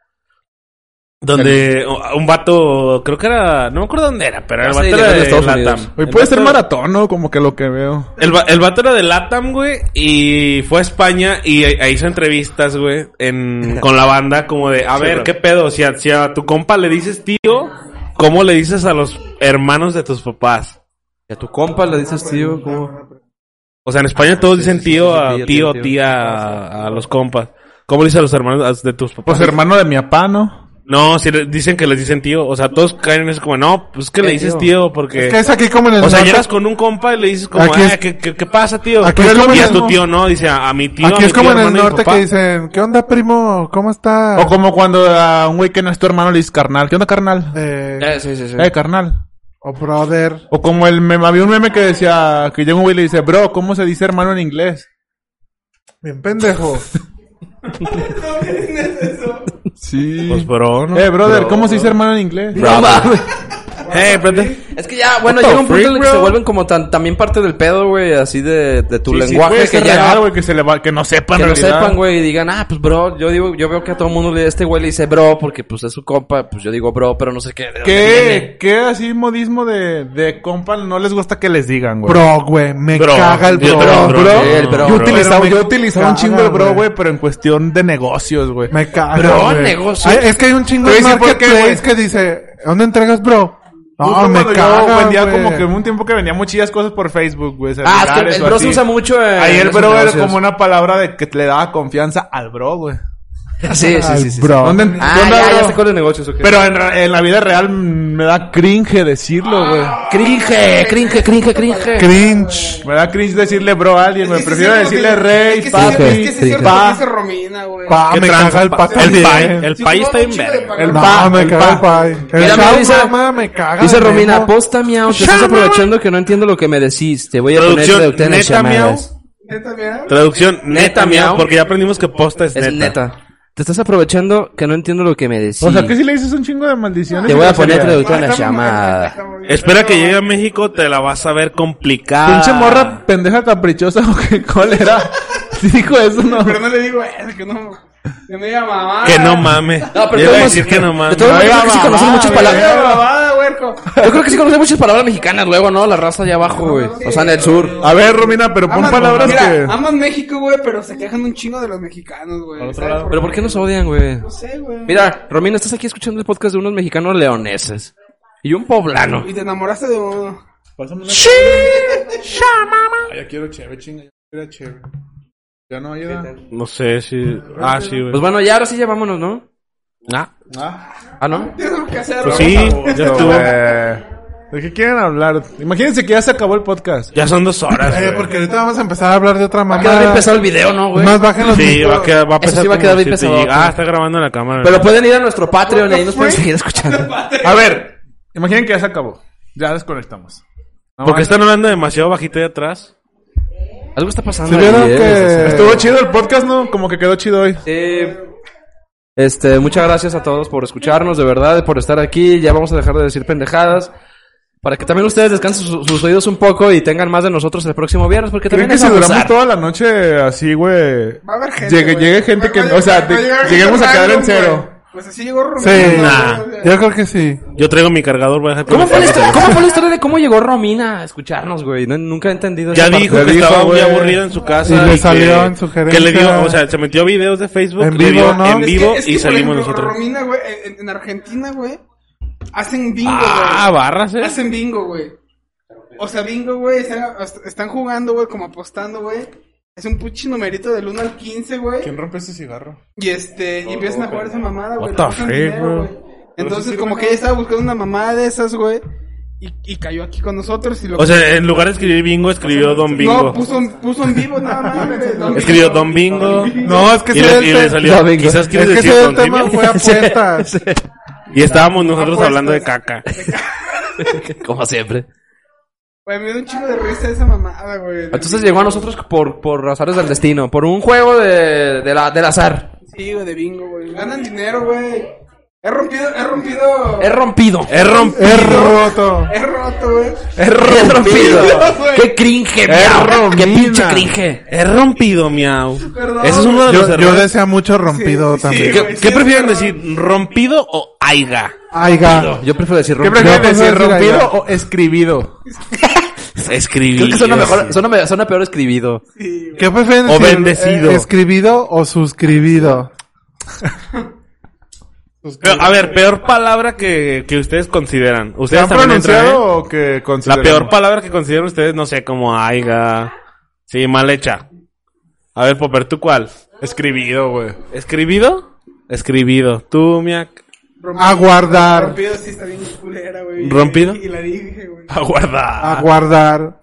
Speaker 5: Donde un vato, creo que era, no me acuerdo dónde era, pero el
Speaker 1: Ah, sí,
Speaker 5: vato
Speaker 1: de
Speaker 5: era de
Speaker 1: Estados
Speaker 5: LATAM.
Speaker 1: Unidos.
Speaker 3: Hoy
Speaker 5: El
Speaker 3: puede ser
Speaker 5: vato-
Speaker 3: maratón, ¿no? Como que lo que veo.
Speaker 5: El, va- el vato era de LATAM, güey, y fue a España y e- e hizo entrevistas, güey, en, con la banda como de, a ver, ¿qué pedo? Si a, si a tu compa le dices tío, ¿cómo le dices a los hermanos de tus papás?
Speaker 1: Y a tu compa le dices tío, ¿cómo?
Speaker 5: O sea, en
Speaker 1: Ah,
Speaker 5: España todos dicen tío a
Speaker 1: Tío,
Speaker 5: tío,
Speaker 1: tío.
Speaker 5: tía, a, a los compas. ¿Cómo le dicen a los hermanos a- de tus papás?
Speaker 3: Pues hermano de mi papá, ¿no?
Speaker 5: No, si le- dicen que les dicen tío. O sea, todos caen en eso como, no, pues que le
Speaker 1: ¿Qué
Speaker 5: dices
Speaker 1: tío?
Speaker 5: tío porque...
Speaker 2: Es que es aquí como en el
Speaker 5: o sea,
Speaker 2: norte.
Speaker 5: llegas con un compa y le dices como,
Speaker 2: Aquí es-
Speaker 5: "Ah, ¿qué, qué, qué pasa, tío?
Speaker 2: Aquí
Speaker 5: Pero
Speaker 2: es
Speaker 5: es
Speaker 2: como
Speaker 5: y
Speaker 2: en
Speaker 5: a
Speaker 2: el-
Speaker 5: tu tío, ¿no? Dice a, a mi tío, a
Speaker 2: Aquí
Speaker 5: mi
Speaker 2: es como
Speaker 5: tío,
Speaker 2: en el
Speaker 5: hermano y mi
Speaker 2: norte
Speaker 5: papá".
Speaker 2: que dicen, ¿qué onda, primo? ¿Cómo está?
Speaker 3: O como cuando a un güey que no es tu hermano le dices carnal. ¿Qué onda, carnal?
Speaker 2: Eh,
Speaker 1: Eh, sí, sí, sí.
Speaker 3: Eh, carnal.
Speaker 2: o Oh, brother.
Speaker 3: O como el meme, había un meme que decía, que llega un güey y le dice, bro, ¿cómo se dice hermano en inglés?
Speaker 2: Bien pendejo.
Speaker 3: Pues, Sí.
Speaker 5: Pues, bro, ¿no?
Speaker 3: eh, brother, ¿cómo se dice hermano en inglés?
Speaker 1: No mames.
Speaker 5: Hey, brother.
Speaker 1: Es que ya, bueno,
Speaker 5: What the
Speaker 1: llega un punto
Speaker 5: freak,
Speaker 1: en el que se
Speaker 5: bro?
Speaker 1: vuelven como tan, también parte del pedo, güey, así de, de tu
Speaker 3: Sí, sí,
Speaker 1: lenguaje
Speaker 3: puede
Speaker 1: que
Speaker 3: ser
Speaker 1: ya
Speaker 3: real, güey, que, se le va- que no sepan
Speaker 1: que
Speaker 3: en
Speaker 1: no
Speaker 3: realidad.
Speaker 1: sepan, güey, y digan, ah, pues bro, yo digo, yo veo que a todo mundo le, este güey le dice bro, porque pues es su compa, pues yo digo bro, pero no sé qué. de dónde viene.
Speaker 3: ¿Qué, ¿Qué así modismo de, de compa no les gusta que les digan, güey?
Speaker 2: Bro, güey, me caga el
Speaker 5: Yo
Speaker 2: bro.
Speaker 5: también,
Speaker 3: bro.
Speaker 1: Sí, el bro,
Speaker 3: yo
Speaker 1: bro.
Speaker 3: utilizaba,
Speaker 2: Pero me
Speaker 3: yo utilizaba un
Speaker 2: caga,
Speaker 3: chingo el bro,
Speaker 2: güey,
Speaker 3: güey, pero en cuestión de negocios, güey.
Speaker 2: Me caga.
Speaker 1: Bro,
Speaker 2: güey.
Speaker 1: negocio.
Speaker 2: Ay, es que hay un chingo
Speaker 3: Te
Speaker 2: de
Speaker 3: voy a decir por qué,
Speaker 2: marketplace que
Speaker 3: güey.
Speaker 2: dice, ¿dónde entregas, bro?
Speaker 3: Justo
Speaker 2: No, me
Speaker 3: cuando yo
Speaker 2: caga.
Speaker 3: vendía
Speaker 2: güey.
Speaker 3: como que hubo un tiempo que vendía muchillas cosas por Facebook, güey.
Speaker 1: Ah, es que
Speaker 3: celulares
Speaker 1: el
Speaker 3: o
Speaker 1: bro se
Speaker 3: así.
Speaker 1: usa mucho. eh,
Speaker 3: Ahí el
Speaker 1: en esos
Speaker 3: bro era
Speaker 1: negocios.
Speaker 3: como una palabra de que le daba confianza al bro, güey.
Speaker 1: Sí, sí,
Speaker 2: Al
Speaker 1: sí. sí, sí.
Speaker 2: bro.
Speaker 3: ¿Dónde,
Speaker 1: Ah,
Speaker 3: dónde
Speaker 1: ya,
Speaker 3: bro?
Speaker 1: ya sé cuál es el negocio, eso que-
Speaker 3: Pero en, ra- en la vida real mm, me da cringe decirlo, güey.
Speaker 1: Cringe, cringe, cringe, cringe.
Speaker 2: Cringe.
Speaker 3: Me da cringe decirirle bro a alguien, güey.
Speaker 4: Sí, sí,
Speaker 3: Prefiero
Speaker 4: sí,
Speaker 3: decirle
Speaker 4: Romina.
Speaker 3: rey,
Speaker 4: Es que sí,
Speaker 3: papi.
Speaker 4: Es que sí, es cierto
Speaker 3: pa.
Speaker 4: que dice Romina, güey.
Speaker 3: Ah,
Speaker 2: Pa,
Speaker 5: ¿Qué
Speaker 2: me
Speaker 5: tranza,
Speaker 2: caga el
Speaker 5: pa?
Speaker 2: pato.
Speaker 5: El
Speaker 2: bien.
Speaker 5: pai, el
Speaker 4: Sí,
Speaker 5: pai
Speaker 4: no,
Speaker 5: está
Speaker 4: un
Speaker 5: en
Speaker 4: chingo de
Speaker 5: verga.
Speaker 4: pagar.
Speaker 2: no,
Speaker 3: pa,
Speaker 2: me
Speaker 3: el
Speaker 2: caga el
Speaker 3: pa.
Speaker 2: pai.
Speaker 1: Mira,
Speaker 2: El
Speaker 1: mira,
Speaker 2: chavo,
Speaker 1: dice-
Speaker 2: mamá, me caga.
Speaker 1: Dice
Speaker 2: el
Speaker 1: Romina,
Speaker 2: memo.
Speaker 1: posta miau, te estás aprovechando que no entiendo lo que me decís. Te voy a poner
Speaker 5: Traducción,
Speaker 1: de en las
Speaker 5: ¿neta, miau?
Speaker 1: llamadas.
Speaker 4: Neta, mira.
Speaker 5: Traducción,
Speaker 1: Neta,
Speaker 5: neta, mía,
Speaker 1: miau.
Speaker 5: porque ya aprendimos que posta es,
Speaker 1: Es neta. Te estás aprovechando que no entiendo lo que me decís.
Speaker 3: O sea, que si le dices un chingo de maldiciones.
Speaker 1: Te voy a poner
Speaker 3: groserías?
Speaker 4: Ah,
Speaker 1: traductor en la llamada.
Speaker 5: Espera que llegue a México, te la vas a ver complicada.
Speaker 3: "Ah, Pinche morra pendeja caprichosa, o qué cuál era. Sí, dijo eso, no.
Speaker 4: Pero no le digo eso, que no. Que no diga mamá.
Speaker 5: Que no mames.
Speaker 1: No, pero
Speaker 5: Yo iba a
Speaker 1: todos-
Speaker 5: decir que no mames.
Speaker 1: todos- yo creo que sí conoces muchas palabras.
Speaker 4: Grabada, huerco.
Speaker 1: Yo creo que sí conoce muchas palabras mexicanas luego, ¿no? La raza allá abajo, güey. O sea, en el sur.
Speaker 3: A ver, Romina, pero pon
Speaker 4: Aman-
Speaker 3: palabras
Speaker 4: mira,
Speaker 3: que.
Speaker 4: Aman México, güey, pero se quejan un chingo de los mexicanos, güey. ¿sabes por
Speaker 1: Pero ¿por qué nos odian, güey?
Speaker 4: No sé, güey.
Speaker 1: Mira, Romina, estás aquí escuchando el podcast de unos mexicanos leoneses. Y un poblano.
Speaker 4: Y te enamoraste de uno.
Speaker 3: Ya quiero chévere, chinga. Ya quiero chévere. Ya no ayuda.
Speaker 5: No sé si. Ah, sí,
Speaker 1: Pues
Speaker 5: güey.
Speaker 1: bueno, ya ahora sí ya vámonos, ¿no?
Speaker 5: Ah,
Speaker 1: Ah, ¿no?
Speaker 4: Tengo que hacer,
Speaker 5: pues
Speaker 4: ¿no?
Speaker 5: sí, ya estuvo.
Speaker 3: ¿De qué quieren hablar? Imagínense que ya se acabó el podcast.
Speaker 5: Ya son dos horas.
Speaker 2: Eh,
Speaker 5: güey.
Speaker 2: porque ahorita vamos a empezar a hablar de otra
Speaker 1: Va a quedar bien
Speaker 2: manera.
Speaker 1: pesado el video, ¿no, güey?
Speaker 2: Ah. Más bajen los
Speaker 5: Sí,
Speaker 2: minutos.
Speaker 5: va a quedar, va a
Speaker 1: Eso
Speaker 5: pesar
Speaker 1: sí va a
Speaker 5: como
Speaker 1: quedar bien
Speaker 5: si te
Speaker 1: pesado,
Speaker 5: llega-
Speaker 1: güey.
Speaker 5: Ah, está grabando la cámara.
Speaker 1: Pero pueden ir a nuestro Patreon y ahí nos pueden seguir escuchando.
Speaker 3: A ver, imaginen que ya se acabó. Ya desconectamos.
Speaker 5: porque están hablando demasiado bajito de atrás.
Speaker 1: Algo está pasando.
Speaker 2: Si vieron
Speaker 1: ahí, ¿eh?
Speaker 2: que-
Speaker 3: Estuvo chido el podcast, ¿no? Como que quedó chido hoy.
Speaker 1: Eh, Este, muchas gracias a todos por escucharnos, de verdad, por estar aquí. Ya vamos a dejar de decir pendejadas. Para que también ustedes descansen su- sus oídos un poco y tengan más de nosotros el próximo viernes, porque
Speaker 3: ¿Creen
Speaker 1: también
Speaker 3: que
Speaker 1: es
Speaker 3: si duramos
Speaker 1: abusar.
Speaker 3: toda la noche así, güey?
Speaker 4: Va a haber gente.
Speaker 3: Llegue,
Speaker 4: güey.
Speaker 3: llegue gente
Speaker 4: Va-
Speaker 3: que.
Speaker 4: va-
Speaker 3: O sea,
Speaker 4: va
Speaker 3: te-
Speaker 4: llegar gente
Speaker 3: lleguemos a quedar en
Speaker 4: random,
Speaker 3: cero.
Speaker 4: güey. Pues así llegó Romero.
Speaker 2: Sí,
Speaker 5: Nah.
Speaker 2: yo creo que sí.
Speaker 5: Yo traigo mi cargador, voy a dejar
Speaker 1: ¿Cómo fue, la
Speaker 5: conectado.
Speaker 1: historia, ¿Cómo fue la historia de cómo llegó Romina a escucharnos, güey? No- nunca he entendido
Speaker 5: Ya
Speaker 1: esa parte.
Speaker 5: dijo
Speaker 3: Ya
Speaker 5: que
Speaker 3: dijo,
Speaker 5: estaba muy
Speaker 3: güey.
Speaker 5: aburrido en su casa.
Speaker 2: Y le
Speaker 5: que-
Speaker 2: salió en sugerencia.
Speaker 5: Que le dio, o sea, se metió a videos de Facebook,
Speaker 2: En
Speaker 5: le
Speaker 2: vivo,
Speaker 5: dio
Speaker 2: ¿no?
Speaker 5: en
Speaker 2: Es
Speaker 4: Es
Speaker 5: vivo
Speaker 4: que- es que,
Speaker 5: y
Speaker 4: por
Speaker 5: salimos
Speaker 4: ejemplo,
Speaker 5: nosotros.
Speaker 4: Romina, güey, en, en Argentina, güey, hacen bingo,
Speaker 5: Ah,
Speaker 4: güey.
Speaker 5: barras, eh.
Speaker 4: Hacen bingo, güey. O sea, bingo, güey, está- están jugando, güey, como apostando, güey. Es un puchi numerito del 1 al 15, güey.
Speaker 3: rompe ese cigarro?
Speaker 4: Y este, y empiezan a jugar esa mamada,
Speaker 5: What
Speaker 4: güey. le
Speaker 5: the
Speaker 4: pasan
Speaker 5: frick,
Speaker 4: dinero,
Speaker 5: bro?
Speaker 4: güey. Entonces, como que ella estaba buscando una mamada de esas, güey. Y, y cayó aquí con nosotros y lo
Speaker 5: O sea, en lugar de escribir bingo, escribió Don
Speaker 4: No,
Speaker 5: Bingo.
Speaker 4: puso, en- puso en vivo nada más, güey. Don
Speaker 5: Escribió
Speaker 4: Bingo.
Speaker 5: Don Bingo.
Speaker 2: No, es que
Speaker 5: Y
Speaker 2: sí,
Speaker 5: le-
Speaker 2: el
Speaker 5: y le
Speaker 2: te-
Speaker 5: salió,
Speaker 1: Don Bingo.
Speaker 5: Quizás
Speaker 2: Es
Speaker 5: quieres
Speaker 2: que
Speaker 5: decir
Speaker 2: todo el
Speaker 5: Don
Speaker 2: tema
Speaker 5: Bingo.
Speaker 2: fue Ah, apuestas.
Speaker 5: Y estábamos nosotros
Speaker 2: pues,
Speaker 4: Apuestas.
Speaker 5: hablando de caca.
Speaker 1: Como siempre.
Speaker 4: Güey, me dio un chingo de risa esa mamada, güey.
Speaker 1: Entonces llegó a nosotros por, por azares del destino, por un juego de, de la, del azar.
Speaker 4: Sí, güey, de bingo, güey. Ganan dinero, güey. He rompido, he rompido.
Speaker 1: He rompido.
Speaker 5: He rompido.
Speaker 2: Es roto.
Speaker 4: He roto, güey.
Speaker 1: He rompido. Qué cringe, miau. Qué
Speaker 3: Romina.
Speaker 1: pinche cringe.
Speaker 5: He rompido, miau.
Speaker 4: Perdón,
Speaker 5: Ese es uno de los
Speaker 2: Yo, yo
Speaker 5: errores.
Speaker 2: desea mucho rompido
Speaker 4: Sí,
Speaker 2: también.
Speaker 4: sí.
Speaker 5: ¿Qué, qué prefieren decir? ¿Rompido o aiga?
Speaker 2: Aiga.
Speaker 1: Yo prefiero decir
Speaker 3: ¿Qué
Speaker 1: rompido.
Speaker 3: prefieren
Speaker 5: pues
Speaker 2: Yo
Speaker 3: decir,
Speaker 2: prefiero decir
Speaker 3: rompido
Speaker 2: allá.
Speaker 3: o escribido?
Speaker 5: Escribí.
Speaker 1: Creo que suena mejor, suena, me- suena peor escribido.
Speaker 4: Sí, güey.
Speaker 2: ¿Qué prefieren
Speaker 5: O
Speaker 2: decir?
Speaker 5: bendecido.
Speaker 2: eh, ¿Escribido o suscribido? Pues,
Speaker 5: Pero, a ver, peor palabra que, que ustedes consideran.
Speaker 3: ¿Se
Speaker 5: ¿Ustedes
Speaker 3: han
Speaker 5: también entran,
Speaker 3: pronunciado
Speaker 5: eh?
Speaker 3: o que
Speaker 5: La
Speaker 3: consideran?
Speaker 5: peor palabra que consideran ustedes, no sé, como aiga. Sí, mal hecha. A ver, Popper, ¿tú cuál?
Speaker 3: Escribido, güey.
Speaker 5: ¿Escribido? Escribido. Tú, Miak.
Speaker 2: Aguardar.
Speaker 4: Rompido sí está bien culera, güey.
Speaker 5: ¿Rompido?
Speaker 4: Y la dije, güey.
Speaker 3: Ah,
Speaker 5: Aguarda.
Speaker 2: Aguardar.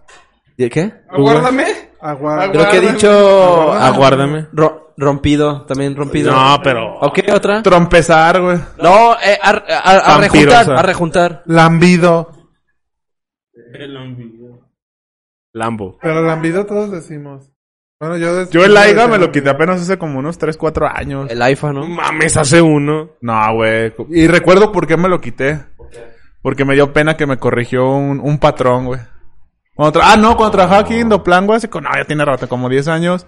Speaker 1: ¿Y qué?
Speaker 4: Aguárdame.
Speaker 2: Aguardar.
Speaker 1: Creo que he dicho
Speaker 5: Aguárdame.
Speaker 1: ro- rompido, también rompido.
Speaker 5: No, pero.
Speaker 1: ¿O qué otra?
Speaker 3: Trompezar, güey.
Speaker 1: No, eh, a, a- a- a rejuntar,
Speaker 5: Vampirosa.
Speaker 1: a rejuntar.
Speaker 2: Lambido.
Speaker 5: Lambo.
Speaker 2: Pero lambido todos decimos. Bueno, yo des-
Speaker 3: Yo el Aiga me lo quité apenas hace como unos 3, 4 años.
Speaker 1: El iPhone,
Speaker 5: No
Speaker 1: ¿no?
Speaker 5: mames, hace uno.
Speaker 3: No, güey. Y recuerdo por qué me lo quité. Porque me dio pena que me corrigió un, un patrón, güey. Cuando tra- ah, no, cuando trabajaba aquí en Indoplan, güey, hace co- no, ya tiene rato, como 10 años.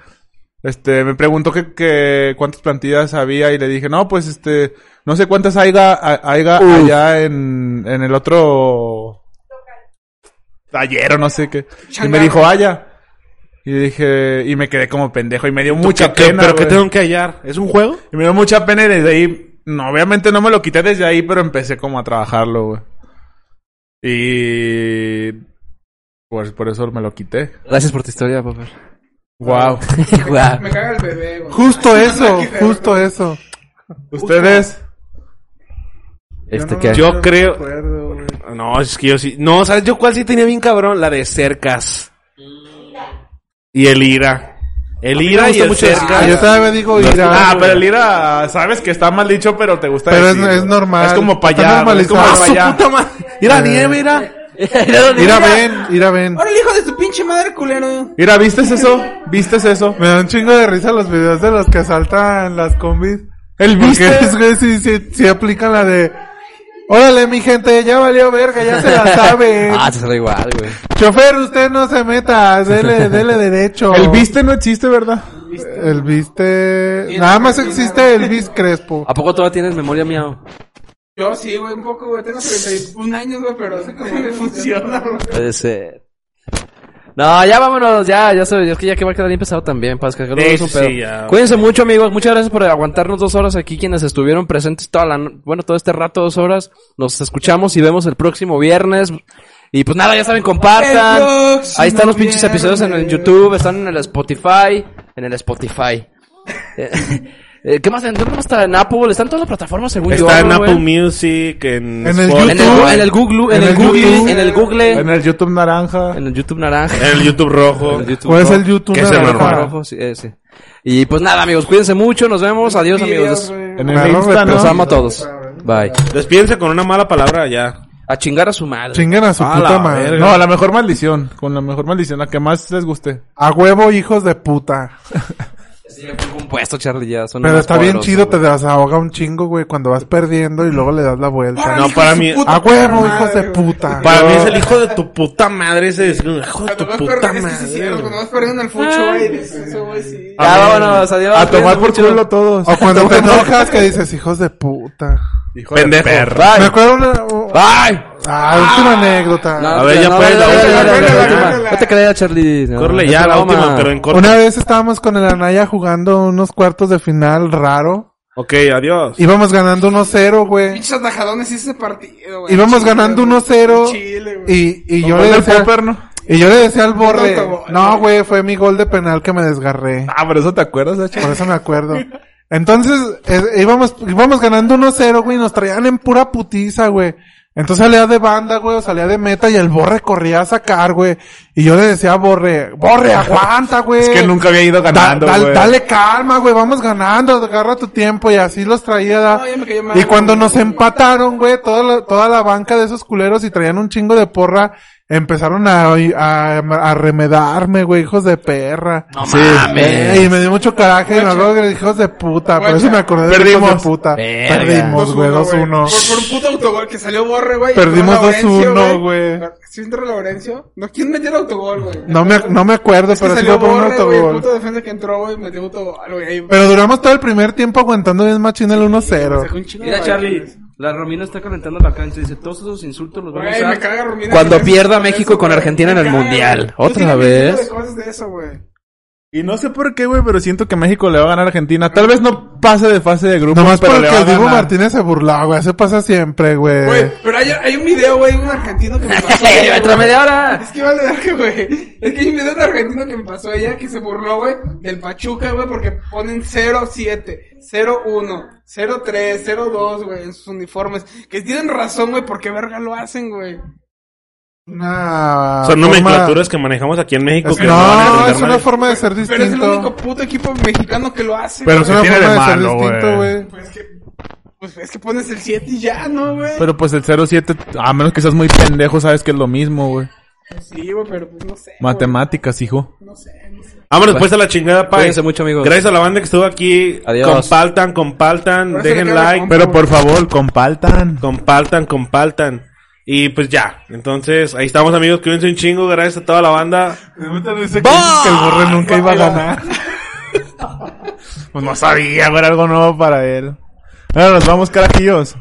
Speaker 3: Este, me preguntó que, que cuántas plantillas había y le dije, no, pues este, no sé cuántas haya, a- haya allá en, en el otro taller o no sé qué. Y me
Speaker 4: Changarro.
Speaker 3: dijo, haya. Y dije, y me quedé como pendejo y me dio mucha
Speaker 5: ¿Qué- qué-
Speaker 3: pena.
Speaker 5: ¿Pero qué
Speaker 3: güey.
Speaker 5: tengo que hallar? ¿Es un juego?
Speaker 3: Y me dio mucha pena y desde ahí, no, obviamente no me lo quité desde ahí, pero empecé como a trabajarlo, güey. Y pues por eso me lo quité.
Speaker 1: Gracias por tu historia, papá.
Speaker 3: Wow.
Speaker 1: Guau.
Speaker 4: Me caga el bebé, güey.
Speaker 2: Justo eso, justo eso.
Speaker 3: Ustedes
Speaker 1: Este
Speaker 2: no-
Speaker 1: que...
Speaker 5: Yo creo.
Speaker 2: Recuerdo, güey.
Speaker 5: No, es que yo sí. No, ¿sabes yo cuál sí tenía bien cabrón? La de cercas. Y el ira. El ira y
Speaker 1: gusta
Speaker 5: el
Speaker 1: mucho
Speaker 5: cercas.
Speaker 2: Ah, yo todavía digo irá.
Speaker 3: Ah,
Speaker 2: güey.
Speaker 3: pero el ira, sabes que está mal dicho, pero te gusta
Speaker 2: Pero es-
Speaker 3: decirlo.
Speaker 2: es normal.
Speaker 3: Es como para
Speaker 2: Está
Speaker 3: allá, güey, es como
Speaker 1: Ah,
Speaker 2: normalizado.
Speaker 3: pa' allá.
Speaker 5: madre. Ira nieve, ira.
Speaker 2: Irá ven, irá ven.
Speaker 4: Ahora el hijo de su pinche madre culero.
Speaker 3: Ira, ¿vistes eso? ¿Vistes eso?
Speaker 2: Me da un chingo de risa los videos de los que asaltan las combis.
Speaker 3: ¿El
Speaker 2: Porque
Speaker 3: viste?
Speaker 2: es, güey, si, si, si aplican la de... Órale, mi gente, ya valió verga, ya se la sabe.
Speaker 1: Ah, te sale igual, güey.
Speaker 2: Chofer, usted no se meta, dele, dele derecho.
Speaker 3: El viste no existe, ¿verdad?
Speaker 2: El viste... Nada más existe el vis Crespo.
Speaker 3: Ah,
Speaker 1: ¿A poco todavía tienes memoria miau?
Speaker 4: Yo sí, güey, un poco, güey. Tengo 31 años, güey, pero sé cómo me funciona, güey.
Speaker 1: Puede ser. No, ya vámonos, ya, ya se, es que ya que va a quedar bien pesado también, para descargarlo
Speaker 5: Sí,
Speaker 1: es un
Speaker 5: sí,
Speaker 1: pedo.
Speaker 5: sí, ya.
Speaker 1: Cuídense mucho, amigos, muchas gracias por aguantarnos dos horas aquí, quienes estuvieron presentes toda la, no- bueno, todo este rato, dos horas. Nos escuchamos y vemos el próximo viernes. Y pues nada, ya saben, compartan.
Speaker 4: El próximo
Speaker 1: Ahí están los pinches
Speaker 4: viernes.
Speaker 1: episodios en el YouTube, están en el Spotify, en el Spotify. Eh, eh, ¿Qué más? ¿En dónde más está? En Apple, están todas las plataformas según yo.
Speaker 5: Está en
Speaker 1: ¿no, güey?
Speaker 5: Apple Music, en,
Speaker 2: En el
Speaker 5: Spotify,
Speaker 1: En el, Gu- en el Google, en, el, Google, en el Google,
Speaker 3: En el YouTube naranja.
Speaker 1: en el YouTube naranja.
Speaker 5: en el YouTube rojo.
Speaker 1: Pues El YouTube
Speaker 2: ¿Cuál es
Speaker 1: rojo.
Speaker 2: el YouTube?
Speaker 5: Que es el
Speaker 2: naranja?
Speaker 5: normal.
Speaker 1: Rojo, sí, ese. Y pues nada, amigos, cuídense mucho, nos vemos, adiós, amigos.
Speaker 3: En el
Speaker 2: Claro,
Speaker 3: Insta, ¿no?
Speaker 1: Los amo a todos. Bye.
Speaker 5: Despídense con una mala palabra ya.
Speaker 1: A chingar a su madre.
Speaker 2: Chinguen a su
Speaker 5: A
Speaker 2: puta
Speaker 5: la
Speaker 2: madre.
Speaker 5: verga.
Speaker 3: No, la mejor maldición. Con la mejor maldición, la que más les guste.
Speaker 2: A huevo, hijos de puta.
Speaker 1: Sí, fue compuesto, Charlie, ya son
Speaker 2: Pero
Speaker 1: unos
Speaker 2: está bien
Speaker 1: poderosos,
Speaker 2: chido, te
Speaker 1: güey.
Speaker 2: desahoga un chingo, güey, cuando vas perdiendo y luego le das la vuelta.
Speaker 5: No, para mí.
Speaker 2: A Ah, huevo, hijos de
Speaker 4: Madre,
Speaker 2: puta.
Speaker 5: Para mí es el hijo de tu puta madre ese. es- Hijo de tu
Speaker 4: Cuando vas
Speaker 5: puta
Speaker 4: perdiendo, es que sí, cierto, cuando
Speaker 5: madre.
Speaker 4: vas perdiendo el fucho, güey, dices, eso, güey, sí.
Speaker 1: Ya Ah, vámonos, adiós.
Speaker 3: A tomar por
Speaker 1: cuídense mucho.
Speaker 3: culo todos.
Speaker 2: O cuando te enojas que dices, hijos de puta.
Speaker 5: Pendejo.
Speaker 2: Me acuerdo una... u-
Speaker 1: Bye.
Speaker 2: Ah, última anécdota.
Speaker 1: No,
Speaker 5: A ver, ya
Speaker 1: no,
Speaker 5: puedes,
Speaker 1: dale,
Speaker 5: la
Speaker 1: dale,
Speaker 5: última,
Speaker 1: dale, dale,
Speaker 5: la
Speaker 1: dale,
Speaker 5: última.
Speaker 1: dale. No te creas, Charlie. No,
Speaker 5: Corre
Speaker 1: es
Speaker 5: ya la
Speaker 1: broma.
Speaker 5: última, pero en corto.
Speaker 2: Una vez estábamos con el Anaya jugando unos cuartos de final raro.
Speaker 5: Ok, adiós.
Speaker 2: Íbamos ganando 1-0, güey.
Speaker 4: Pinches atajadones hice ese partido, güey.
Speaker 2: Íbamos
Speaker 4: Chile,
Speaker 2: ganando
Speaker 4: güey.
Speaker 2: 1-0
Speaker 4: Chile, güey.
Speaker 2: Y, y
Speaker 3: Con
Speaker 2: yo
Speaker 3: gol
Speaker 2: le
Speaker 3: del
Speaker 2: decía...
Speaker 3: Popper, ¿no?
Speaker 2: Y yo le decía al borre...
Speaker 4: No, no, no.
Speaker 2: No, güey, fue mi gol de penal que me desgarré.
Speaker 3: Ah, pero eso te acuerdas, Hacha?
Speaker 2: Por eso me acuerdo. Entonces, eh, íbamos, íbamos ganando 1-0, güey, y nos traían en pura putiza, güey. Entonces salía de banda, güey, o salía de meta y el borre corría a sacar, güey. Y yo le decía a borre, borre, aguanta, güey.
Speaker 3: Es que nunca había ido
Speaker 2: Da-
Speaker 3: ganando,
Speaker 2: dal-
Speaker 3: güey.
Speaker 2: dale calma, güey, vamos ganando, agarra tu tiempo y así los traía.
Speaker 4: No, ya me cayó mal,
Speaker 2: y cuando
Speaker 4: güey.
Speaker 2: nos empataron, güey, toda la, toda la banca de esos culeros y traían un chingo de porra, empezaron a, a, a remedarme, güey, hijos de perra. No
Speaker 1: mames.
Speaker 2: Y me dio mucho coraje, y me habló de hijos de puta, por eso me acordé de
Speaker 3: Perdimos.
Speaker 2: hijos de puta.
Speaker 1: Verga.
Speaker 2: Perdimos, güey,
Speaker 4: 2-1.
Speaker 2: 2-1.
Speaker 4: Por, por un puto autogol que salió borre, güey.
Speaker 2: Perdimos
Speaker 4: Entró Laurencio,
Speaker 2: 2-1, güey.
Speaker 4: ¿Sí entró Laurencio? No, ¿quién metió el autogol, güey?
Speaker 2: No me, no me acuerdo,
Speaker 4: Es que
Speaker 2: pero sí
Speaker 4: salió
Speaker 2: fue por un
Speaker 4: borre, güey. El
Speaker 2: autogol.
Speaker 4: puto defensa que entró, güey, metió autogol, güey. ahí-
Speaker 2: Pero duramos todo el primer tiempo aguantando bien machín el
Speaker 4: sacó
Speaker 2: 1-0.
Speaker 4: un chingo de
Speaker 1: Mira,
Speaker 4: balones.
Speaker 1: Charlie, la Romina está calentando la cancha y dice, todos esos insultos los vamos
Speaker 4: Güey,
Speaker 1: a
Speaker 4: me
Speaker 1: usar
Speaker 4: caga Romina
Speaker 1: cuando
Speaker 4: Reyes
Speaker 1: pierda
Speaker 4: por
Speaker 1: México
Speaker 4: eso,
Speaker 1: con
Speaker 4: güey.
Speaker 1: Argentina en
Speaker 4: Me
Speaker 1: el
Speaker 4: caga,
Speaker 1: Mundial.
Speaker 4: güey. Yo
Speaker 1: ¿Otra
Speaker 4: tenía un chingo
Speaker 1: vez?
Speaker 4: de cosas de eso, güey.
Speaker 3: Y no sé por qué, güey, pero siento que México le va a ganar a Argentina. Tal vez no pase de fase de grupo,
Speaker 2: Nomás
Speaker 3: pero le
Speaker 2: porque
Speaker 3: va a
Speaker 2: el Dibu
Speaker 3: ganar.
Speaker 2: Martínez se burló, güey. Eso pasa siempre,
Speaker 4: Güey,
Speaker 2: güey.
Speaker 4: pero hay, hay un video, güey, un argentino que me pasó.
Speaker 1: ¡Ey,
Speaker 4: güey.
Speaker 1: otra media hora!
Speaker 4: Es que vale verga, güey. Es que hay un video de un argentino que me pasó ella que se burló, güey, del Pachuca, güey, porque ponen 07, 01, 03, 02, güey, en sus uniformes. Que tienen razón, güey, porque verga lo hacen, güey.
Speaker 2: Una
Speaker 5: Son
Speaker 2: forma-
Speaker 5: nomenclaturas que manejamos aquí en México
Speaker 2: Es-
Speaker 5: que no van a
Speaker 2: No,
Speaker 5: entender
Speaker 2: es una
Speaker 5: nadie.
Speaker 2: forma de ser
Speaker 4: Pero es el único
Speaker 2: distinto.
Speaker 4: puto equipo mexicano que lo hace.
Speaker 3: Pero
Speaker 2: Es una
Speaker 3: ¿qué tiene
Speaker 2: forma
Speaker 3: de
Speaker 2: de ser
Speaker 3: malo,
Speaker 2: distinto,
Speaker 3: güey?
Speaker 2: güey.
Speaker 4: güey. Pues que, pues es que pones el 7 y ya, ¿no, güey?
Speaker 3: Pero pues el 07, a menos que seas muy pendejo, sabes que es lo mismo, güey.
Speaker 4: Sí, güey, pero pues no sé. güey.
Speaker 3: Matemáticas, hijo.
Speaker 4: No sé, no sé.
Speaker 5: Vámonos después a la chingada, pa.
Speaker 1: Cuídense mucho, amigos.
Speaker 5: Gracias a la banda que estuvo aquí.
Speaker 1: Adiós.
Speaker 5: Compartan, compartan,
Speaker 4: Ahora se le
Speaker 5: dejen
Speaker 4: queda la
Speaker 5: like,
Speaker 4: compa.
Speaker 3: Pero por favor, compartan.
Speaker 5: compartan, compartan. Y pues ya. Entonces, ahí estamos, amigos. Cuídense un chingo. Gracias a toda la banda.
Speaker 2: Me gusta ese que dices que el borre nunca iba a ganar.
Speaker 3: Pues no sabía, güey, era algo nuevo para él. Ahora nos vamos, carajillos.